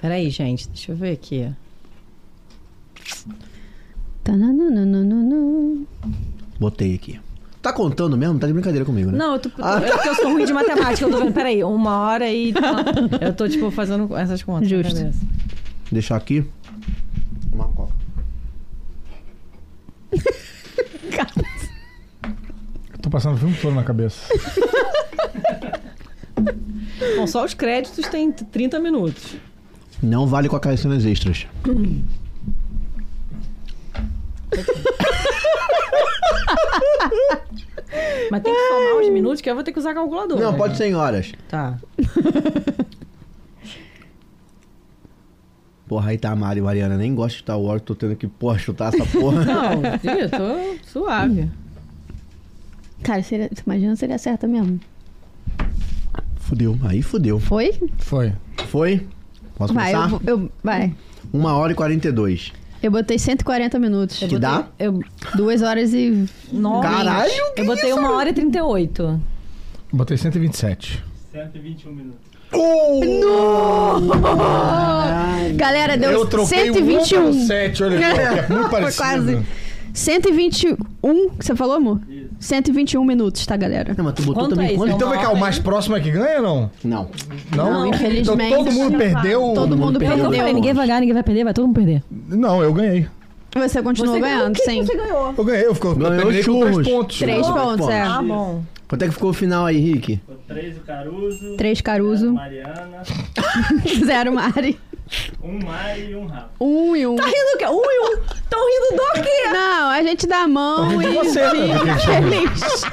[SPEAKER 4] pera aí, gente. Deixa eu ver aqui.
[SPEAKER 1] Tananananana.
[SPEAKER 2] Botei aqui. Tá contando mesmo? Tá de brincadeira comigo, né?
[SPEAKER 4] Não, eu tô. é porque eu sou ruim de matemática. Eu tô vendo, peraí, uma hora e. Eu tô, tipo, fazendo essas contas. na
[SPEAKER 1] Justo.
[SPEAKER 4] cabeça.
[SPEAKER 2] Deixar aqui. Uma coca.
[SPEAKER 3] Tô passando o filme todo na cabeça.
[SPEAKER 4] Bom, só os créditos tem 30 minutos.
[SPEAKER 2] Não vale com aquelas cenas extras.
[SPEAKER 4] Mas tem que somar os minutos, que eu vou ter que usar calculador.
[SPEAKER 2] Não, pode ser em horas.
[SPEAKER 4] Tá.
[SPEAKER 2] Porra, aí tá a Mari Mariana. Nem gosta de Star Wars, tô tendo que, porra, chutar essa porra.
[SPEAKER 4] Não, eu tô suave.
[SPEAKER 1] Cara, seria, você imagina seria certa mesmo.
[SPEAKER 2] fudeu, aí fudeu.
[SPEAKER 1] Foi?
[SPEAKER 3] Foi.
[SPEAKER 2] Foi? Posso
[SPEAKER 1] Vai, eu,
[SPEAKER 2] começar?
[SPEAKER 1] vou- eu, vai.
[SPEAKER 2] Uma hora e 42.
[SPEAKER 1] Eu botei 140 minutos.
[SPEAKER 2] Que dá?
[SPEAKER 4] Eu,
[SPEAKER 1] Duas horas e.
[SPEAKER 4] nossa,
[SPEAKER 2] Caralho, que
[SPEAKER 4] Eu botei uma hora e 38.
[SPEAKER 3] Botei 127.
[SPEAKER 6] 121 minutos.
[SPEAKER 1] Galera, deu
[SPEAKER 3] Uh! Eu troquei 121.
[SPEAKER 1] 121.
[SPEAKER 3] 7, olha só, que é muito
[SPEAKER 1] [LAUGHS] Foi
[SPEAKER 3] parecido.
[SPEAKER 1] quase. 121. que um, Você falou, amor?
[SPEAKER 6] Isso.
[SPEAKER 1] 121 minutos, tá, galera?
[SPEAKER 2] Não, mas tu botou
[SPEAKER 4] Quanto
[SPEAKER 2] também
[SPEAKER 4] é isso?
[SPEAKER 2] quanto?
[SPEAKER 4] É
[SPEAKER 3] Então vai cá, o mais próximo é que ganha ou não?
[SPEAKER 2] Não.
[SPEAKER 3] Não,
[SPEAKER 1] Não, infelizmente.
[SPEAKER 3] Então todo mundo perdeu.
[SPEAKER 1] Todo mundo
[SPEAKER 4] Eu
[SPEAKER 1] perdeu.
[SPEAKER 4] não falei, ninguém vai ganhar, ninguém vai perder, vai todo mundo perder.
[SPEAKER 3] Não, eu ganhei.
[SPEAKER 1] Você continuou ganhando? Sim.
[SPEAKER 4] ganhou?
[SPEAKER 3] Eu ganhei, eu fico. eu
[SPEAKER 2] Ganhou
[SPEAKER 3] terminei com
[SPEAKER 2] churros.
[SPEAKER 3] três pontos.
[SPEAKER 1] Três pontos, é.
[SPEAKER 4] Ah, bom.
[SPEAKER 2] Quanto é que ficou o final aí, Rick?
[SPEAKER 6] Ficou 3 o Caruso.
[SPEAKER 1] Três Caruso,
[SPEAKER 6] Mariana.
[SPEAKER 1] [LAUGHS] zero Mari.
[SPEAKER 6] Um Mari e um Rafa.
[SPEAKER 1] Um e um.
[SPEAKER 4] Tá rindo o quê? Um e um. Tão rindo do quê?
[SPEAKER 1] Não, a gente dá a mão e
[SPEAKER 3] Você,
[SPEAKER 1] fica feliz.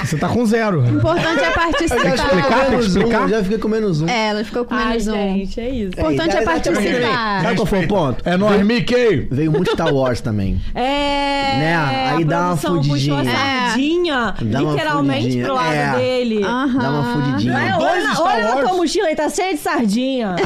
[SPEAKER 3] Você tá com zero.
[SPEAKER 1] O importante é participar.
[SPEAKER 3] explicar? Tem que
[SPEAKER 2] Menos um,
[SPEAKER 3] explicar?
[SPEAKER 2] já fiquei com menos um.
[SPEAKER 1] É, ela ficou com
[SPEAKER 4] Ai,
[SPEAKER 1] menos um.
[SPEAKER 4] gente, é isso.
[SPEAKER 1] O importante é
[SPEAKER 2] Ei, dá- dá-
[SPEAKER 1] participar.
[SPEAKER 2] Sabe qual foi o ponto?
[SPEAKER 3] É nóis, Mickey!
[SPEAKER 2] Veio muito Star Wars também.
[SPEAKER 4] É.
[SPEAKER 2] Né? Aí
[SPEAKER 4] a
[SPEAKER 2] dá uma
[SPEAKER 4] produção puxou a
[SPEAKER 2] fudidinha.
[SPEAKER 1] É.
[SPEAKER 4] sardinha,
[SPEAKER 2] Dá uma
[SPEAKER 4] literalmente
[SPEAKER 2] fudidinha.
[SPEAKER 4] pro lado
[SPEAKER 2] É.
[SPEAKER 4] dele.
[SPEAKER 1] Aham.
[SPEAKER 2] Dá uma
[SPEAKER 4] É,
[SPEAKER 2] fudidinha.
[SPEAKER 3] Dois
[SPEAKER 4] olha,
[SPEAKER 3] Star
[SPEAKER 4] olha na
[SPEAKER 3] Wars.
[SPEAKER 4] tua mochila, aí tá cheia de sardinha.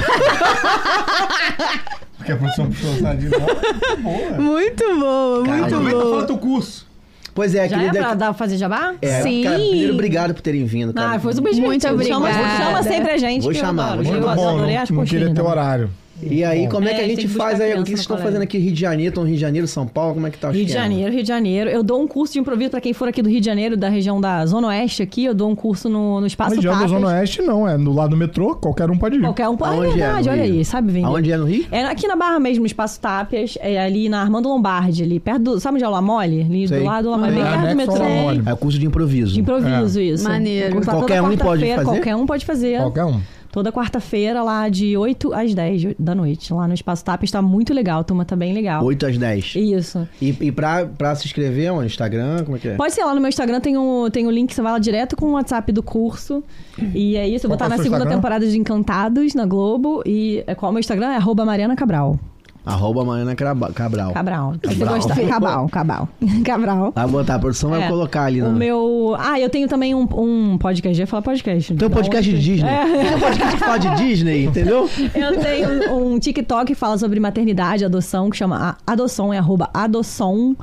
[SPEAKER 3] Porque a produção puxou sardinha.
[SPEAKER 1] [LAUGHS]
[SPEAKER 4] [LAUGHS]
[SPEAKER 3] Tá
[SPEAKER 1] Muito boa, muito
[SPEAKER 2] Caralho.
[SPEAKER 1] boa.
[SPEAKER 3] o é. curso.
[SPEAKER 2] Pois é,
[SPEAKER 4] Já é
[SPEAKER 2] querida.
[SPEAKER 4] pra dar pra fazer jabá?
[SPEAKER 2] É,
[SPEAKER 1] Sim.
[SPEAKER 2] Cara, primeiro, obrigado por terem vindo, cara.
[SPEAKER 4] Ah, foi super divertido.
[SPEAKER 1] Muito
[SPEAKER 4] Chama-
[SPEAKER 1] obrigada.
[SPEAKER 4] Chama, sempre a gente.
[SPEAKER 2] Vou
[SPEAKER 4] que eu
[SPEAKER 2] chamar,
[SPEAKER 4] adoro.
[SPEAKER 2] vou
[SPEAKER 4] Eu
[SPEAKER 3] Muito bom,
[SPEAKER 4] adorei né?
[SPEAKER 3] não,
[SPEAKER 4] as
[SPEAKER 3] não queria
[SPEAKER 4] coxinhas
[SPEAKER 3] ter
[SPEAKER 4] também.
[SPEAKER 3] horário.
[SPEAKER 2] E aí, como é,
[SPEAKER 4] É,
[SPEAKER 2] que a
[SPEAKER 4] tem
[SPEAKER 2] gente
[SPEAKER 4] que buscar
[SPEAKER 2] faz aí? O
[SPEAKER 4] criança
[SPEAKER 2] que vocês
[SPEAKER 4] no
[SPEAKER 2] estão
[SPEAKER 4] colégio.
[SPEAKER 2] fazendo aqui? Rio de Janeiro, estão no Rio de Janeiro, São Paulo? Como é que tá o
[SPEAKER 4] Rio de
[SPEAKER 2] esquema?
[SPEAKER 4] Janeiro, Rio de Janeiro. Eu dou um curso de improviso pra quem for aqui do Rio de Janeiro, da região da Zona Oeste aqui. Eu dou um curso no, no Espaço
[SPEAKER 3] Mas já da
[SPEAKER 4] Tapas.
[SPEAKER 3] Zona Oeste não, é no lado do metrô, qualquer um pode ir.
[SPEAKER 4] Qualquer um pode. Ah, é
[SPEAKER 2] Aonde é,
[SPEAKER 4] verdade,
[SPEAKER 2] no
[SPEAKER 4] olha
[SPEAKER 2] Rio?
[SPEAKER 4] aí, sabe, Vini?
[SPEAKER 2] Aonde é no Rio?
[SPEAKER 4] É aqui na Barra mesmo, no Espaço Tapias, é ali na Armando Lombardi, ali perto do. Sabe onde é o Lamole? Ali
[SPEAKER 2] Sei.
[SPEAKER 4] do lado do Lamole, bem
[SPEAKER 3] É,
[SPEAKER 4] perto do
[SPEAKER 3] anexo ao
[SPEAKER 4] metrô.
[SPEAKER 3] Lamole.
[SPEAKER 2] É o curso de improviso.
[SPEAKER 4] De improviso, isso.
[SPEAKER 1] Maneiro.
[SPEAKER 4] Vou botar toda
[SPEAKER 2] É. Qualquer um pode
[SPEAKER 4] quarta-feira,
[SPEAKER 2] fazer?
[SPEAKER 4] Qualquer um pode fazer.
[SPEAKER 3] Qualquer um.
[SPEAKER 4] Toda quarta-feira, lá de 8 às 10 da noite, lá no Espaço Tapias. Tá muito legal, a turma tá bem legal.
[SPEAKER 2] 8 às 10. E,
[SPEAKER 4] Isso.
[SPEAKER 2] e pra, pra se inscrever, onde? Instagram? Como é que é?
[SPEAKER 4] Pode ser lá no meu Instagram, tem o, tem o link, você vai lá direto com o WhatsApp do curso. E é isso, eu vou
[SPEAKER 3] Qual que
[SPEAKER 4] estar
[SPEAKER 3] é o
[SPEAKER 4] na
[SPEAKER 3] seu
[SPEAKER 4] segunda
[SPEAKER 3] Instagram?
[SPEAKER 4] temporada de Encantados, na Globo. E é qual o meu Instagram? É arroba Mariana Cabral.
[SPEAKER 2] Arroba Mariana Craba- Cabral.
[SPEAKER 4] Cabral. Se você
[SPEAKER 2] Cabral.
[SPEAKER 4] gostar. Cabral, Cabral. [LAUGHS] Cabral.
[SPEAKER 2] Vai botar, a produção vai
[SPEAKER 4] É.
[SPEAKER 2] colocar ali.
[SPEAKER 4] O
[SPEAKER 2] No...
[SPEAKER 4] meu. Ah, eu tenho também um, um podcast. Eu ia falar podcast.
[SPEAKER 2] Tem um podcast de Disney.
[SPEAKER 4] É.
[SPEAKER 2] Tem um podcast que fala de Disney,
[SPEAKER 4] [LAUGHS]
[SPEAKER 2] entendeu?
[SPEAKER 4] Eu tenho um, um TikTok que fala sobre maternidade, adoção, que chama a- Adoção, é arroba adoção,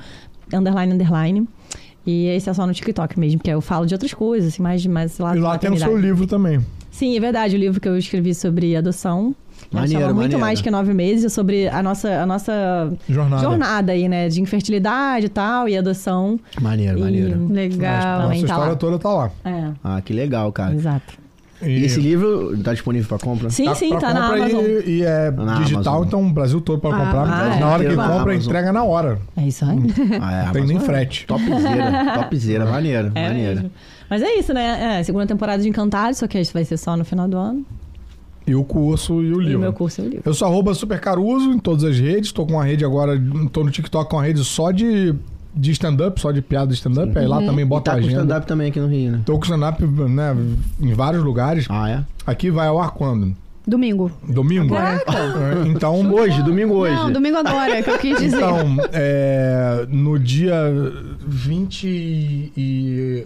[SPEAKER 4] underline, underline. E esse é só no TikTok mesmo, que aí eu falo de outras coisas, assim, mais, de- mais lá
[SPEAKER 3] E
[SPEAKER 4] de
[SPEAKER 3] lá tem o
[SPEAKER 4] maternidade.
[SPEAKER 3] seu livro também.
[SPEAKER 4] Sim, é verdade, o livro que eu escrevi sobre adoção. que
[SPEAKER 2] Maneiro,
[SPEAKER 4] chama muito
[SPEAKER 2] maneiro.
[SPEAKER 4] mais que nove meses, é sobre a nossa, a nossa
[SPEAKER 3] Jornada.
[SPEAKER 4] aí, né? De infertilidade e tal, e adoção.
[SPEAKER 2] Maneiro,
[SPEAKER 4] E-
[SPEAKER 2] maneiro.
[SPEAKER 3] A
[SPEAKER 1] Legal.
[SPEAKER 3] É nossa
[SPEAKER 4] Também tá
[SPEAKER 3] história
[SPEAKER 4] lá.
[SPEAKER 3] toda tá lá.
[SPEAKER 4] É,
[SPEAKER 2] Ah, que legal, cara.
[SPEAKER 4] exato.
[SPEAKER 2] E esse livro tá disponível pra
[SPEAKER 4] [LAUGHS]
[SPEAKER 2] compra?
[SPEAKER 4] Sim,
[SPEAKER 3] Tá
[SPEAKER 4] sim,
[SPEAKER 3] pra
[SPEAKER 4] tá na
[SPEAKER 3] compra
[SPEAKER 4] Amazon.
[SPEAKER 3] E, e é
[SPEAKER 2] Na
[SPEAKER 3] digital,
[SPEAKER 2] Amazon.
[SPEAKER 3] então o Brasil todo pode comprar.
[SPEAKER 4] ah,
[SPEAKER 3] mas
[SPEAKER 4] é.
[SPEAKER 3] na hora que
[SPEAKER 2] Na
[SPEAKER 3] compra,
[SPEAKER 2] Amazon.
[SPEAKER 3] entrega na hora.
[SPEAKER 4] É isso aí.
[SPEAKER 2] Ah, é,
[SPEAKER 3] Não tem nem
[SPEAKER 2] Amazon.
[SPEAKER 3] frete.
[SPEAKER 2] Topzera,
[SPEAKER 4] [LAUGHS]
[SPEAKER 2] topzera, maneiro,
[SPEAKER 4] É
[SPEAKER 2] maneiro.
[SPEAKER 4] mesmo. Mas é isso, né? É, segunda temporada de Encantado, só que isso vai ser só no final do ano.
[SPEAKER 3] E o curso e o
[SPEAKER 4] E o
[SPEAKER 3] livro.
[SPEAKER 4] meu curso é o livro.
[SPEAKER 3] Eu sou arroba Super Caruso em todas as redes. Tô com uma rede agora, tô no TikTok com uma rede só de, de stand-up, só de piada de stand-up. Aí lá
[SPEAKER 4] Uhum.
[SPEAKER 3] também
[SPEAKER 2] E tá
[SPEAKER 3] bota a
[SPEAKER 2] com
[SPEAKER 3] agenda.
[SPEAKER 2] stand-up também aqui no Rio, né?
[SPEAKER 3] Tô com stand-up né, em vários lugares.
[SPEAKER 2] Ah, é?
[SPEAKER 3] Aqui vai ao ar quando?
[SPEAKER 1] Domingo.
[SPEAKER 3] Domingo? É, Então,
[SPEAKER 2] Hoje, domingo hoje.
[SPEAKER 1] Não, domingo agora, que eu quis dizer.
[SPEAKER 3] Então, é, no dia 21.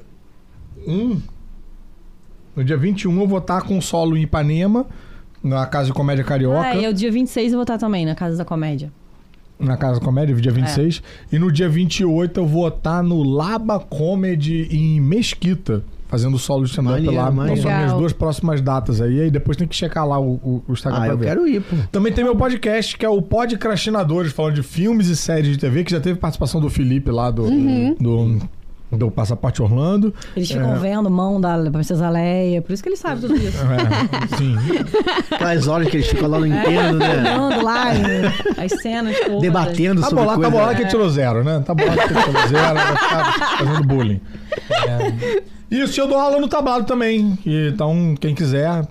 [SPEAKER 3] No dia 21 eu vou estar com o solo em Ipanema, na Casa de Comédia Carioca.
[SPEAKER 4] Ah, e o dia 26 eu vou estar também, na Casa da Comédia.
[SPEAKER 3] Na Casa da Comédia,
[SPEAKER 4] É.
[SPEAKER 3] dia 26. E no dia 28 eu vou estar no Laba Comedy em Mesquita. Fazendo solo de stand-up
[SPEAKER 2] Maneiro,
[SPEAKER 3] lá. Então
[SPEAKER 2] maneiro.
[SPEAKER 3] são minhas
[SPEAKER 1] Legal.
[SPEAKER 3] duas próximas datas aí. Aí depois tem que checar lá o, o- o Instagram
[SPEAKER 2] Ah,
[SPEAKER 3] pra
[SPEAKER 2] eu
[SPEAKER 3] ver.
[SPEAKER 2] quero ir, pô.
[SPEAKER 3] Também tem meu podcast, que é o Podcrastinadores, falando de filmes e séries de TV, que já teve participação do Felipe lá do, do, do Passaporte Orlando.
[SPEAKER 4] Uhum. Eles ficam
[SPEAKER 3] É.
[SPEAKER 4] vendo mão da Princesa Leia, por isso que eles sabem tudo isso.
[SPEAKER 3] É, [LAUGHS] sim.
[SPEAKER 2] Aquelas horas que eles ficam lá no Nintendo,
[SPEAKER 4] [LAUGHS]
[SPEAKER 2] né?
[SPEAKER 4] Falando lá, e as cenas tipo, todas.
[SPEAKER 2] Debatendo
[SPEAKER 3] Tá
[SPEAKER 2] sobre
[SPEAKER 3] bolado, tá
[SPEAKER 2] coisa.
[SPEAKER 3] bolado que tirou zero, né? Tá bolado que tirou zero, tá fazendo bullying. Isso, eu dou aula no tablado também. Então, quem quiser,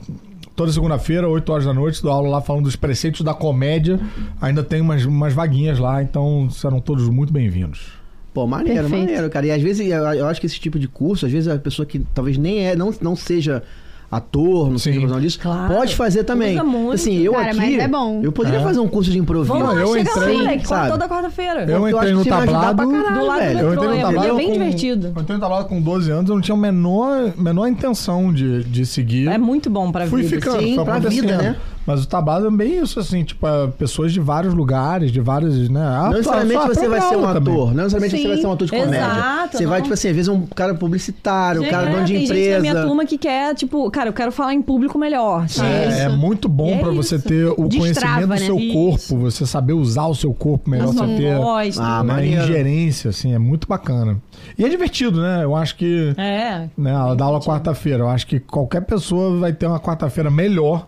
[SPEAKER 3] toda segunda-feira, 8 horas da noite, dou aula lá falando dos preceitos da comédia. Ainda tem umas, umas vaguinhas lá, então serão todos muito bem-vindos.
[SPEAKER 2] Pô, maneiro,
[SPEAKER 1] Perfeito.
[SPEAKER 2] maneiro, cara. E às vezes, eu, eu acho que esse tipo de curso, às vezes a pessoa que talvez nem é, não, não seja ator, não
[SPEAKER 3] Sim.
[SPEAKER 2] seja profissional disso,
[SPEAKER 4] Claro.
[SPEAKER 2] pode fazer também.
[SPEAKER 4] Usa muito.
[SPEAKER 2] assim, eu
[SPEAKER 1] Cara,
[SPEAKER 2] aqui,
[SPEAKER 1] mas é bom.
[SPEAKER 2] eu poderia
[SPEAKER 3] É.
[SPEAKER 2] fazer um curso de improviso.
[SPEAKER 4] Vamos lá,
[SPEAKER 3] eu
[SPEAKER 4] chega
[SPEAKER 3] entrei,
[SPEAKER 4] lá, moleque.
[SPEAKER 2] sabe?
[SPEAKER 4] Toda quarta-feira.
[SPEAKER 3] Eu
[SPEAKER 2] Eu
[SPEAKER 3] entrei
[SPEAKER 2] acho
[SPEAKER 3] no
[SPEAKER 2] que isso vai ajudar
[SPEAKER 3] tablado.
[SPEAKER 2] pra caralho,
[SPEAKER 4] Do lado
[SPEAKER 2] velho.
[SPEAKER 4] do
[SPEAKER 3] Eu entrei
[SPEAKER 4] metrô,
[SPEAKER 3] no
[SPEAKER 4] é
[SPEAKER 3] tablado.
[SPEAKER 4] bem
[SPEAKER 3] com-
[SPEAKER 4] divertido.
[SPEAKER 3] Eu entrei no tablado com 12 anos, eu não tinha a menor, menor intenção de, de seguir.
[SPEAKER 4] É muito bom pra
[SPEAKER 3] Fui
[SPEAKER 4] vida.
[SPEAKER 3] ficando,
[SPEAKER 2] sim,
[SPEAKER 3] foi
[SPEAKER 2] pra
[SPEAKER 3] acontecendo.
[SPEAKER 2] vida, né?
[SPEAKER 3] Mas o tablado é bem isso, assim, tipo, é, pessoas de vários lugares, de vários, né? Ah,
[SPEAKER 2] Não necessariamente
[SPEAKER 3] só- só
[SPEAKER 2] você vai ser um
[SPEAKER 3] aula
[SPEAKER 2] ator,
[SPEAKER 3] também.
[SPEAKER 2] não necessariamente você
[SPEAKER 1] Sim,
[SPEAKER 2] vai ser um ator de comédia.
[SPEAKER 4] exato,
[SPEAKER 2] você vai,
[SPEAKER 4] não.
[SPEAKER 2] tipo assim, às vezes um cara publicitário, um cara
[SPEAKER 4] é,
[SPEAKER 2] dono de
[SPEAKER 4] tem gente
[SPEAKER 2] empresa.
[SPEAKER 4] da minha turma que quer, tipo, cara, eu quero falar em público melhor. sabe?
[SPEAKER 3] É, é muito bom
[SPEAKER 4] É
[SPEAKER 3] pra você
[SPEAKER 4] isso.
[SPEAKER 3] ter o
[SPEAKER 1] Destrava,
[SPEAKER 3] conhecimento do
[SPEAKER 1] né?
[SPEAKER 3] seu
[SPEAKER 1] Isso.
[SPEAKER 3] corpo, você saber usar o seu corpo melhor,
[SPEAKER 4] Nossa,
[SPEAKER 3] você ter
[SPEAKER 4] voz,
[SPEAKER 2] Ah,
[SPEAKER 4] tudo.
[SPEAKER 3] né,
[SPEAKER 2] maneiro.
[SPEAKER 3] ingerência, assim, é muito bacana. E é divertido, né? Eu acho que
[SPEAKER 4] É.
[SPEAKER 3] né, ela dá aula quarta-feira. Eu acho que qualquer pessoa vai ter uma quarta-feira melhor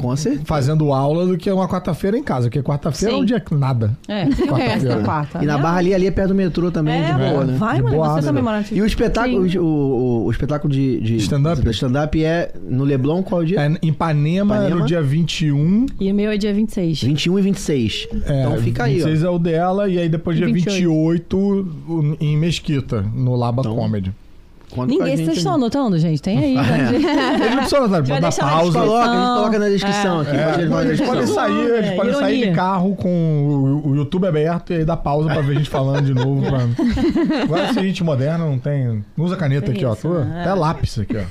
[SPEAKER 2] Com certeza.
[SPEAKER 3] fazendo aula do que uma quarta-feira em casa, porque quarta-feira é um
[SPEAKER 4] Sim.
[SPEAKER 3] dia que nada.
[SPEAKER 4] É, eu gosto [LAUGHS] da quarta.
[SPEAKER 2] E na barra ali, ali é perto do metrô também,
[SPEAKER 4] tá É,
[SPEAKER 2] de boa, né?
[SPEAKER 4] vai,
[SPEAKER 3] De
[SPEAKER 4] mano,
[SPEAKER 3] boa,
[SPEAKER 4] você
[SPEAKER 3] né?
[SPEAKER 4] também mora
[SPEAKER 2] E o espetáculo,
[SPEAKER 4] Sim.
[SPEAKER 2] o, o- o espetáculo de, de
[SPEAKER 3] Stand-up?
[SPEAKER 2] de stand-up é no Leblon, qual dia?
[SPEAKER 3] É, em Ipanema,
[SPEAKER 2] Ipanema?
[SPEAKER 3] no dia 21.
[SPEAKER 4] E o meu é dia 26.
[SPEAKER 2] 21 e 26.
[SPEAKER 3] É,
[SPEAKER 2] então fica aí,
[SPEAKER 3] 26 é o dela, e aí depois dia 28, o- em Mesquita, no Laba
[SPEAKER 2] Então,
[SPEAKER 3] Comedy. é
[SPEAKER 2] ó. Conta com a gente
[SPEAKER 4] Ninguém,
[SPEAKER 2] né? É,
[SPEAKER 4] vocês estão
[SPEAKER 2] aí.
[SPEAKER 4] anotando, gente? Tem
[SPEAKER 2] [LAUGHS]
[SPEAKER 4] aí. né?
[SPEAKER 3] Eles não precisam Natália, dar
[SPEAKER 4] Vai deixar É, na
[SPEAKER 2] A gente
[SPEAKER 3] pausa.
[SPEAKER 2] coloca, a gente
[SPEAKER 4] Não.
[SPEAKER 2] coloca na descrição aqui. pode-
[SPEAKER 3] É,
[SPEAKER 2] pode-
[SPEAKER 3] eles podem [LAUGHS]
[SPEAKER 2] descrição.
[SPEAKER 3] sair, eles
[SPEAKER 4] É,
[SPEAKER 3] podem sair de
[SPEAKER 4] ironia.
[SPEAKER 3] carro com o, o YouTube aberto e aí dá pausa pra ver a gente falando de novo. Pra... Agora esse gente moderno não tem. Não usa caneta
[SPEAKER 4] Tem
[SPEAKER 3] aqui, ó.
[SPEAKER 4] isso,
[SPEAKER 3] Tua,
[SPEAKER 4] né?
[SPEAKER 3] Até lápis aqui,
[SPEAKER 4] [LAUGHS]
[SPEAKER 3] ó.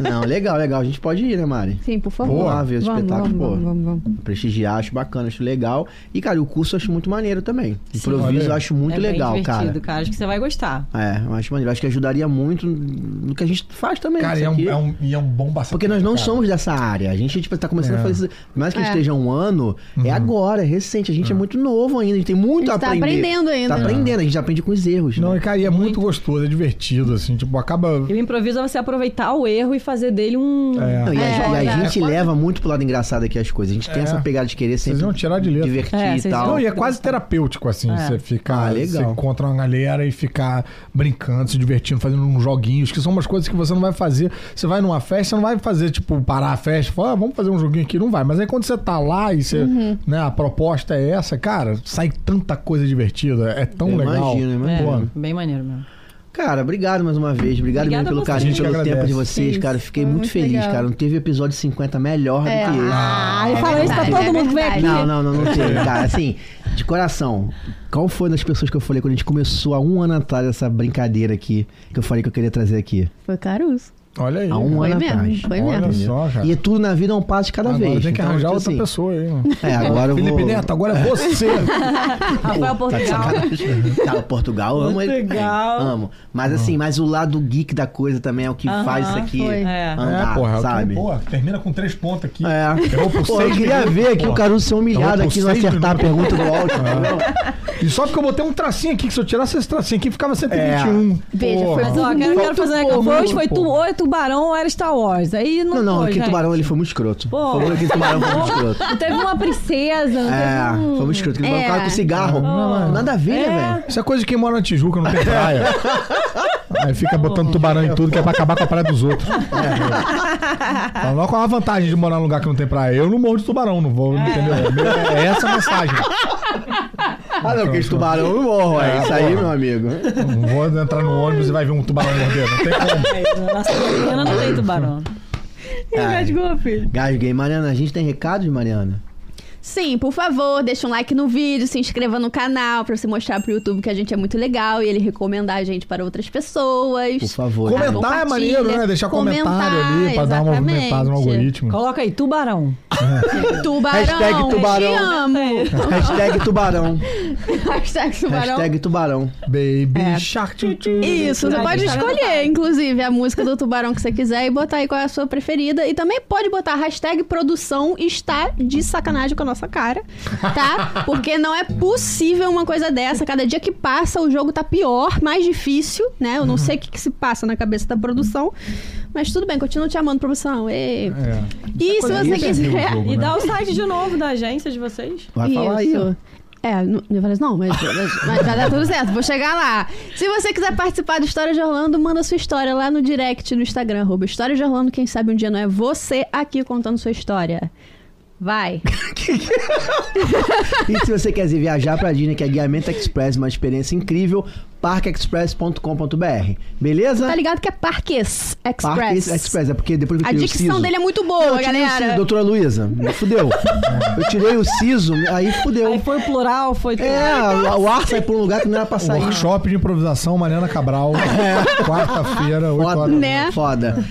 [SPEAKER 2] Não, legal, legal. A gente pode ir, né, Mari?
[SPEAKER 1] Sim, por favor.
[SPEAKER 2] Vamos
[SPEAKER 3] Boa.
[SPEAKER 2] lá ver o
[SPEAKER 1] Vamos,
[SPEAKER 2] espetáculo,
[SPEAKER 1] vamos,
[SPEAKER 2] pô.
[SPEAKER 1] vamos, vamos, vamos.
[SPEAKER 2] Prestigiar, acho bacana, acho legal. E, cara, o curso eu acho muito maneiro também. Improviso
[SPEAKER 3] Olha.
[SPEAKER 2] eu acho muito
[SPEAKER 4] é
[SPEAKER 2] legal,
[SPEAKER 4] bem
[SPEAKER 2] cara.
[SPEAKER 4] divertido, cara. Acho que você vai gostar.
[SPEAKER 2] É, eu acho maneiro. Acho que ajudaria muito no que a gente faz também.
[SPEAKER 3] Cara, e
[SPEAKER 2] isso
[SPEAKER 3] é um,
[SPEAKER 2] aqui.
[SPEAKER 3] é um, e é um bom bastante.
[SPEAKER 2] Porque nós não
[SPEAKER 3] cara.
[SPEAKER 2] somos dessa área. A gente, tipo, tá começando
[SPEAKER 3] É. Uhum.
[SPEAKER 2] a fazer isso. por Mais que
[SPEAKER 1] É.
[SPEAKER 2] esteja um ano, é agora, é recente. A gente é. muito novo ainda, a gente tem muito
[SPEAKER 1] A
[SPEAKER 2] a
[SPEAKER 1] gente tá
[SPEAKER 2] aprender.
[SPEAKER 1] aprendendo ainda.
[SPEAKER 2] Tá aprendendo, a gente aprende com os erros.
[SPEAKER 3] Não,
[SPEAKER 2] né?
[SPEAKER 3] e cara, e é muito, gostoso, é divertido, assim. Tipo, acaba.
[SPEAKER 4] E o improviso é você aproveitar o erro e fazer dele um.
[SPEAKER 2] Não, e, a,
[SPEAKER 1] É,
[SPEAKER 2] e a
[SPEAKER 1] é.
[SPEAKER 2] gente leva muito pro lado engraçado aqui as coisas. A gente tem
[SPEAKER 3] É.
[SPEAKER 2] essa pegada de querer sempre
[SPEAKER 3] vão tirar de letra.
[SPEAKER 2] divertir
[SPEAKER 4] É,
[SPEAKER 2] e
[SPEAKER 4] vocês
[SPEAKER 2] tal.
[SPEAKER 4] vão-
[SPEAKER 3] Não, e é quase terapêutico, assim.
[SPEAKER 4] É.
[SPEAKER 3] Você ficar.
[SPEAKER 2] Ah,
[SPEAKER 3] você
[SPEAKER 2] legal.
[SPEAKER 3] encontra uma galera e ficar brincando, se divertindo, fazendo uns joguinhos, que são umas coisas que você não vai fazer. Você vai numa festa, você não vai fazer, tipo, parar a festa, falar, ah, vamos fazer um joguinho aqui. Não vai. Mas aí quando você tá lá e você. Né, a proposta é essa, cara, sai tanta coisa divertida. É tão
[SPEAKER 2] Eu
[SPEAKER 3] legal.
[SPEAKER 2] imagino, né? eu
[SPEAKER 4] É,
[SPEAKER 2] imagino.
[SPEAKER 4] bem maneiro mesmo.
[SPEAKER 2] Cara, obrigado mais uma vez. Obrigado
[SPEAKER 4] Obrigada
[SPEAKER 2] mesmo pelo
[SPEAKER 4] a vocês.
[SPEAKER 2] carinho,
[SPEAKER 3] A gente
[SPEAKER 2] pelo
[SPEAKER 3] que
[SPEAKER 2] tempo de
[SPEAKER 3] agradece.
[SPEAKER 2] vocês,
[SPEAKER 1] Sim,
[SPEAKER 2] cara. Eu Fiquei
[SPEAKER 1] foi
[SPEAKER 2] muito
[SPEAKER 1] muito
[SPEAKER 2] feliz,
[SPEAKER 1] legal.
[SPEAKER 2] cara. Não teve episódio 50 melhor
[SPEAKER 1] É.
[SPEAKER 2] do que esse.
[SPEAKER 4] Ah, eu falo isso pra
[SPEAKER 1] verdade,
[SPEAKER 4] todo
[SPEAKER 1] é
[SPEAKER 4] mundo que vem aqui.
[SPEAKER 1] verdade.
[SPEAKER 2] Não, não, não, não teve, cara. Assim, de coração, qual foi das pessoas que eu falei quando a gente começou há um ano atrás essa brincadeira aqui, que eu falei que eu queria trazer aqui?
[SPEAKER 1] Foi Caruso.
[SPEAKER 3] Olha aí.
[SPEAKER 2] Há um
[SPEAKER 1] Foi
[SPEAKER 2] ano
[SPEAKER 1] mesmo,
[SPEAKER 2] atrás.
[SPEAKER 1] foi
[SPEAKER 3] Olha
[SPEAKER 1] mesmo.
[SPEAKER 3] só, cara.
[SPEAKER 2] E tudo na vida é um passo de cada
[SPEAKER 3] Agora
[SPEAKER 2] vez.
[SPEAKER 3] tem que
[SPEAKER 2] Então,
[SPEAKER 3] arranjar
[SPEAKER 2] tipo
[SPEAKER 3] outra
[SPEAKER 2] assim,
[SPEAKER 3] pessoa aí, mano.
[SPEAKER 2] É, agora eu
[SPEAKER 3] Felipe
[SPEAKER 2] vou...
[SPEAKER 3] Neto, agora é você.
[SPEAKER 2] [LAUGHS]
[SPEAKER 4] Rafael
[SPEAKER 2] Tá de
[SPEAKER 4] Portugal.
[SPEAKER 2] sacanagem. [LAUGHS] Tá, o Portugal, amo ele.
[SPEAKER 4] Portugal.
[SPEAKER 2] Amo. Mas assim, mas o lado geek da coisa também é o que
[SPEAKER 4] Aham,
[SPEAKER 2] faz isso aqui
[SPEAKER 1] foi.
[SPEAKER 4] É.
[SPEAKER 2] andar, sabe?
[SPEAKER 3] Porra, termina com três pontos aqui.
[SPEAKER 2] É.
[SPEAKER 3] Errou por
[SPEAKER 2] Pô, eu
[SPEAKER 3] seis
[SPEAKER 2] queria
[SPEAKER 3] minutos,
[SPEAKER 2] ver aqui
[SPEAKER 3] porra.
[SPEAKER 2] o Caruso ser humilhado
[SPEAKER 3] Errou por
[SPEAKER 2] aqui e não
[SPEAKER 3] seis
[SPEAKER 2] acertar a
[SPEAKER 3] minutos.
[SPEAKER 2] pergunta do áudio.
[SPEAKER 3] E só porque eu botei um tracinho aqui, que se eu tirasse esse tracinho aqui, ficava 121.
[SPEAKER 1] Veja, foi
[SPEAKER 3] Porra.
[SPEAKER 4] Mas ó, quero, quero fazer um
[SPEAKER 3] pouco,
[SPEAKER 4] Hoje foi
[SPEAKER 3] muito
[SPEAKER 4] tu,
[SPEAKER 3] pouco.
[SPEAKER 4] ou é tubarão ou era Star Wars. Aí não,
[SPEAKER 2] Não, não,
[SPEAKER 4] foi,
[SPEAKER 2] aquele
[SPEAKER 4] gente.
[SPEAKER 2] tubarão ele foi muito escroto.
[SPEAKER 4] Pô.
[SPEAKER 2] Falou que aquele tubarão foi muito escroto.
[SPEAKER 4] Teve uma princesa, não
[SPEAKER 2] É,
[SPEAKER 4] teve um...
[SPEAKER 2] foi muito escroto. Aquele tubarão
[SPEAKER 1] É.
[SPEAKER 2] cara com cigarro. Nada a ver, né,
[SPEAKER 4] É.
[SPEAKER 2] velho?
[SPEAKER 3] Isso é coisa de quem mora na Tijuca, não tem [LAUGHS] praia. Aí fica botando tubarão em tudo, que é pra acabar com a praia dos outros. Fala, Logo, qual é a vantagem de morar num lugar que não tem praia? Eu não morro de tubarão, não vou, entendeu? É essa a mensagem.
[SPEAKER 2] Ah, não, aquele tubarão eu morro, é isso aí, meu amigo.
[SPEAKER 3] Não vou entrar no ônibus e vai ver um tubarão morder, não tem como.
[SPEAKER 2] É.
[SPEAKER 4] Nossa, Mariana não tem tubarão.
[SPEAKER 1] Engasgou, filho.
[SPEAKER 2] Gasguei. Mariana, a gente tem recados, Mariana?
[SPEAKER 1] Sim, por favor, deixa um like no vídeo, se inscreva no canal pra você mostrar pro YouTube que a gente é muito legal e ele recomendar a gente para outras pessoas.
[SPEAKER 2] Por favor.
[SPEAKER 1] Tá,
[SPEAKER 3] Comentar é
[SPEAKER 1] compartilha.
[SPEAKER 3] maneiro, né? Deixar comentário ali pra dar uma
[SPEAKER 1] exatamente.
[SPEAKER 3] movimentada no algoritmo. né?
[SPEAKER 4] Coloca aí, tubarão.
[SPEAKER 1] Tubarão,
[SPEAKER 2] Hashtag tubarão.
[SPEAKER 1] te
[SPEAKER 3] [LAUGHS]
[SPEAKER 1] amo. [LAUGHS]
[SPEAKER 2] Hashtag tubarão.
[SPEAKER 1] Hashtag tubarão.
[SPEAKER 2] Hashtag tubarão.
[SPEAKER 3] Baby Shark É. Tutu.
[SPEAKER 1] Isso, você
[SPEAKER 4] Hashtag
[SPEAKER 1] pode
[SPEAKER 4] tubarão.
[SPEAKER 1] escolher, inclusive, a música do tubarão que você quiser e botar aí qual é a sua preferida. E também pode botar hashtag produção está de sacanagem com a nossa cara,
[SPEAKER 3] [LAUGHS]
[SPEAKER 1] tá? Porque não é possível uma coisa dessa. Cada dia que passa, o jogo tá pior, mais difícil, né?
[SPEAKER 3] Uhum.
[SPEAKER 1] Eu não sei o que, que se passa na cabeça da produção. Mas tudo bem, continuo te amando, produção. Ei.
[SPEAKER 3] É.
[SPEAKER 1] E se você
[SPEAKER 3] horrível,
[SPEAKER 1] quiser.
[SPEAKER 3] jogo.
[SPEAKER 4] E
[SPEAKER 3] né?
[SPEAKER 4] dá o site de novo da agência de vocês.
[SPEAKER 2] Vai falar aí, ó.
[SPEAKER 1] Isso. É, não- eu falei assim, não, mas, mas- mas vai dar tudo certo, vou chegar lá. Se você quiser participar do História de Orlando, manda sua história lá no direct no Instagram, arroba História de Orlando, quem sabe um dia não é você aqui contando sua história. Vai.
[SPEAKER 2] E se você quer viajar pra Disney, que é Guiamento Express, uma experiência incrível, parqueexpress.com.br. Beleza?
[SPEAKER 1] Tá ligado que é Parques Express.
[SPEAKER 2] Parques Express, é porque depois que eu
[SPEAKER 1] A
[SPEAKER 2] tirei o
[SPEAKER 1] dicção
[SPEAKER 2] siso-
[SPEAKER 1] dele é muito boa,
[SPEAKER 2] eu tirei o siso,
[SPEAKER 1] galera.
[SPEAKER 2] doutora Luísa, fudeu. Eu tirei o siso, aí fudeu.
[SPEAKER 4] Aí foi o plural, foi tudo.
[SPEAKER 2] é, o- o ar sai pra um lugar que não era pra sair.
[SPEAKER 3] Workshop de improvisação, Mariana [LAUGHS] Cabral. É. Quarta-feira, 8
[SPEAKER 2] Foda.
[SPEAKER 3] horas.
[SPEAKER 1] Né?
[SPEAKER 2] Foda.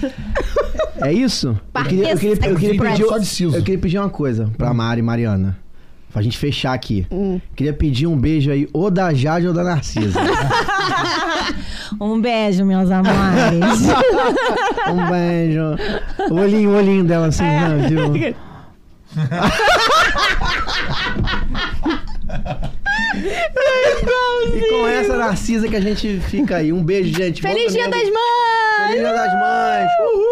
[SPEAKER 2] É isso? Eu queria, eu queria- eu queria pedir, um-
[SPEAKER 3] Só de siso. Hum.
[SPEAKER 2] eu queria pedir uma coisa pra Mari e Mariana. Pra gente fechar aqui.
[SPEAKER 1] Hum.
[SPEAKER 2] Queria pedir um beijo aí, ou da Jade ou da Narcisa.
[SPEAKER 4] Um beijo, meus amores.
[SPEAKER 2] Um beijo. O olhinho, o olhinho dela assim,
[SPEAKER 1] É.
[SPEAKER 2] né, viu?
[SPEAKER 1] É
[SPEAKER 2] E com essa Narcisa que a gente fica aí. Um beijo, gente.
[SPEAKER 1] Feliz Dia
[SPEAKER 2] Volta mesmo.
[SPEAKER 1] das Mães!
[SPEAKER 2] Feliz Dia das Mães. Uhul.